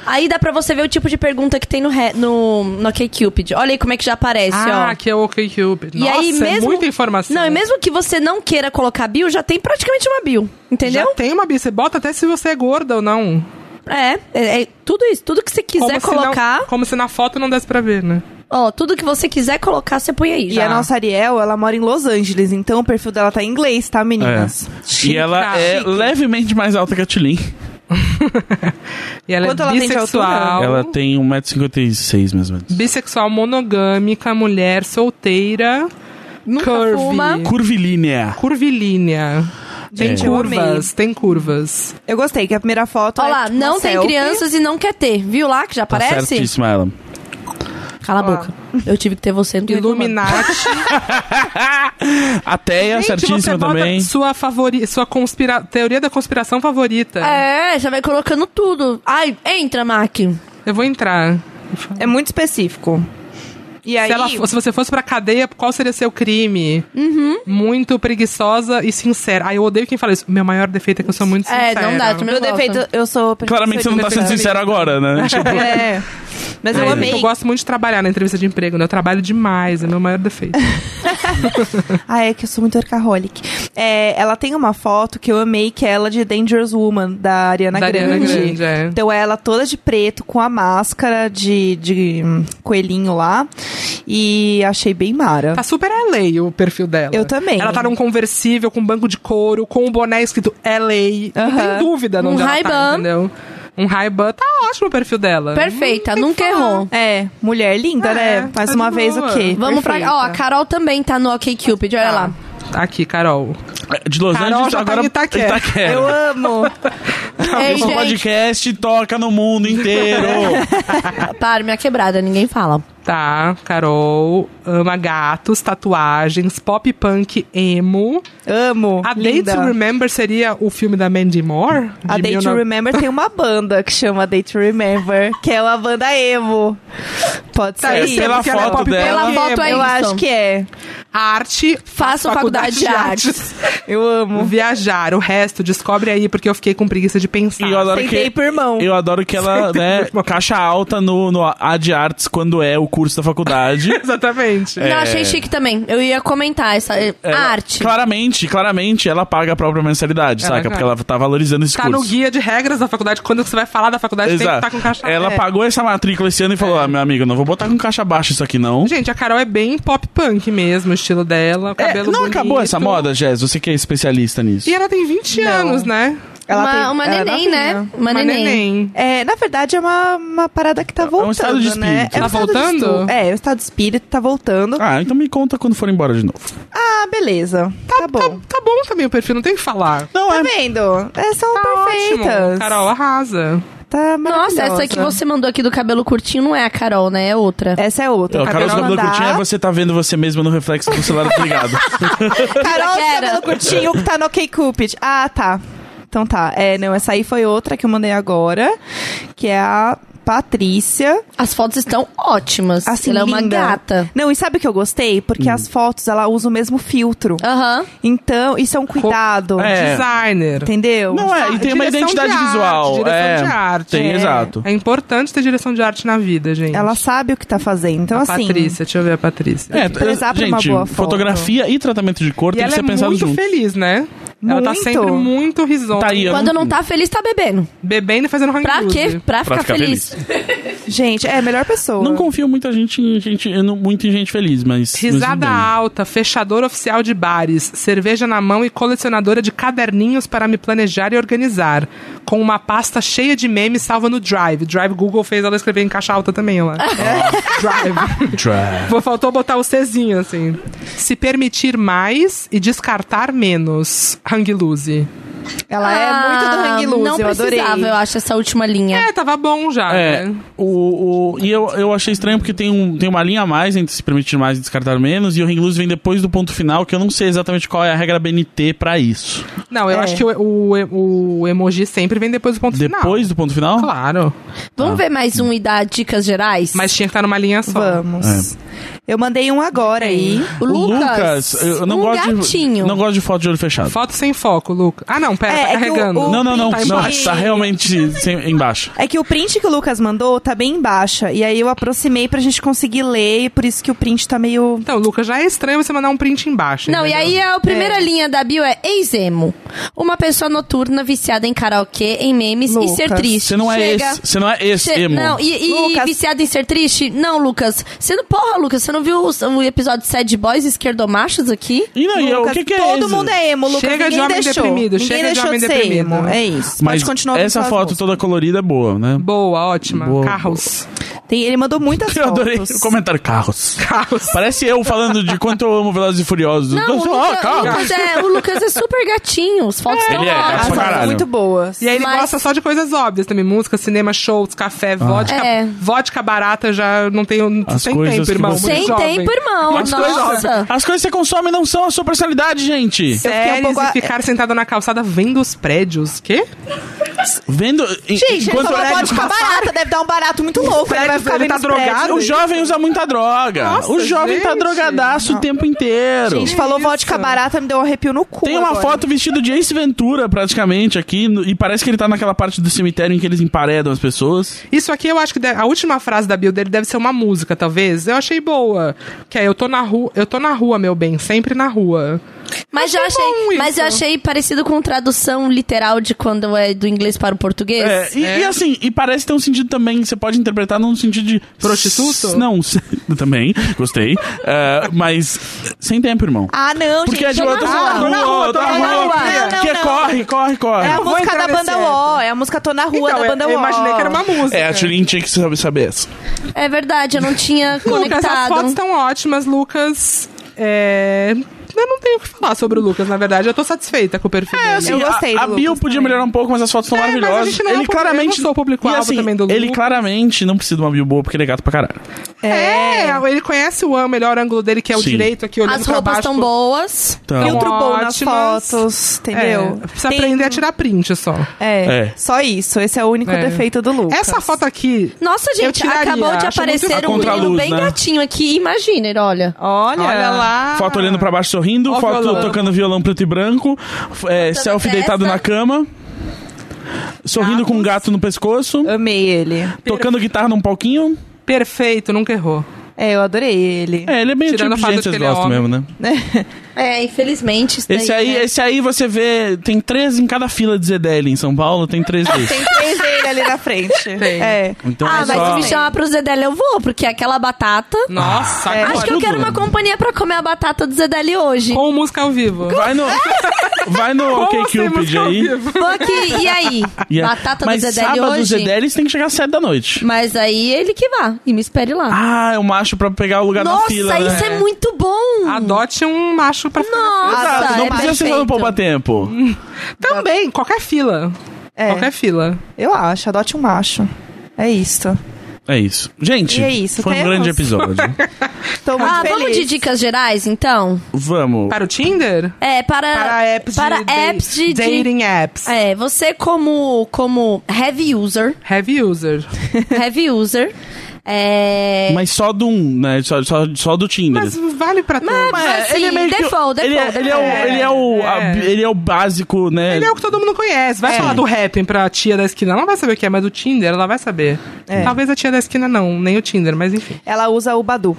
Speaker 4: Aí dá pra você ver o tipo de pergunta que tem no, re- no, no OkCupid. Olha aí como é que já aparece, ó.
Speaker 3: Ah, que é o OkCupid.
Speaker 4: E
Speaker 3: Nossa,
Speaker 4: aí
Speaker 3: é
Speaker 4: mesmo.
Speaker 3: muita informação.
Speaker 4: Não, e mesmo que você não queira colocar bio, já tem praticamente uma bio. Entendeu?
Speaker 3: Já tem uma bio, você bota até se você é gorda ou não.
Speaker 4: É, é, é tudo isso. Tudo que você quiser
Speaker 3: se não-
Speaker 4: colocar.
Speaker 3: como se na foto não desse pra ver, né?
Speaker 4: Ó, tudo que você quiser colocar, você põe aí.
Speaker 1: E
Speaker 4: já.
Speaker 3: é
Speaker 1: a nossa Ariel, ela mora em Los Angeles, então o perfil dela tá em inglês, tá, meninas?
Speaker 2: e ela é levemente mais alta que a Tilin.
Speaker 3: E ela
Speaker 1: Quanto
Speaker 3: é
Speaker 1: ela tem de
Speaker 3: bissexual.
Speaker 1: altura?
Speaker 2: Ela tem 1,56m mais ou menos.
Speaker 3: Bissexual, monogâmica, mulher, solteira,
Speaker 4: Nunca
Speaker 3: curvy.
Speaker 4: fuma.
Speaker 2: Curvilínea.
Speaker 3: Curvilínea. Tem
Speaker 1: Gente, eu
Speaker 3: curvas,
Speaker 1: amei.
Speaker 3: tem curvas.
Speaker 1: Eu gostei, que a primeira foto
Speaker 4: Olha
Speaker 1: é
Speaker 4: lá,
Speaker 1: tipo, uma
Speaker 4: não tem
Speaker 1: selfie.
Speaker 4: crianças e não quer ter. Viu lá que já
Speaker 2: Tá
Speaker 4: aparece?
Speaker 2: certíssima ela.
Speaker 4: Cala a boca. Eu tive que ter você no
Speaker 3: Illuminati.
Speaker 2: Ateia,
Speaker 3: Gente, você
Speaker 2: certíssima
Speaker 3: bota
Speaker 2: também.
Speaker 3: Sua, favori... sua conspira... teoria da conspiração favorita.
Speaker 4: É, já vai colocando tudo. Ai, entra, Mac.
Speaker 3: Eu vou entrar.
Speaker 1: É muito específico. E aí,
Speaker 3: Se, ela fo- se você fosse pra cadeia, qual seria seu crime? Muito preguiçosa e sincera. Ai, eu odeio quem fala isso. Meu maior defeito é que eu sou muito
Speaker 4: É,
Speaker 3: sincera.
Speaker 4: não dá, também
Speaker 1: meu
Speaker 4: gosto.
Speaker 1: defeito, eu sou...
Speaker 2: Claramente você não tá sendo sincero agora, né? Tipo,
Speaker 1: É. Mas eu
Speaker 3: Ai,
Speaker 1: amei.
Speaker 3: Eu gosto muito de trabalhar na entrevista de emprego, né? Eu trabalho demais, é meu maior defeito.
Speaker 1: Ah, é que eu sou muito workaholic. É, ela tem uma foto que eu amei, que é ela de Dangerous Woman, da Ariana
Speaker 3: Da
Speaker 1: Grande.
Speaker 3: Ariana Grande, é.
Speaker 1: Então é ela toda de preto, com a máscara de, de hum, coelhinho lá. E achei bem mara.
Speaker 3: Tá super LA o perfil dela.
Speaker 1: Eu também.
Speaker 3: Ela tá num conversível com banco de couro, com um boné escrito LA. Não
Speaker 1: Aham.
Speaker 3: tem dúvida
Speaker 4: Um
Speaker 3: onde ela
Speaker 4: Ray-Ban.
Speaker 3: tá, entendeu? Um Ray-Ban. Tá ótimo o perfil dela. Hum,
Speaker 4: Perfeita, nunca errou.
Speaker 1: É, mulher linda,
Speaker 3: É,
Speaker 1: né?
Speaker 3: tá
Speaker 1: Mais
Speaker 3: de
Speaker 1: uma vez
Speaker 3: boa.
Speaker 1: o quê?
Speaker 4: Vamos pra. Ó, a Carol também tá no OK Cupid, olha lá.
Speaker 3: Tá Aqui, Carol.
Speaker 2: Tipo, de Los
Speaker 3: Carol
Speaker 2: Angeles
Speaker 3: já tá
Speaker 2: agora
Speaker 3: em Itaquera.
Speaker 1: Eu amo.
Speaker 4: Ei,
Speaker 2: Esse
Speaker 4: É, gente,
Speaker 2: podcast toca no mundo inteiro.
Speaker 4: para, minha quebrada, ninguém fala.
Speaker 3: Tá, Carol. Ama gatos, tatuagens, pop punk emo.
Speaker 1: Amo.
Speaker 3: A Day
Speaker 1: linda.
Speaker 3: to Remember seria o filme da Mandy Moore?
Speaker 1: A
Speaker 3: De
Speaker 1: Day to
Speaker 3: 19
Speaker 1: Remember tem uma banda que chama Day to Remember, que é uma banda emo. Pode ser.
Speaker 3: Tá,
Speaker 2: É,
Speaker 3: isso é
Speaker 2: pela
Speaker 3: porque ela é
Speaker 2: foto
Speaker 3: pop
Speaker 2: dela.
Speaker 4: Pela foto é
Speaker 1: eu
Speaker 4: isso.
Speaker 1: acho que é.
Speaker 3: Arte,
Speaker 4: Faço faculdade de artes.
Speaker 1: Eu amo.
Speaker 3: Viajar, o resto descobre aí, porque eu fiquei com preguiça de pensar.
Speaker 2: E eu adoro
Speaker 1: Tentei
Speaker 2: que,
Speaker 1: pro
Speaker 4: um.
Speaker 1: irmão.
Speaker 2: eu adoro que ela, né, caixa alta no, no A de Artes quando é o curso da faculdade.
Speaker 3: Exatamente.
Speaker 2: É,
Speaker 4: Não, achei chique também. Eu ia comentar essa eh,
Speaker 2: Ela-
Speaker 4: arte.
Speaker 2: Claramente, claramente, ela paga a própria mensalidade,
Speaker 3: Ela
Speaker 2: saca?
Speaker 3: paga.
Speaker 2: Porque ela tá valorizando esse
Speaker 3: É Tá
Speaker 2: curso.
Speaker 3: no guia de regras da faculdade. Quando você vai falar da faculdade, tem que
Speaker 2: Exato.
Speaker 3: estar com caixa
Speaker 2: ela
Speaker 3: é.
Speaker 2: pagou essa matrícula esse ano e falou: Ah, meu amigo, não vou botar com caixa baixa isso aqui, não.
Speaker 3: Gente, a Carol é bem pop punk mesmo, o estilo dela.
Speaker 2: É,
Speaker 3: Cabelo
Speaker 2: não
Speaker 3: bonito.
Speaker 2: acabou essa moda, Jess? Você que é especialista nisso.
Speaker 3: E ela tem 20 anos, né?
Speaker 4: uma
Speaker 1: tem- ela
Speaker 4: uma
Speaker 1: é
Speaker 4: neném, né?
Speaker 1: novinha.
Speaker 4: Uma, neném.
Speaker 1: É, na verdade, é uma, uma parada que tá voltando,
Speaker 2: estado de
Speaker 1: né?
Speaker 2: espírito.
Speaker 1: É um
Speaker 3: Tá
Speaker 1: estado de
Speaker 3: voltando?
Speaker 1: estu- é, o estado de espírito tá voltando. Ah,
Speaker 2: Ah, então me conta quando for embora de novo.
Speaker 1: beleza. Tá, bom.
Speaker 3: Tá, tá bom também o perfil, não tem o que falar.
Speaker 1: Não, tá vendo? É, são
Speaker 3: Tá
Speaker 1: perfeitas.
Speaker 3: ótimo. Carol arrasa.
Speaker 1: Tá
Speaker 4: Nossa, essa é que
Speaker 1: maravilhosa.
Speaker 4: você mandou aqui do cabelo curtinho não é a Carol, né? É outra.
Speaker 1: Essa é outra.
Speaker 2: Então, Carol,
Speaker 1: Cabelo
Speaker 2: se cabelo
Speaker 1: mandar.
Speaker 2: curtinho é você tá vendo você mesma no reflexo do celular desligado.
Speaker 1: Carol, de
Speaker 4: Era.
Speaker 1: cabelo curtinho que tá no OkCupid. Ah, tá. Então tá. É, não, essa aí foi outra que eu mandei agora, que é a Patrícia.
Speaker 4: As fotos estão ótimas.
Speaker 1: Assim,
Speaker 4: Ela é uma
Speaker 1: linda.
Speaker 4: gata.
Speaker 1: Não, e sabe o que eu gostei? Porque as fotos, ela usa o mesmo filtro.
Speaker 4: Aham.
Speaker 1: Então, isso é um cuidado.
Speaker 2: É.
Speaker 3: Designer.
Speaker 1: Entendeu?
Speaker 2: não é, e tem uma
Speaker 3: Direção
Speaker 2: identidade
Speaker 3: de arte,
Speaker 2: visual.
Speaker 3: direção
Speaker 2: é,
Speaker 3: de arte.
Speaker 2: Tem,
Speaker 3: É.
Speaker 2: exato.
Speaker 3: É importante ter direção de arte na vida, gente.
Speaker 1: Ela sabe o que tá fazendo. Então,
Speaker 3: a
Speaker 1: assim.
Speaker 3: Patrícia, deixa eu ver a Patrícia.
Speaker 2: É,
Speaker 1: prezar por uma
Speaker 2: gente,
Speaker 1: boa foto.
Speaker 2: fotografia e tratamento de cor
Speaker 3: E
Speaker 2: tem
Speaker 3: ela
Speaker 2: que
Speaker 3: é
Speaker 2: ser pensado
Speaker 3: muito
Speaker 2: junto.
Speaker 3: feliz, né? Ela tá
Speaker 1: Muito.
Speaker 3: sempre muito risonha.
Speaker 2: Tá aí, eu
Speaker 4: Quando não tá feliz, tá bebendo.
Speaker 3: Bebendo e fazendo hang
Speaker 4: Pra quê?
Speaker 3: loose.
Speaker 4: Pra ficar,
Speaker 2: ficar
Speaker 4: feliz.
Speaker 1: Gente, é a melhor pessoa.
Speaker 2: Não confio muita gente em gente, eu não- muito em gente feliz, mas. mas
Speaker 3: Risada
Speaker 2: tudo bem.
Speaker 3: alta, fechador oficial de bares, cerveja na mão e colecionadora de caderninhos para me planejar e organizar. Com uma pasta cheia de memes salva no Drive. Drive Google fez ela escrever em caixa alta também, lá. Drive.
Speaker 2: Drive.
Speaker 3: Vou- Faltou botar o Czinho, assim. Se permitir mais e descartar menos. Hang loose.
Speaker 1: Ela é muito do Hang Loose,
Speaker 4: Ah, Não
Speaker 1: eu adorei.
Speaker 4: precisava, eu acho, essa última linha.
Speaker 3: É, tava bom já,
Speaker 2: É,
Speaker 3: né?
Speaker 2: o, o- e eu, eu achei estranho porque tem, um, tem uma linha a mais entre se permitir mais e descartar menos, e o ring loose vem depois do ponto final, que eu não sei exatamente qual é a regra BNT pra isso.
Speaker 3: Não, eu
Speaker 1: É.
Speaker 3: acho que o, o- o emoji sempre vem depois do ponto final.
Speaker 2: Depois do ponto final?
Speaker 3: Claro.
Speaker 4: Vamos ver mais um e dar dicas gerais?
Speaker 3: Mas tinha que estar numa linha só.
Speaker 2: É.
Speaker 1: Vamos. Eu mandei um agora aí.
Speaker 4: o
Speaker 2: O
Speaker 4: Lucas,
Speaker 2: eu eu não
Speaker 4: um
Speaker 2: gosto
Speaker 4: gatinho.
Speaker 2: de não gosto de foto de olho fechado.
Speaker 3: Foto sem foco, Luca. Ah, não, pera,
Speaker 1: É,
Speaker 3: tá
Speaker 1: é que
Speaker 3: carregando.
Speaker 1: o-
Speaker 2: Não, não, não,
Speaker 3: Tá
Speaker 2: não,
Speaker 3: embaixo.
Speaker 2: tá realmente sem- embaixo.
Speaker 1: É que o print que o Lucas mandou tá bem baixa. E aí eu aproximei pra gente conseguir ler, e por isso que o print tá meio.
Speaker 3: Então, Luca, já é estranho você mandar um print embaixo.
Speaker 4: Não, e
Speaker 3: entendeu?
Speaker 4: aí a primeira linha da bio é Eizemo. Uma pessoa noturna viciada em karaokê, em memes e
Speaker 1: Lucas,
Speaker 4: ser triste.
Speaker 2: Você não é
Speaker 4: Chega-
Speaker 2: esse, você não é esse
Speaker 4: Che-
Speaker 2: emo.
Speaker 4: Não, e, e
Speaker 1: Lucas.
Speaker 4: viciada em ser triste? Não, Lucas. Você não, porra, Lucas, você não viu o, o episódio Sad Boys e Esquerdomachos aqui?
Speaker 2: E não, e eu- o
Speaker 1: Lucas,
Speaker 2: que, que é
Speaker 1: todo
Speaker 2: esse?
Speaker 1: mundo é emo, Lucas.
Speaker 3: Chega de
Speaker 1: ninguém
Speaker 3: homem
Speaker 1: deixou.
Speaker 3: deprimido,
Speaker 1: Ninguém
Speaker 3: chega de
Speaker 1: deixou
Speaker 3: homem
Speaker 1: ser
Speaker 3: deprimido.
Speaker 1: emo. É isso.
Speaker 2: Mas
Speaker 1: Pode continuar ouvindo
Speaker 2: essa
Speaker 1: suas
Speaker 2: foto
Speaker 1: músicas.
Speaker 2: toda colorida é boa, né?
Speaker 3: Boa, ótima.
Speaker 2: Boa.
Speaker 3: Carros.
Speaker 1: Tem- ele mandou muitas
Speaker 2: Eu
Speaker 1: fotos.
Speaker 2: adorei o comentário carros.
Speaker 3: Carros.
Speaker 2: Parece eu falando de quanto eu amo Velozes e Furiosos.
Speaker 4: Não,
Speaker 2: Eu
Speaker 4: o,
Speaker 2: sou,
Speaker 4: Luca-
Speaker 2: ah,
Speaker 4: o
Speaker 2: carros.
Speaker 4: Lucas é, o Lucas é super gatinho. As fotos estão
Speaker 2: Ele é, é
Speaker 1: As
Speaker 2: pra
Speaker 1: fotos
Speaker 4: ótimas.
Speaker 2: caralho.
Speaker 1: muito boas.
Speaker 3: E aí ele
Speaker 4: Mas-
Speaker 3: gosta só de coisas óbvias também. Música, cinema, shows, café, vodka.
Speaker 4: É.
Speaker 3: Vodka barata já não tenho...
Speaker 2: Ah. As
Speaker 3: sem
Speaker 2: coisas
Speaker 3: tempo,
Speaker 2: que
Speaker 3: irmão.
Speaker 2: você-
Speaker 3: muito
Speaker 4: Sem
Speaker 3: jovem.
Speaker 4: tempo, irmão.
Speaker 3: Muito
Speaker 4: Nossa.
Speaker 2: As coisas que você consome não são a sua personalidade, gente.
Speaker 1: Eu fiquei um
Speaker 3: Séries
Speaker 1: pouco a-
Speaker 3: e ficar sentado na calçada vendo os prédios. Quê?
Speaker 2: Vendo. em-
Speaker 6: Gente, ele
Speaker 2: enquanto
Speaker 6: falou
Speaker 2: o
Speaker 6: que
Speaker 2: Hélio
Speaker 6: pode ficar barata, deve dar um barato muito louco. Ele vai
Speaker 3: Fred,
Speaker 6: ficar
Speaker 3: ele
Speaker 6: vendo
Speaker 3: tá
Speaker 6: os prédios.
Speaker 3: drogado?
Speaker 2: O jovem usa muita droga.
Speaker 3: Nossa,
Speaker 2: o jovem tá
Speaker 3: gente.
Speaker 2: drogadaço o tempo inteiro.
Speaker 6: Gente, falou
Speaker 3: Isso.
Speaker 6: vodka barata, me deu um arrepio no cu.
Speaker 2: Tem uma
Speaker 6: agora.
Speaker 2: foto vestido de Ace Ventura, praticamente, aqui, no- e parece que ele tá naquela parte do cemitério em que eles emparedam as pessoas.
Speaker 3: Isso aqui eu acho que deve- a última frase da bio dele deve ser uma música, talvez. Eu achei boa. Que é eu tô na rua, eu tô na rua, meu bem, sempre na rua.
Speaker 4: Mas, eu
Speaker 3: Achei bom
Speaker 4: achei,
Speaker 3: isso.
Speaker 4: mas eu achei parecido com tradução literal de quando é do inglês para o português.
Speaker 2: É, e, e assim, e parece ter um sentido também, você pode interpretar num sentido de.
Speaker 3: Prostituto?
Speaker 2: Não, também, gostei. É, mas sem tempo, irmão.
Speaker 6: Ah, não,
Speaker 2: Porque é
Speaker 6: gente.
Speaker 2: de
Speaker 6: eu
Speaker 2: outro
Speaker 6: não-
Speaker 2: lado.
Speaker 6: não,
Speaker 3: rua, tô
Speaker 2: na
Speaker 6: na
Speaker 2: rua.
Speaker 6: rua. Não, não,
Speaker 2: Que é
Speaker 6: não.
Speaker 2: corre, corre, corre.
Speaker 6: É a
Speaker 3: vou
Speaker 6: música
Speaker 3: entrar
Speaker 6: da banda
Speaker 3: nesse
Speaker 6: O, é a música Tô na Rua
Speaker 3: Então,
Speaker 6: da
Speaker 3: eu-
Speaker 6: banda O.
Speaker 3: eu imaginei que era uma música.
Speaker 2: É, a Tulin tinha que saber, saber essa.
Speaker 4: É verdade, eu não tinha
Speaker 3: Lucas, as fotos
Speaker 4: conectado.
Speaker 3: estão ótimas, Lucas. É, Eu não tenho o que falar sobre o Lucas, na verdade. Eu tô satisfeita com o perfil dele.
Speaker 2: assim,
Speaker 6: Eu gostei
Speaker 2: a, a
Speaker 6: do
Speaker 2: bio
Speaker 6: Lucas
Speaker 2: podia
Speaker 6: também.
Speaker 2: melhorar um pouco, mas as fotos são
Speaker 3: mas a gente
Speaker 2: maravilhosas.
Speaker 3: não é
Speaker 6: um
Speaker 2: ele
Speaker 6: né?
Speaker 3: o público-
Speaker 2: claramente
Speaker 3: eu não sou o público-alvo
Speaker 2: e assim,
Speaker 3: também do Lu.
Speaker 2: Ele claramente não precisa de uma bio boa porque ele é gato pra caralho.
Speaker 3: É, ele conhece o melhor ângulo dele, que é o
Speaker 2: Sim.
Speaker 3: direito aqui, olhando
Speaker 4: As
Speaker 3: pra
Speaker 4: roupas
Speaker 3: baixo.
Speaker 4: estão boas.
Speaker 2: Então,
Speaker 6: Filtro bom nas
Speaker 3: Ótimas.
Speaker 6: fotos, entendeu?
Speaker 3: É, precisa aprender a tirar print só.
Speaker 6: É,
Speaker 2: É.
Speaker 6: só isso. Esse é o único
Speaker 3: É.
Speaker 6: defeito do Lucas.
Speaker 3: Essa foto aqui.
Speaker 4: Nossa,
Speaker 3: Eu
Speaker 4: gente,
Speaker 3: tiraria,
Speaker 4: acabou de
Speaker 3: acho muito-
Speaker 4: aparecer
Speaker 2: A
Speaker 4: um menino
Speaker 2: contraluz,
Speaker 4: bem
Speaker 2: né?
Speaker 4: gatinho aqui. Imaginem, olha.
Speaker 6: Olha,
Speaker 3: Olha
Speaker 6: lá.
Speaker 2: foto olhando pra baixo sorrindo,
Speaker 3: Ó o
Speaker 2: foto
Speaker 3: violão.
Speaker 2: tocando violão preto e branco, f- é,
Speaker 4: Botando
Speaker 2: selfie
Speaker 4: testa.
Speaker 2: deitado na cama, sorrindo com um gato no pescoço,
Speaker 6: Amei ele.
Speaker 2: tocando guitarra num palquinho.
Speaker 3: Perfeito, nunca errou.
Speaker 6: É, eu adorei ele.
Speaker 2: É, ele é bem o
Speaker 3: Tirando
Speaker 2: tipo
Speaker 3: o fato
Speaker 2: de gente que
Speaker 3: de que
Speaker 2: vocês
Speaker 3: ele é
Speaker 2: gostam
Speaker 3: homem.
Speaker 2: mesmo, né?
Speaker 4: É, infelizmente. Isso
Speaker 2: Esse
Speaker 4: daí,
Speaker 2: aí, é
Speaker 4: né?
Speaker 2: esse aí você vê, tem três em cada fila de ZDL em São Paulo, tem três desses.
Speaker 6: Tem três dele ali na frente.
Speaker 3: Tem.
Speaker 6: É.
Speaker 2: Então
Speaker 4: Ah,
Speaker 2: é
Speaker 4: mas
Speaker 2: só...
Speaker 4: se me chamar pro Zedel, eu vou, porque é aquela batata.
Speaker 3: Nossa,
Speaker 6: É.
Speaker 4: Acho
Speaker 2: pode
Speaker 4: que eu
Speaker 2: tudo.
Speaker 4: quero uma companhia pra comer a batata do Zedel hoje.
Speaker 3: Com música ao vivo.
Speaker 2: Vai no, vai no
Speaker 3: Como assim,
Speaker 2: OkCupid
Speaker 3: música ao
Speaker 2: um aí.
Speaker 3: vivo?
Speaker 4: Vou aqui, e aí?
Speaker 2: E a-
Speaker 4: Batata
Speaker 2: Mas
Speaker 4: do Zedel
Speaker 2: sábado
Speaker 4: hoje?
Speaker 2: o Zedeli tem que chegar às 7 da noite.
Speaker 4: Mas aí ele que vá e me espere lá.
Speaker 2: Ah, eu macho pra pegar o lugar na
Speaker 4: Nossa,
Speaker 2: fila.
Speaker 4: isso
Speaker 2: né? Ah,
Speaker 4: é muito bom!
Speaker 3: Adote um macho pra ficar.
Speaker 4: Nossa,
Speaker 2: Exato, não
Speaker 4: é
Speaker 2: precisa ser só no
Speaker 4: perfeito.
Speaker 2: poupa tempo.
Speaker 3: Também, qualquer fila.
Speaker 6: É.
Speaker 3: Qualquer fila.
Speaker 6: Eu acho, adote um macho. É isso.
Speaker 2: É isso. Gente,
Speaker 6: E é isso,
Speaker 2: foi um
Speaker 6: temos.
Speaker 2: grande episódio.
Speaker 6: Tô muito
Speaker 4: Ah,
Speaker 6: feliz.
Speaker 4: vamos de dicas gerais, então?
Speaker 2: Vamos.
Speaker 3: Para o Tinder?
Speaker 4: É, para,
Speaker 3: Para apps
Speaker 4: para
Speaker 3: de,
Speaker 4: apps de, de-
Speaker 3: dating apps.
Speaker 4: É, você como, como heavy user,
Speaker 3: Heavy user.
Speaker 4: heavy user, é...
Speaker 2: Mas só do um, né? Só, só, só do Tinder.
Speaker 3: Mas é- vale pra um- tudo.
Speaker 4: Mas- assim,
Speaker 2: que-
Speaker 4: default,
Speaker 2: ele é-
Speaker 4: default,
Speaker 2: ele é o-
Speaker 4: default.
Speaker 2: ele é o a-
Speaker 3: É.
Speaker 2: ele é o básico, né?
Speaker 3: Ele é o que todo mundo conhece. Vai falar do rapping pra tia da esquina. Ela não vai saber o que é, mas do Tinder ela vai saber. Talvez a tia da esquina não, nem o Tinder, mas enfim.
Speaker 6: Ela usa o Badu.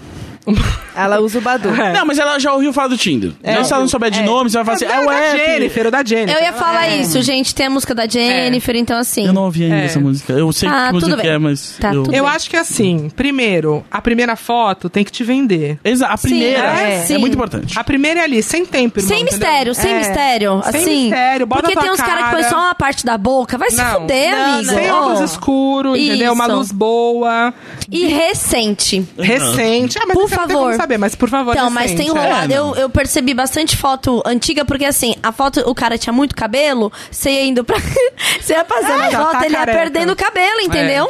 Speaker 6: Ela usa o Badu.
Speaker 4: Ah,
Speaker 2: Não, mas ela já ouviu falar do Tinder.
Speaker 3: É.
Speaker 2: Já se ela não souber de nome, você vai falar assim, é o
Speaker 3: da
Speaker 2: app.
Speaker 3: Jennifer, o da Jennifer.
Speaker 4: Eu
Speaker 6: É.
Speaker 4: ia falar isso, gente, tem a música da Jennifer, então assim...
Speaker 2: Eu não ouvi ainda
Speaker 3: É.
Speaker 2: essa música. Eu sei
Speaker 4: Ah,
Speaker 2: que
Speaker 4: tudo
Speaker 2: música que
Speaker 4: bem.
Speaker 2: é, mas.
Speaker 4: Tá,
Speaker 2: eu...
Speaker 4: tudo
Speaker 3: Eu
Speaker 4: bem.
Speaker 3: acho que assim, primeiro, a primeira foto tem que te vender.
Speaker 2: Exa- a primeira
Speaker 4: é,
Speaker 2: é,
Speaker 4: sim.
Speaker 2: muito importante.
Speaker 3: A primeira é ali, sem tempo, irmão,
Speaker 4: Sem
Speaker 3: entendeu?
Speaker 4: mistério, sem
Speaker 6: É.
Speaker 4: mistério,
Speaker 3: Sem
Speaker 4: assim...
Speaker 3: mistério, bota
Speaker 4: Porque
Speaker 3: tua
Speaker 4: tem uns caras que
Speaker 3: cara.
Speaker 4: põem só uma parte da boca, vai se
Speaker 3: Não.
Speaker 4: fuder,
Speaker 6: Não,
Speaker 4: amigo.
Speaker 3: É, Sem
Speaker 4: Ó.
Speaker 3: óculos escuros, entendeu? Uma
Speaker 4: Isso.
Speaker 3: luz boa,
Speaker 4: E recente.
Speaker 3: recente. Ah, mas
Speaker 4: Por
Speaker 3: você não tem
Speaker 4: favor.
Speaker 3: como saber, mas por favor,
Speaker 4: Então, mas
Speaker 3: recente,
Speaker 4: tem
Speaker 3: é.
Speaker 4: rolado.
Speaker 2: É,
Speaker 4: eu, eu percebi bastante foto antiga, porque assim, a foto, o cara tinha muito cabelo, você ia indo pra. você ia passando
Speaker 3: Ah,
Speaker 4: a
Speaker 3: já
Speaker 4: foto,
Speaker 3: tá
Speaker 4: ele ia
Speaker 3: careca.
Speaker 4: perdendo o cabelo, entendeu?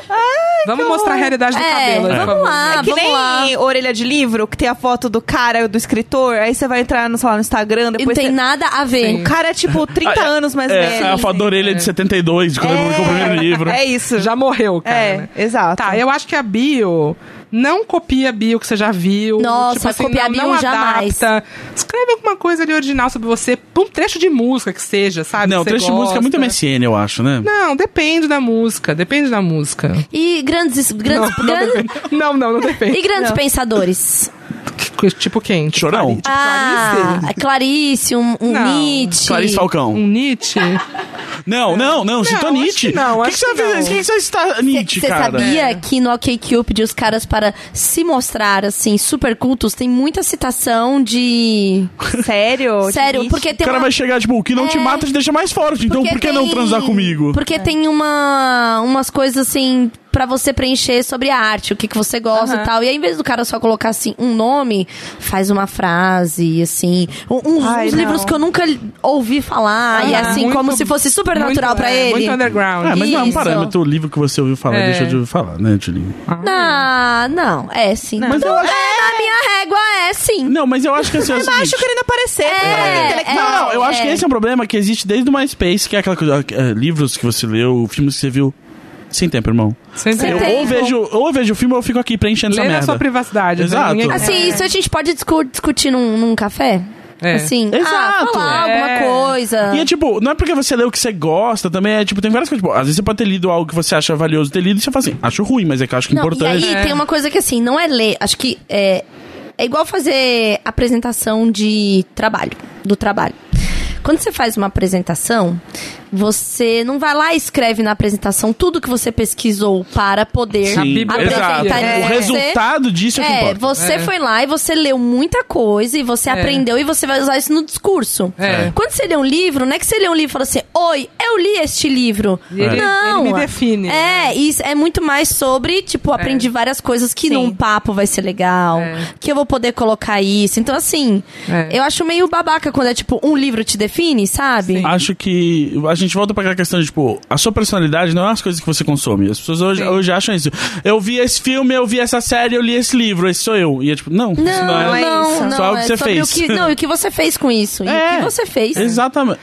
Speaker 3: Vamos mostrar a realidade do
Speaker 4: É,
Speaker 3: cabelo. por
Speaker 4: vamos
Speaker 3: favor.
Speaker 4: lá,
Speaker 6: que
Speaker 4: vamos
Speaker 6: nem
Speaker 4: lá.
Speaker 6: orelha de livro, que tem a foto do cara, do escritor, aí você vai entrar no, sei lá, no Instagram,
Speaker 4: E não
Speaker 6: depois
Speaker 4: tem
Speaker 6: você-
Speaker 4: nada a ver.
Speaker 6: O cara é tipo 30 anos mais
Speaker 2: é,
Speaker 6: velho.
Speaker 2: a foto da orelha de 72, de quando eu publicou o primeiro livro.
Speaker 6: É isso.
Speaker 3: Já morreu, cara.
Speaker 6: É,
Speaker 3: né?
Speaker 6: exato.
Speaker 3: Tá, eu acho que a bio não copia a bio que você já viu.
Speaker 4: Nossa,
Speaker 3: tipo assim,
Speaker 4: copiar
Speaker 3: não,
Speaker 4: a bio
Speaker 3: não
Speaker 4: jamais.
Speaker 3: adapta. Escreve alguma coisa ali original sobre você, um trecho de música que seja, sabe?
Speaker 2: Não, o
Speaker 3: que você
Speaker 2: trecho de música é muito
Speaker 3: gosta.
Speaker 2: MSN, eu acho, né?
Speaker 3: Não, depende da música, depende da música.
Speaker 4: E grandes. grandes,
Speaker 3: não, não
Speaker 4: grandes-
Speaker 3: depende. Não, não, não depende.
Speaker 4: e grandes pensadores.
Speaker 3: Que- Tipo quem? Tipo
Speaker 2: Chorão?
Speaker 3: Clarice?
Speaker 4: ah, Clarice, um, um
Speaker 3: Não.
Speaker 4: Nietzsche.
Speaker 2: Clarice Falcão.
Speaker 3: Um Nietzsche?
Speaker 2: Não, não, não, citou
Speaker 3: acho
Speaker 2: Nietzsche.
Speaker 3: que não,
Speaker 2: O que,
Speaker 3: acho
Speaker 2: você
Speaker 3: que
Speaker 2: vai
Speaker 3: não.
Speaker 2: fazer? O que você está Nietzsche,
Speaker 4: Você
Speaker 2: cara?
Speaker 4: sabia
Speaker 3: É.
Speaker 4: que no OkCupid os caras, para se mostrar, assim, super cultos, tem muita citação de...
Speaker 6: Sério?
Speaker 4: Sério,
Speaker 6: Difícil.
Speaker 4: porque
Speaker 2: O
Speaker 4: tem
Speaker 2: cara
Speaker 4: uma...
Speaker 2: vai chegar, tipo, o que não te
Speaker 4: É.
Speaker 2: mata te deixa mais forte. Então
Speaker 4: Porque
Speaker 2: por que não
Speaker 4: tem-
Speaker 2: transar comigo?
Speaker 4: Porque tem uma, umas coisas assim pra você preencher sobre a arte, o que, que você gosta e tal. E aí, em vez do cara só colocar assim um nome, faz uma frase, assim. um- uns,
Speaker 1: Ai,
Speaker 4: uns
Speaker 1: não.
Speaker 4: livros que eu nunca li- ouvi falar. e
Speaker 3: Aham.
Speaker 4: assim,
Speaker 3: Ah, Muito-
Speaker 4: como se fosse super
Speaker 3: muito,
Speaker 4: natural pra
Speaker 3: é,
Speaker 4: ele.
Speaker 3: Muito underground.
Speaker 2: Ah, mas não é um
Speaker 4: Isso.
Speaker 2: parâmetro o livro que você ouviu falar
Speaker 3: É.
Speaker 2: deixa de ouvir falar, né, Julinho?
Speaker 4: Não, não, é sim.
Speaker 2: Mas eu acho-
Speaker 4: É, na minha régua é sim.
Speaker 2: Não, mas eu acho que assim, é o seguinte-
Speaker 1: Acho querendo aparecer.
Speaker 4: É, é,
Speaker 2: né? não, não, eu acho
Speaker 4: é.
Speaker 2: que esse é um problema que existe desde o MySpace, que é aquela coisa, eh, livros que você leu, filmes que você viu. Sem tempo, irmão.
Speaker 3: Sempre.
Speaker 4: Sem
Speaker 2: Eu
Speaker 4: tempo.
Speaker 2: ou vejo, ou eu vejo o filme ou eu fico aqui preenchendo
Speaker 3: Lê
Speaker 2: essa
Speaker 3: na
Speaker 2: merda.
Speaker 3: sua privacidade. né?
Speaker 2: Exato.
Speaker 3: Ninguém-
Speaker 4: Assim,
Speaker 3: É.
Speaker 4: isso a gente pode discu- discutir num, num café?
Speaker 3: É.
Speaker 4: Assim,
Speaker 2: Exato.
Speaker 4: ah, falar
Speaker 3: É.
Speaker 4: alguma coisa.
Speaker 2: E é tipo, não é porque você lê o que você gosta, também é tipo, tem várias coisas. Tipo, às vezes você pode ter lido algo que você acha valioso ter lido e você fala assim, acho ruim, mas é que eu acho que é
Speaker 4: Não,
Speaker 2: importante.
Speaker 4: E aí
Speaker 3: É.
Speaker 4: tem uma coisa que assim, não é ler. Acho que é, é igual fazer apresentação de trabalho, do trabalho. Quando você faz uma apresentação, você não vai lá e escreve na apresentação tudo que você pesquisou para poder
Speaker 3: Sim,
Speaker 4: apresentar.
Speaker 3: exato.
Speaker 4: isso.
Speaker 2: O
Speaker 4: Você-
Speaker 2: resultado disso é, que
Speaker 4: É,
Speaker 2: importa.
Speaker 4: você
Speaker 3: É.
Speaker 4: foi lá e você leu muita coisa e você aprendeu e você vai usar isso no discurso.
Speaker 3: É.
Speaker 4: Quando você lê um livro, não é que você lê um livro e fala assim, oi, eu li este livro.
Speaker 3: E ele-
Speaker 4: não.
Speaker 3: ele me define.
Speaker 4: É, isso é muito mais sobre, tipo, aprendi várias coisas que num papo vai ser legal,
Speaker 3: É.
Speaker 4: que eu vou poder colocar isso. Então, assim,
Speaker 3: É.
Speaker 4: eu acho meio babaca quando é tipo, um livro te define, sabe?
Speaker 2: Acho que a gente volta pra aquela questão de, tipo, a sua personalidade não é as coisas que você consome. As pessoas hoje, hoje acham isso. Eu vi esse filme, eu vi essa série, eu li esse livro, esse sou eu. E é tipo, não, isso
Speaker 4: Não, não,
Speaker 2: não é.
Speaker 4: não,
Speaker 2: Só algo
Speaker 4: é
Speaker 2: que você
Speaker 4: sobre
Speaker 2: fez.
Speaker 4: O que, não, e o que você fez com isso? E o
Speaker 2: É.
Speaker 4: que você fez?
Speaker 2: Exatamente.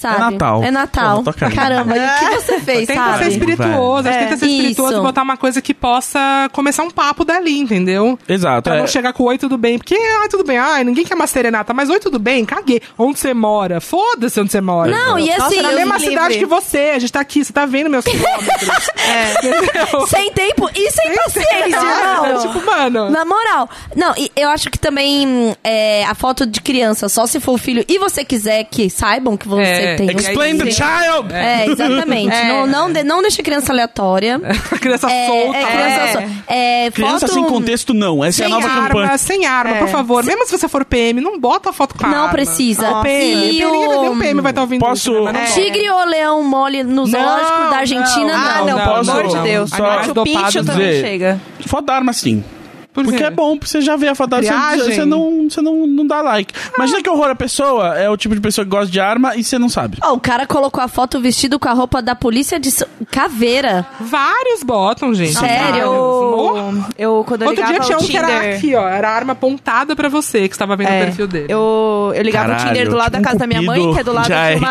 Speaker 4: Sabe?
Speaker 2: É Natal.
Speaker 4: É Natal.
Speaker 2: Porra, tô caindo.
Speaker 4: Caramba, e o que você fez,
Speaker 3: Tenta ser
Speaker 4: sabe?
Speaker 3: espirituoso, acho que
Speaker 1: É.
Speaker 3: tenta ser espirituoso
Speaker 4: Isso.
Speaker 3: e botar uma coisa que possa começar um papo dali, entendeu?
Speaker 2: Exato.
Speaker 3: Pra
Speaker 2: é.
Speaker 3: não chegar com oi, tudo bem. Porque, ai, tudo bem. Ai, ninguém quer uma serenata. Mas oi, tudo bem. Caguei. Onde você mora? Foda-se onde você mora. Tá
Speaker 4: Não, e
Speaker 1: Nossa,
Speaker 4: assim,
Speaker 1: na
Speaker 3: Na
Speaker 1: eu
Speaker 3: mesma
Speaker 1: me
Speaker 3: cidade
Speaker 1: livre.
Speaker 3: que você. A gente tá aqui. Você tá vendo meus quilômetros. é. Entendeu?
Speaker 4: sem tempo e sem paciência,
Speaker 3: É,
Speaker 4: irmão.
Speaker 3: tipo, mano...
Speaker 4: Na moral. Não, e eu acho que também hum, é, a foto de criança, só se for o filho e você quiser que saibam que você
Speaker 3: É,
Speaker 4: tem. um
Speaker 3: ex-
Speaker 2: Explain the
Speaker 3: Sim.
Speaker 2: child!
Speaker 4: É, exatamente. Não, não, de- não deixa criança aleatória.
Speaker 3: A criança
Speaker 4: É,
Speaker 3: Tá solta.
Speaker 4: é, criança
Speaker 1: É.
Speaker 4: solta. É,
Speaker 2: Criança
Speaker 4: foto-
Speaker 2: sem contexto, não. Essa é a
Speaker 3: Sem
Speaker 2: nova
Speaker 3: arma,
Speaker 2: campanha.
Speaker 3: sem arma, por favor. Mesmo se você for PM, não bota a foto com a
Speaker 4: É. Não
Speaker 3: arma.
Speaker 4: precisa. É.
Speaker 3: O PM,
Speaker 4: E
Speaker 3: PM, ninguém vai ter um PM, vai estar ouvindo
Speaker 2: Posso-
Speaker 3: isso, né? Mas não bota.
Speaker 4: um Tigre ou leão mole no zoológico da Argentina,
Speaker 1: Ah, não,
Speaker 4: não.
Speaker 3: não,
Speaker 1: pelo
Speaker 2: não,
Speaker 1: amor
Speaker 2: não.
Speaker 1: de Deus.
Speaker 2: Só
Speaker 1: Só o pincho
Speaker 3: dopado
Speaker 1: também
Speaker 2: dizer-
Speaker 1: chega.
Speaker 2: Foto da arma, sim.
Speaker 3: Por
Speaker 2: Porque
Speaker 3: quê?
Speaker 2: é bom, porque você já vê a foto da arma, você,
Speaker 3: Triagem. Ah.
Speaker 2: você, não, você não, não dá like. Imagina que horror a pessoa é o tipo de pessoa que gosta de arma e você não sabe.
Speaker 4: Ó, o cara colocou a foto vestido com a roupa da polícia de S- caveira.
Speaker 3: Vários botam, gente.
Speaker 6: Ah,
Speaker 4: Sério?
Speaker 3: Vários. Morra.
Speaker 1: Eu, eu quando eu
Speaker 3: Outro dia
Speaker 1: ligava
Speaker 3: tinha
Speaker 1: o
Speaker 3: um que era
Speaker 1: Tinder-
Speaker 3: aqui, ó. Era a arma apontada pra você, que estava vendo
Speaker 1: É,
Speaker 3: o perfil dele.
Speaker 1: Eu, eu ligava
Speaker 2: Caralho,
Speaker 1: o Tinder do lado
Speaker 2: tipo
Speaker 1: da casa da minha mãe,
Speaker 2: cupido
Speaker 1: que é do lado
Speaker 2: já é
Speaker 1: de
Speaker 3: Só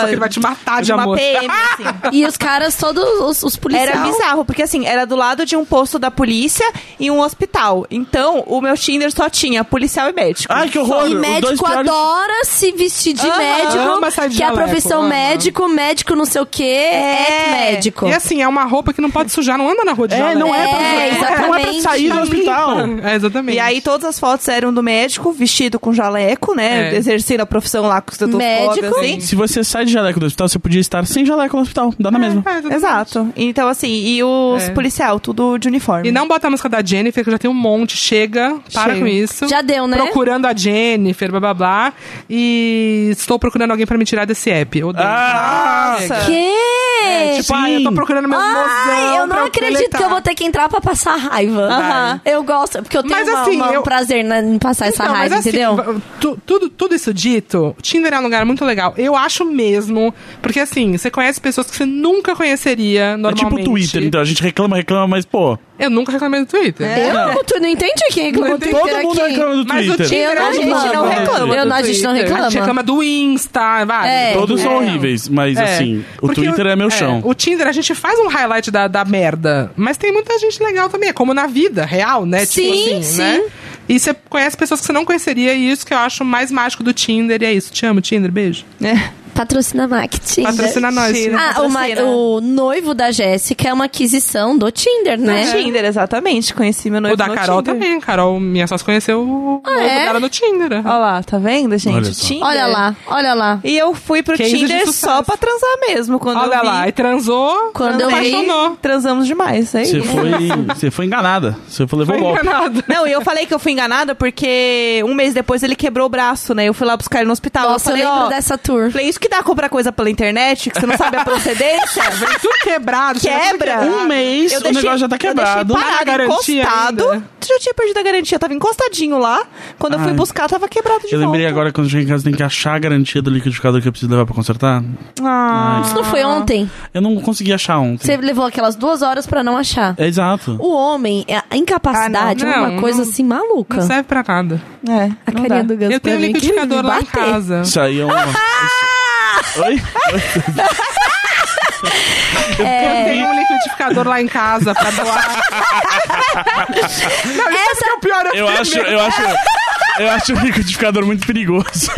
Speaker 3: que ele
Speaker 1: uma.
Speaker 3: vai te matar de
Speaker 1: de uma
Speaker 3: amor.
Speaker 1: PM, assim.
Speaker 4: E os caras, todos os, os policiais.
Speaker 1: Era bizarro, porque assim, era do lado de um posto da polícia e um hospital. Então, o meu Tinder só tinha policial e médico.
Speaker 2: Ai, que horror!
Speaker 4: E
Speaker 2: Os dois
Speaker 4: médico
Speaker 2: piores-
Speaker 4: adora se vestir de
Speaker 1: Ama,
Speaker 3: ama sair
Speaker 4: médico,
Speaker 3: de
Speaker 4: que é a
Speaker 3: jaleco,
Speaker 4: profissão
Speaker 3: ama.
Speaker 4: médico, médico não sei o quê, é, médico.
Speaker 3: E assim, é uma roupa que não pode sujar, não anda na rua de
Speaker 2: É,
Speaker 3: jaleco.
Speaker 2: não é,
Speaker 4: É,
Speaker 2: pra, não é pra
Speaker 4: exatamente.
Speaker 2: sair do hospital.
Speaker 3: É, exatamente.
Speaker 1: E aí todas as fotos eram do médico, vestido com jaleco, né?
Speaker 3: É.
Speaker 1: Exercendo a profissão lá com os
Speaker 4: Médico.
Speaker 1: assim.
Speaker 2: Se você sai de jaleco do hospital, você podia estar sem jaleco no hospital. Dá na mesma.
Speaker 3: É, exatamente.
Speaker 1: Exato. Então, assim, e os
Speaker 3: É.
Speaker 1: policial, tudo de uniforme.
Speaker 3: E não bota a música da Jennifer, que eu já tem um monte. Chega, para
Speaker 1: Chega.
Speaker 3: com isso.
Speaker 4: Já deu, né?
Speaker 3: Procurando a Jennifer, blá blá blá. E estou procurando alguém pra me tirar desse app. Eu odeio.
Speaker 2: Ah!
Speaker 1: Nossa.
Speaker 4: Quê?
Speaker 3: tipo, ah, eu tô procurando meu mozão
Speaker 4: É, Ai, eu
Speaker 3: pra
Speaker 4: não acredito
Speaker 3: É, deletar.
Speaker 4: que eu vou ter que entrar pra passar raiva.
Speaker 1: Aham.
Speaker 4: Eu gosto, porque eu tenho
Speaker 3: Mas
Speaker 4: uma-
Speaker 3: assim,
Speaker 4: uma- um
Speaker 3: eu-
Speaker 4: prazer na- em passar essa
Speaker 3: Então, mas
Speaker 4: raiva,
Speaker 3: assim,
Speaker 4: entendeu?
Speaker 3: va- tu- tudo, tudo isso dito, Tinder é um lugar muito legal. Eu acho mesmo, porque assim, você conhece pessoas que você nunca conheceria
Speaker 2: É
Speaker 3: normalmente.
Speaker 2: tipo o Twitter, então. A gente reclama, reclama, mas, pô,
Speaker 3: Eu nunca reclamei do Twitter.
Speaker 4: Eu? Tu não entende quem reclamou
Speaker 3: Não
Speaker 4: do
Speaker 3: entendo.
Speaker 4: Twitter
Speaker 2: todo mundo
Speaker 4: aqui?
Speaker 2: reclama do
Speaker 3: é Mas o
Speaker 2: Twitter.
Speaker 3: Tinder
Speaker 4: Eu não,
Speaker 3: a gente não
Speaker 4: reclamo.
Speaker 2: reclama
Speaker 4: Eu
Speaker 2: do
Speaker 4: não, a gente não
Speaker 3: Twitter.
Speaker 4: reclama.
Speaker 3: A gente reclama do Insta, vai.
Speaker 4: É.
Speaker 2: Todos são
Speaker 4: É.
Speaker 2: horríveis, mas
Speaker 3: né? É,
Speaker 2: assim, o
Speaker 3: porque
Speaker 2: Twitter é meu chão.
Speaker 3: O Tinder, a gente faz um highlight da, da merda, mas tem muita gente legal também, é como na vida real, né?
Speaker 4: Sim,
Speaker 3: tipo assim,
Speaker 4: sim.
Speaker 3: né? E você conhece pessoas que você não conheceria, e isso que eu acho mais mágico do Tinder, e é isso. Te amo, Tinder, beijo.
Speaker 1: Né?
Speaker 4: Patrocina marketing.
Speaker 3: Patrocina nós.
Speaker 1: Tinder.
Speaker 4: Ah, o, ma-
Speaker 1: Patrocina.
Speaker 4: o noivo da Jéssica é uma aquisição do Tinder,
Speaker 1: No
Speaker 4: né?
Speaker 1: Tinder, exatamente. Conheci meu noivo
Speaker 2: Ah,
Speaker 3: O da
Speaker 1: no
Speaker 3: Carol
Speaker 1: Tinder.
Speaker 3: também. Carol, minha sócia, conheceu o
Speaker 4: Ah,
Speaker 3: noivo
Speaker 4: é?
Speaker 3: dela no Tinder. né?
Speaker 1: Olha lá, tá vendo, gente?
Speaker 2: Olha só.
Speaker 1: Tinder.
Speaker 4: Olha lá, olha lá.
Speaker 1: E eu fui pro
Speaker 3: Case de
Speaker 1: Tinder
Speaker 3: sucesso.
Speaker 1: só pra transar mesmo. Quando
Speaker 3: Olha
Speaker 1: eu vi,
Speaker 3: lá, e transou.
Speaker 4: Quando eu vi-
Speaker 3: apaixonou.
Speaker 1: Transamos demais, é
Speaker 2: Você
Speaker 1: isso.
Speaker 2: foi, você foi enganada. Você foi levou
Speaker 3: Foi
Speaker 2: golpe.
Speaker 3: enganado.
Speaker 1: Não, e eu falei que eu fui enganada porque um mês depois ele quebrou o braço, né? Eu fui lá buscar ele no hospital.
Speaker 4: Nossa, eu
Speaker 1: eu falei,
Speaker 4: lembro
Speaker 1: ó,
Speaker 4: dessa tour.
Speaker 1: Falei, isso que dá a comprar coisa pela internet, que você não sabe a procedência,
Speaker 3: Vem tudo quebrado. chega tudo
Speaker 1: quebra.
Speaker 3: quebrado.
Speaker 2: Um mês,
Speaker 1: Eu
Speaker 2: o
Speaker 1: deixei-
Speaker 2: negócio já tá quebrado.
Speaker 1: Eu
Speaker 3: Tá na
Speaker 1: deixei parado,
Speaker 3: garantia
Speaker 1: encostado.
Speaker 3: ainda?
Speaker 1: Já tinha perdido a garantia. Tava encostadinho lá. Quando eu fui
Speaker 2: Ai.
Speaker 1: buscar, tava quebrado de
Speaker 2: Eu
Speaker 1: volta.
Speaker 2: lembrei agora quando eu cheguei em casa tem que achar a garantia do liquidificador que eu preciso levar pra consertar.
Speaker 1: Ah.
Speaker 4: Isso não foi ontem.
Speaker 2: Eu não consegui achar ontem.
Speaker 4: Você levou aquelas duas horas pra não achar.
Speaker 2: É exato.
Speaker 4: O homem, é a incapacidade
Speaker 3: Ah, não.
Speaker 4: é uma
Speaker 3: Não,
Speaker 4: coisa
Speaker 3: não-
Speaker 4: assim maluca.
Speaker 3: Não serve pra nada.
Speaker 1: É,
Speaker 4: a
Speaker 1: não
Speaker 4: carinha
Speaker 1: dá.
Speaker 4: do Gus
Speaker 3: Eu tenho um
Speaker 4: pra mim, que
Speaker 3: liquidificador lá em
Speaker 4: bater.
Speaker 3: casa.
Speaker 2: Isso aí é uma.
Speaker 4: Ah!
Speaker 2: Isso- Oi?
Speaker 4: É.
Speaker 2: É.
Speaker 3: Eu tenho um liquidificador lá em casa pra doar. Não, isso é o pior.
Speaker 2: Eu acho, eu acho. Eu acho o liquidificador muito perigoso.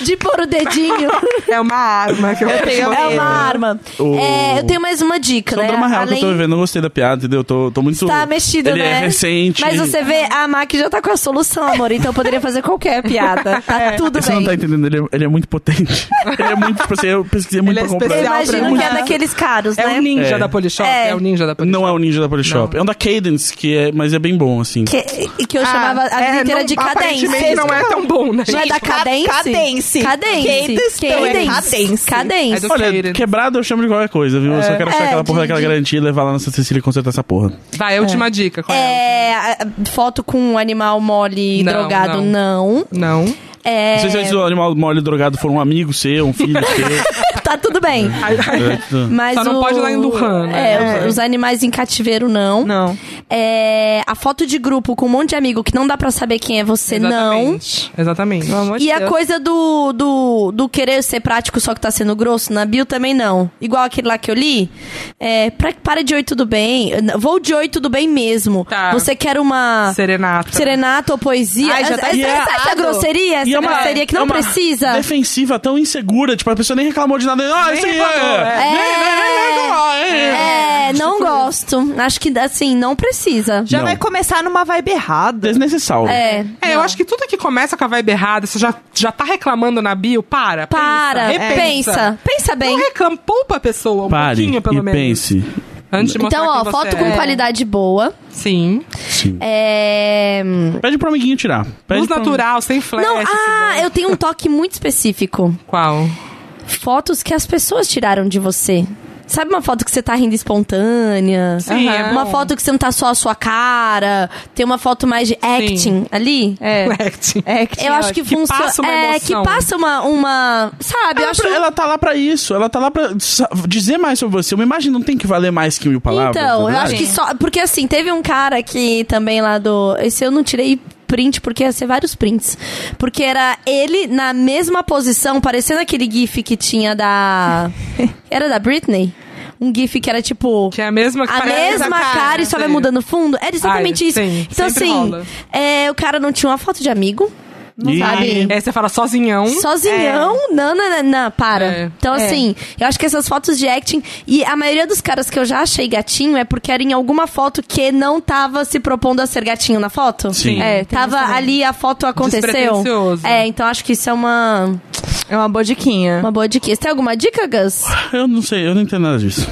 Speaker 4: De pôr o dedinho.
Speaker 3: É uma arma que eu, eu
Speaker 1: tenho
Speaker 4: é uma arma.
Speaker 2: O-
Speaker 4: É, eu tenho mais uma dica,
Speaker 2: É um
Speaker 4: né?
Speaker 2: drama real que eu tô
Speaker 4: Além...
Speaker 2: vivendo. Não gostei da piada, entendeu? Eu tô, tô muito.
Speaker 4: Tá mexido,
Speaker 2: Ele
Speaker 4: né?
Speaker 2: é recente.
Speaker 4: Mas você vê, a Mac já tá com a solução, amor. Então eu poderia fazer qualquer piada. Tá tudo
Speaker 2: Você
Speaker 4: bem.
Speaker 2: não tá entendendo, ele é, ele é muito potente. ele é muito, tipo assim, eu pesquisei muito
Speaker 3: Ele é
Speaker 2: pra comprar.
Speaker 4: Eu
Speaker 3: especial pra
Speaker 4: imagino
Speaker 3: mim.
Speaker 4: que é daqueles caros,
Speaker 3: É
Speaker 4: né?
Speaker 3: o ninja
Speaker 2: É.
Speaker 3: da Polishop.
Speaker 4: É.
Speaker 3: É. o ninja da Polishop.
Speaker 2: Não é um ninja da Polishop. É um da Cadence, que é, mas é bem bom, assim.
Speaker 4: Que, que eu chamava a vida inteira de cadência.
Speaker 3: Ah, é, Aparentemente não é tão bom, né?
Speaker 4: Não é da
Speaker 1: Gente, ca-
Speaker 4: cadência?
Speaker 1: cadence.
Speaker 4: Cadence.
Speaker 1: Cadence, então, é cadence.
Speaker 4: Cadence.
Speaker 3: É do-
Speaker 2: Olha,
Speaker 3: Cadence.
Speaker 2: quebrado eu chamo de qualquer coisa, viu? Eu só quero achar
Speaker 4: É,
Speaker 2: aquela porra
Speaker 4: de-
Speaker 2: daquela
Speaker 4: de-
Speaker 2: garantia e levar lá na Santa Cecília e consertar essa porra.
Speaker 3: Vai, a última dica. Qual é?
Speaker 4: É, a- a- foto com um animal mole e
Speaker 3: Não,
Speaker 4: drogado, não.
Speaker 3: Não.
Speaker 4: É,
Speaker 2: Não sei se antes do animal mole drogado for um amigo seu, um filho seu.
Speaker 4: tá tudo bem.
Speaker 2: É,
Speaker 4: Mas
Speaker 3: Só não
Speaker 4: o-
Speaker 3: pode dar em Luhan, né?
Speaker 4: É, os, os animais em cativeiro, não.
Speaker 1: Não.
Speaker 4: É, a foto de grupo com um monte de amigo que não dá pra saber quem é você, não.
Speaker 3: Exatamente. Exatamente.
Speaker 4: E a coisa do, do, do querer ser prático, só que tá sendo grosso, na bio também não. Igual aquele lá que eu li. É, pra, para de oi, tudo bem. Vou de oi, tudo bem mesmo.
Speaker 3: Tá.
Speaker 4: Você quer uma
Speaker 3: Serenata.
Speaker 4: serenata ou poesia?
Speaker 1: Ai, já tá
Speaker 4: essa, essa, essa
Speaker 1: errado.
Speaker 4: grosseria, essa
Speaker 2: E é uma-
Speaker 4: grosseria que não
Speaker 2: é uma
Speaker 4: precisa.
Speaker 2: Defensiva tão insegura, tipo, a pessoa nem reclamou de nada. Ah, isso aí
Speaker 3: reclamou,
Speaker 2: é.
Speaker 4: É.
Speaker 2: Nem- nem- nem reclamou, é.
Speaker 4: É, não gosto. Acho que, assim, não precisa.
Speaker 1: Já
Speaker 2: Não.
Speaker 1: vai começar numa vibe errada.
Speaker 2: Desnecessário.
Speaker 4: É.
Speaker 3: É, eu acho que tudo que começa com a vibe errada, você já, já tá reclamando na bio, para.
Speaker 4: Para,
Speaker 3: pensa, repensa.
Speaker 4: pensa. Pensa bem.
Speaker 3: Não reclama, poupa a pessoa um
Speaker 2: Pare
Speaker 3: pouquinho, pelo
Speaker 2: e
Speaker 3: menos.
Speaker 2: pense.
Speaker 3: Antes de mostrar
Speaker 4: Então, ó,
Speaker 3: quem você
Speaker 4: foto
Speaker 3: é.
Speaker 4: com qualidade boa.
Speaker 3: Sim.
Speaker 2: Sim.
Speaker 4: É...
Speaker 2: Pede pro amiguinho tirar. Pede
Speaker 3: Luz
Speaker 2: pro-
Speaker 3: natural, sem flash.
Speaker 4: Não,
Speaker 3: esse
Speaker 4: ah, eu tenho um toque muito específico.
Speaker 3: Qual?
Speaker 4: Fotos que as pessoas tiraram de você. Sabe uma foto que você tá rindo espontânea?
Speaker 3: Sim,
Speaker 4: Aham.
Speaker 3: é bom.
Speaker 4: Uma foto que você não tá só a sua cara. Tem uma foto mais de acting ali.
Speaker 1: É.
Speaker 3: O acting.
Speaker 1: É que
Speaker 4: Eu acho que,
Speaker 3: que
Speaker 4: funciona.
Speaker 3: passa uma
Speaker 4: é, que
Speaker 3: emoção. É um
Speaker 4: passa uma. uma sabe, eu
Speaker 2: Ela,
Speaker 4: acho.
Speaker 2: pra- ela tá lá pra isso, ela tá lá pra sa- dizer mais sobre você. Uma imagem não tem que valer mais que mil palavras.
Speaker 4: Então,
Speaker 3: né?
Speaker 4: eu
Speaker 2: verdade?
Speaker 4: acho que só. Porque assim, teve um cara que também lá do. Esse eu não tirei print, porque ia ser vários prints. Porque era ele na mesma posição, parecendo aquele GIF que tinha da. Era da Britney? Um GIF que era tipo.
Speaker 3: Que é a mesma
Speaker 4: A
Speaker 3: parece
Speaker 4: mesma cara, e só vai
Speaker 3: sim.
Speaker 4: mudando o fundo. Era exatamente
Speaker 3: Ai,
Speaker 4: isso.
Speaker 3: Ah, sim,
Speaker 4: então,
Speaker 3: sempre
Speaker 4: assim,
Speaker 3: rola.
Speaker 4: é, o cara não tinha uma foto de amigo. Não
Speaker 2: Ih.
Speaker 4: sabe?
Speaker 3: É, você fala sozinhão.
Speaker 4: Sozinhão, não, não, não, não, para.
Speaker 3: É.
Speaker 4: Então, assim, eu acho que essas fotos de acting. E a maioria dos caras que eu já achei gatinho é porque era em alguma foto que não tava se propondo a ser gatinho na foto.
Speaker 2: Sim.
Speaker 4: É, tava ali, a foto aconteceu.
Speaker 3: Despretensioso.
Speaker 4: É, então acho que isso é uma,
Speaker 1: é uma bodiquinha.
Speaker 4: uma boa dica. Você tem alguma dica, Gus?
Speaker 2: Eu não sei, eu não entendo nada disso.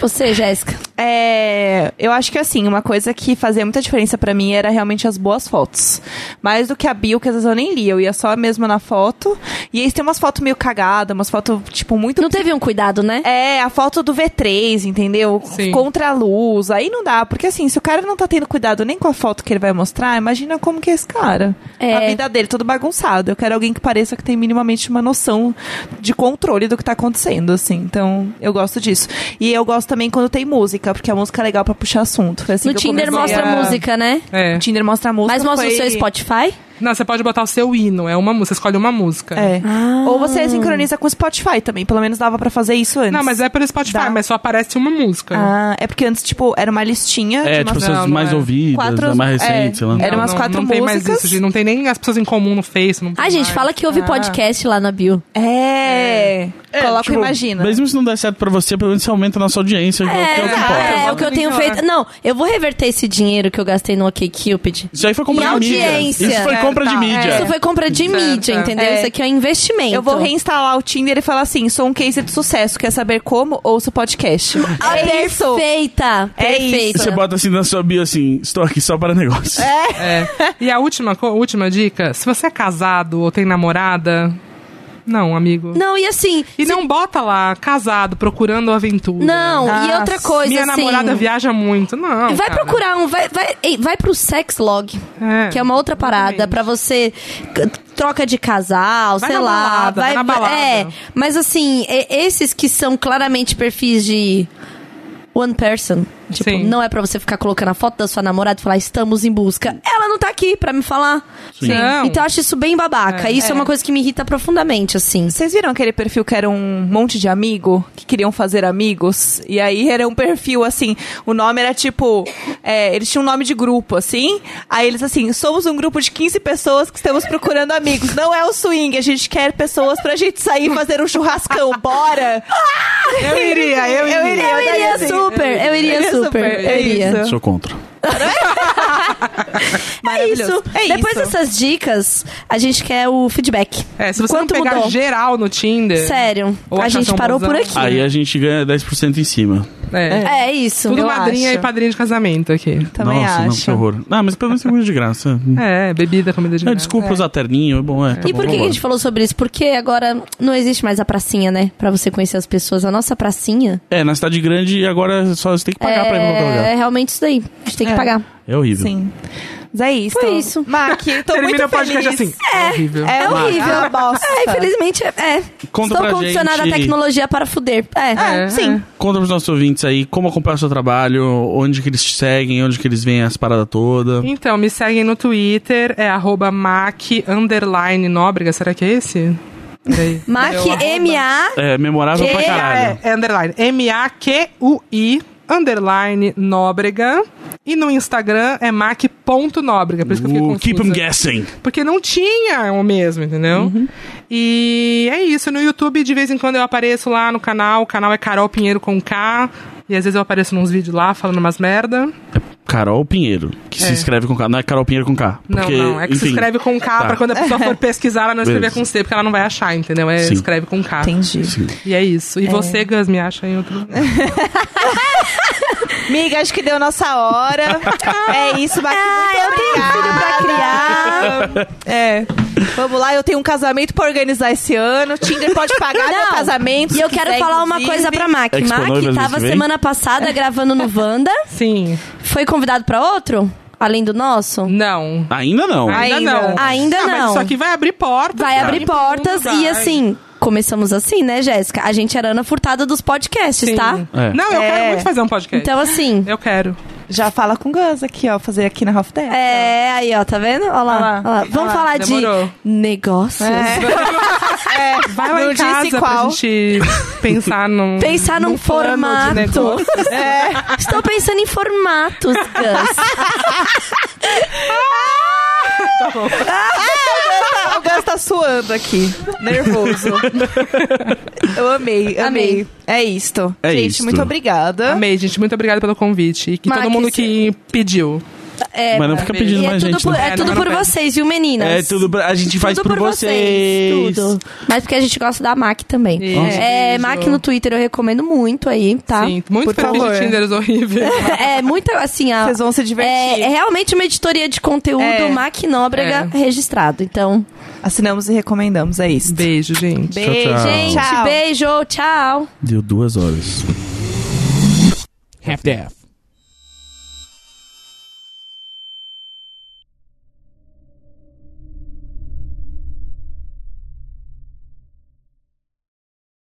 Speaker 4: Você, Jéssica?
Speaker 1: É, eu acho que assim, uma coisa que fazia muita diferença pra mim era realmente as boas fotos. Mais do que a bio, que às vezes eu nem lia, eu ia só mesmo na foto. E aí tem umas fotos meio cagadas, umas fotos, tipo, muito.
Speaker 4: Não teve um cuidado, né?
Speaker 1: É, a foto do V3, entendeu?
Speaker 3: Sim.
Speaker 1: Contra a luz. Aí não dá, porque assim, se o cara não tá tendo cuidado nem com a foto que ele vai mostrar, imagina como que é esse cara.
Speaker 4: É.
Speaker 1: A vida dele toda bagunçada. Eu quero alguém que pareça que tem minimamente uma noção de controle do que tá acontecendo, assim. Então, eu gosto disso. E eu gosto também quando tem música, porque a música é legal pra puxar assunto. Foi assim
Speaker 4: no
Speaker 1: que eu
Speaker 4: Tinder
Speaker 1: comecei
Speaker 4: mostra
Speaker 1: a-
Speaker 4: música, né?
Speaker 3: É.
Speaker 1: O Tinder mostra a música.
Speaker 4: Mas mostra
Speaker 1: foi-
Speaker 4: o seu Spotify?
Speaker 3: Não, você pode botar o seu hino. É uma música. Você escolhe uma música.
Speaker 1: É.
Speaker 4: Ah.
Speaker 1: Ou você sincroniza com o Spotify também. Pelo menos dava pra fazer isso antes.
Speaker 3: Não, mas é pelo Spotify,
Speaker 1: Dá.
Speaker 3: mas só aparece uma música.
Speaker 1: Ah, é porque antes, tipo, era uma listinha de
Speaker 2: É,
Speaker 1: umas
Speaker 2: tipo, essas
Speaker 3: não
Speaker 2: mais
Speaker 3: é.
Speaker 2: ouvidas,
Speaker 1: Quatro-
Speaker 2: a mais recentes,
Speaker 1: é.
Speaker 2: sei lá.
Speaker 1: Eram umas quatro
Speaker 3: não Não tem mais
Speaker 1: músicas.
Speaker 3: isso, gente. Não tem nem as pessoas em comum no Face. Não tem
Speaker 4: Ah, gente,
Speaker 3: mais.
Speaker 4: fala que houve podcast lá na bio.
Speaker 1: É. Coloca
Speaker 2: tipo,
Speaker 1: o imagina.
Speaker 2: Mesmo se não der certo pra você, pelo menos você aumenta a nossa audiência. que é o que
Speaker 4: É,
Speaker 2: importa.
Speaker 4: é,
Speaker 3: volta
Speaker 4: o que eu
Speaker 3: bem
Speaker 4: tenho
Speaker 3: lá.
Speaker 4: feito. Não, eu vou reverter esse dinheiro que eu gastei no OkCupid.
Speaker 2: Isso aí foi compra
Speaker 4: E
Speaker 2: de mídia.
Speaker 4: audiência.
Speaker 2: Isso foi
Speaker 3: É,
Speaker 2: compra de
Speaker 3: tá.
Speaker 2: mídia.
Speaker 3: É.
Speaker 4: Isso foi compra de
Speaker 3: Certo,
Speaker 4: mídia,
Speaker 3: é.
Speaker 4: entendeu?
Speaker 1: É.
Speaker 4: Isso aqui é um investimento.
Speaker 1: Eu vou reinstalar o Tinder e falar assim: sou um case de sucesso, quer saber como? Ouça o podcast.
Speaker 4: Ah,
Speaker 1: é isso!
Speaker 4: perfeita!
Speaker 1: É
Speaker 4: perfeita.
Speaker 2: Você bota assim na sua bio assim, estou aqui só para negócio. É.
Speaker 3: É. E a última, co- última dica: se você é casado ou tem namorada, Não, amigo.
Speaker 4: Não, e assim.
Speaker 3: E não bota lá, casado, procurando aventura.
Speaker 4: Não, e
Speaker 1: Ah,
Speaker 4: outra coisa,
Speaker 3: Minha
Speaker 4: assim.
Speaker 3: namorada viaja muito. Não.
Speaker 4: Vai
Speaker 3: cara.
Speaker 4: procurar um, vai, vai, ei, vai pro sex log,
Speaker 3: É,
Speaker 4: que é uma outra parada
Speaker 3: exatamente.
Speaker 4: pra você c- troca de casal,
Speaker 3: Vai
Speaker 4: sei
Speaker 3: na
Speaker 4: lá,
Speaker 3: balada, vai na balada.
Speaker 4: é, mas assim, e- esses que são claramente perfis de one person, tipo,
Speaker 3: Sim.
Speaker 4: não é pra você ficar colocando a foto da sua namorada e falar estamos em busca. Ela não tá aqui pra me falar.
Speaker 2: Sim.
Speaker 3: Não.
Speaker 4: Então eu acho isso bem babaca. isso é. uma coisa que me irrita profundamente, assim.
Speaker 1: Vocês viram aquele perfil que era um monte de amigo, que queriam fazer amigos? E aí era um perfil assim, o nome era tipo. é, eles tinham um nome de grupo, assim. Aí eles assim, somos um grupo de 15 pessoas que estamos procurando amigos. Não é o swing, a gente quer pessoas pra gente sair e fazer um churrascão. Bora!
Speaker 3: Eu iria, eu iria.
Speaker 4: Eu iria super, eu iria super, eu iria.
Speaker 2: Sou contra.
Speaker 4: É isso.
Speaker 1: Maravilhoso. É isso.
Speaker 4: Depois dessas dicas, a gente quer o feedback.
Speaker 3: É, se você
Speaker 4: Quanto
Speaker 3: não pegar
Speaker 4: mudou?
Speaker 3: geral no Tinder.
Speaker 4: Sério,
Speaker 3: Ou
Speaker 4: a
Speaker 3: achar
Speaker 4: gente
Speaker 3: só um
Speaker 4: parou por
Speaker 3: bonzão.
Speaker 4: aqui.
Speaker 2: Aí a gente ganha 10% em cima.
Speaker 3: É.
Speaker 4: É isso.
Speaker 3: Tudo
Speaker 4: eu
Speaker 3: madrinha
Speaker 4: acho.
Speaker 3: e padrinho de casamento aqui.
Speaker 1: Também
Speaker 2: Nossa, não, que
Speaker 1: acho.
Speaker 2: horror. Ah, mas pelo menos tem comida de graça.
Speaker 3: É, bebida, comida de
Speaker 2: Ah,
Speaker 3: graça.
Speaker 2: desculpa usar terninho, é bom, é. tá
Speaker 4: E
Speaker 2: bom,
Speaker 4: por que que a
Speaker 2: vambora.
Speaker 4: gente falou sobre isso? Porque agora não existe mais a pracinha, né? Pra você conhecer as pessoas. A nossa pracinha
Speaker 2: É, na cidade grande agora é só você tem que pagar pra ir pra outro
Speaker 4: é,
Speaker 2: lugar.
Speaker 4: é realmente isso daí. A gente tem que pagar.
Speaker 2: É horrível.
Speaker 1: Sim. Mas é isso.
Speaker 4: Foi isso.
Speaker 1: Mac, tô
Speaker 3: Termina o
Speaker 1: muito feliz.
Speaker 3: podcast assim. É, horrível.
Speaker 1: É
Speaker 4: Mac.
Speaker 1: horrível. É uma bosta.
Speaker 4: É, infelizmente, é.
Speaker 2: Conta
Speaker 4: Estão
Speaker 2: pra
Speaker 4: condicionando
Speaker 2: gente.
Speaker 4: a tecnologia para fuder. É.
Speaker 1: É, sim.
Speaker 2: Conta pros nossos ouvintes aí como acompanhar o seu trabalho, onde que eles te seguem, onde que eles veem as paradas todas.
Speaker 3: Então, me seguem no Twitter, é arroba mac underline nóbrega. Será que é esse? Peraí.
Speaker 4: Mac M-A.
Speaker 2: É memorável pra
Speaker 4: Que
Speaker 2: caralho.
Speaker 3: É, é underline. M-A-Q-U-I underline nóbrega. E no Instagram é mac.nóbrega. Por isso que eu fiquei
Speaker 2: O
Speaker 3: confusa.
Speaker 2: Uh, Keep 'em guessing.
Speaker 3: Porque não tinha o mesmo, entendeu? E é isso. No YouTube, de vez em quando eu apareço lá no canal. O canal é Carol Pinheiro com K. E às vezes eu apareço nos vídeos lá falando umas merda.
Speaker 2: Carol Pinheiro, que se
Speaker 3: É.
Speaker 2: escreve com K. Não é Carol Pinheiro com K.
Speaker 3: Não,
Speaker 2: porque,
Speaker 3: não. É que se
Speaker 2: enfim,
Speaker 3: escreve com K
Speaker 2: Tá.
Speaker 3: pra quando a pessoa for pesquisar, ela não escrever
Speaker 2: Beleza.
Speaker 3: com C, porque ela não vai achar, entendeu? É
Speaker 2: Sim.
Speaker 3: escreve com K.
Speaker 1: Entendi.
Speaker 2: Sim.
Speaker 3: E é isso. E você, Gus, me acha em outro.
Speaker 1: Miga, acho que deu nossa hora. é isso, Mac. muito
Speaker 4: eu tenho
Speaker 1: obrigada.
Speaker 4: filho pra
Speaker 1: criar. É. Vamos lá, eu tenho um casamento pra organizar esse ano. Tinder pode pagar meu
Speaker 4: Não.
Speaker 1: casamento.
Speaker 4: E
Speaker 1: se
Speaker 4: eu quero
Speaker 1: quiser,
Speaker 4: falar uma
Speaker 1: inclusive.
Speaker 4: coisa pra Mac.
Speaker 2: Expo
Speaker 4: Mac
Speaker 2: Noivas mês
Speaker 4: tava
Speaker 2: que vem?
Speaker 4: semana passada gravando no Wanda.
Speaker 3: Sim.
Speaker 4: Foi convidado pra outro? Além do nosso?
Speaker 3: Não.
Speaker 2: Ainda não.
Speaker 3: Ainda,
Speaker 1: Ainda.
Speaker 3: não. Ah,
Speaker 4: Ainda
Speaker 3: Mas
Speaker 4: não.
Speaker 3: isso aqui vai abrir portas.
Speaker 4: Vai
Speaker 3: pra
Speaker 4: abrir
Speaker 3: todo mundo,
Speaker 4: portas
Speaker 3: vai.
Speaker 4: e assim, começamos assim, né, Jéssica? A gente era Ana Furtada dos podcasts,
Speaker 3: Sim.
Speaker 4: tá?
Speaker 2: É.
Speaker 3: Não, eu
Speaker 1: É.
Speaker 3: quero muito fazer um podcast.
Speaker 4: Então assim,
Speaker 3: Eu quero.
Speaker 1: Já fala com o Gus aqui, ó. Fazer aqui na Half Death.
Speaker 4: é, aí ó, tá vendo? Olha lá,
Speaker 3: Olha lá.
Speaker 4: olha lá. Vamos
Speaker 3: Olha lá,
Speaker 4: falar
Speaker 3: demorou. É.
Speaker 4: de negócios.
Speaker 1: É,
Speaker 3: Vai lá
Speaker 1: não
Speaker 3: em casa
Speaker 1: disse
Speaker 3: pra
Speaker 1: qual.
Speaker 3: gente pensar num...
Speaker 4: Pensar num,
Speaker 3: plano de
Speaker 4: formato.
Speaker 3: negócio.
Speaker 1: É.
Speaker 4: Estou pensando em formatos, Gus.
Speaker 1: O Gus tá suando aqui, nervoso. eu amei, amei.
Speaker 4: Amei.
Speaker 1: É isto.
Speaker 2: É
Speaker 1: Gente,
Speaker 2: isto.
Speaker 1: muito obrigada.
Speaker 3: Amei, gente. Muito obrigada pelo convite. E que
Speaker 4: Max,
Speaker 3: todo mundo que pediu.
Speaker 4: É,
Speaker 2: Mas não fica
Speaker 3: parabéns.
Speaker 2: pedindo
Speaker 4: e é
Speaker 2: mais
Speaker 4: tudo,
Speaker 2: gente.
Speaker 4: por,
Speaker 2: não.
Speaker 4: é
Speaker 3: tá É,
Speaker 4: tudo
Speaker 3: não,
Speaker 4: por
Speaker 3: não pede.
Speaker 4: vocês, viu, meninas?
Speaker 2: É tudo. pra- A gente faz
Speaker 4: Tudo
Speaker 2: por, vocês.
Speaker 4: Tudo. Mas porque a gente gosta da Mac também.
Speaker 3: Nossa.
Speaker 4: É,
Speaker 3: Beijo.
Speaker 4: Mac no Twitter eu recomendo muito aí, tá?
Speaker 3: Sim, muito
Speaker 1: Ah, Por
Speaker 3: perfil de
Speaker 1: favor.
Speaker 3: Tinder horrível.
Speaker 4: É, muita, assim, a,
Speaker 1: Vocês vão se
Speaker 4: É,
Speaker 1: divertir.
Speaker 4: é realmente uma editoria de conteúdo
Speaker 1: É.
Speaker 4: Mac Nóbrega
Speaker 3: É.
Speaker 4: registrado. Então,
Speaker 1: Assinamos e recomendamos, é isso.
Speaker 3: Beijo, gente.
Speaker 2: Tchau, tchau.
Speaker 1: Ah.
Speaker 4: gente,
Speaker 1: Tchau.
Speaker 4: beijo, tchau.
Speaker 2: Deu duas horas.
Speaker 7: half-deaf.